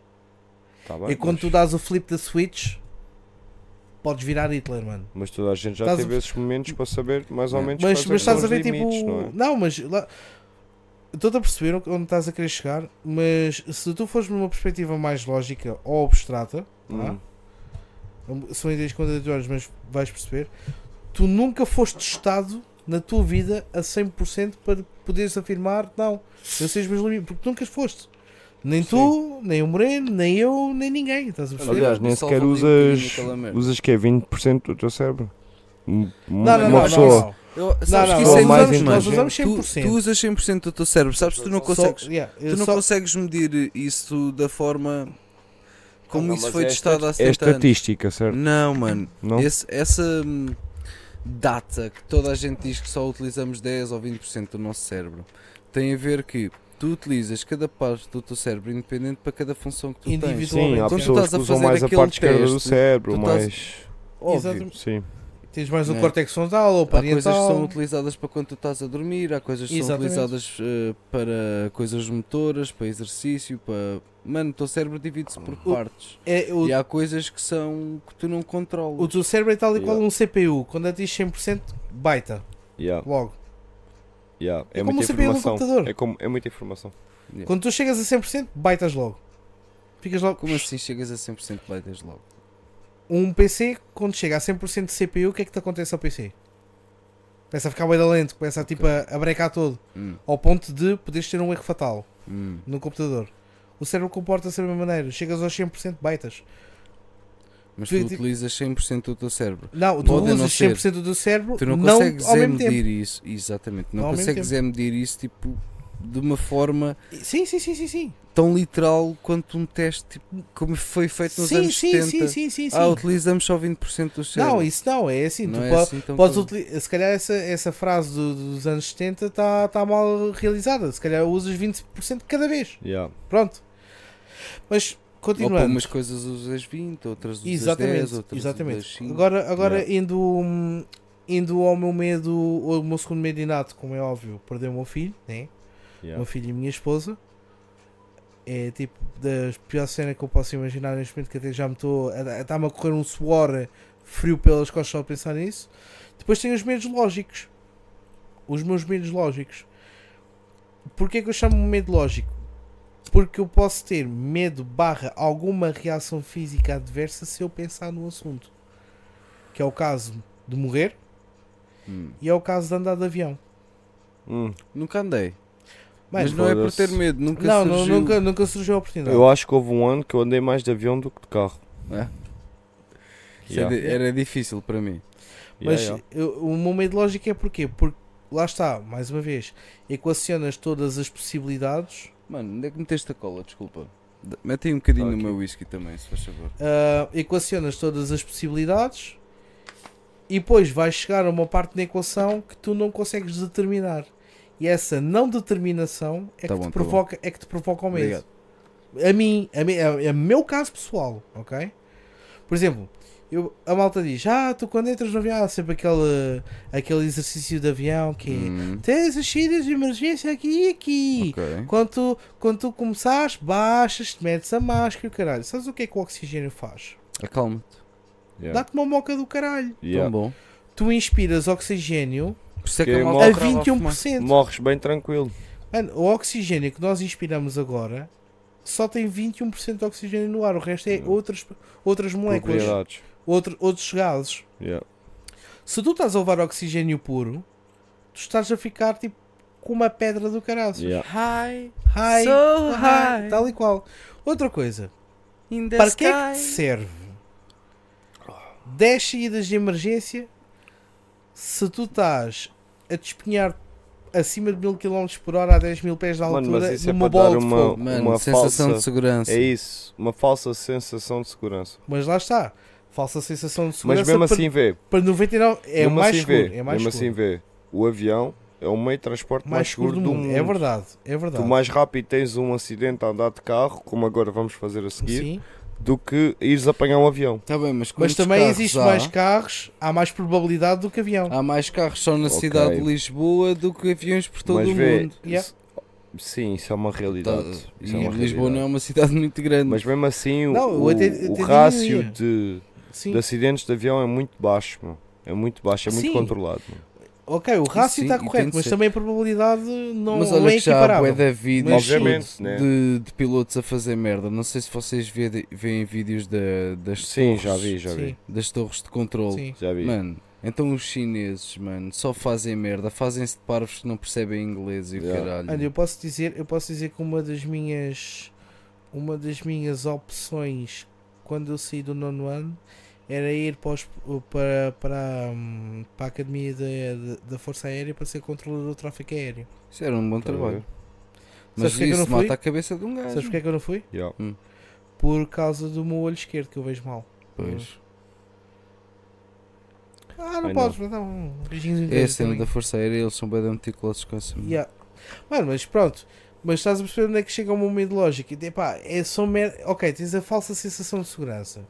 Tá bem, e quando mas, tu dás o flip da Switch, podes virar Hitler, mano. mas toda a gente já Estás a- teve esses momentos para saber mais ou Yeah. menos Mas, quais é mas que são estás a os ver limites, tipo. não Não, é? mas lá. Estou-te a perceber onde estás a querer chegar, mas se tu fores numa perspectiva mais lógica ou abstrata, tá? Hum. são ideias contraditórias, mas vais perceber. Tu nunca foste testado na tua vida a 100% para poderes afirmar, não, eu sei os meus limites, porque nunca foste. Nem tu, nem o Moreno, nem eu, nem ninguém. Estás a perceber? Aliás, Eu nem só sequer vou ali um bocadinho usas. naquela merda. Usas que é 20% do teu cérebro? Um- não, não, uma não, não, pessoa é não. Eu, Não, sabes não, que isso nós é mais ilusão. imagens. Tu- Nós usamos Tu, 100%. usas 100% do teu cérebro, sabes? Tu não Só- consegues, yeah, eu tu não só- consegues medir isso da forma como Ah, não, isso mas foi é testado há É 70 anos. estatística, certo? Não, mano. Não? Esse- essa hum, data que toda a gente diz que só utilizamos 10 ou 20% do nosso cérebro tem a ver que tu utilizas cada parte do teu cérebro independente para cada função que tu tens. Então, Individual. Sim, há Quando tu pessoas estás que a usam fazer mais a aquele parte esquerda do teste, cérebro, tu estás- mais. Óbvio. Exatamente. Sim. Tens mais o Não. córtex frontal ou Né? Há coisas que parietal. são utilizadas para quando tu estás a dormir, há coisas que Exatamente. são utilizadas eh, para coisas motoras, para exercício, para. Mano, o teu cérebro divide-se por partes. É, o, E há coisas que são que tu não o controlas. teu cérebro é tal e qual Yeah. um CPU. Quando atinges 100%, baita. Yeah, Logo. yeah. É, É como muita saber no informação. computador. É, como, é muita informação. Quando tu chegas a 100%, baitas logo. Ficas logo. Como assim chegas a 100% lá desde logo? Um PC, quando chega a 100% de CPU, o que é que te acontece ao PC? Começa a ficar bem lento, começa a, tipo, a, a brecar todo. Hum. Ao ponto de poderes ter um erro fatal Hum. no computador. O cérebro comporta-se da mesma maneira. Chegas aos 100%, baitas. Mas tu Tu, tipo- utilizas 100% do teu cérebro. Não, tu Pode não usas ser. 100% do cérebro, Tu não, consegues ao é mesmo tempo. medir isso. Exatamente. Não Não ao mesmo consegues é medir isso tipo de uma forma Sim, sim, sim, sim, sim. tão literal quanto um teste tipo, como foi feito nos Sim, anos sim, 70. sim, sim, sim, sim. Ah, utilizamos só 20% do cérebro. Não, isso não, é assim. Não tu é po- assim tão podes todo. utili- Se calhar essa, essa frase do- dos anos 70 está tá mal realizada. Se calhar usas 20% cada vez. Yeah. Pronto. Mas Ou para é continuando. umas coisas usas 20, outras usas exatamente. 10, outras usas exatamente. 5. Agora, agora indo, hum, indo ao meu medo, ao meu segundo medo inato, como é óbvio, perder o meu filho, né? O meu Yeah. filho e a minha esposa. É tipo das piores cenas que eu posso imaginar neste momento que até já me estou. Está-me a correr um suor frio pelas costas só a pensar nisso. Depois tenho os medos lógicos. Os meus medos lógicos. Porquê que eu chamo me medo lógico? Porque eu posso ter medo barra alguma reação física adversa se eu pensar no assunto. Que é o caso de morrer Hum. e é o caso de andar de avião. Hum, Nunca andei. Mano, Mas não é por foda-se. ter medo, nunca não, não, surgiu. nunca, nunca surgiu a oportunidade. Eu acho que houve um ano que eu andei mais de avião do que de carro. É. Isso é Yeah. di- Era difícil para mim. Mas Yeah, yeah. eu- o meu meio de lógica é porquê? Porque lá está, mais uma vez, equacionas todas as possibilidades. Mano, onde é que meteste a cola? Desculpa. D- Mete aí um bocadinho Tá no aqui. meu whisky também, se faz favor. ah, equacionas todas as possibilidades e depois vais chegar a uma parte da equação que tu não consegues determinar. E essa não determinação é, Tá que, bom, tá te provoca, é que te provoca o medo. Obrigado. A mim, a, mim a, a meu caso pessoal, ok? Por exemplo, eu, a malta diz: Ah, tu quando entras no avião, há sempre aquele, aquele exercício de avião que é. Hum, Tens as saídas de emergência aqui e aqui. ok. Quando, tu, quando tu começares, baixas, te metes a máscara, caralho. Sabes o que é que o oxigênio faz? Acalma-te. Yeah. Dá-te uma moca do caralho. Tão Yeah. bom. Tu inspiras oxigênio Por isso é que, Que a mal- malta a Moca. trava fumar. 21%. Morres bem tranquilo. Mano, o oxigênio que nós inspiramos agora só tem 21% de oxigênio no ar. O resto é outras, outras moléculas, Propriedades. outro, outros gases. Yeah. Se tu estás a levar oxigênio puro, tu estás a ficar tipo com uma pedra do caralho. Yeah. Hi, Hi, So hi, high. tal e qual. Outra coisa, in the para que é que te sky. serve 10 saídas de emergência se tu estás a despenhar acima de 1000 km por hora a 10 mil pés de Mano, altura mas isso é numa para bola dar de uma, fogo? Mano, uma sensação falsa. de Ah, segurança. É isso, uma falsa sensação de segurança. Mas lá está, falsa sensação de segurança Mas mesmo para, assim vê. para 99 é mesmo mais assim seguro, vê, é mais mesmo seguro. assim vê. O avião é o meio de transporte mais, mais seguro do mundo. É verdade, é verdade. Tu mais rápido tens um acidente a andar de carro, como agora vamos fazer a seguir, Sim. do que ires apanhar um avião. Tá bem, mas, Mas quantos também carros ah. existe há? mais carros, há mais probabilidade do que avião. Há mais carros só na Ok. cidade de Lisboa do que aviões por todo Mas o vê, mundo. Yeah. isso- sim, isso é uma Tá- realidade. E Isso é Lisboa não é uma um realidade. uma cidade muito grande. Mas mesmo assim, o, Não, eu o, até- até o diminuía. rácio de, Sim. de acidentes de avião é muito baixo, meu. É muito baixo, é muito Sim. controlado. meu. Ok, o sim, rácio está e correto, tem de mas ser. também a probabilidade não, Mas não olha é que já há bué equiparável. de vídeos Obviamente, de, né? de- de pilotos a fazer merda. Não sei se vocês vê- veem vídeos da- das, Sim, torres, já vi, já vi. Sim. das torres de controle. Sim. Já vi. Mano, então os chineses, mano, só fazem merda, fazem-se de parvos que não percebem inglês e o Yeah. caralho. Olha, eu posso dizer, eu posso dizer que uma das minhas uma das minhas opções quando eu saí do nono ano era ir para, os- para, para, hum, para a Academia da- da Força Aérea para ser controlador do tráfico aéreo. Isso era um bom Tá a trabalho. ver? Mas Sabes porque é que eu isso não fui? mata a cabeça de um gajo. Sabes porque é que eu não fui? Yeah. Hum. Por causa do meu olho esquerdo, que eu vejo mal. Pois. Ah, Ai, não podes, mas dá um beijinho É a cena da Força Aérea, eles são bem meticulosos com essa. merda. Yeah. Mano, mas pronto. Mas estás a perceber onde é que chega o momento lógico? E, pá, é só mer... Ok, tens a falsa sensação de segurança.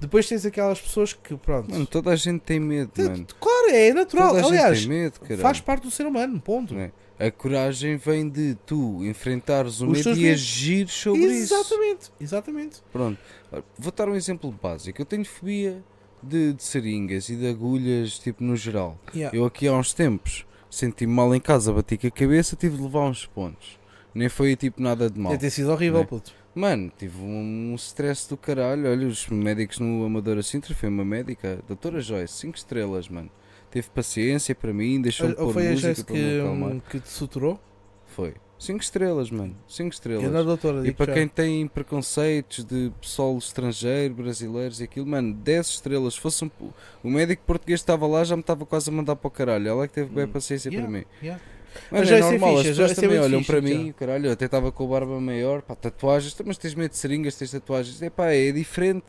Depois tens aquelas pessoas que, pronto. Mano, toda a gente tem medo, Te- mano. Claro, é natural. Toda a gente Aliás, tem medo, caralho. faz parte do ser humano, ponto. É. A coragem vem de tu enfrentares o Os medo teus e medos. agir sobre isso. Exatamente, exatamente. Pronto. Ora, Vou dar um exemplo básico. Eu tenho fobia de, de seringas e de agulhas, tipo, no geral. Yeah. Eu aqui há uns tempos senti-me mal em casa, bati com a cabeça, tive de levar uns pontos. Nem foi tipo nada de mal. Deve ter sido horrível, Né? puto. Mano, tive um stress do caralho. Olha, os médicos no Amadora Sintra foi uma médica, doutora Joyce, 5 estrelas, mano. Teve paciência para mim, deixou-me Ou pôr foi a música Joyce para me que, acalmar. que te suturou? Foi. 5 estrelas, mano. 5 Que não estrelas. é doutora, E digo para já. quem tem preconceitos de pessoal estrangeiro, brasileiros e aquilo, mano, 10 estrelas. Fosse um... O médico português que estava lá já me estava quase a mandar para o caralho. Ela é que teve bem paciência Hum. Yeah, para mim. yeah. Mas Mas é Joyce é normal, fixe, as pessoas Joyce é também muito olham fixe, para já. mim, caralho, eu até estava com a barba maior, pá, tatuagens, mas tens medo de seringas, tens tatuagens, é pá, é diferente,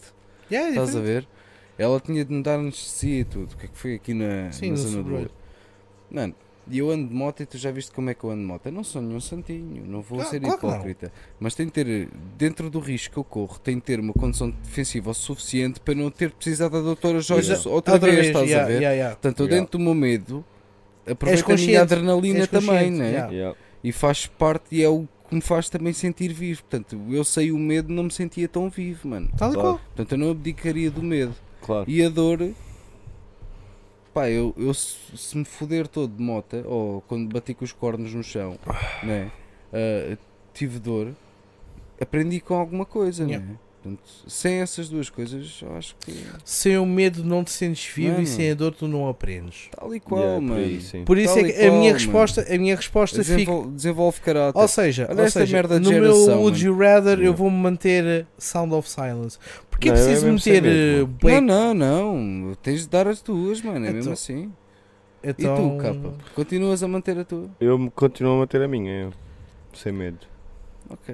Yeah, é estás a ver? diferente. Ela tinha de me dar anestesia e tudo, o que é que foi aqui na, Sim, na no zona do sobreolho. olho? Mano, e eu ando de moto e tu já viste como é que eu ando de moto. Eu não sou nenhum santinho, não vou Claro- ser Ah, claro que não. hipócrita. Mas tenho de ter, dentro do risco que eu corro, tenho de ter uma condição defensiva o suficiente para não ter precisado da doutora Joyce Exa- outra, vez, estás yeah, a ver? yeah, yeah. Portanto, eu Yeah. dentro do meu medo, aproveito a consciente, minha adrenalina és também, consciente, né? yeah. Yeah. e faz parte e é o que me faz também sentir vivo. Portanto, eu sei o medo, não me sentia tão vivo, mano. Tal e Claro. qual. Portanto, eu não abdicaria do medo. Claro. E a dor, pá, eu, eu se se me foder todo de mota, ou quando bati com os cornos no chão, né? ah, tive dor, aprendi com alguma coisa, Yeah. né? Portanto, sem essas duas coisas, eu acho que Sem o medo não te sentes vivo Mano. e sem a dor tu não aprendes. tal e tá qual, Yeah, por mano. aí, sim. Por isso Tal é e que a qual, minha mano. resposta, a minha resposta fica. Desenvol- Desenvolve caráter. Ou seja, Olha ou esta seja merda de no geração, meu Would mano. You Rather eu Yeah. vou-me manter eh, Sound of Silence. Porque Não, é eu preciso mesmo sei meter mesmo. eh, back- Não, não, não. Tens de dar as tuas, mano. É Então- mesmo assim. Então, E tu, capa? Continuas a manter a tua? Eu me- continuo a manter a minha, eu. sem medo. Ok.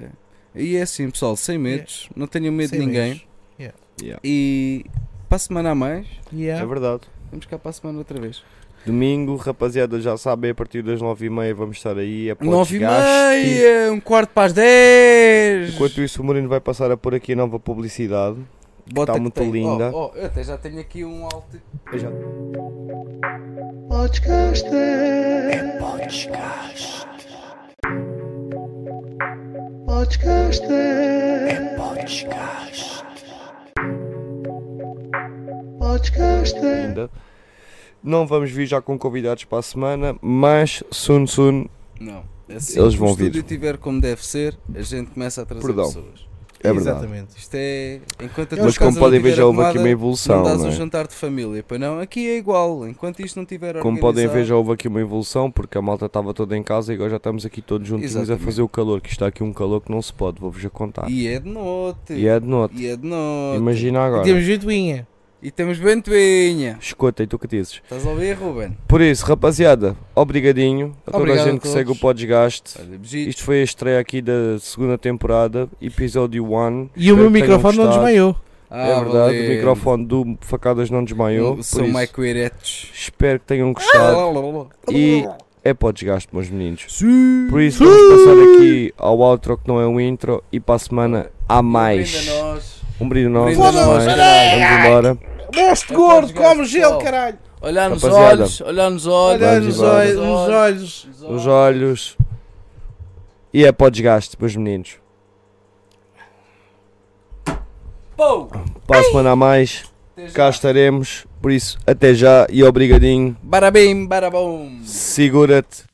E é assim, pessoal, sem medos, não tenham medo sem de ninguém. medos. E para a semana a mais, É Yeah. verdade. vamos cá para a semana outra vez. Domingo, rapaziada, já sabem, a partir das 9h30 vamos estar aí. É Nove e podcast. meia, um quarto para as 10. Enquanto isso, o Murino vai passar a pôr aqui a nova publicidade. Bota tá que muito tem. linda. Oh, oh, eu até já tenho aqui um alto. Eu já- ainda. Não vamos vir já com convidados para a semana, mas soon soon Não. Assim Eles que vão o estúdio vir. tiver como deve ser, a gente começa a trazer Perdão. pessoas. é verdade. Exatamente. Isto é. Enquanto a tua Mas como casa podem não ver, tiver já houve aqui arrumada, uma evolução. Não dás não um é? jantar de família, para não. Aqui é igual. Enquanto isto não tiver Como podem ver, organizado- já houve aqui uma evolução porque a malta estava toda em casa e agora já estamos aqui todos juntinhos Exatamente. a fazer o calor. Que está aqui um calor que não se pode, vou-vos a contar. E, E é de noite. é de noite. E é de noite. Imagina agora. E temos Vituinha. E temos Bentoinha. Escuta, e tu que dizes? Estás a ouvir, Ruben? Por isso, rapaziada, obrigadinho a toda a Obrigado a gente que todos. segue o podcast. Olha, beijinhos. Isto foi a estreia aqui da segunda temporada, episódio 1. E o meu microfone não desmaiou. desmaiou. Ah, É verdade, valeu. o microfone do Facadas não desmaiou. Por São isso, Maico Eretos. espero que tenham gostado. E é para o desgaste, meus meninos. Por isso, vamos passar aqui ao outro que não é um intro. E para a semana há mais. Ainda nós. Um brinde a nós. Brinde a há nós, mais. caralho. Vamos embora. Este É gordo, podcast, come gelo, pessoal. caralho. Olhar nos Rapaziada. olhos. Olhar nos olhos. Olha Vamos nos embora. olhos. Nos olhos. Os olhos. E é para o desgaste, meus meninos. Pou! Para a semana há mais. Até já. Cá estaremos. Por isso, até já e obrigadinho. Barabim, barabom. Segura-te.